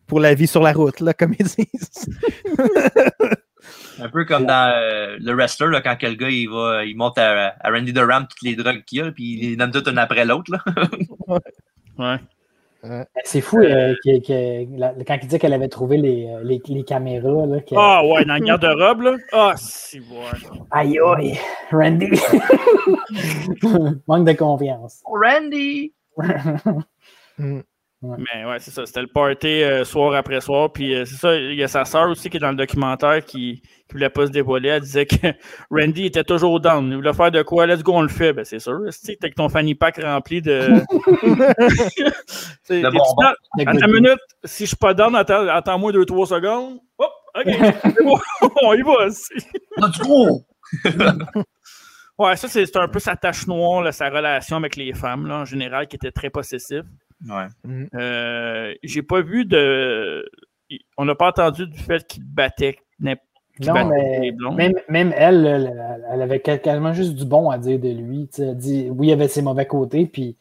[SPEAKER 5] pour la vie sur la route, là, comme ils disent.
[SPEAKER 4] un peu comme dans euh, le wrestler, là, quand quel gars il va, il monte à, à Randy Durham toutes les drogues qu'il a, puis il les nomme toutes une après l'autre.
[SPEAKER 6] (laughs)
[SPEAKER 4] là.
[SPEAKER 6] Ouais.
[SPEAKER 7] C'est fou euh, que- que la- quand il dit qu'elle avait trouvé les, euh, les, les caméras. Là, que-
[SPEAKER 6] Ah ouais, dans le garde-robe, là. Ah, si, ouais.
[SPEAKER 7] Aïe aïe, Randy. Manque de confiance.
[SPEAKER 4] Oh,
[SPEAKER 7] (laughs)
[SPEAKER 4] Randy!
[SPEAKER 6] Mais ouais, c'est ça. C'était le party euh, soir après soir. Puis euh, c'est ça, il y a sa sœur aussi qui est dans le documentaire qui, qui voulait pas se dévoiler. Elle disait que (laughs) Randy était toujours down. Il voulait faire de quoi? Let's go, on le fait. Ben c'est sûr. Si t'as que ton fanny pack rempli de. (laughs) T'es- t'es-tu
[SPEAKER 4] bonbons.
[SPEAKER 6] down?
[SPEAKER 7] Le
[SPEAKER 6] Attends
[SPEAKER 7] good
[SPEAKER 6] une minute. Si je suis pas down, attends- attends-moi deux, trois secondes. Hop, ok. (laughs) C'est bon. on y va. c'est-
[SPEAKER 4] Let's go!
[SPEAKER 6] Ouais, ça, c'est c'est un peu sa tache noire, là, sa relation avec les femmes, là, en général, qui était très possessive.
[SPEAKER 4] Ouais.
[SPEAKER 6] Euh, j'ai pas vu de. On n'a pas entendu du fait qu'il battait. n'importe- qui
[SPEAKER 7] Non,
[SPEAKER 6] battait les
[SPEAKER 7] mais
[SPEAKER 6] blondes.
[SPEAKER 7] même, même elle, là, elle, elle avait quelqu'un juste du bon à dire de lui. Tu sais, Elle dit oui, il avait ses mauvais côtés, puis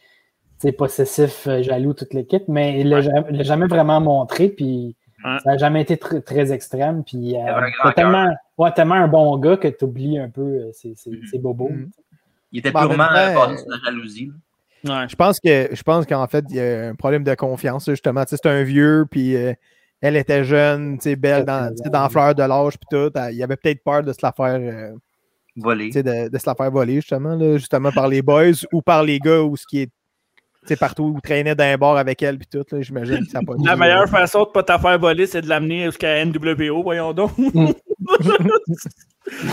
[SPEAKER 7] tu sais, possessif, euh, jaloux, toute l'équipe, mais il l'a jamais, il l'a jamais vraiment montré, puis
[SPEAKER 6] Ouais.
[SPEAKER 7] ça n'a jamais été tr- très extrême. Puis euh,
[SPEAKER 4] avait un grand
[SPEAKER 7] t'as tellement, ouais, tellement un bon gars que tu oublies un peu euh, ses, ses- ses bobos.
[SPEAKER 5] Mhm.
[SPEAKER 4] Il était
[SPEAKER 5] Ben, en
[SPEAKER 4] purement
[SPEAKER 5] même temps,
[SPEAKER 4] basé
[SPEAKER 5] euh,
[SPEAKER 4] sur la jalousie. là.
[SPEAKER 6] Ouais.
[SPEAKER 5] Je pense que je pense qu'en fait, il y a un problème de confiance, justement. Tu sais, C'est un vieux, puis euh, elle était jeune, tu sais, belle, dans, tu sais, dans la fleur de l'âge, puis tout. Elle- Il avait peut-être peur de se la faire euh,
[SPEAKER 4] Volé.
[SPEAKER 5] tu sais, de, de se la faire voler, justement, là, justement par les boys ou par les gars ou ce qui est tu sais, partout où traînait dans un bar avec elle puis tout, là, j'imagine que ça a pas
[SPEAKER 6] La
[SPEAKER 5] dû-
[SPEAKER 6] meilleure façon de pas t'affaire voler, c'est de l'amener jusqu'à NWO, voyons donc. (laughs)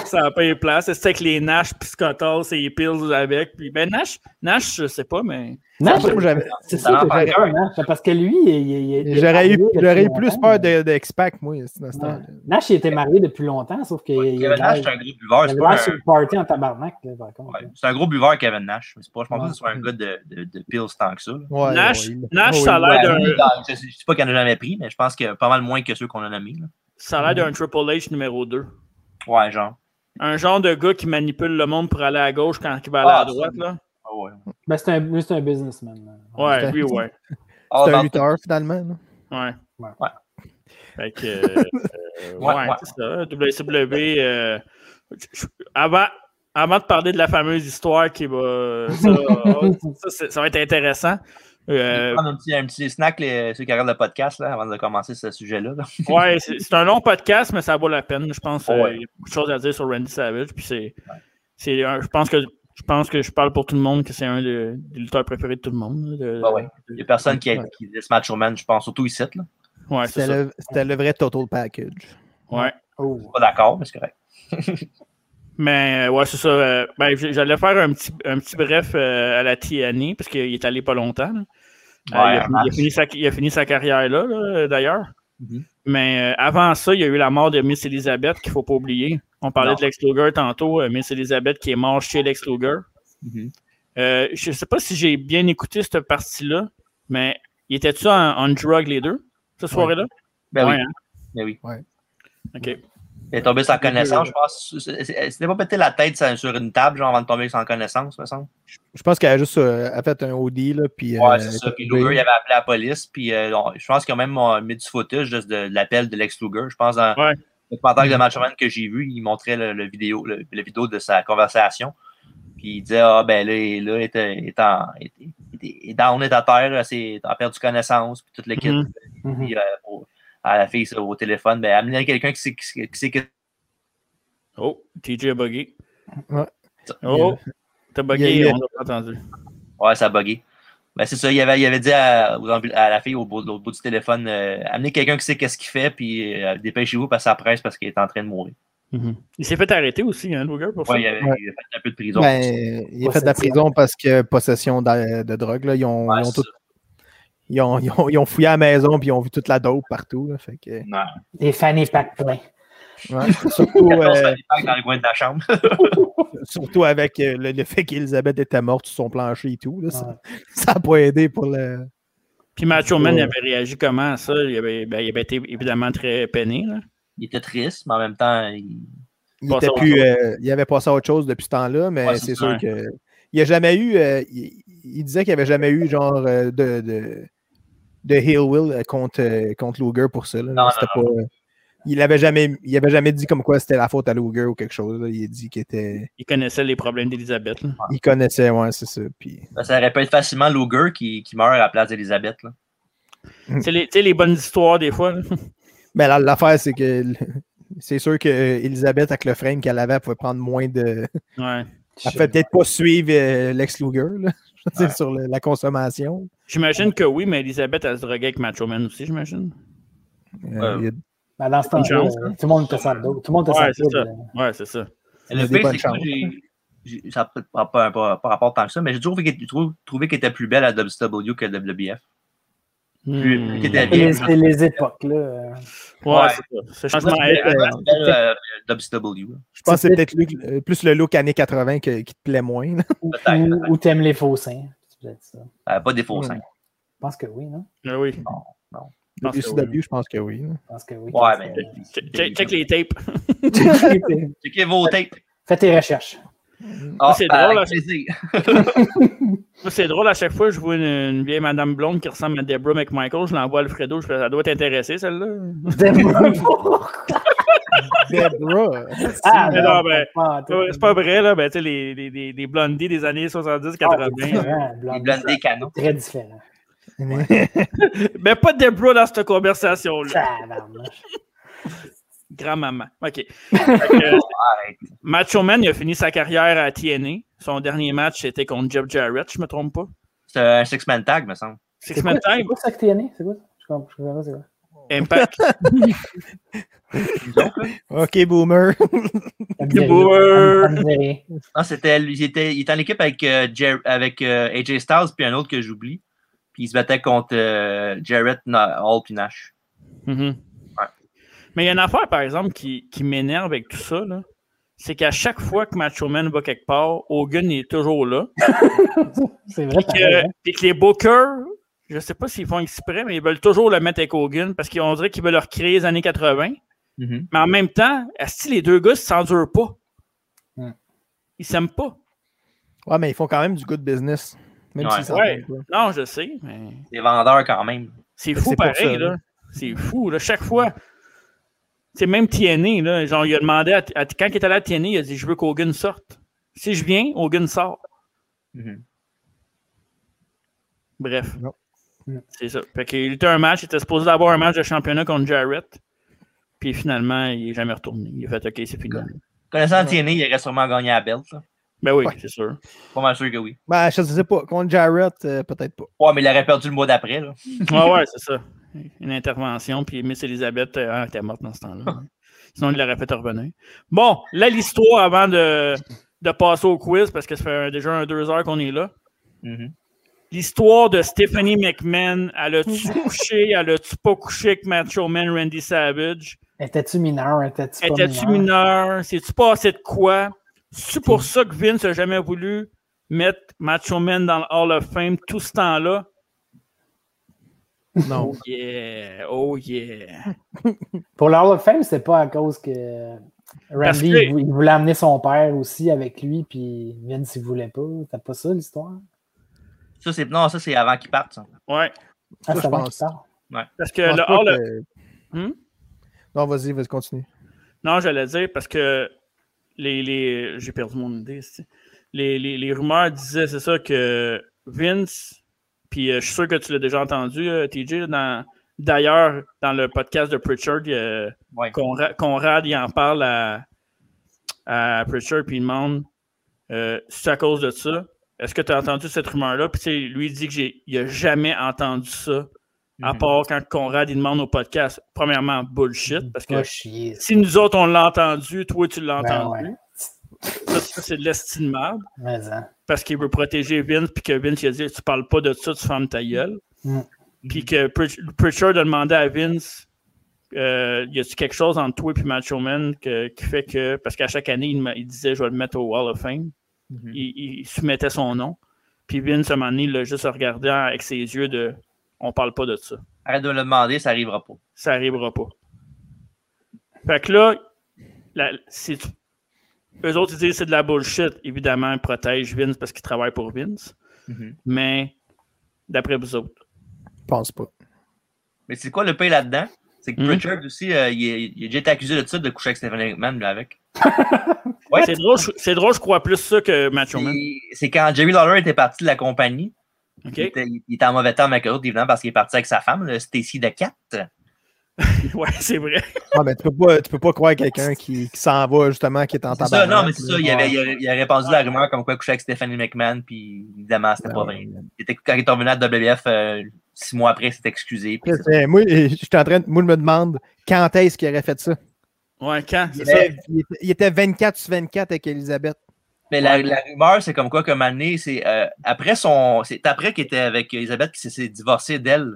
[SPEAKER 6] ça n'a pas eu place. C'est avec les Nash, puis Scottos et les Pills avec. Puis, ben, Nash, Nash, je sais pas, mais.
[SPEAKER 7] Non,
[SPEAKER 5] Moi, j'avais-
[SPEAKER 7] c'est
[SPEAKER 4] ça
[SPEAKER 7] ça
[SPEAKER 4] en
[SPEAKER 7] que
[SPEAKER 4] parle.
[SPEAKER 7] j'avais peur, hein, parce que lui, il, il- il- il est
[SPEAKER 5] J'aurais eu,
[SPEAKER 7] marié depuis
[SPEAKER 5] j'aurais eu plus
[SPEAKER 7] longtemps,
[SPEAKER 5] peur
[SPEAKER 7] mais-
[SPEAKER 5] de, de X-Pac, moi, dans ce
[SPEAKER 7] Ouais.
[SPEAKER 5] temps-là.
[SPEAKER 7] Nash, il était marié depuis longtemps, sauf qu'il il
[SPEAKER 4] Kevin Nash, c'est un gros buveur. C'est
[SPEAKER 7] il avait
[SPEAKER 4] pas
[SPEAKER 7] l'air
[SPEAKER 4] un-
[SPEAKER 7] sur le party en tabarnak, là, par contre.
[SPEAKER 4] ouais, c'est un gros buveur, Kevin Nash. C'est pas- Je pense pas
[SPEAKER 7] Ouais.
[SPEAKER 4] que ce soit un gars de, de, de pills tant que ça. là.
[SPEAKER 5] Ouais,
[SPEAKER 6] Nash,
[SPEAKER 5] ouais, il-
[SPEAKER 6] Nash
[SPEAKER 5] ouais,
[SPEAKER 6] ça a
[SPEAKER 5] ouais.
[SPEAKER 6] l'air
[SPEAKER 4] Ouais,
[SPEAKER 6] d'un-
[SPEAKER 4] lui, dans- je ne sais pas qu'il en a jamais pris, mais je pense que pas mal moins que ceux qu'on a nommés. là.
[SPEAKER 6] ça a l'air d'un Triple H numéro 2.
[SPEAKER 4] Ouais, genre.
[SPEAKER 6] Un genre de gars qui manipule le monde pour aller à gauche quand il va aller
[SPEAKER 4] Ah,
[SPEAKER 6] à droite, là.
[SPEAKER 4] Ah ouais.
[SPEAKER 7] Ben, c'est un, lui, c'est un businessman. là.
[SPEAKER 6] Ouais,
[SPEAKER 5] C'est-
[SPEAKER 6] lui, ouais.
[SPEAKER 4] Ah,
[SPEAKER 5] C'est
[SPEAKER 4] dans-
[SPEAKER 5] un lutteur, finalement. là.
[SPEAKER 6] Ouais.
[SPEAKER 7] Ouais.
[SPEAKER 4] Ouais.
[SPEAKER 6] Fait
[SPEAKER 4] (laughs)
[SPEAKER 6] que. euh, ouais,
[SPEAKER 4] Ouais, ouais.
[SPEAKER 6] c'est ça. WCW. euh, je- je- avant, avant de parler de la fameuse histoire qui va.
[SPEAKER 4] (laughs)
[SPEAKER 6] Ça, ça, c'est- ça va être intéressant. Euh,
[SPEAKER 4] prendre un petit, un petit snack, les- ceux qui regardent le podcast, là, avant de commencer ce sujet-là. là.
[SPEAKER 6] ouais, c'est c'est un long podcast, mais ça vaut la peine. Je pense qu'il
[SPEAKER 4] Ouais.
[SPEAKER 6] y a beaucoup de choses à dire sur Randy Savage. Puis c'est. c'est un- Je pense que. Je pense que je parle pour tout le monde que c'est un de- des lutteurs préférés de tout le monde. là, de-
[SPEAKER 4] Ah Ouais, ouais. Il n'y a personne qui, a,
[SPEAKER 5] Ouais.
[SPEAKER 4] qui laisse Macho Man, je pense, surtout ici. Là. Je
[SPEAKER 6] Ouais, c'est
[SPEAKER 5] C'était
[SPEAKER 6] ça.
[SPEAKER 5] le, c'était le vrai total package.
[SPEAKER 6] Ouais.
[SPEAKER 7] Oh.
[SPEAKER 4] suis pas d'accord, mais c'est correct.
[SPEAKER 6] Mais euh, ouais, c'est ça. euh, ben, j- j'allais faire un petit, un petit bref euh, à la Tiani, parce qu'il est allé pas longtemps. là. Euh,
[SPEAKER 4] Ouais,
[SPEAKER 6] il, a, fini- il a fini sa, il a fini sa carrière là, là, d'ailleurs.
[SPEAKER 4] Mm-hmm.
[SPEAKER 6] Mais euh, avant ça, il y a eu la mort de Miss Elizabeth qu'il faut pas oublier. On parlait
[SPEAKER 4] Non.
[SPEAKER 6] de Lex Luger tantôt. euh, Miss Elizabeth qui est morte chez Lex Luger.
[SPEAKER 4] Mhm.
[SPEAKER 6] Euh, je sais pas si j'ai bien écouté cette partie-là, mais il était-tu en, en drug les deux? cette soirée-là?
[SPEAKER 4] Ben oui.
[SPEAKER 6] Ouais, hein?
[SPEAKER 4] Ben oui.
[SPEAKER 6] OK.
[SPEAKER 4] Il est tombé sans connaissance, je pense. C'était pas pété la tête sur- sur une table, genre avant de tomber sans connaissance, me semble.
[SPEAKER 5] Je pense qu'elle a juste euh, a fait un OD, là, puis...
[SPEAKER 4] Ouais,
[SPEAKER 5] euh,
[SPEAKER 4] c'est ça. Puis
[SPEAKER 5] elle est
[SPEAKER 4] Luger, il avait appelé la police. Puis euh, on- je pense qu'ils ont même euh, mis du footage juste de, de l'appel de l'ex-Luger. Je pense dans
[SPEAKER 6] Ouais.
[SPEAKER 4] le commentaire de Matchman que j'ai vu, il montrait le, le vidéo, le, le vidéo de sa conversation. Puis il disait Ah, ben là, il- là, il était- il est en- il était- il était- il est down, il est à terre, c'est- il a perdu connaissance, puis toute l'équipe.
[SPEAKER 6] Mhm.
[SPEAKER 7] Mhm.
[SPEAKER 4] Puis, euh, au- à la fille ça, au téléphone, ben, amener quelqu'un qui sait qui sait- qui sait que
[SPEAKER 6] Oh, TJ a bugué.
[SPEAKER 5] Ouais.
[SPEAKER 6] Oh, t'as bugué,
[SPEAKER 5] Il y a-
[SPEAKER 6] on l'a pas entendu.
[SPEAKER 4] Ouais, ça a bugué. Ben, c'est ça, il avait, il avait dit à, aux ambul- à la fille au bout, au bout du téléphone euh, amenez quelqu'un qui sait qu'est-ce qu'il fait, puis euh, dépêchez-vous parce que ça presse parce qu'il est en train de mourir.
[SPEAKER 6] Il s'est fait arrêter aussi, hein, Luger, pour ça.
[SPEAKER 4] Ouais, il, avait,
[SPEAKER 5] Ouais.
[SPEAKER 4] il a fait un peu de prison.
[SPEAKER 5] Ben, il a fait de la prison parce que possession de, de drogue, là, ils ont,
[SPEAKER 4] Ouais,
[SPEAKER 5] ils, ont
[SPEAKER 4] c'est
[SPEAKER 5] tout- ils ont- ils ont- ils ont fouillé à la maison, puis ils ont vu toute la dope partout, là, fait que...
[SPEAKER 7] Des fanny pack plein.
[SPEAKER 4] (laughs)
[SPEAKER 5] ouais. surtout,
[SPEAKER 4] ça. On se
[SPEAKER 5] euh,
[SPEAKER 4] fait des bagues dans le coin de la chambre. (laughs)
[SPEAKER 5] surtout avec euh, le, le fait qu'Elisabeth était morte sur son plancher et tout, là,
[SPEAKER 7] Ah,
[SPEAKER 5] ça- ça n'a pas aidé pour le...
[SPEAKER 6] Puis Macho Man, il
[SPEAKER 5] Ouais.
[SPEAKER 6] avait réagi comment à ça? Il avait, ben, il avait été évidemment très peiné. Là.
[SPEAKER 4] il était triste, mais en même temps, il...
[SPEAKER 5] Il, était
[SPEAKER 6] Passé à autre
[SPEAKER 5] plus, euh, il avait passé à autre chose depuis ce temps-là, mais
[SPEAKER 4] Ouais, c'est hein.
[SPEAKER 5] c'est
[SPEAKER 6] ça.
[SPEAKER 5] sûr que il n'y a jamais eu. euh, il, il disait qu'il n'y avait jamais eu genre euh, de, de, de heel will euh, contre, euh, contre Luger pour ça. là.
[SPEAKER 4] Non,
[SPEAKER 5] C'était pas- il avait jamais, il avait jamais dit comme quoi c'était la faute à Luger ou quelque chose. là. Il a dit qu'il était,
[SPEAKER 6] Il connaissait les problèmes d'Elisabeth. là.
[SPEAKER 5] il connaissait, ouais, c'est ça. Puis
[SPEAKER 4] ben, ça aurait pu être facilement Luger qui, qui meurt à la place d'Elisabeth. là.
[SPEAKER 6] C'est les, tu sais, les bonnes histoires des fois. là. (laughs)
[SPEAKER 5] Mais la- l'affaire, c'est que le- c'est sûr que euh, Elisabeth, avec le frame qu'elle avait, elle pouvait prendre moins de.
[SPEAKER 6] Ouais.
[SPEAKER 5] Elle pouvait peut-être pas suivre euh, Lex Luger là, (laughs) je veux dire, sur le- la consommation.
[SPEAKER 6] J'imagine que oui, mais Elisabeth, elle se droguait avec Macho Man aussi, j'imagine.
[SPEAKER 5] Euh, il y a-
[SPEAKER 7] Ben, dans ce temps-là,
[SPEAKER 6] Une chance,
[SPEAKER 7] euh, tout le monde était sans dos. Tout le monde était
[SPEAKER 6] Ouais,
[SPEAKER 7] sans
[SPEAKER 6] c'est
[SPEAKER 7] coude,
[SPEAKER 6] ça.
[SPEAKER 7] euh,
[SPEAKER 6] Ouais, c'est ça.
[SPEAKER 5] Il
[SPEAKER 4] le
[SPEAKER 5] a des
[SPEAKER 4] pire,
[SPEAKER 5] bonnes
[SPEAKER 4] c'est que moi,
[SPEAKER 5] chances.
[SPEAKER 4] j'ai- j'ai- ça n'a pas, pas- pas- pas rapport tant que ça, mais j'ai toujours trouvé qu'elle- trou- trouvé qu'elle était plus belle à WCW que WBF. Plus, plus qu'elle était
[SPEAKER 7] c'est les-
[SPEAKER 4] vieille,
[SPEAKER 7] C'est les époques, là. euh,
[SPEAKER 6] Ouais,
[SPEAKER 4] Ouais.
[SPEAKER 6] c'est ça. Ce
[SPEAKER 4] Je pense
[SPEAKER 6] changement. E
[SPEAKER 4] que
[SPEAKER 6] elle-
[SPEAKER 4] elle s'appelle, euh, WCW.
[SPEAKER 5] Je pense que c'est peut-être le- euh, plus le look années 80 que- qui te plaît moins. là.
[SPEAKER 7] Ou,
[SPEAKER 4] Peut-être,
[SPEAKER 7] ou-
[SPEAKER 4] peut-être.
[SPEAKER 7] ou t'aimes les faux seins. C'est peut-être ça. Je
[SPEAKER 4] Euh, pas des faux
[SPEAKER 5] Ouais.
[SPEAKER 4] seins.
[SPEAKER 7] pense que oui, non?
[SPEAKER 6] Ah oui. Je pense que
[SPEAKER 5] Le CW, je pense que oui. là. (laughs)
[SPEAKER 7] Je pense que oui.
[SPEAKER 4] Ouais,
[SPEAKER 7] que
[SPEAKER 4] mais-
[SPEAKER 7] c'est-
[SPEAKER 6] Check, check- check les tapes.
[SPEAKER 4] Checkez vos tapes.
[SPEAKER 7] (laughs) Fais tes recherches.
[SPEAKER 4] (laughs) Ah,
[SPEAKER 6] c'est
[SPEAKER 4] bah,
[SPEAKER 6] drôle,
[SPEAKER 4] avec
[SPEAKER 6] hein.
[SPEAKER 4] plaisir.
[SPEAKER 6] Moi, c'est drôle, à chaque fois, je vois une, une vieille Madame Blonde qui ressemble à Deborah McMichael. Je l'envoie à Alfredo. Je fais, ça doit t'intéresser, celle-là.
[SPEAKER 5] Debra!
[SPEAKER 7] ah,
[SPEAKER 6] Mais non, ben,
[SPEAKER 7] pas,
[SPEAKER 6] (laughs) Ouais, C'est pas vrai, là. Ben, tu sais, les, les, les, les blondies des années
[SPEAKER 7] Ah,
[SPEAKER 6] 70, 80.
[SPEAKER 4] Les blondes des canons.
[SPEAKER 7] Très différent.
[SPEAKER 6] Mais pas Deborah dans cette conversation-là.
[SPEAKER 7] Tabarnouche.
[SPEAKER 6] Grand-maman.
[SPEAKER 7] (laughs)
[SPEAKER 6] OK. Fait que,
[SPEAKER 4] Arrête.
[SPEAKER 6] Macho Man, il a fini sa carrière à TNA. Son dernier match, c'était contre Jeff Jarrett, je me trompe pas.
[SPEAKER 4] C'est un six-man tag, me semble.
[SPEAKER 6] Six
[SPEAKER 7] C'est quoi,
[SPEAKER 6] Man
[SPEAKER 7] c'est
[SPEAKER 6] Time,
[SPEAKER 7] quoi ça que t'es né? C'est quoi ça? Je comprends je comprends pas, c'est quoi.
[SPEAKER 6] Impact,
[SPEAKER 5] (laughs) ok, boomer!
[SPEAKER 7] Ça me dit rien.
[SPEAKER 6] Boomer.
[SPEAKER 7] Ça me- ça me dit rien.
[SPEAKER 4] Non, Ah, c'était, il, était, il était en équipe avec, euh, Jer- avec euh, AJ Styles puis un autre que j'oublie. Puis il se battait contre euh, Jarrett, Na- Hall puis Nash.
[SPEAKER 6] Mhm. Mais il y a une affaire, par exemple, qui, qui m'énerve avec tout ça, là. C'est qu'à chaque fois que Macho Man va quelque part, Hogan il est toujours là.
[SPEAKER 7] C'est vrai,
[SPEAKER 6] Puis
[SPEAKER 7] pareil,
[SPEAKER 6] que,
[SPEAKER 7] hein?
[SPEAKER 6] puis que les bookers, je sais pas s'ils font exprès, mais ils veulent toujours le mettre avec Hogan parce qu'on dirait qu'ils veulent leur créer les années 80.
[SPEAKER 4] Mhm.
[SPEAKER 6] Mais en même temps, est-ce que les deux gars ne s'endurent pas?
[SPEAKER 7] Hmm.
[SPEAKER 6] Ils s'aiment pas.
[SPEAKER 5] Ouais, mais ils font quand même du good business. Même
[SPEAKER 4] Ouais.
[SPEAKER 5] s'ils s'entendent
[SPEAKER 6] Ouais.
[SPEAKER 5] pas.
[SPEAKER 6] Non, je sais, mais
[SPEAKER 4] Des vendeurs quand même.
[SPEAKER 6] c'est
[SPEAKER 5] Ben, C'est
[SPEAKER 6] fou
[SPEAKER 5] pour
[SPEAKER 6] pareil,
[SPEAKER 5] ça,
[SPEAKER 6] là.
[SPEAKER 5] là.
[SPEAKER 6] C'est fou, là. Chaque fois. C'est même TNA, là. Genre, il a demandé à, à- quand il est allé à TNA, il a dit Je veux qu'Hogan sorte. Si je viens, Hogan sort.
[SPEAKER 4] Mhm.
[SPEAKER 6] Bref.
[SPEAKER 5] Non.
[SPEAKER 6] C'est ça. Fait qu'il était un match, il était supposé avoir un match de championnat contre Jarrett. Puis finalement, il n'est jamais retourné. Il a fait OK, c'est fini.
[SPEAKER 4] Connaissant TNA, il aurait sûrement gagné à belt. là.
[SPEAKER 6] Ben oui,
[SPEAKER 5] Ouais.
[SPEAKER 6] c'est sûr.
[SPEAKER 4] Pas mal sûr que oui.
[SPEAKER 5] Ben, je sais pas. Contre Jarrett, euh, peut-être pas.
[SPEAKER 4] Ouais, mais il aurait perdu le mois d'après. Là.
[SPEAKER 6] Ouais, (laughs) ouais, c'est ça. Une intervention, puis Miss Elizabeth euh, ah, était morte dans ce (laughs) temps-là. Sinon, il l'aurait fait revenir. Bon, là, l'histoire avant de, de passer au quiz, parce que ça fait euh, déjà un, deux heures qu'on est là.
[SPEAKER 4] Mhm.
[SPEAKER 6] L'histoire de Stephanie McMahon, elle (laughs) a-tu couché, elle a-tu pas couché avec Macho Man Randy Savage?
[SPEAKER 7] Étais-tu mineur? Étais-tu pas
[SPEAKER 6] Étais-tu
[SPEAKER 7] mineur?
[SPEAKER 6] mineur? C'est-tu passé de quoi? C'est pour ça que Vince n'a jamais voulu mettre Macho Man dans le Hall of Fame tout ce temps-là?
[SPEAKER 5] Non.
[SPEAKER 6] Oh yeah, oh yeah.
[SPEAKER 7] Pour le Hall of Fame, c'était pas à cause que
[SPEAKER 6] Parce que-
[SPEAKER 7] Randy il vou- il voulait amener son père aussi avec lui, puis Vince il voulait pas. T'as pas ça l'histoire?
[SPEAKER 4] Ça, c'est non, ça, c'est avant qu'il parte. ça.
[SPEAKER 6] Ouais,
[SPEAKER 7] Ah,
[SPEAKER 5] Ça,
[SPEAKER 7] c'est
[SPEAKER 5] je
[SPEAKER 7] avant
[SPEAKER 5] pense.
[SPEAKER 7] qu'il parte.
[SPEAKER 6] parce que
[SPEAKER 5] Je pense
[SPEAKER 6] le
[SPEAKER 5] pas
[SPEAKER 6] Hall of-
[SPEAKER 5] que-
[SPEAKER 6] Hmm?
[SPEAKER 5] Non, vas-y, vas-y, continue.
[SPEAKER 6] Non, j'allais dire parce que les. les... J'ai perdu mon idée. c'est- Les, les, les rumeurs disaient, c'est ça, que Vince, puis euh, je suis sûr que tu l'as déjà entendu, euh, TJ, dans- d'ailleurs, dans le podcast de Pritchard, il y a-
[SPEAKER 4] Ouais.
[SPEAKER 6] Conra- Conrad, il en parle à, à Pritchard, puis il demande euh, c'est à cause de ça. Est-ce que tu as entendu cette rumeur-là? Puis tu sais, lui, il dit qu'il n'a jamais entendu ça, à
[SPEAKER 4] Mhm.
[SPEAKER 6] part quand Conrad, il demande au podcast, premièrement, bullshit, parce que
[SPEAKER 7] Pas chier.
[SPEAKER 6] si nous autres, on l'a entendu, toi, tu l'as
[SPEAKER 7] Ben
[SPEAKER 6] entendu.
[SPEAKER 7] ouais.
[SPEAKER 6] Ça, ça, c'est de l'estime de merde,
[SPEAKER 7] Mais, hein.
[SPEAKER 6] parce qu'il veut protéger Vince, puis que Vince, il a dit, tu parles pas de ça, tu fermes ta gueule.
[SPEAKER 7] Mm.
[SPEAKER 6] Puis que Pritch- Pritchard a demandé à Vince, euh, y a-tu quelque chose entre toi et Macho Man que- qui fait que, parce qu'à chaque année, il, me- il disait, je vais le mettre au Hall of Fame.
[SPEAKER 4] Mhm.
[SPEAKER 6] il, il soumettait son nom. Puis Vince, à un moment donné, il l'a juste regardé avec ses yeux de, on parle pas de ça
[SPEAKER 4] Arrête de me le demander, ça arrivera pas.
[SPEAKER 6] ça arrivera pas. Fait que là, la- c'est- eux autres, ils disent c'est de la bullshit. Évidemment, ils protègent Vince parce qu'ils travaillent pour Vince.
[SPEAKER 4] Mhm.
[SPEAKER 6] Mais d'après vous autres.
[SPEAKER 5] Je pense pas.
[SPEAKER 4] Mais c'est quoi le pire là-dedans? C'est que
[SPEAKER 6] Mhm.
[SPEAKER 4] Pritchard aussi, euh, il, est- il a déjà été accusé de ça, de coucher avec Stephen McMahon, lui, avec. Ouais.
[SPEAKER 6] C'est drôle, je- c'est drôle, je crois plus ça que Macho Man.
[SPEAKER 4] C'est- C'est quand Jerry Lawler était parti de la compagnie.
[SPEAKER 6] OK?
[SPEAKER 4] Il, était, il était en mauvais temps avec eux autres, évidemment, parce qu'il est parti avec sa femme, le Stacy de 4.
[SPEAKER 6] (laughs) Ouais, c'est vrai.
[SPEAKER 5] Ah, mais tu peux pas, tu peux pas croire quelqu'un qui, qui s'en va, justement, qui est en Euh,
[SPEAKER 4] C'est ça,
[SPEAKER 5] tabac.
[SPEAKER 4] non, mais c'est ça. Il,
[SPEAKER 5] y
[SPEAKER 4] avait, il, a, il a répandu la rumeur comme quoi coucher avec Stephanie McMahon, puis évidemment, c'était pas vrai. Il était, quand il est revenu à WF, euh, six mois après, il s'est excusé. puis c'est ça.
[SPEAKER 5] Moi, je suis en train de- moi, je me demande quand est-ce qu'il aurait fait ça.
[SPEAKER 6] Ouais, quand?
[SPEAKER 5] Il
[SPEAKER 6] C'est ça?
[SPEAKER 5] était, il était- il était 24 sur 24 avec Elisabeth.
[SPEAKER 4] Mais la, la rumeur, c'est comme quoi que Mané, c'est euh, après son. C'est après qu'il était avec Elisabeth qui s'est- s'est divorcée d'elle.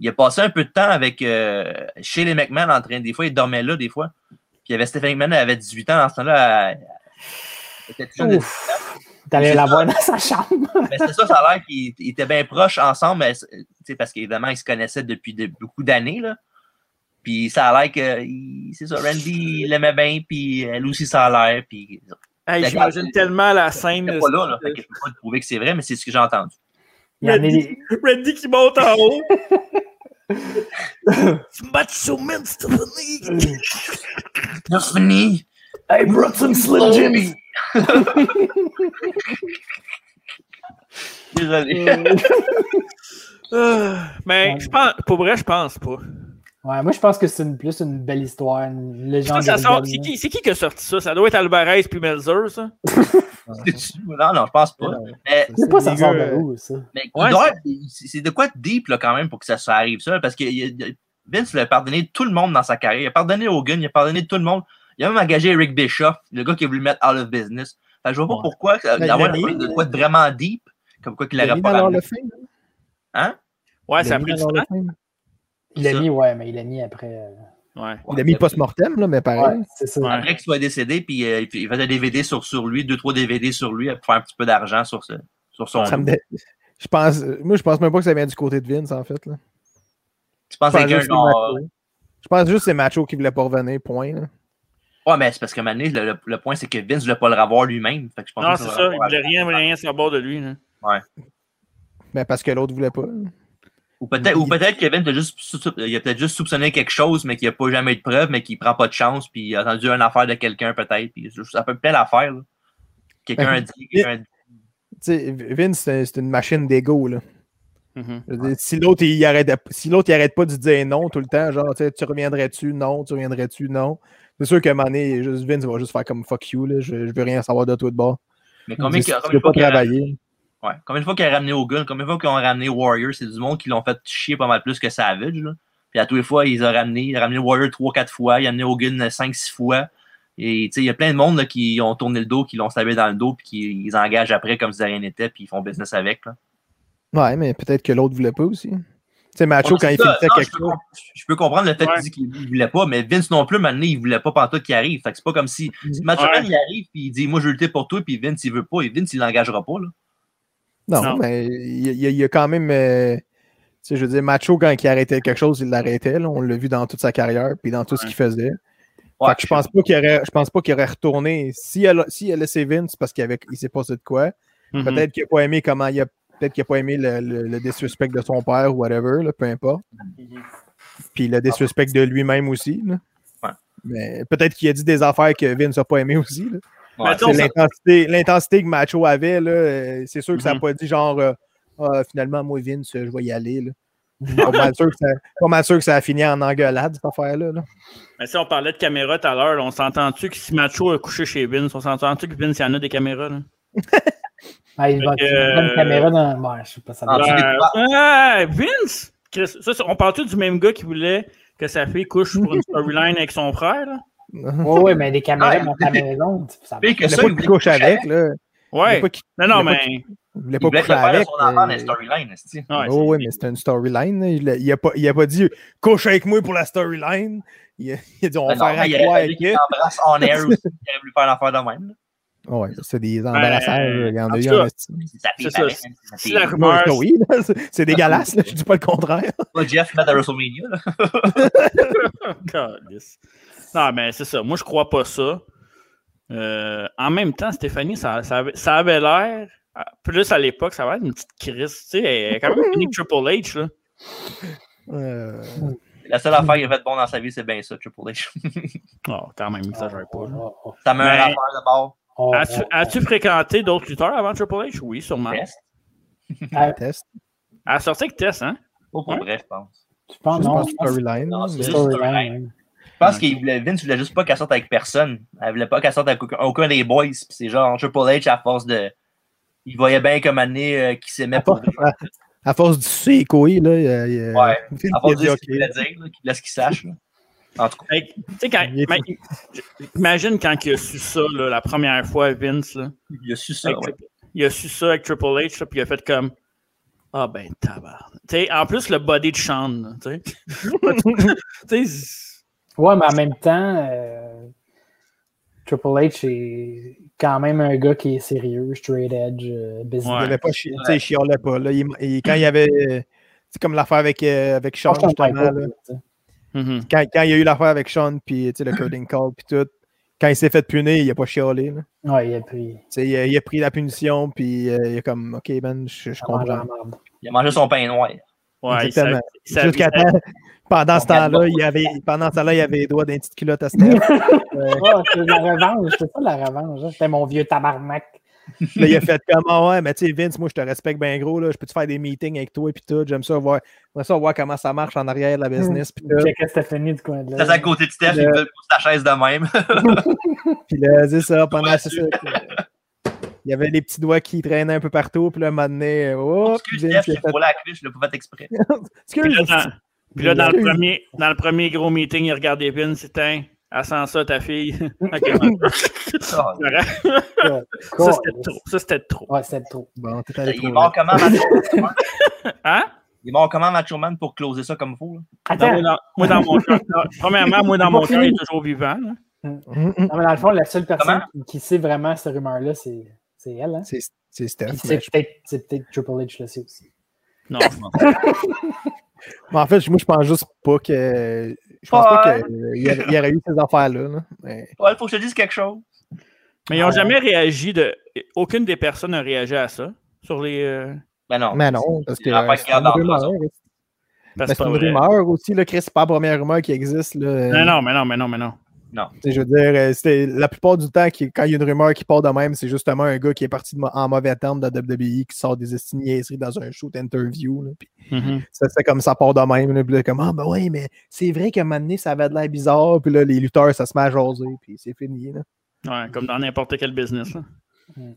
[SPEAKER 4] Il a passé un peu de temps avec euh, chez les McMahon en train. Des fois, il dormait là, des fois. Puis il y avait Stephanie McMahon, elle avait 18 ans dans ce temps-là. Elle, elle était toute jeune de
[SPEAKER 7] Ouf. T'allais la voir dans sa chambre.
[SPEAKER 4] Mais c'est ça, ça a l'air qu'ils ils étaient bien proches ensemble, mais, c'est- tu sais, parce qu'évidemment, ils se connaissaient depuis de- beaucoup d'années. là. Puis ça a l'air que, il- c'est ça, Randy il l'aimait bien, puis elle aussi, ça a l'air. Puis
[SPEAKER 6] Hey, J'imagine tellement la scène.
[SPEAKER 4] c'était pas là, là, fait que je peux pas te prouver que c'est vrai, mais c'est ce que j'ai entendu.
[SPEAKER 7] Il y en a des-
[SPEAKER 6] Randy qui monte en
[SPEAKER 7] (laughs)
[SPEAKER 6] haut. Macho Man, Stephanie!
[SPEAKER 4] Stephanie!
[SPEAKER 7] I brought some Slim Jimmy.
[SPEAKER 4] Désolé. (laughs)
[SPEAKER 6] Ah, Mais je pense, pour vrai, je pense pas.
[SPEAKER 7] Ouais, moi, je pense que c'est une- plus une belle histoire, une légende.
[SPEAKER 6] Ça, ça sort-
[SPEAKER 7] urbaine,
[SPEAKER 6] C'est
[SPEAKER 7] là.
[SPEAKER 6] qui, c'est qui qui a sorti ça? Ça doit être Alvarez puis Melzer, ça?
[SPEAKER 4] C'est-tu? non, non, je pense pas. Mais,
[SPEAKER 7] Je sais pas, ça
[SPEAKER 5] Les
[SPEAKER 7] sort
[SPEAKER 5] gars,
[SPEAKER 7] de où, ça?
[SPEAKER 4] mais il
[SPEAKER 6] Ouais,
[SPEAKER 4] doit être- c'est c'est de quoi de deep là, quand même pour que ça, ça arrive ça, parce que il y a- Vince il a pardonné tout le monde dans sa carrière. Il a pardonné Hogan, il a pardonné tout le monde. Il a même engagé Eric Bischoff, le gars qui a voulu le mettre out of business. Fait que je vois pas
[SPEAKER 7] Ouais.
[SPEAKER 4] pourquoi euh,
[SPEAKER 5] Ben, il
[SPEAKER 4] avoir
[SPEAKER 5] l'a mis,
[SPEAKER 4] de quoi de vraiment deep, comme quoi qu'il
[SPEAKER 5] Il a
[SPEAKER 4] aurait
[SPEAKER 5] mis
[SPEAKER 4] pas
[SPEAKER 5] dans le Hall
[SPEAKER 4] ramené.
[SPEAKER 5] of Fame.
[SPEAKER 4] Hein?
[SPEAKER 6] Ouais,
[SPEAKER 5] Il
[SPEAKER 6] ça
[SPEAKER 5] a
[SPEAKER 6] a
[SPEAKER 5] mis
[SPEAKER 6] pris du
[SPEAKER 5] dans le Hall
[SPEAKER 6] temps.
[SPEAKER 5] of Fame.
[SPEAKER 7] Il l'a
[SPEAKER 6] Ça.
[SPEAKER 7] mis, ouais, mais il l'a mis après. euh,
[SPEAKER 6] Ouais.
[SPEAKER 5] Il a mis post-mortem, là, mais pareil.
[SPEAKER 7] Ouais, c'est ça.
[SPEAKER 6] Ouais.
[SPEAKER 4] Après qu'il soit décédé, puis euh, il faisait des DVD sur, sur lui, deux, trois DVD sur lui pour faire un petit peu d'argent sur, ce, sur son.
[SPEAKER 5] Ça me dé- je pense, moi, je pense même pas que ça vient du côté de Vince, en fait. là.
[SPEAKER 4] Tu penses
[SPEAKER 5] Je pense
[SPEAKER 4] Ah, que quelqu'un
[SPEAKER 5] juste que c'est
[SPEAKER 4] genre,
[SPEAKER 5] Macho. Je pense juste que c'est Macho qui voulait pas revenir, point. là.
[SPEAKER 4] Ouais, mais c'est parce que maintenant, le, le- le point, c'est que Vince ne voulait pas le revoir lui-même. Fait que je pense
[SPEAKER 6] Non,
[SPEAKER 4] pas
[SPEAKER 6] c'est
[SPEAKER 4] qu'il
[SPEAKER 6] ça.
[SPEAKER 4] le
[SPEAKER 6] Il
[SPEAKER 4] revoir
[SPEAKER 6] voulait
[SPEAKER 4] avec-
[SPEAKER 6] rien, rien savoir de lui. là.
[SPEAKER 5] Mais parce que l'autre voulait pas.
[SPEAKER 4] Ou peut-être ou peut-être que Vince a juste, sou- sou- il a peut-être juste soupçonné quelque chose, mais qu'il n'y a pas jamais eu de preuve, mais qu'il prend pas de chance, puis il a entendu une affaire de quelqu'un, peut-être. Puis je- ça peut être plein d'affaires. là.
[SPEAKER 5] Ben,
[SPEAKER 4] Quelqu'un a dit. quelqu'un a dit.
[SPEAKER 5] Tu sais, Vince, c'est c'est une machine d'ego, là.
[SPEAKER 6] Mhm.
[SPEAKER 5] Je veux dire, Si l'autre, il arrête, si l'autre, il arrête pas de dire non tout le temps, genre, tu sais, tu reviendrais-tu? Non, tu reviendrais-tu? Non. C'est sûr qu'à un moment donné, juste- Vince va juste faire comme fuck you, là, je, je veux rien savoir de toi de bord.
[SPEAKER 4] Mais combien,
[SPEAKER 5] Il dit,
[SPEAKER 4] que-
[SPEAKER 5] si tu
[SPEAKER 4] combien
[SPEAKER 5] veux
[SPEAKER 4] de fois
[SPEAKER 5] pas
[SPEAKER 4] qu'il a,
[SPEAKER 5] travailler?
[SPEAKER 4] ouais, combien de fois qu'il a ramené Hogan, combien de fois qu'ils ont ramené Warrior, c'est du monde qui l'ont fait chier pas mal plus que Savage. Là. Puis à tous les fois, ils ont ramené, il a ramené Warrior 3-4 fois, il a ramené Hogan 5-6 fois. Et tu sais, il y a plein de monde là, qui ont tourné le dos, qui l'ont savé dans le dos, puis qui ils engagent après comme si de rien n'était, puis ils font business avec. Là.
[SPEAKER 5] Ouais, mais peut-être que l'autre voulait pas aussi. Tu sais, Macho,
[SPEAKER 4] Ouais,
[SPEAKER 5] quand il
[SPEAKER 4] c'est ça.
[SPEAKER 5] finissait
[SPEAKER 4] Non,
[SPEAKER 5] quelque
[SPEAKER 4] je peux
[SPEAKER 5] chose.
[SPEAKER 4] com- Je peux comprendre le fait
[SPEAKER 6] Ouais.
[SPEAKER 4] qu'il dit qu'il ne voulait pas, mais Vince non plus, maintenant, il voulait pas pantoute qu'il arrive. Fait que c'est pas comme si.
[SPEAKER 5] Mm-hmm.
[SPEAKER 4] si Macho
[SPEAKER 6] Ouais.
[SPEAKER 4] Man, il arrive puis il dit Moi, je veux lutter pour toi, puis Vince, il veut pas, et Vince, il l'engagera pas. Là.
[SPEAKER 5] Non,
[SPEAKER 6] Non.
[SPEAKER 5] mais il, il- il a quand même. euh, sais, je veux dire, Macho, quand il arrêtait quelque chose, il l'arrêtait. là. On l'a vu dans toute sa carrière, puis dans tout ce qu'il faisait.
[SPEAKER 4] Ouais,
[SPEAKER 5] Fait que je pense pas qu'il aurait, je pense pas qu'il aurait retourné. S'il a, s'il a laissé Vince parce qu'il avait- il s'est passé de quoi,
[SPEAKER 4] Hmm.
[SPEAKER 6] Mhm.
[SPEAKER 5] peut-être qu'il a pas aimé comment il a, peut-être qu'il a pas aimé le, le- le disrespect de son père ou whatever, là, peu importe. Puis le disrespect de lui-même aussi. là.
[SPEAKER 4] Ah. Ouais.
[SPEAKER 5] Mais peut-être qu'il a dit des affaires que Vince a pas aimé aussi. là.
[SPEAKER 4] Ouais,
[SPEAKER 6] Mettons,
[SPEAKER 5] C'est
[SPEAKER 6] ça-
[SPEAKER 5] l'intensité, l'intensité que Macho avait, là, euh, c'est sûr que ça n'a
[SPEAKER 6] Mhm.
[SPEAKER 5] pas dit genre euh, Ah, finalement, moi, Vince, je vais y aller. Là. pas, mal sûr que ça, pas mal sûr que ça a fini en engueulade, cette affaire-là. là.
[SPEAKER 6] Mais si on parlait de caméra tout à l'heure, là, on s'entend-tu que si Macho a couché chez Vince, on s'entend-tu que Vince, il y en a des caméras? Là?
[SPEAKER 7] Ah, il va
[SPEAKER 6] Fait que,
[SPEAKER 7] il va une
[SPEAKER 6] euh,
[SPEAKER 7] caméra dans. Ouais, je sais pas, ça
[SPEAKER 4] Ah,
[SPEAKER 7] doit-
[SPEAKER 4] tu
[SPEAKER 6] Ben,
[SPEAKER 4] l'es
[SPEAKER 6] ouais, Vince! Chris, ça, c'est- on parle-tu du même gars qui voulait que sa fille couche pour (laughs) une storyline avec son frère? Là?
[SPEAKER 7] Ouais, ouais, mais des caméras
[SPEAKER 4] Ah,
[SPEAKER 7] dans ta maison, tu- ça
[SPEAKER 4] Pire que
[SPEAKER 5] Il
[SPEAKER 4] ça, il voulait
[SPEAKER 5] voulait pas qu'il couche
[SPEAKER 4] coucher
[SPEAKER 5] avec. Là. Il
[SPEAKER 6] Ouais.
[SPEAKER 5] voulait pas qu'il-
[SPEAKER 6] Non, non,
[SPEAKER 5] il a pas
[SPEAKER 6] mais.
[SPEAKER 5] il voulait
[SPEAKER 4] Il
[SPEAKER 5] pas
[SPEAKER 4] voulait que
[SPEAKER 5] coucher
[SPEAKER 4] le père de
[SPEAKER 5] avec.
[SPEAKER 4] son enfant dans les
[SPEAKER 5] euh,
[SPEAKER 4] storylines, esti.
[SPEAKER 6] Ouais,
[SPEAKER 5] oh, oui, mais c'était une storyline. là. Il a, il a pas, il a pas dit couche avec moi pour la storyline. Il a, il a dit on va
[SPEAKER 4] Ben non,
[SPEAKER 5] faire à
[SPEAKER 4] il aurait
[SPEAKER 5] quoi
[SPEAKER 4] fallu
[SPEAKER 5] avec
[SPEAKER 4] qu'il s'embrasse en air aussi. Il aurait voulu faire l'affaire de même. là.
[SPEAKER 5] Ouais, c'est des embarrassages.
[SPEAKER 6] Ben,
[SPEAKER 5] il y en
[SPEAKER 6] en
[SPEAKER 5] a eu
[SPEAKER 6] tout
[SPEAKER 5] en
[SPEAKER 6] cas,
[SPEAKER 5] esti.
[SPEAKER 4] C'est sa fille,
[SPEAKER 6] C'est ça,
[SPEAKER 4] pareil, hein. C'est sa
[SPEAKER 6] si
[SPEAKER 4] fille.
[SPEAKER 6] la
[SPEAKER 5] Non,
[SPEAKER 6] rumeur.
[SPEAKER 5] c'est- oui, là, (laughs) c'est- c'est dégueulasse, là, je dis pas le contraire.
[SPEAKER 4] Pas Jeff mettre à WrestleMania. là.
[SPEAKER 6] (laughs) Calisse. Non, mais c'est ça. Moi, je crois pas ça. Euh, en même temps, Stéphanie, ça, ça avait- ça avait l'air. à- Plus à l'époque, ça avait l'air une petite crise. Tu sais, elle a quand même fini que Triple H, là. (laughs)
[SPEAKER 5] Euh,
[SPEAKER 4] La seule affaire qu'il a fait de bon dans sa vie, c'est bien ça, Triple H. (laughs)
[SPEAKER 6] Oh, quand même, il
[SPEAKER 7] Oh,
[SPEAKER 6] exagère pas. là.
[SPEAKER 7] oh, oh,
[SPEAKER 4] Ça met un
[SPEAKER 6] Mais-
[SPEAKER 4] affaire de bord.
[SPEAKER 7] oh,
[SPEAKER 6] As-tu,
[SPEAKER 7] oh, oh.
[SPEAKER 6] as-tu fréquenté d'autres lutteurs avant Triple H? Oui, sûrement.
[SPEAKER 4] Test.
[SPEAKER 7] Ah,
[SPEAKER 5] test.
[SPEAKER 6] Elle a sorti avec Tess, hein?
[SPEAKER 4] Pas Oh, pour vrai, je pense.
[SPEAKER 7] Tu penses,
[SPEAKER 5] Je
[SPEAKER 7] non?
[SPEAKER 5] pense
[SPEAKER 7] Je pense
[SPEAKER 5] storyline.
[SPEAKER 4] Non,
[SPEAKER 5] là,
[SPEAKER 4] c'est
[SPEAKER 5] mais-
[SPEAKER 7] que c'est
[SPEAKER 4] juste
[SPEAKER 7] storyline,
[SPEAKER 4] storyline.
[SPEAKER 7] hein.
[SPEAKER 4] Je pense qu'il voulait, Vince voulait juste pas qu'elle sorte avec personne. Elle voulait pas qu'elle sorte avec aucun, aucun des boys. Puis c'est genre Triple H à force de. Il voyait bien comme année euh, qui s'aimait
[SPEAKER 5] À
[SPEAKER 4] pour
[SPEAKER 5] force- à- à force du C couilles, là, il, il-
[SPEAKER 4] Ouais.
[SPEAKER 5] il
[SPEAKER 4] À force de
[SPEAKER 5] dit,
[SPEAKER 4] dire
[SPEAKER 5] OK.
[SPEAKER 4] ce qu'il voulait dire, là, qu'il laisse qu'il sache. là. En tout cas,
[SPEAKER 6] Fait que, tu sais, quand,
[SPEAKER 5] Il est-
[SPEAKER 6] ma- imagine quand il a su ça, là, la première fois, Vince, là.
[SPEAKER 4] il a su ça.
[SPEAKER 6] Avec
[SPEAKER 4] ouais.
[SPEAKER 6] Triple- Il a su ça avec Triple H, là, puis il a fait comme Ah ben tabarnak. Tu sais, En plus, le body de Sean, là, tu sais. Tu sais. c'est-
[SPEAKER 7] Ouais, mais en même temps, euh, Triple H est quand même un gars qui est sérieux, straight edge, euh,
[SPEAKER 5] Il
[SPEAKER 7] business.
[SPEAKER 5] avait pas chi- tu sais, il chialait pas. Là. Il- il- quand il y avait. euh, C'est comme l'affaire avec, euh, avec Sean,
[SPEAKER 7] Je comprends
[SPEAKER 5] justement.
[SPEAKER 7] pas,
[SPEAKER 5] là.
[SPEAKER 7] tu sais.
[SPEAKER 6] Mhm.
[SPEAKER 5] Quand, quand il y a eu l'affaire avec Sean, puis tu sais, le curling call, puis tout. Quand il s'est fait punir, il a pas chialé. là.
[SPEAKER 7] Ouais, il a pris.
[SPEAKER 5] Tu sais, Il, a, il a pris la punition, puis euh, il est comme, OK, man, je, je
[SPEAKER 7] ça mange
[SPEAKER 5] comprends.
[SPEAKER 7] la merde.
[SPEAKER 4] Il a mangé son pain noir.
[SPEAKER 6] Ouais, il savait-
[SPEAKER 5] Exactement.
[SPEAKER 6] il savait-
[SPEAKER 5] Jusqu'à
[SPEAKER 6] il savait-
[SPEAKER 5] temps- pendant ce
[SPEAKER 4] Regarde
[SPEAKER 5] temps-là,
[SPEAKER 4] donc.
[SPEAKER 5] il avait, pendant ce temps-là, il avait les doigts d'un petite culotte à Steph.
[SPEAKER 7] Ah, c'est la revanche, c'est pas la revanche. hein. C'était mon vieux tabarnak.
[SPEAKER 5] Là, il a fait comme Ah ouais, mais tu sais, Vince, moi je te respecte bien gros, là. Je peux te faire des meetings avec toi puis tout. J'aime ça voir. J'aimerais ça voir comment ça marche en arrière de la business. Puis là,
[SPEAKER 7] Checkais Stéphanie du coin de
[SPEAKER 4] T'as à
[SPEAKER 7] là.
[SPEAKER 4] côté de Steph,
[SPEAKER 7] Le-
[SPEAKER 4] il veut poser sa chaise de même.
[SPEAKER 5] puis là, c'est ça, pendant c'est ça. que- Il y avait les petits doigts qui traînaient un peu partout, puis là, un moment donné, oh,
[SPEAKER 4] Excuse
[SPEAKER 5] Vince,
[SPEAKER 4] Steph,
[SPEAKER 5] il
[SPEAKER 4] j'ai
[SPEAKER 5] a fait
[SPEAKER 4] volé la cuisse, je l'ai pas fait
[SPEAKER 5] (laughs)
[SPEAKER 4] exprès.
[SPEAKER 6] Puis là,
[SPEAKER 5] Excuse!
[SPEAKER 6] dans- puis là, dans le
[SPEAKER 5] Excuse.
[SPEAKER 6] premier, dans le premier gros meeting, il regardait Vince, c'était Elle sent ça, ta fille.
[SPEAKER 4] Ah,
[SPEAKER 6] (laughs) Ok, ça, c'était trop. Ça, c'était trop.
[SPEAKER 7] Ouais, c'était trop.
[SPEAKER 5] Bon, t'es allé
[SPEAKER 4] Il est
[SPEAKER 5] trop
[SPEAKER 4] mort
[SPEAKER 5] loin.
[SPEAKER 4] comment, Macho
[SPEAKER 5] (laughs)
[SPEAKER 6] Hein?
[SPEAKER 4] Il est mort comment, Macho Man, pour closer ça comme faux? là?
[SPEAKER 6] Non,
[SPEAKER 7] Attends,
[SPEAKER 6] moi, dans, moi, dans mon cœur. non, Premièrement, moi, dans mon cœur, il est toujours vivant. là.
[SPEAKER 5] Hum, hum.
[SPEAKER 7] non, mais dans le fond, la seule personne
[SPEAKER 4] Comment?
[SPEAKER 7] qui- qui sait vraiment cette rumeur-là, c'est c'est elle. Hein?
[SPEAKER 5] C'est c'est Steph.
[SPEAKER 7] Puis
[SPEAKER 5] mais
[SPEAKER 7] C'est
[SPEAKER 5] je-
[SPEAKER 7] peut-être c'est peut-être Triple H là-dessus aussi.
[SPEAKER 6] Non,
[SPEAKER 5] mais en fait, moi, je pense juste pas que. Je pense pas qu'il y, aurait- il y aurait eu ces affaires-là. là. Mais-
[SPEAKER 4] Paul, faut que je te dise quelque chose.
[SPEAKER 6] Mais ils n'ont
[SPEAKER 7] Ah.
[SPEAKER 6] jamais réagi de. Aucune des personnes n'a réagi à ça. Sur les. euh,
[SPEAKER 4] Ben non.
[SPEAKER 5] Mais non, parce que.
[SPEAKER 4] Il y a pas de
[SPEAKER 5] c'est
[SPEAKER 4] garde
[SPEAKER 5] une
[SPEAKER 4] en
[SPEAKER 5] rumeur,
[SPEAKER 4] raison.
[SPEAKER 5] là.
[SPEAKER 6] parce
[SPEAKER 5] Mais C'est
[SPEAKER 6] que pas
[SPEAKER 5] une
[SPEAKER 6] vrai.
[SPEAKER 5] rumeur aussi, là, Chris. C'est pas la première rumeur qui existe. Là.
[SPEAKER 6] Non, non, mais non, mais non, mais non.
[SPEAKER 5] Tu sais, Je veux dire, euh, c'est- la plupart du temps, qui- quand il y a une rumeur qui part de même, c'est justement un gars qui est parti de mo- en mauvais terme de la WWE qui sort des esti niaiseries dans un show d'interview. là, puis
[SPEAKER 6] Mhm.
[SPEAKER 5] ça, c'est comme ça part de même. Là, puis là, comme, ah, ben oui, mais c'est vrai qu'à un moment donné, ça avait de l'air bizarre. Puis là, les lutteurs, ça se met à jaser. Puis c'est fini. là.
[SPEAKER 6] Ouais, comme dans n'importe quel business. là.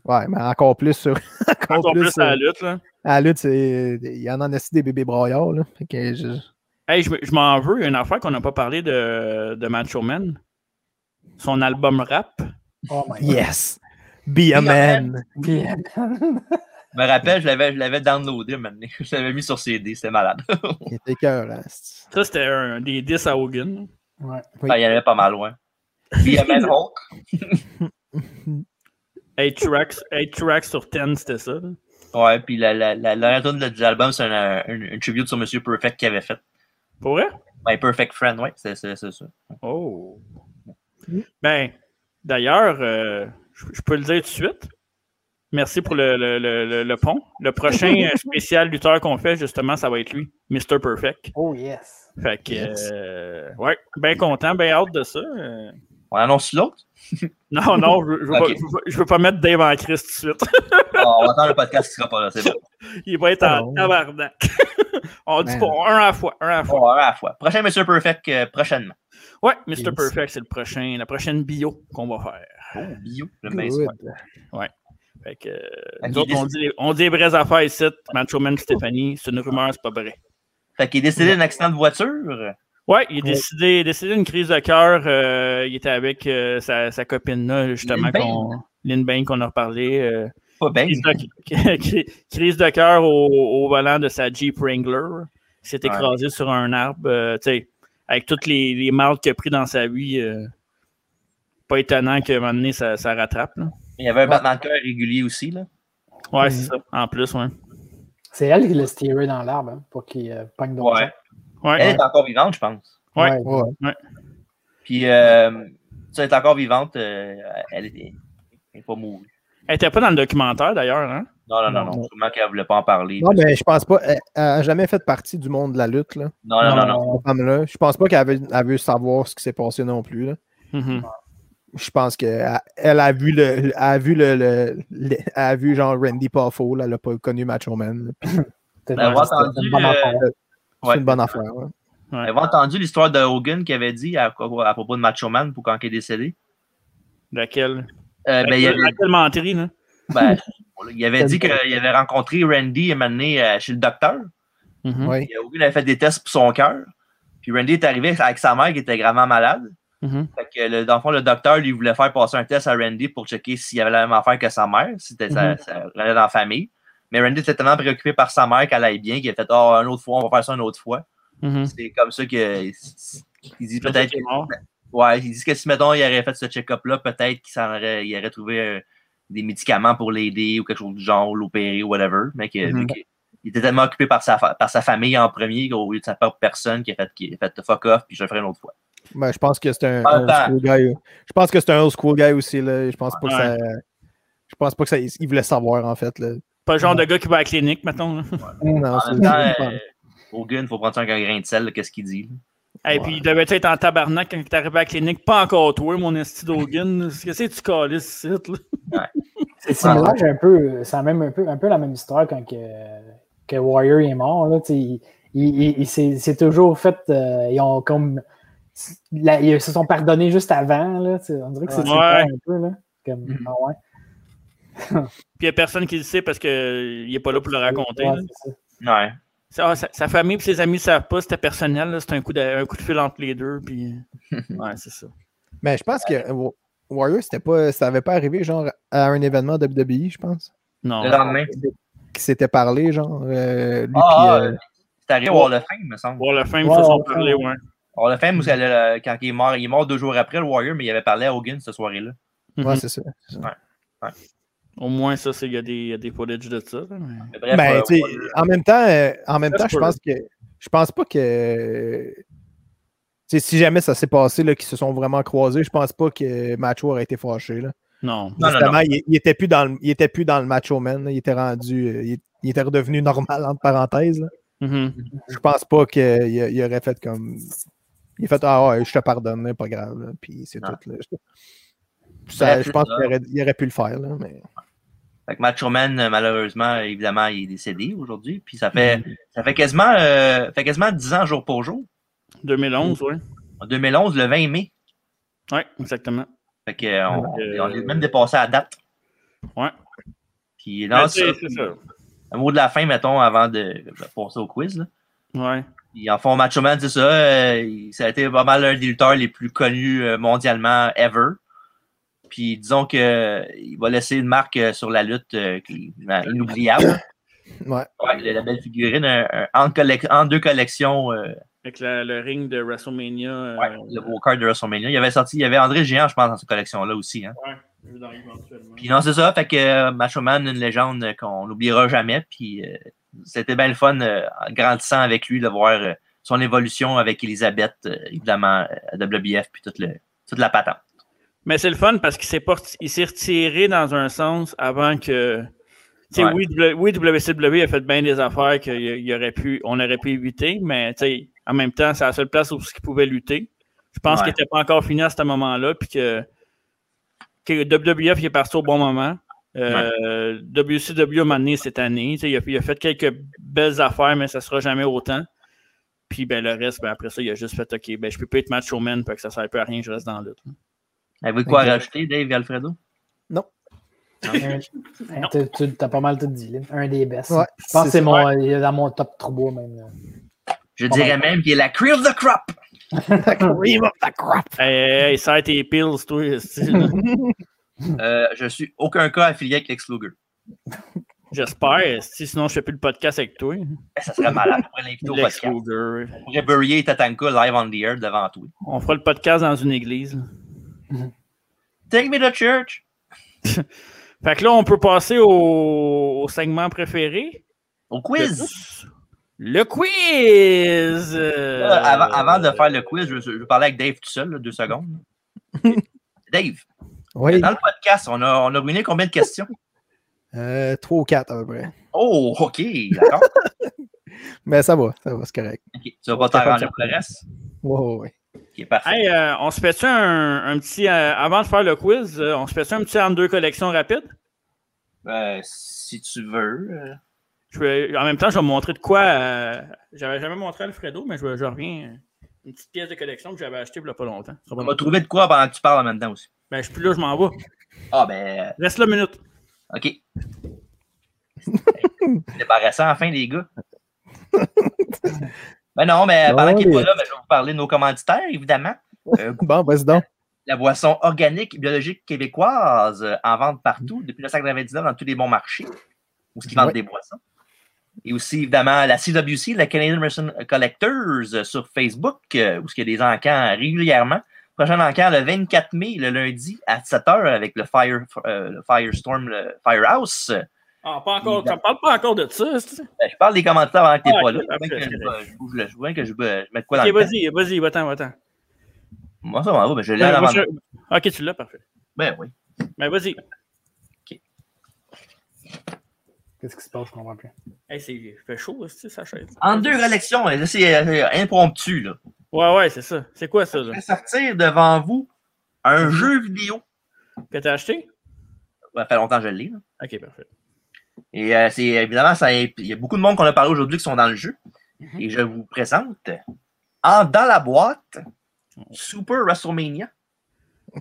[SPEAKER 5] Ouais, mais encore plus sur. (laughs) encore,
[SPEAKER 6] Encore
[SPEAKER 5] plus,
[SPEAKER 6] plus à la
[SPEAKER 5] euh,
[SPEAKER 6] lutte. Là.
[SPEAKER 5] à la lutte, c'est- il y en a en esti des bébés broyards. Là, Fait que je-
[SPEAKER 6] Hey, je, me- je m'en veux. Il y a une affaire qu'on n'a pas parlé de, de Macho Man. Son album rap.
[SPEAKER 7] Oh my god.
[SPEAKER 5] Yes! Be a man!
[SPEAKER 7] Bien.
[SPEAKER 4] Je me rappelle, je l'avais, je l'avais downloadé maintenant. (laughs) Je l'avais mis sur CD, c'était malade.
[SPEAKER 5] Il était cœur, hein,
[SPEAKER 6] Ça, c'était un des 10 à Hogan. là.
[SPEAKER 7] Ouais.
[SPEAKER 5] Oui.
[SPEAKER 4] Enfin, Ben, il y en avait pas mal loin. Puis il y avait
[SPEAKER 5] (laughs)
[SPEAKER 4] Hulk.
[SPEAKER 6] 8 tracks, eight tracks sur 10, c'était ça. là.
[SPEAKER 4] Ouais, puis la, la, la, la dernière tune de de l'album, c'est un, un, un tribute sur Monsieur Perfect qu'il avait fait.
[SPEAKER 6] Pour vrai?
[SPEAKER 4] My Perfect Friend, ouais, c'est c'est- c'est ça.
[SPEAKER 6] Oh. Ben, d'ailleurs, euh, je, je peux le dire tout de suite. Merci pour le, le- le- le- le pont. Le prochain (laughs) euh, spécial lutteur qu'on fait, justement, ça va être lui, Mr. Perfect.
[SPEAKER 7] Oh yes.
[SPEAKER 6] Fait que,
[SPEAKER 5] Yes.
[SPEAKER 6] euh, ouais, bien content, bien hâte de ça. Euh,
[SPEAKER 4] On annonce l'autre? (laughs)
[SPEAKER 6] Non, non, je, je veux pas,
[SPEAKER 4] Ok.
[SPEAKER 6] je veux pas- je veux pas mettre Dave en crise tout de suite. (laughs)
[SPEAKER 4] Ah, on attend le podcast qui sera pas là, c'est bon.
[SPEAKER 6] Il va
[SPEAKER 4] Ah
[SPEAKER 6] être en
[SPEAKER 5] Non.
[SPEAKER 6] tabarnak. (laughs) On dit
[SPEAKER 5] Ben.
[SPEAKER 6] pas, un à la fois, un à la fois.
[SPEAKER 4] On va voir à la fois. Prochain Monsieur Perfect, euh, prochainement.
[SPEAKER 6] Ouais, Mr.
[SPEAKER 5] Yes.
[SPEAKER 6] Perfect, c'est le prochain, la prochaine bio qu'on va faire.
[SPEAKER 4] Oh, bio, le
[SPEAKER 5] Good.
[SPEAKER 6] Fait que, euh,
[SPEAKER 4] Ok,
[SPEAKER 6] nous autres, on
[SPEAKER 4] décide.
[SPEAKER 6] dit, les- on dit les vraies affaires ici. Macho
[SPEAKER 4] Oh.
[SPEAKER 6] Man Stéphanie, c'est une rumeur, c'est pas vrai.
[SPEAKER 4] Fait qu'il est décédé d'un accident de voiture.
[SPEAKER 6] Ouais,
[SPEAKER 4] Oh.
[SPEAKER 6] il est décidé, il a décidé d'une crise de cœur. euh, il était avec euh, sa, sa copine, là, justement,
[SPEAKER 4] Lynn Bain.
[SPEAKER 6] qu'on- Lynn Bain, qu'on a reparlé. euh,
[SPEAKER 4] Pas bien.
[SPEAKER 6] crise (laughs) de, crise de cœur au, au volant de sa Jeep Wrangler. Il s'est
[SPEAKER 4] Ouais.
[SPEAKER 6] écrasé sur un arbre, euh, tu sais, avec toutes les, les marques qu'il a pris dans sa vie. euh, pas étonnant qu'à un moment donné, ça, ça rattrape. Là.
[SPEAKER 4] Il y avait un battement de cœur régulier aussi, là.
[SPEAKER 6] Ouais, c'est ça. En plus, ouais.
[SPEAKER 7] C'est elle qui l'a stiré dans l'arbre hein, pour qu'il euh, pogne d'autres
[SPEAKER 4] Ouais.
[SPEAKER 7] gens.
[SPEAKER 6] Ouais,
[SPEAKER 4] Elle est encore vivante, je pense.
[SPEAKER 6] Ouais.
[SPEAKER 5] Ouais.
[SPEAKER 4] Puis, euh, ça, elle est encore vivante. euh, elle est, elle est pas mourue.
[SPEAKER 6] Elle était pas dans le documentaire d'ailleurs, hein?
[SPEAKER 4] Non, non, non,
[SPEAKER 5] Non,
[SPEAKER 4] non.
[SPEAKER 5] non.
[SPEAKER 4] Sûrement qu'elle voulait pas en parler.
[SPEAKER 5] Non, mais je pense pas. Elle elle a jamais fait partie du monde de la lutte, là.
[SPEAKER 4] Non, Ah, non, non, non.
[SPEAKER 5] Cette femme-là. Je pense pas qu'elle veut, elle veut savoir ce qui s'est passé non plus. là.
[SPEAKER 6] Mhm.
[SPEAKER 5] Je pense qu'elle elle a vu le. elle a vu le, le- le- elle a vu genre Randy Poffo, là, elle a pas connu Macho Man. là.
[SPEAKER 7] Peut-être
[SPEAKER 4] Ben,
[SPEAKER 7] que
[SPEAKER 4] avoir
[SPEAKER 7] c'était une
[SPEAKER 4] entendu,
[SPEAKER 7] bonne
[SPEAKER 4] euh,
[SPEAKER 7] affaire.
[SPEAKER 5] C'est
[SPEAKER 4] Ouais.
[SPEAKER 5] une bonne affaire. hein. ouais.
[SPEAKER 6] Ouais.
[SPEAKER 4] Avez-vous entendu l'histoire de Hogan qui avait dit à, à propos de Macho Man pour quand il est décédé?
[SPEAKER 6] Laquelle?
[SPEAKER 4] Euh, ben, il
[SPEAKER 6] Laquelle,
[SPEAKER 4] avait,
[SPEAKER 6] laquelle menterie, là?
[SPEAKER 4] (laughs) ben, il avait dit qu'il avait rencontré Randy et mené euh, chez le docteur.
[SPEAKER 6] Mhm.
[SPEAKER 5] Ouais.
[SPEAKER 4] Puis, euh, Hogan avait fait des tests pour son cœur. Puis Randy est arrivé avec sa mère qui était gravement malade.
[SPEAKER 6] Mhm.
[SPEAKER 4] Fait que, le, dans le fond, le docteur lui voulait faire passer un test à Randy pour checker s'il avait la même affaire que sa mère, si c'était
[SPEAKER 6] Mhm.
[SPEAKER 4] sa- ça relève dans la famille. Mais Randy était tellement préoccupé par sa mère qu'elle allait bien qu'il a fait Ah, une autre fois, on va faire ça une autre fois.
[SPEAKER 6] Mhm.
[SPEAKER 4] C'est comme ça que. Il dit
[SPEAKER 6] Peut-être
[SPEAKER 4] peut-être
[SPEAKER 6] qu'il est mort.
[SPEAKER 4] Ouais, ils disent que si, mettons, il aurait fait ce check-up-là, peut-être qu'il s'en aurait, il aurait trouvé euh, des médicaments pour l'aider ou quelque chose du genre, l'opérer ou whatever. Mais que,
[SPEAKER 6] Mhm.
[SPEAKER 4] vu qu'il- il était tellement occupé par sa, fa- par sa famille en premier qu'au lieu de sa propre personne, qu'il a fait, qu'il a fait fuck off, puis je le ferai une autre fois.
[SPEAKER 5] Ben, je pense que c'est un
[SPEAKER 4] Ah,
[SPEAKER 5] old
[SPEAKER 4] attends.
[SPEAKER 5] school guy. Je pense que c'est un old school guy aussi. Là. Je pense pas que ça. Je pense pas que ça. Il voulait savoir en fait. Là.
[SPEAKER 6] Pas le genre de gars qui va à la clinique, mettons. là.
[SPEAKER 5] Non,
[SPEAKER 4] En
[SPEAKER 5] Ah, c'est-
[SPEAKER 4] même temps,
[SPEAKER 5] je pense-
[SPEAKER 4] euh, Hogan, faut prendre ça avec un grain de sel, là, qu'est-ce qu'il dit. là.
[SPEAKER 6] Et puis, il devait être en tabarnak quand il est arrivé à la clinique. Pas encore toi, mon esti d'Hogan. Qu'est-ce que tu cales ici, là?
[SPEAKER 7] C'est similaire un peu, c'est la même, un, peu, un peu la même histoire quand que, que Warrior est mort. Là, tu sais, il il- il- il s'est s'est toujours fait. euh, ils ont comme. la- ils se sont pardonnés juste avant. Là, tu sais, on dirait que c'est
[SPEAKER 6] Ouais.
[SPEAKER 7] similaire un peu. Là, comme,
[SPEAKER 4] Mhm.
[SPEAKER 7] ah ouais,
[SPEAKER 6] Puis, il n'y a personne qui le sait parce qu'il n'est pas là pour le raconter.
[SPEAKER 7] ouais,
[SPEAKER 6] là.
[SPEAKER 7] c'est ça.
[SPEAKER 4] Ouais.
[SPEAKER 6] Ça, ah, sa, sa famille et ses amis ne savent pas, c'était personnel. là. C'était un, coup de- un coup de fil entre les deux. Puis...
[SPEAKER 7] (laughs)
[SPEAKER 6] Ouais, c'est ça.
[SPEAKER 5] Mais je pense que Wa- Warrior, c'était pas, ça avait pas arrivé genre à un événement WWE, je pense.
[SPEAKER 6] Non.
[SPEAKER 4] Le lendemain,
[SPEAKER 5] Ah, Qui s'était parlé, genre. euh, lui,
[SPEAKER 4] Ah,
[SPEAKER 5] puis, euh,
[SPEAKER 4] c'est arrivé au Hall of Fame, me semble.
[SPEAKER 6] Pour le fin, ils
[SPEAKER 7] Ouais,
[SPEAKER 6] se sont
[SPEAKER 7] ouais.
[SPEAKER 6] parlé, ouais.
[SPEAKER 4] Hall of
[SPEAKER 5] Mhm.
[SPEAKER 4] Fame, où elle a- quand il est mort, il est mort deux jours après le Warrior, mais il avait parlé à Hogan ce soirée-là.
[SPEAKER 5] ouais,
[SPEAKER 6] Mhm.
[SPEAKER 5] c'est ça.
[SPEAKER 6] Au moins, ça, c'est- il y, a des- il y a des footage de ça. là, mais-
[SPEAKER 4] Mais bref,
[SPEAKER 5] Ben,
[SPEAKER 4] euh,
[SPEAKER 5] tu sais,
[SPEAKER 4] Warrior-
[SPEAKER 5] en même temps, euh, en même
[SPEAKER 6] Ça se
[SPEAKER 5] temps, je
[SPEAKER 6] peut.
[SPEAKER 5] pense que je pense pas que tu sais, si jamais ça s'est passé là, qu'ils se sont vraiment croisés, je pense pas que Macho aurait été fâché. Là.
[SPEAKER 6] Non.
[SPEAKER 4] Non, non,
[SPEAKER 5] Justement, Il, il était plus dans le, il était plus dans le Macho Man. là. Il était rendu, euh, il, il était redevenu normal entre parenthèses. là.
[SPEAKER 6] Mhm.
[SPEAKER 5] Je pense pas qu'il il aurait fait comme. Il a fait Ah ouais, je te pardonne, là, pas grave. là. Puis c'est
[SPEAKER 4] Ah.
[SPEAKER 5] tout. là. Ça,
[SPEAKER 4] Bref,
[SPEAKER 5] je pense
[SPEAKER 4] là.
[SPEAKER 5] qu'il aurait, il aurait pu le faire. Là, mais...
[SPEAKER 4] Fait que Macho Man, euh, malheureusement, euh, évidemment, il est décédé aujourd'hui. Puis ça fait,
[SPEAKER 6] Mm-hmm.
[SPEAKER 4] ça fait quasiment, euh, fait quasiment 10 ans jour pour jour.
[SPEAKER 6] 2011, oui.
[SPEAKER 4] En 2011, le 20 mai.
[SPEAKER 6] Oui, exactement.
[SPEAKER 4] Fait que, euh, on,
[SPEAKER 6] Euh,
[SPEAKER 4] on est même dépassé à date.
[SPEAKER 6] Ouais.
[SPEAKER 4] Puis
[SPEAKER 6] Mais
[SPEAKER 4] non, ça,
[SPEAKER 6] Ben, c'est c'est
[SPEAKER 4] puis,
[SPEAKER 6] ça.
[SPEAKER 4] un mot de la fin, mettons, avant de de passer au quiz. Là.
[SPEAKER 7] mm.
[SPEAKER 6] Ouais.
[SPEAKER 4] Puis en fond, Macho Man, c'est ça. euh, il- ça a été pas mal l'un des lutteurs les plus connus euh, mondialement ever. Puis disons que euh, il va laisser une marque euh, sur la lutte euh, qui- euh, inoubliable.
[SPEAKER 5] Ouais.
[SPEAKER 4] Ouais, la, la belle figurine un- un- en, collec- en deux collections, euh,
[SPEAKER 6] Avec la- le ring de WrestleMania. euh,
[SPEAKER 4] ouais, le- au cœur de WrestleMania. Il y avait sorti, il y avait André Géant, je pense, dans cette collection-là aussi. Hein.
[SPEAKER 6] éventuellement.
[SPEAKER 4] Puis non, c'est ça. Fait que euh, Macho Man, une légende euh, qu'on n'oubliera jamais. Puis euh, c'était bien le fun, euh, en grandissant avec lui, de voir euh, son évolution avec Elisabeth, euh, évidemment, euh, à WBF, puis toute, le, toute la patente.
[SPEAKER 6] Mais c'est le fun parce qu'il s'est pas reti- il s'est retiré dans un sens avant que. Tu sais,
[SPEAKER 4] Ouais.
[SPEAKER 6] oui, W- oui, WCW a fait bien des affaires qu'on aurait pu, on aurait pu éviter, mais tu sais, en même temps, c'est la seule place où il pouvait lutter. Je pense
[SPEAKER 4] Ouais.
[SPEAKER 6] qu'il n'était pas encore fini à ce moment-là, puis que, que WWF il est parti au bon moment. Euh, WCW a mené cette année. Tu sais, Il a, il a fait quelques belles affaires, mais ça ne sera jamais autant. Puis ben, le reste, ben, après ça, il a juste fait OK, ben, je peux pas être macho man, fait que ça ne sert plus à rien, je reste dans la lutte.
[SPEAKER 4] Avez-vous quoi
[SPEAKER 5] Ok.
[SPEAKER 4] rajouter, Dave et Alfredo?
[SPEAKER 7] Un- un- tu- tu- Hein, T'as pas mal tout dit, là. Un des best.
[SPEAKER 5] Ouais,
[SPEAKER 7] je pense que
[SPEAKER 5] c'est
[SPEAKER 7] c'est mon, il est dans mon top 3 même. là.
[SPEAKER 4] Je
[SPEAKER 7] Pas
[SPEAKER 4] dirais
[SPEAKER 7] mal.
[SPEAKER 4] même qu'il est la cream of the crop!
[SPEAKER 6] Hey, hey, hey, ça a été pills, toi. style.
[SPEAKER 4] Euh, je suis aucun cas affilié avec Lex Luger.
[SPEAKER 6] J'espère. si Sinon, je fais plus le podcast avec toi.
[SPEAKER 4] Eh, Ça serait
[SPEAKER 6] (laughs)
[SPEAKER 4] malade pour l'inviter au
[SPEAKER 6] Lex
[SPEAKER 4] podcast.
[SPEAKER 6] Luger.
[SPEAKER 4] On pourrait burier Tatanka live on the air devant toi.
[SPEAKER 6] On fera le podcast dans une église.
[SPEAKER 4] Take me to church!
[SPEAKER 6] Fait que là, on peut passer au, au segment préféré.
[SPEAKER 4] Au
[SPEAKER 6] Le-
[SPEAKER 4] quiz!
[SPEAKER 6] Le quiz! Euh,
[SPEAKER 4] Là, avant, avant de faire le quiz, je, je vais parler avec Dave tout seul, là, deux secondes. Dave,
[SPEAKER 5] Oui,
[SPEAKER 4] dans le podcast, on a, on a ruiné combien de questions?
[SPEAKER 5] euh, 3 ou 4 à peu près.
[SPEAKER 4] Oh, OK, d'accord.
[SPEAKER 5] Mais ça va, ça va, c'est correct.
[SPEAKER 4] Ok, Tu vas pas t'en rendre pour le reste?
[SPEAKER 5] Ouais, ouais, ouais.
[SPEAKER 4] Ok, parfait.
[SPEAKER 6] Hey, euh, on se fait-tu un, un petit. euh, avant de faire le quiz, euh, on se fait-tu un petit entre deux collections rapide?
[SPEAKER 4] Euh, si tu veux. euh,
[SPEAKER 6] Je vais- en même temps, je vais me montrer de quoi. euh, j'avais jamais montré à Alfredo, mais je, vais- je reviens. euh, Une petite pièce de collection que j'avais achetée il y a pas longtemps.
[SPEAKER 4] On va trouver de quoi pendant que tu parles en même temps aussi.
[SPEAKER 6] Ben, je suis plus là, je m'en vais.
[SPEAKER 4] Ah, ben,
[SPEAKER 6] Reste là une minute.
[SPEAKER 4] OK. C'est débarrassant, enfin, les gars. Ben non, mais
[SPEAKER 5] Non,
[SPEAKER 4] pendant qu'il n'est
[SPEAKER 5] les-
[SPEAKER 4] pas là, ben, je vais vous parler de nos commanditaires, évidemment. Euh,
[SPEAKER 5] Bon, vas-y donc.
[SPEAKER 4] la boisson organique biologique québécoise euh, en vente partout depuis 1999 dans tous les bons marchés où ce qui vendent
[SPEAKER 5] Ouais.
[SPEAKER 4] des boissons. Et aussi, évidemment, la CWC, la Canadian Medicine Collectors, euh, sur Facebook, euh, où ce qu'il y a des encans régulièrement. Prochain encan le 24 mai, le lundi, à 7h, avec le, Fire, euh, le Firestorm, le Firehouse.
[SPEAKER 6] Ah, pas encore. Ça me parle pas encore de ça. c'est-
[SPEAKER 4] Euh, je parle des commentaires avant que tu
[SPEAKER 6] Ah,
[SPEAKER 4] pas
[SPEAKER 6] ok,
[SPEAKER 4] là.
[SPEAKER 6] parfait,
[SPEAKER 4] Je veux bien que
[SPEAKER 6] c'est
[SPEAKER 4] je-
[SPEAKER 6] vrai.
[SPEAKER 4] je bouge le- je veux bien que je, euh, je mette quoi dans
[SPEAKER 6] Ok,
[SPEAKER 4] le temps.
[SPEAKER 6] vas-y, vas-y, va-t'en, va-t'en.
[SPEAKER 4] Moi, ça m'en va, mais je l'ai
[SPEAKER 6] Ben,
[SPEAKER 4] en
[SPEAKER 6] moi,
[SPEAKER 4] avant. de-
[SPEAKER 6] je- Ok, tu l'as, parfait.
[SPEAKER 4] Ben oui.
[SPEAKER 6] Ben, vas-y.
[SPEAKER 7] Qu'est-ce qui se passe? Je comprends plus.
[SPEAKER 6] Hey, c'est il fait chaud, c'est ça, chaise.
[SPEAKER 4] En deux élections, là, c'est euh, impromptu, là.
[SPEAKER 6] Ouais, ouais, c'est ça. C'est quoi ça, Mhm.
[SPEAKER 4] Je
[SPEAKER 6] là?
[SPEAKER 4] vais sortir devant vous un jeu vidéo.
[SPEAKER 6] Que t'as acheté?
[SPEAKER 4] Ouais, Ça fait longtemps que je l'ai. là.
[SPEAKER 6] Ok, parfait.
[SPEAKER 4] Et euh, c'est évidemment, ça, il y a beaucoup de monde qu'on a parlé aujourd'hui qui sont dans le jeu.
[SPEAKER 6] Mhm.
[SPEAKER 4] Et je vous présente en dans la boîte Super WrestleMania.
[SPEAKER 5] (laughs)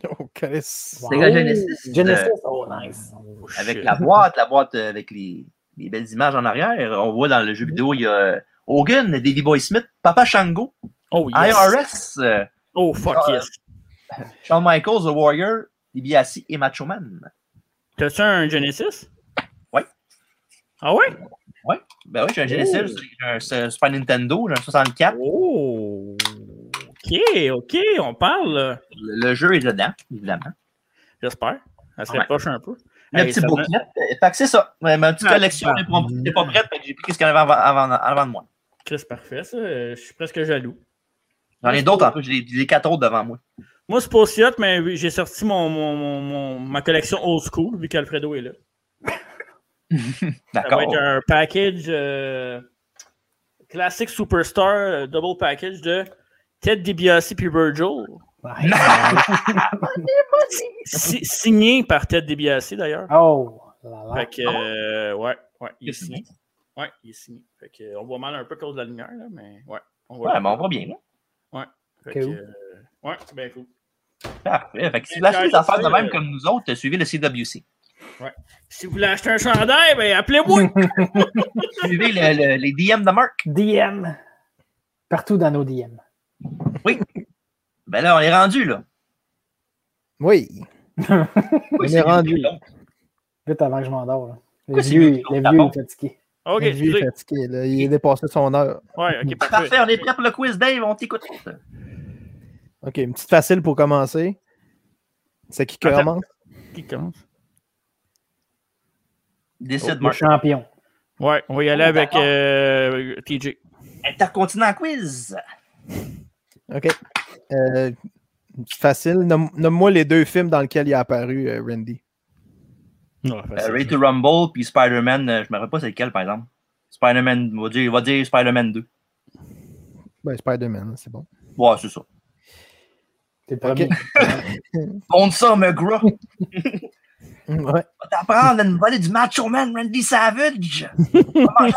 [SPEAKER 5] Oh, Chris.
[SPEAKER 4] C'est la Genesis. de-
[SPEAKER 7] Genesis, oh
[SPEAKER 4] (laughs)
[SPEAKER 7] nice.
[SPEAKER 6] Oh,
[SPEAKER 4] avec
[SPEAKER 6] shit. (laughs)
[SPEAKER 4] la boîte, la boîte euh, avec les, les belles images en arrière. On voit dans le
[SPEAKER 6] Mhm.
[SPEAKER 4] jeu vidéo, il y a euh, Hogan, Davey Boy Smith, Papa Shango,
[SPEAKER 6] Oh, yes.
[SPEAKER 4] IRS, euh,
[SPEAKER 6] Oh, fuck yes.
[SPEAKER 4] Shawn Michaels, The Warrior, DiBiase et Macho Man.
[SPEAKER 6] T'as-tu un Genesis?
[SPEAKER 4] Ouais.
[SPEAKER 6] Ah ouais?
[SPEAKER 4] Ben oui, j'ai un Genesis, j'ai un S- Super Nintendo, j'ai un 64.
[SPEAKER 6] Oh. Ok, ok, on parle, là.
[SPEAKER 4] Le, le jeu est dedans, évidemment.
[SPEAKER 6] J'espère. Ça serait
[SPEAKER 4] Ouais.
[SPEAKER 6] proche un peu.
[SPEAKER 4] Le
[SPEAKER 6] Hey,
[SPEAKER 4] petit
[SPEAKER 6] ça me-
[SPEAKER 4] booklet. euh, Fait que c'est ça. Ouais, Ma petite
[SPEAKER 6] Ah,
[SPEAKER 4] collection n'est pas, n'est pas prête, fait que j'ai pris ce qu'il y en avait avant, avant- avant de moi.
[SPEAKER 6] Chris, parfait, ça. Euh, Je suis presque jaloux.
[SPEAKER 4] J'en ai d'autres en plus, j'ai les quatre autres devant moi.
[SPEAKER 6] Moi, c'est pas aussi hot, mais oui, j'ai sorti mon, mon- mon- mon- ma collection old school, vu qu'Alfredo est là. Ça
[SPEAKER 4] D'accord.
[SPEAKER 6] va être un package euh, classique superstar, euh, double package de Ted DiBiase puis Virgil. Si- signé par Ted DiBiase, d'ailleurs.
[SPEAKER 7] Oh là là.
[SPEAKER 6] Fait que, euh, ouais, ouais, Ah. il est
[SPEAKER 4] C'est
[SPEAKER 6] signé. Ouais, il est signé. Fait que, euh, on voit mal un peu à cause de la lumière, là, mais ouais. On voit
[SPEAKER 4] Ouais, mais on va bien. hein. là.
[SPEAKER 6] Fait que,
[SPEAKER 7] Cool.
[SPEAKER 6] euh, ouais, c'est bien cool.
[SPEAKER 4] Parfait. Fait que si vous achetez des affaires de même
[SPEAKER 6] Euh,
[SPEAKER 4] comme nous autres, suivez le CWC.
[SPEAKER 6] Si vous voulez acheter un chandail, ben (laughs) appelez-moi!
[SPEAKER 4] Suivez le- le- les DM de Marc.
[SPEAKER 7] DM. Partout dans nos DM.
[SPEAKER 4] Ben là, on est rendu, là.
[SPEAKER 5] Oui.
[SPEAKER 4] Oui,
[SPEAKER 5] est rendu.
[SPEAKER 4] là.
[SPEAKER 7] Vite avant que je m'endors. là. Le
[SPEAKER 4] Pourquoi c'est
[SPEAKER 7] vieux,
[SPEAKER 4] lui qui
[SPEAKER 7] le
[SPEAKER 4] l'a
[SPEAKER 7] vieux
[SPEAKER 4] d'abord?
[SPEAKER 7] est fatigué.
[SPEAKER 6] ok,
[SPEAKER 5] Le vieux est
[SPEAKER 6] excusez.
[SPEAKER 5] fatigué, là. Il est dépassé son heure.
[SPEAKER 6] Ouais, ok, parfait.
[SPEAKER 4] Parfait, on est prêt pour le quiz, Dave. On t'écoute.
[SPEAKER 5] OK, une petite facile pour commencer. C'est qui qui
[SPEAKER 6] Attends.
[SPEAKER 5] commence?
[SPEAKER 6] Qui commence?
[SPEAKER 4] Décide,
[SPEAKER 7] Le
[SPEAKER 4] Mark.
[SPEAKER 7] champion.
[SPEAKER 6] Ouais, on va y aller avec euh, TJ.
[SPEAKER 4] Intercontinent Quiz.
[SPEAKER 5] OK. Euh, facile. Nomme- Nomme-moi les deux films dans lesquels il est apparu, euh, Randy.
[SPEAKER 6] Ouais,
[SPEAKER 4] Euh,
[SPEAKER 6] facile.
[SPEAKER 4] Ready to Rumble, puis Spider-Man, euh, je me rappelle pas c'est lequel, par exemple. Spider-Man, on va dire, on va dire Spider-Man 2.
[SPEAKER 5] Ben, Spider-Man, c'est bon.
[SPEAKER 4] Ouais, c'est ça.
[SPEAKER 7] T'es le premier.
[SPEAKER 4] On ça, McGraw.
[SPEAKER 5] Mm, Ouais.
[SPEAKER 4] Va t'apprendre à nous voler du Macho Man Randy Savage. Va manger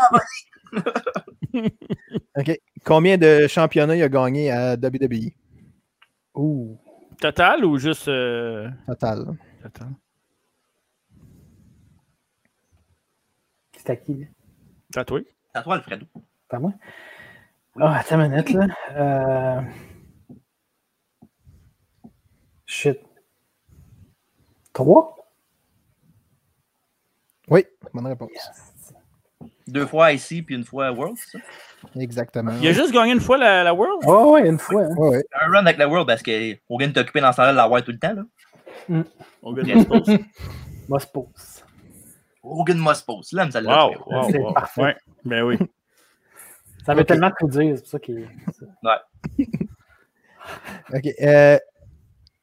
[SPEAKER 4] la volée.
[SPEAKER 5] OK. Combien de championnats il a gagné à E? WWE?
[SPEAKER 7] Ouh.
[SPEAKER 6] Total ou juste. euh,
[SPEAKER 5] Total.
[SPEAKER 6] Total.
[SPEAKER 7] C'est à qui, là?
[SPEAKER 6] Tatoué.
[SPEAKER 4] C'est à toi, Alfredo.
[SPEAKER 7] C'est à moi? Ah, attends une minute, là. Euh... Shit. Trois?
[SPEAKER 5] Oui, bonne réponse.
[SPEAKER 4] Deux fois ici, puis une fois à World, c'est ça?
[SPEAKER 5] Exactement.
[SPEAKER 6] Il a juste gagné une fois la, la World.
[SPEAKER 7] Oh, ouais, une fois. hein.
[SPEAKER 5] Ouais, ouais.
[SPEAKER 4] Un run avec la World parce que Hogan est occupé dans sa salle de la voir tout le temps. Là.
[SPEAKER 6] On gagne la pause.
[SPEAKER 7] Moi, je pose.
[SPEAKER 4] Hogan must post. Là, ça l'a
[SPEAKER 6] Wow,
[SPEAKER 4] fait.
[SPEAKER 6] wow,
[SPEAKER 7] C'est
[SPEAKER 6] wow.
[SPEAKER 7] parfait.
[SPEAKER 6] Ouais, ben oui.
[SPEAKER 7] Ça veut
[SPEAKER 5] Ok.
[SPEAKER 7] tellement tout dire, c'est pour ça qu'il.
[SPEAKER 5] OK. euh,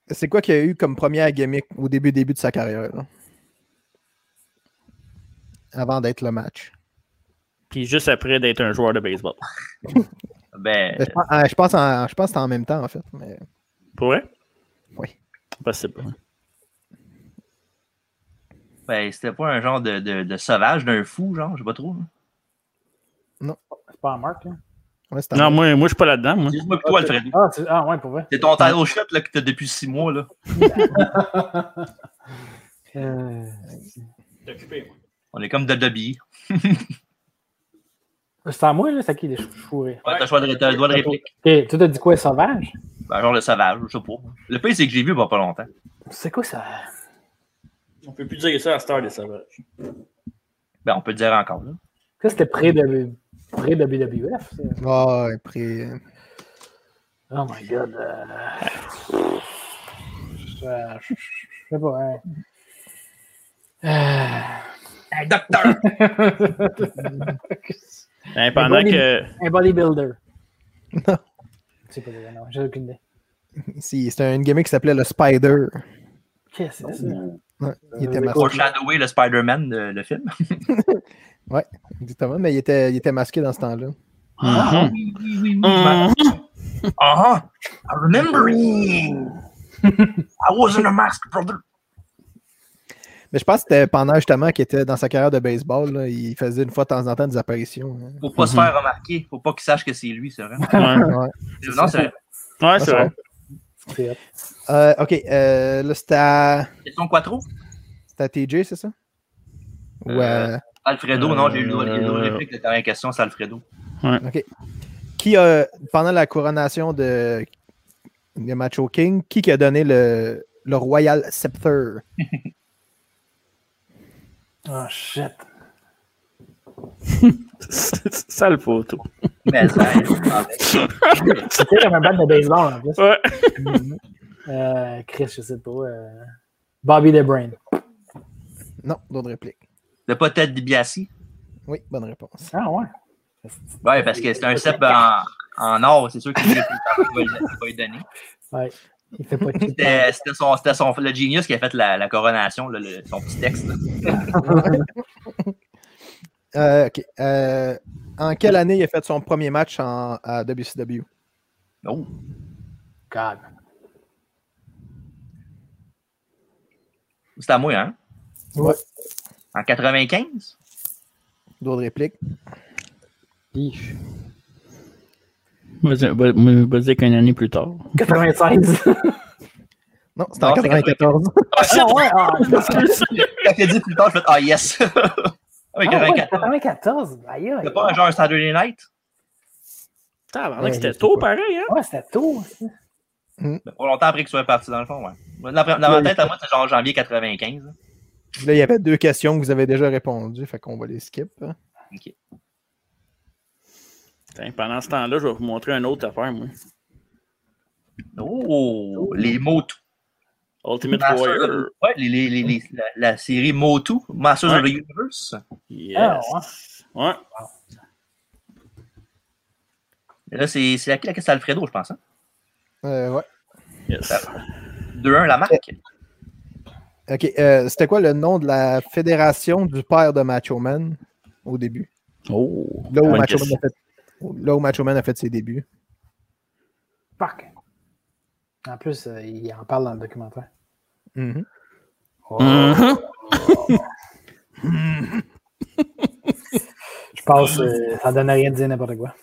[SPEAKER 5] c'est quoi qu'il y a eu comme première gimmick au début, début de sa carrière? là? Avant d'être le match.
[SPEAKER 6] (laughs) Puis juste après d'être un joueur de baseball.
[SPEAKER 4] Ben,
[SPEAKER 6] Euh.
[SPEAKER 5] Je pense, ah, je pense, en, je pense que c'était en même temps, en fait. mais-
[SPEAKER 6] Pour vrai?
[SPEAKER 5] Oui.
[SPEAKER 6] Possible.
[SPEAKER 4] ben, c'était pas un genre de, de, de sauvage, d'un fou, genre, je sais pas trop. hein.
[SPEAKER 7] C'est pas en marque, là.
[SPEAKER 5] Ouais, c'était en
[SPEAKER 6] Non,
[SPEAKER 5] même
[SPEAKER 6] moi, moi je suis pas là-dedans, moi.
[SPEAKER 4] Dis-moi que toi,
[SPEAKER 7] Ah,
[SPEAKER 4] Alfredo.
[SPEAKER 7] Ah, tu- ah, ouais, pour vrai.
[SPEAKER 4] C'est ton title shot là, que t'as depuis six mois. là.
[SPEAKER 7] Euh,
[SPEAKER 4] On est comme de Dobby.
[SPEAKER 7] C'est à moi, là, c'est à qui les chouchoués?
[SPEAKER 4] Ouais, t'as le choix de, t'as le droit de réplique.
[SPEAKER 7] Ok, tu t'as dit quoi, sauvage?
[SPEAKER 4] Ben, genre le sauvage, je sais pas. Le pire, c'est que j'ai vu il y a pas longtemps.
[SPEAKER 7] C'est quoi ça?
[SPEAKER 6] On peut plus dire ça à Star des Savages.
[SPEAKER 4] Ben, on peut le dire encore. Là.
[SPEAKER 7] Ça, c'était pré-W- pré-WWF. ça.
[SPEAKER 5] temps. Ouais, après, euh,
[SPEAKER 7] oh my god. euh, (sighs) Je je- je sais pas. hein. Euh,
[SPEAKER 4] Hey, docteur!
[SPEAKER 6] pendant
[SPEAKER 7] Mais bon,
[SPEAKER 6] Ben, que.
[SPEAKER 7] Un bodybuilder.
[SPEAKER 5] Non.
[SPEAKER 7] Je sais pas, euh, non, j'ai aucune idée.
[SPEAKER 5] si, c'était une gimmick qui s'appelait le Spider.
[SPEAKER 7] Qu'est-ce que c'est ça?
[SPEAKER 5] Ouais, il était
[SPEAKER 7] Euh,
[SPEAKER 5] masqué.
[SPEAKER 4] Pour shadower le Spider-Man, le, le film.
[SPEAKER 5] Exactement, mais il était, il était masqué dans ce temps-là.
[SPEAKER 6] Mhm.
[SPEAKER 4] Ah, oui, oui, oui, oui, je m'en- Ah, I remember you. I wasn't a mask, brother.
[SPEAKER 5] Mais je pense que c'était pendant justement qu'il était dans sa carrière de baseball. là, il faisait une fois de temps en temps des apparitions. hein.
[SPEAKER 4] Oh. Faut pas se faire remarquer. Faut pas qu'il sache que c'est lui, c'est vrai.
[SPEAKER 6] Ouais,
[SPEAKER 5] Ouais.
[SPEAKER 4] Non, c'est vrai.
[SPEAKER 6] Ouais, c'est vrai. (laughs)
[SPEAKER 7] C'est hot.
[SPEAKER 5] Euh, ok, euh, là c'était à,
[SPEAKER 4] Question Quattro?
[SPEAKER 5] c'était à TJ, c'est ça? Ou,
[SPEAKER 6] Euh,
[SPEAKER 5] euh,
[SPEAKER 4] Alfredo, non, j'ai eu le droit- j'ai eu le droit de
[SPEAKER 6] Euh,
[SPEAKER 4] réplique. La dernière question, c'est Alfredo.
[SPEAKER 5] qui a, pendant la coronation de, de Macho King, qui qui a donné le, le Royal Scepter?
[SPEAKER 7] Oh shit.
[SPEAKER 6] Sale photo.
[SPEAKER 4] Mais ça,
[SPEAKER 7] C'était comme un bat de baseball en plus.
[SPEAKER 6] (laughs) Ouais.
[SPEAKER 7] Euh, Chris, je sais pas. euh, Bobby the Brain.
[SPEAKER 5] Non, d'autres répliques.
[SPEAKER 4] le pas Ted DiBiase.
[SPEAKER 5] Oui, bonne réponse.
[SPEAKER 7] Ah ouais.
[SPEAKER 4] Ouais, parce que c'est un cep en, en or, c'est sûr qu'il est plus tard, il va lui donner.
[SPEAKER 7] Ouais. Il fait pas de shit.
[SPEAKER 4] C'était c'était son, c'était son, le genius qui a fait la, la coronation, là, le- son petit texte. là.
[SPEAKER 5] Euh, ok, euh, en quelle année il a fait son premier match en, à WCW?
[SPEAKER 4] Oh,
[SPEAKER 7] God.
[SPEAKER 4] c'est à moi, hein?
[SPEAKER 7] Ouais.
[SPEAKER 4] En 95?
[SPEAKER 5] D'autres répliques?
[SPEAKER 7] Biche.
[SPEAKER 6] Vas-y, vas- vas-y qu'une année plus tard.
[SPEAKER 7] 96.
[SPEAKER 5] Non, c'était en
[SPEAKER 4] Non, c'est
[SPEAKER 5] 94.
[SPEAKER 7] ah ouais, ah,
[SPEAKER 4] Quand il a dit plus tard, je fais Ah, yes! (laughs) Ah oui,
[SPEAKER 7] ah ouais,
[SPEAKER 4] 94.
[SPEAKER 7] 94. Aïe, aïe.
[SPEAKER 4] C'est pas un genre un Saturday Night?
[SPEAKER 6] (laughs) Tabarnak,
[SPEAKER 5] Ouais, je
[SPEAKER 6] c'était
[SPEAKER 5] sais
[SPEAKER 6] tôt
[SPEAKER 5] pas.
[SPEAKER 6] pareil, hein?
[SPEAKER 7] Ouais, c'était tôt. ça.
[SPEAKER 4] Mais Pas longtemps après qu'il soit parti, dans le fond, ouais. Dans, la- dans ma tête, à moi, c'est genre janvier hein. 95. là.
[SPEAKER 5] (laughs) Là, il y avait deux questions que vous avez déjà répondu, fait qu'on va les skip. hein.
[SPEAKER 6] Putain, pendant ce temps-là, je vais vous montrer une autre affaire, moi.
[SPEAKER 4] Oh, les mots tout.
[SPEAKER 6] Ultimate
[SPEAKER 4] Masters of-
[SPEAKER 6] Warrior.
[SPEAKER 4] ouais, les- les- les- les- la, la série Motu, Masters of
[SPEAKER 6] Ouais.
[SPEAKER 4] the Universe.
[SPEAKER 6] Yes. ouais.
[SPEAKER 4] Et là, c'est c'est à qui la question Alfredo, je pense. hein?
[SPEAKER 5] Euh, ouais.
[SPEAKER 6] Yes.
[SPEAKER 4] 2-1, la marque.
[SPEAKER 5] Ok, euh, c'était quoi le nom de la fédération du père de Macho Man au début?
[SPEAKER 6] Oh.
[SPEAKER 5] Là où, Macho
[SPEAKER 6] Bonne
[SPEAKER 5] Man,
[SPEAKER 6] question.
[SPEAKER 5] a fait, là où Macho Man a fait ses débuts.
[SPEAKER 7] Fuck. En plus, euh, il en parle dans le documentaire.
[SPEAKER 5] Mhm.
[SPEAKER 6] Mhm.
[SPEAKER 7] Je pense euh, ça donne à rien de dire n'importe quoi.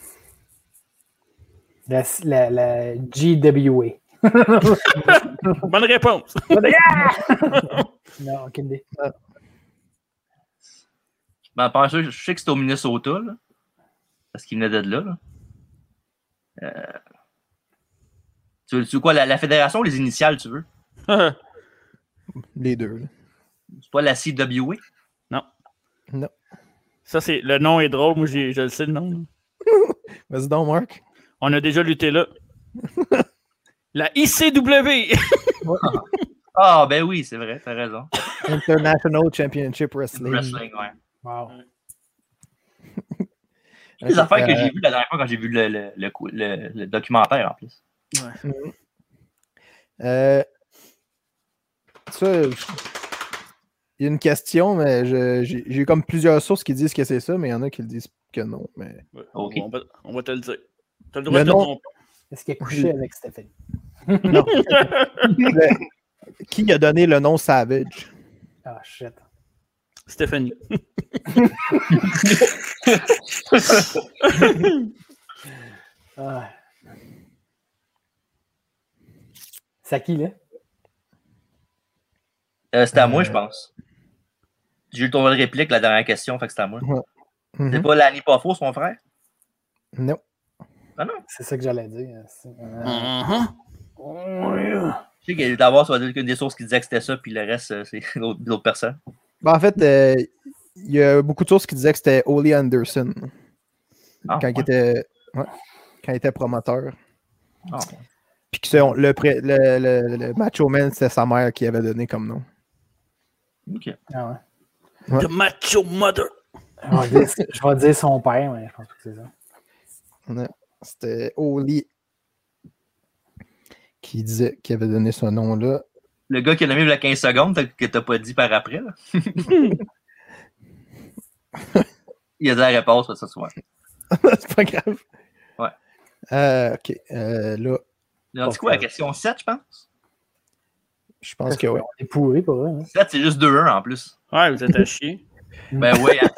[SPEAKER 7] La, la, la GWA.
[SPEAKER 6] Bonne réponse. (laughs)
[SPEAKER 7] (laughs) Non, aucune idée.
[SPEAKER 4] Ben, pas sûr, je sais que c'était au Minnesota, là, parce qu'il venait de là. là. Euh, Tu veux, tu veux quoi, la, la fédération ou les initiales, tu veux?
[SPEAKER 6] T'as
[SPEAKER 5] Les deux. là.
[SPEAKER 4] C'est pas la CWA?
[SPEAKER 6] Ça, c'est le nom est drôle. Moi, j'ai- je le sais, le nom. là.
[SPEAKER 5] Vas-y donc, Marc.
[SPEAKER 6] On a déjà lutté là. La ICW.
[SPEAKER 4] Ah, ben oui, c'est vrai, t'as raison.
[SPEAKER 5] International Championship Wrestling.
[SPEAKER 4] Wrestling, ouais.
[SPEAKER 7] Wow.
[SPEAKER 4] Les
[SPEAKER 5] Ok,
[SPEAKER 4] affaires que
[SPEAKER 5] euh,
[SPEAKER 4] j'ai vues la dernière fois quand j'ai vu le, le, le, cou- le- le documentaire, en plus.
[SPEAKER 5] Euh, ça, je- il y a une question, mais je- j'ai j'ai eu comme plusieurs sources qui disent que c'est ça, mais il y en a qui le disent que non. Mais...
[SPEAKER 4] Ok.
[SPEAKER 6] (laughs) On, va, on va te le dire. T'as le droit
[SPEAKER 5] Le
[SPEAKER 6] de te
[SPEAKER 5] nom-
[SPEAKER 6] tromper.
[SPEAKER 7] Est-ce qu'il a couché avec Stéphanie?
[SPEAKER 5] Le- qui a donné le nom Savage?
[SPEAKER 7] Ah, shit.
[SPEAKER 6] Stéphanie.
[SPEAKER 7] Ah. C'est à qui, là?
[SPEAKER 4] Euh, c'était à
[SPEAKER 5] Euh,
[SPEAKER 4] moi, je pense. J'ai eu le tournoi de réplique, la dernière question, fait que c'était à moi. C'est
[SPEAKER 5] Mhm.
[SPEAKER 4] pas Lanny Poffo, son frère?
[SPEAKER 5] Non.
[SPEAKER 7] C'est ça que j'allais dire. C'est- euh,
[SPEAKER 6] Mhm.
[SPEAKER 4] Je sais qu'il y a d'abord sur une des sources qui disaient que c'était ça, puis le reste, euh, c'est (laughs) l'autre l'autre personne.
[SPEAKER 5] Ben, en fait, euh, il y a beaucoup de sources qui disaient que c'était Ole Anderson
[SPEAKER 4] Ah,
[SPEAKER 5] quand, il
[SPEAKER 4] ouais.
[SPEAKER 5] était, ouais, quand il était promoteur.
[SPEAKER 4] Ah,
[SPEAKER 5] Puis que selon- le, pré- le- le- le Macho Man, c'était sa mère qui avait donné comme nom.
[SPEAKER 4] ok.
[SPEAKER 7] ah ouais.
[SPEAKER 5] Ouais.
[SPEAKER 6] The Macho Mother.
[SPEAKER 7] Je vais dire- je vais dire son père, mais je pense pas que c'est ça.
[SPEAKER 5] C'était Oli qui disait qu'il avait donné ce nom-là. (laughs)
[SPEAKER 4] Le gars qui a nommé il y a 15 secondes, t'as- que t'as pas dit par après,
[SPEAKER 5] (laughs)
[SPEAKER 4] là. Il a dit la réponse là, ce soir.
[SPEAKER 5] C'est pas grave.
[SPEAKER 4] Ouais.
[SPEAKER 5] Euh, ok. Euh, là,
[SPEAKER 4] Ils ont dit
[SPEAKER 7] Pas
[SPEAKER 4] quoi, la
[SPEAKER 7] grave.
[SPEAKER 4] question 7, je pense?
[SPEAKER 5] je pense que oui.
[SPEAKER 7] C'est pourri pour eux. hein.
[SPEAKER 4] 7, c'est juste 2-1 en plus.
[SPEAKER 6] Ouais, vous êtes à chier.
[SPEAKER 4] Ben oui,
[SPEAKER 5] (laughs)
[SPEAKER 4] hein.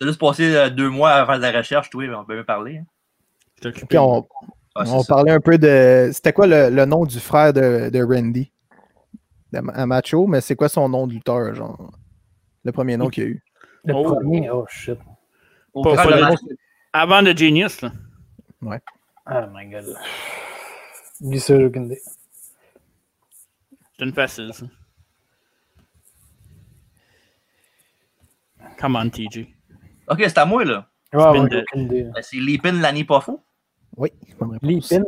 [SPEAKER 4] t'as juste passé euh, deux mois à faire de la recherche, toi, on peut me parler. hein.
[SPEAKER 6] Je t'ai occupé.
[SPEAKER 5] Puis on,
[SPEAKER 4] Ah, c'est
[SPEAKER 5] on
[SPEAKER 4] ça.
[SPEAKER 5] parlait un peu de. C'était quoi le, le nom du frère de, de Randy de, à Macho, mais c'est quoi son nom de lutteur, genre Le premier nom qu'il a eu.
[SPEAKER 7] Le
[SPEAKER 6] Oh.
[SPEAKER 7] premier, oh shit.
[SPEAKER 4] Au
[SPEAKER 6] Pas-
[SPEAKER 4] frère
[SPEAKER 6] pas
[SPEAKER 4] de
[SPEAKER 6] le
[SPEAKER 4] Macho-
[SPEAKER 6] Avant The Genius, là.
[SPEAKER 7] Oh my god. Oublie ça, j'ai aucune idée.
[SPEAKER 6] C'est une facile, ça. Come on, TJ.
[SPEAKER 4] Ok, c'est à moi, là.
[SPEAKER 7] Ouais,
[SPEAKER 6] Spin
[SPEAKER 7] ouais,
[SPEAKER 6] de-
[SPEAKER 7] j'ai aucune idée.
[SPEAKER 4] Ben, C'est Lipin l'année pas fou.
[SPEAKER 5] Oui. bonne réponse.
[SPEAKER 7] Lipin.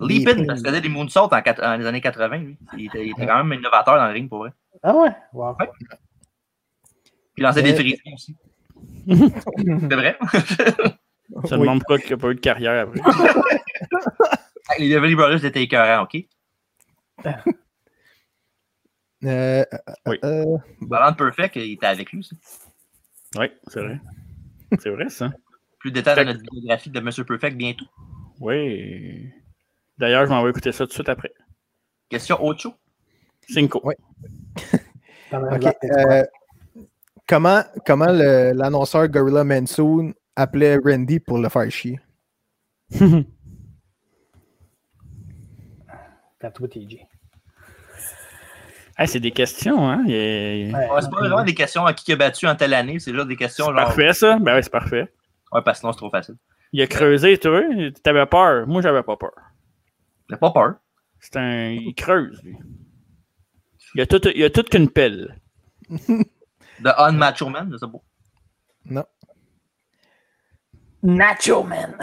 [SPEAKER 4] Lipin,
[SPEAKER 5] Lipin.
[SPEAKER 4] parce qu'il faisait des moonsaults en, quat- en les années 80, lui. Il était, il était quand même innovateur dans le ring, pour vrai.
[SPEAKER 7] Ah ouais? Wow.
[SPEAKER 4] Ouais. Puis il lançait des
[SPEAKER 5] Mais-
[SPEAKER 4] frisbees aussi. C'est
[SPEAKER 5] (laughs)
[SPEAKER 4] vrai?
[SPEAKER 6] Ça
[SPEAKER 5] Oui.
[SPEAKER 6] demande pourquoi qu'il n'y a pas eu de
[SPEAKER 5] (laughs)
[SPEAKER 6] carrière après.
[SPEAKER 4] Les Devil Brothers étaient écœurants, ok?
[SPEAKER 5] Euh, euh,
[SPEAKER 6] Oui.
[SPEAKER 5] euh,
[SPEAKER 4] Balan Perfect, il était avec lui, ça.
[SPEAKER 6] Oui, c'est vrai. C'est vrai, ça.
[SPEAKER 4] Plus de détails dans notre biographie de Monsieur Perfect bientôt.
[SPEAKER 6] Oui. D'ailleurs, je m'en vais écouter ça tout de suite après.
[SPEAKER 4] Question Ocho.
[SPEAKER 6] Cinco.
[SPEAKER 5] Ouais.
[SPEAKER 7] T'en as
[SPEAKER 5] ok,
[SPEAKER 7] l'air d'être-
[SPEAKER 5] euh, comment comment le- l'annonceur Gorilla Monsoon appelait Randy pour le faire chier
[SPEAKER 7] T'as toi, TJ.
[SPEAKER 6] Hey, c'est des questions, hein? Il est-
[SPEAKER 4] Ouais,
[SPEAKER 7] Ouais.
[SPEAKER 4] Ah, c'est pas vraiment des questions à qui a battu en telle année, c'est juste des questions
[SPEAKER 6] C'est
[SPEAKER 4] genre.
[SPEAKER 6] parfait, ça? Ben oui, c'est parfait.
[SPEAKER 4] Ouais, parce que sinon c'est trop facile.
[SPEAKER 6] Il a creusé, tu vois. T'avais peur. Moi, j'avais pas peur.
[SPEAKER 4] T'as pas peur.
[SPEAKER 6] C'est un. Il creuse, lui. Il a tout, il a tout qu'une pelle.
[SPEAKER 4] The On Macho Man, c'est beau.
[SPEAKER 7] Nacho Man!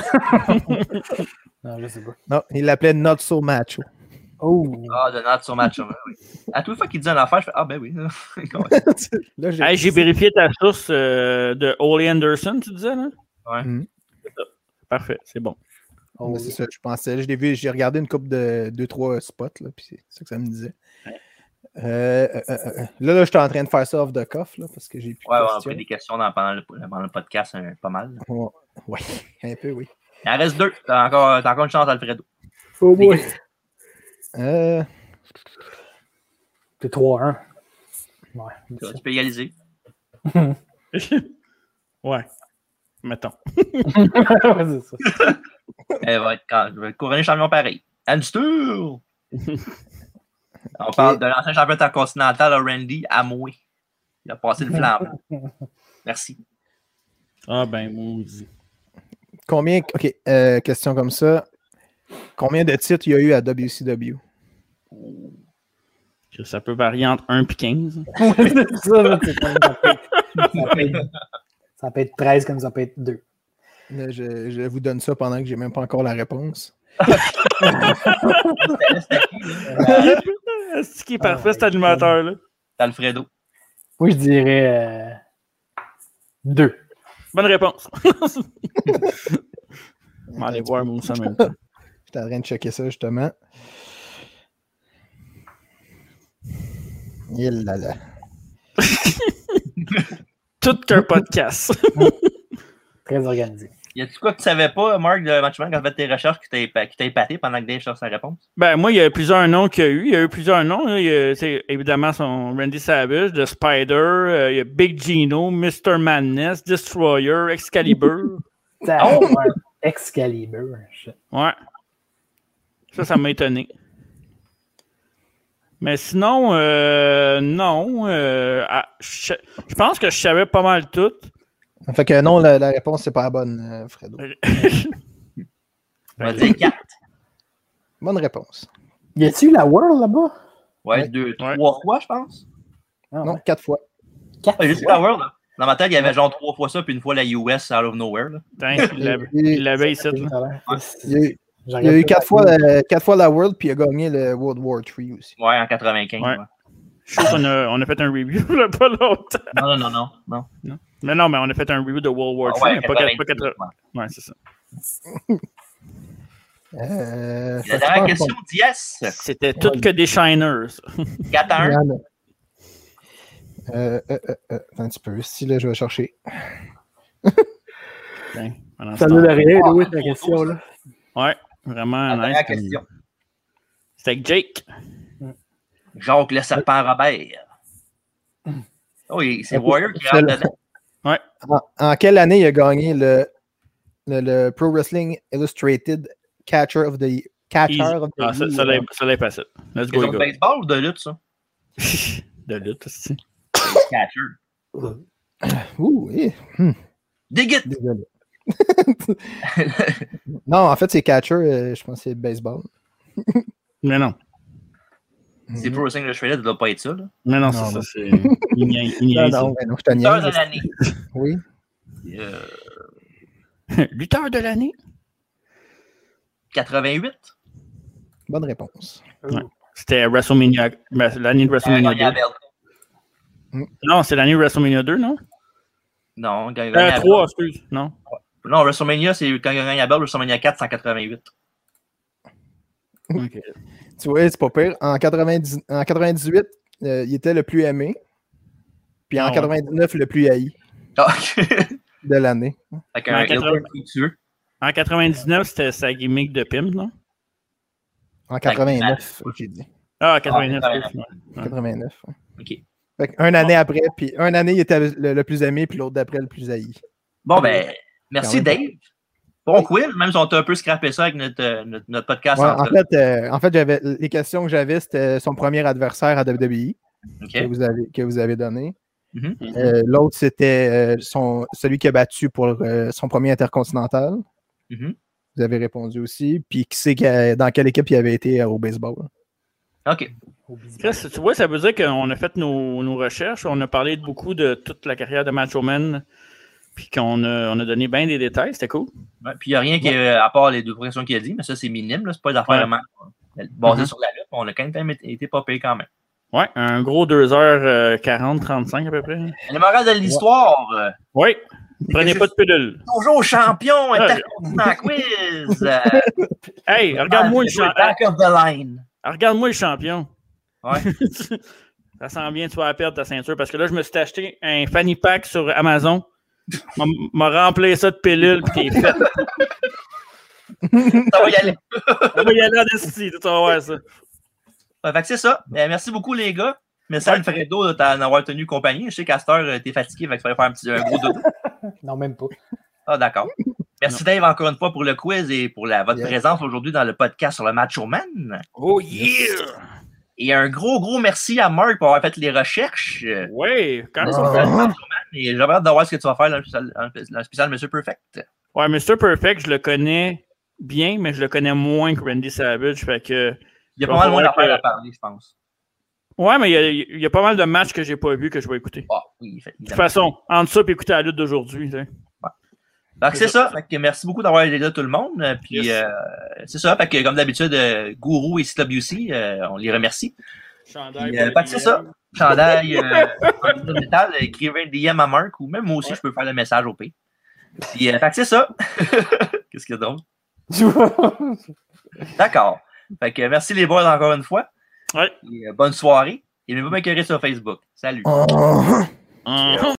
[SPEAKER 7] non, je sais pas.
[SPEAKER 5] Non, il l'appelait Not So Macho.
[SPEAKER 7] Oh!
[SPEAKER 4] Ah, Donald, son match. oui. À toute fois qu'il dit un affaire, je fais Ah, ben oui.
[SPEAKER 5] (laughs)
[SPEAKER 4] (laughs)
[SPEAKER 5] Là, j'ai-
[SPEAKER 6] Hey, j'ai vérifié ta source euh, de Ole Anderson, tu disais, là?
[SPEAKER 4] Ouais.
[SPEAKER 5] Mhm.
[SPEAKER 6] Mm-hmm. C'est ça. Parfait, c'est bon. (laughs)
[SPEAKER 7] oh,
[SPEAKER 5] Mais c'est ça, je pensais. Je l'ai vu, j'ai regardé une coupe de 2-3 spots, là, puis c'est ça que ça me disait. Euh, euh, euh, euh, là, là, je suis en train de faire ça off the cuff, là, parce que j'ai plus
[SPEAKER 4] Ouais,
[SPEAKER 5] de
[SPEAKER 4] ouais, on a
[SPEAKER 5] questions.
[SPEAKER 4] pris des questions dans- pendant, le, pendant le podcast hein, pas mal.
[SPEAKER 5] Ouais, (laughs) un peu, oui.
[SPEAKER 4] Il en reste deux. T'as encore, t'as encore une chance,
[SPEAKER 5] (laughs)
[SPEAKER 4] Alfredo.
[SPEAKER 7] Oh boy!
[SPEAKER 5] Euh,
[SPEAKER 7] T'es 3-1. Ouais.
[SPEAKER 4] Tu peux égaliser.
[SPEAKER 6] ouais. Mettons.
[SPEAKER 7] Ouais, c'est ça. (laughs)
[SPEAKER 4] Elle va être, quand- va être couronnée champion pareil. Anstur! On parle de l'ancien champion intercontinental Randy Amoué. Il a passé le
[SPEAKER 5] (laughs)
[SPEAKER 4] flambeau. Merci.
[SPEAKER 6] Ah, ben, maudit.
[SPEAKER 5] combien. Ok, euh, question comme ça. Combien de titres il y a eu à WCW
[SPEAKER 6] Que ça peut varier entre 1 et 15.
[SPEAKER 7] Ouais, c'est ça, là, c'est comme ça, peut être- ça peut être- ça peut être 13 comme ça peut être 2.
[SPEAKER 5] Là, je, je vous donne ça pendant que j'ai même pas encore la réponse.
[SPEAKER 7] Euh,
[SPEAKER 6] C'est qui est parfait, cet animateur-là.
[SPEAKER 4] Alfredo.
[SPEAKER 7] Moi, je dirais euh, 2.
[SPEAKER 6] Bonne réponse. On va aller voir, moi aussi, en même temps.
[SPEAKER 5] J'étais en train de checker ça, justement. Il là là.
[SPEAKER 6] Tout qu'un podcast.
[SPEAKER 7] Très organisé.
[SPEAKER 4] Y a-tu quoi que tu savais pas, Marc, de Matchman, quand tu fait tes recherches, qui t'a épa- qui t'a épaté pendant que Dave cherche sa réponse?
[SPEAKER 6] Ben, moi, il y a plusieurs noms qu'il y a eu. Il y a eu plusieurs noms. là. Il y a, tu sais, évidemment, son Randy Savage, The Spider, euh, il y a Big Gino, Mr. Madness, Destroyer,
[SPEAKER 4] (laughs)
[SPEAKER 6] Excalibur.
[SPEAKER 7] Ça, ouais, Excalibur. shit.
[SPEAKER 6] Ouais. Ça, ça m'a étonné. Mais sinon, euh, non. euh, ah, je, je pense que je savais pas mal tout. (laughs)
[SPEAKER 5] Fait que non, la, la réponse, c'est pas la bonne, euh, Fredo.
[SPEAKER 4] On va dire 4.
[SPEAKER 5] Bonne réponse.
[SPEAKER 7] Y a-tu la World là-bas?
[SPEAKER 4] Ouais,
[SPEAKER 5] Ouais.
[SPEAKER 4] deux,
[SPEAKER 6] Ouais.
[SPEAKER 4] trois fois, je pense.
[SPEAKER 7] Ah,
[SPEAKER 5] Non,
[SPEAKER 7] ouais.
[SPEAKER 5] quatre fois.
[SPEAKER 7] Quatre
[SPEAKER 4] Ouais, juste
[SPEAKER 7] fois.
[SPEAKER 4] la World, là. Dans ma tête, il y avait genre trois fois ça, puis une fois la US out of nowhere. Là.
[SPEAKER 6] Putain, il l'avait- il
[SPEAKER 4] Ah, ben,
[SPEAKER 6] l'avait ici. là.
[SPEAKER 7] Ah,
[SPEAKER 5] Il y a eu, il y a eu quatre, fois la, quatre fois la World, puis il a gagné le World War III aussi.
[SPEAKER 4] Ouais, en 95.
[SPEAKER 6] Ouais.
[SPEAKER 4] ouais.
[SPEAKER 6] Je suis sûr qu'on a, on a fait un review (laughs) il y a pas longtemps.
[SPEAKER 4] Non, non, non, non. non.
[SPEAKER 6] Mais non, mais on a fait un review de World War
[SPEAKER 4] Ah ouais,
[SPEAKER 6] III. mais pas quatre- pas
[SPEAKER 4] 90,
[SPEAKER 6] quatre-
[SPEAKER 4] ouais.
[SPEAKER 6] Ouais, c'est ça.
[SPEAKER 5] Euh,
[SPEAKER 4] La
[SPEAKER 5] fait que je
[SPEAKER 4] dernière
[SPEAKER 5] pense
[SPEAKER 4] question, Diaz.
[SPEAKER 6] C'était tout que des Shiners.
[SPEAKER 4] 4 à 1.
[SPEAKER 5] qu'on- Yann. Euh, euh, euh, euh, attends un petit peu. Si, là, je vais chercher.
[SPEAKER 6] Putain, pendant ce
[SPEAKER 7] Ça
[SPEAKER 6] temps-
[SPEAKER 7] ne rien,
[SPEAKER 4] Ah,
[SPEAKER 7] oui,
[SPEAKER 4] c'est
[SPEAKER 7] ta
[SPEAKER 4] trop
[SPEAKER 7] question,
[SPEAKER 4] tôt,
[SPEAKER 7] là.
[SPEAKER 6] Ouais, vraiment.
[SPEAKER 4] La
[SPEAKER 6] nice
[SPEAKER 4] dernière
[SPEAKER 6] comme-
[SPEAKER 4] question.
[SPEAKER 6] C'était avec Jake.
[SPEAKER 4] Jacques le serpent Robert. Oh, il- c'est
[SPEAKER 5] Ok,
[SPEAKER 4] Warrior qui
[SPEAKER 5] c'est
[SPEAKER 4] rentre
[SPEAKER 5] le-
[SPEAKER 4] dedans.
[SPEAKER 5] En, en quelle année il a gagné le, le, le Pro Wrestling Illustrated Catcher of the Year? Catcher
[SPEAKER 6] Easy.
[SPEAKER 5] of the
[SPEAKER 6] Ah, ça,
[SPEAKER 5] Year.
[SPEAKER 6] ça l'est- ça l'est passé. Let's
[SPEAKER 4] C'est
[SPEAKER 6] go,
[SPEAKER 4] sur
[SPEAKER 6] les
[SPEAKER 4] le
[SPEAKER 6] gars.
[SPEAKER 4] baseball ou de lutte, ça?
[SPEAKER 6] (laughs) De lutte aussi.
[SPEAKER 4] Catcher.
[SPEAKER 5] Ouh, eh,
[SPEAKER 4] Dig it!
[SPEAKER 5] désolé.
[SPEAKER 6] (laughs)
[SPEAKER 5] non, en fait, c'est catcher, euh, je pense que c'est baseball.
[SPEAKER 6] Mais non.
[SPEAKER 4] (laughs) C'est
[SPEAKER 5] Mhm.
[SPEAKER 4] Pro Wrestling le Shredded, ça doit pas être ça. Là.
[SPEAKER 6] Mais non, c'est
[SPEAKER 5] Non,
[SPEAKER 6] ça.
[SPEAKER 5] non.
[SPEAKER 6] C'est. Il n'y a- il n'y
[SPEAKER 5] Non,
[SPEAKER 6] a-
[SPEAKER 5] Ah, non, mais non, je te niaise.
[SPEAKER 4] Lutteur de l'année.
[SPEAKER 5] Oui.
[SPEAKER 4] Euh,
[SPEAKER 6] euh, (laughs) Lutteur de l'année.
[SPEAKER 4] 88?
[SPEAKER 5] Bonne réponse.
[SPEAKER 6] C'était WrestleMania. ben, L'année de
[SPEAKER 4] Euh,
[SPEAKER 6] Wrestlemania
[SPEAKER 4] Gagné à
[SPEAKER 6] 2.
[SPEAKER 4] Belt.
[SPEAKER 6] Non, c'est l'année de WrestleMania 2, non?
[SPEAKER 4] Non, quand il gagne
[SPEAKER 6] Euh,
[SPEAKER 4] à
[SPEAKER 6] 3,
[SPEAKER 4] Belt.
[SPEAKER 6] excuse. Non.
[SPEAKER 4] Non, WrestleMania, c'est quand il gagne à Belt, WrestleMania 4, 188.
[SPEAKER 6] Ok.
[SPEAKER 5] Tu vois, c'est pas pire. En, 90 en 98, euh, il était le plus aimé. Puis
[SPEAKER 6] Ah
[SPEAKER 5] en
[SPEAKER 6] ouais.
[SPEAKER 5] 99, le plus haï
[SPEAKER 4] Ah, (laughs) fait
[SPEAKER 5] de l'année.
[SPEAKER 4] qu'un
[SPEAKER 6] En 80.
[SPEAKER 4] heel turn fructueux.
[SPEAKER 6] En 99, c'était sa gimmick de Pim, non?
[SPEAKER 5] En 89, j'ai dit.
[SPEAKER 6] Ah, 89.
[SPEAKER 4] Ah,
[SPEAKER 6] ouais.
[SPEAKER 5] 89. ouais.
[SPEAKER 4] Ok.
[SPEAKER 5] Fait qu'une année après, puis une année, il était le, le plus aimé, puis l'autre d'après, le plus haï.
[SPEAKER 4] Bon, ben, merci
[SPEAKER 5] Quand même.
[SPEAKER 4] Dave. Bon quiz, même si on t'a un peu scrappé ça avec notre, euh, notre, notre podcast.
[SPEAKER 5] Ouais,
[SPEAKER 4] entre-
[SPEAKER 5] en fait, euh, en fait j'avais, les questions que j'avais, c'était son premier adversaire à WWE
[SPEAKER 4] Ok.
[SPEAKER 5] que, vous avez, que vous avez donné.
[SPEAKER 4] Mhm.
[SPEAKER 5] Euh, l'autre, c'était euh, son, celui qui a battu pour euh, son premier intercontinental.
[SPEAKER 4] Mhm.
[SPEAKER 5] Vous avez répondu aussi. Puis qui c'est que- dans quelle équipe il avait été euh, au baseball?
[SPEAKER 4] OK.
[SPEAKER 6] Chris, tu vois, ça veut dire qu'on a fait nos, nos recherches, on a parlé de beaucoup de toute la carrière de Macho Man, puis qu'on a, on a donné bien des détails, c'était cool.
[SPEAKER 4] Ouais, puis il n'y a rien qui est- à part les deux questions qu'il a dit, mais ça, c'est minime. là, C'est pas des affaires
[SPEAKER 6] Ouais.
[SPEAKER 4] vraiment Basé sur la lutte, on a quand même été pas payé quand même.
[SPEAKER 6] Ouais, un gros 2h40, 35 à peu près.
[SPEAKER 4] Le moral de l'histoire, euh,
[SPEAKER 6] Oui. Prenez pas de pilule.
[SPEAKER 4] toujours champion intercontinental quiz. euh,
[SPEAKER 6] Hey, regarde-moi le,
[SPEAKER 4] Ah, c'est
[SPEAKER 6] champ-
[SPEAKER 4] le Back of the line.
[SPEAKER 6] hey, regarde-moi le champion.
[SPEAKER 4] Ouais.
[SPEAKER 6] (laughs) ça sent bien, tu vas perdre ta ceinture parce que là, je me suis acheté un fanny pack sur Amazon. M'a- M'a rempli ça de pilules, puis t'es fait.
[SPEAKER 4] Ça va y aller.
[SPEAKER 6] On va Ah, y aller en esti, tu vas voir ça.
[SPEAKER 4] Ouais, fait que c'est ça. Ben, merci beaucoup, les gars. Merci à Alfredo de t'en avoir tenu compagnie. Je sais qu'à cette heure, euh, t'es fatigué, fait que tu vas faire un petit un gros dodo.
[SPEAKER 7] Non, même pas. (laughs)
[SPEAKER 4] Ah, d'accord. Merci Dave encore une fois pour le quiz et pour la- votre
[SPEAKER 5] Yeah.
[SPEAKER 4] présence aujourd'hui dans le podcast sur le Macho Man.
[SPEAKER 6] Oh yeah!
[SPEAKER 4] Et un gros, gros merci à Mark pour avoir fait les recherches. euh,
[SPEAKER 6] Oui, quand même.
[SPEAKER 4] sur le Macho Man. Et j'ai hâte de voir ce que tu vas faire dans le spécial, dans le spécial Monsieur Perfect.
[SPEAKER 6] Ouais, Mr. Perfect, je le connais bien, mais je le connais moins que Randy Savage. Fait que.
[SPEAKER 4] Il y a
[SPEAKER 6] On
[SPEAKER 4] pas mal
[SPEAKER 6] va
[SPEAKER 4] moins
[SPEAKER 6] voir
[SPEAKER 4] d'affaires
[SPEAKER 6] que-
[SPEAKER 4] à parler, je pense.
[SPEAKER 6] Ouais, mais il y a- il y, a pas mal de matchs que j'ai pas vus que je vais écouter.
[SPEAKER 4] Ah, oui, fait-
[SPEAKER 6] De toute façon, entre ça et écouter la lutte d'aujourd'hui, tu sais.
[SPEAKER 4] Fait que c'est ça. Fait que merci beaucoup d'avoir été là, tout le monde. Euh, Puis
[SPEAKER 6] Yes.
[SPEAKER 4] euh, c'est ça. Fait que comme d'habitude, euh, Guru et CWC, euh, on les remercie.
[SPEAKER 6] Chandail.
[SPEAKER 4] Puis, euh, fait que c'est ça. Chandail, euh, de métal, euh, écrivez un DM à Marc ou même moi aussi, je peux faire le message au P. Puis, euh, fait que c'est ça. (laughs) Qu'est-ce qu'il y a d'autre? D'accord. Fait que euh, merci les boys encore une fois.
[SPEAKER 6] Ouais.
[SPEAKER 4] Et, euh, bonne soirée. Et ne pas m'écœurer sur Facebook. Salut.
[SPEAKER 5] Oh.
[SPEAKER 6] Ah.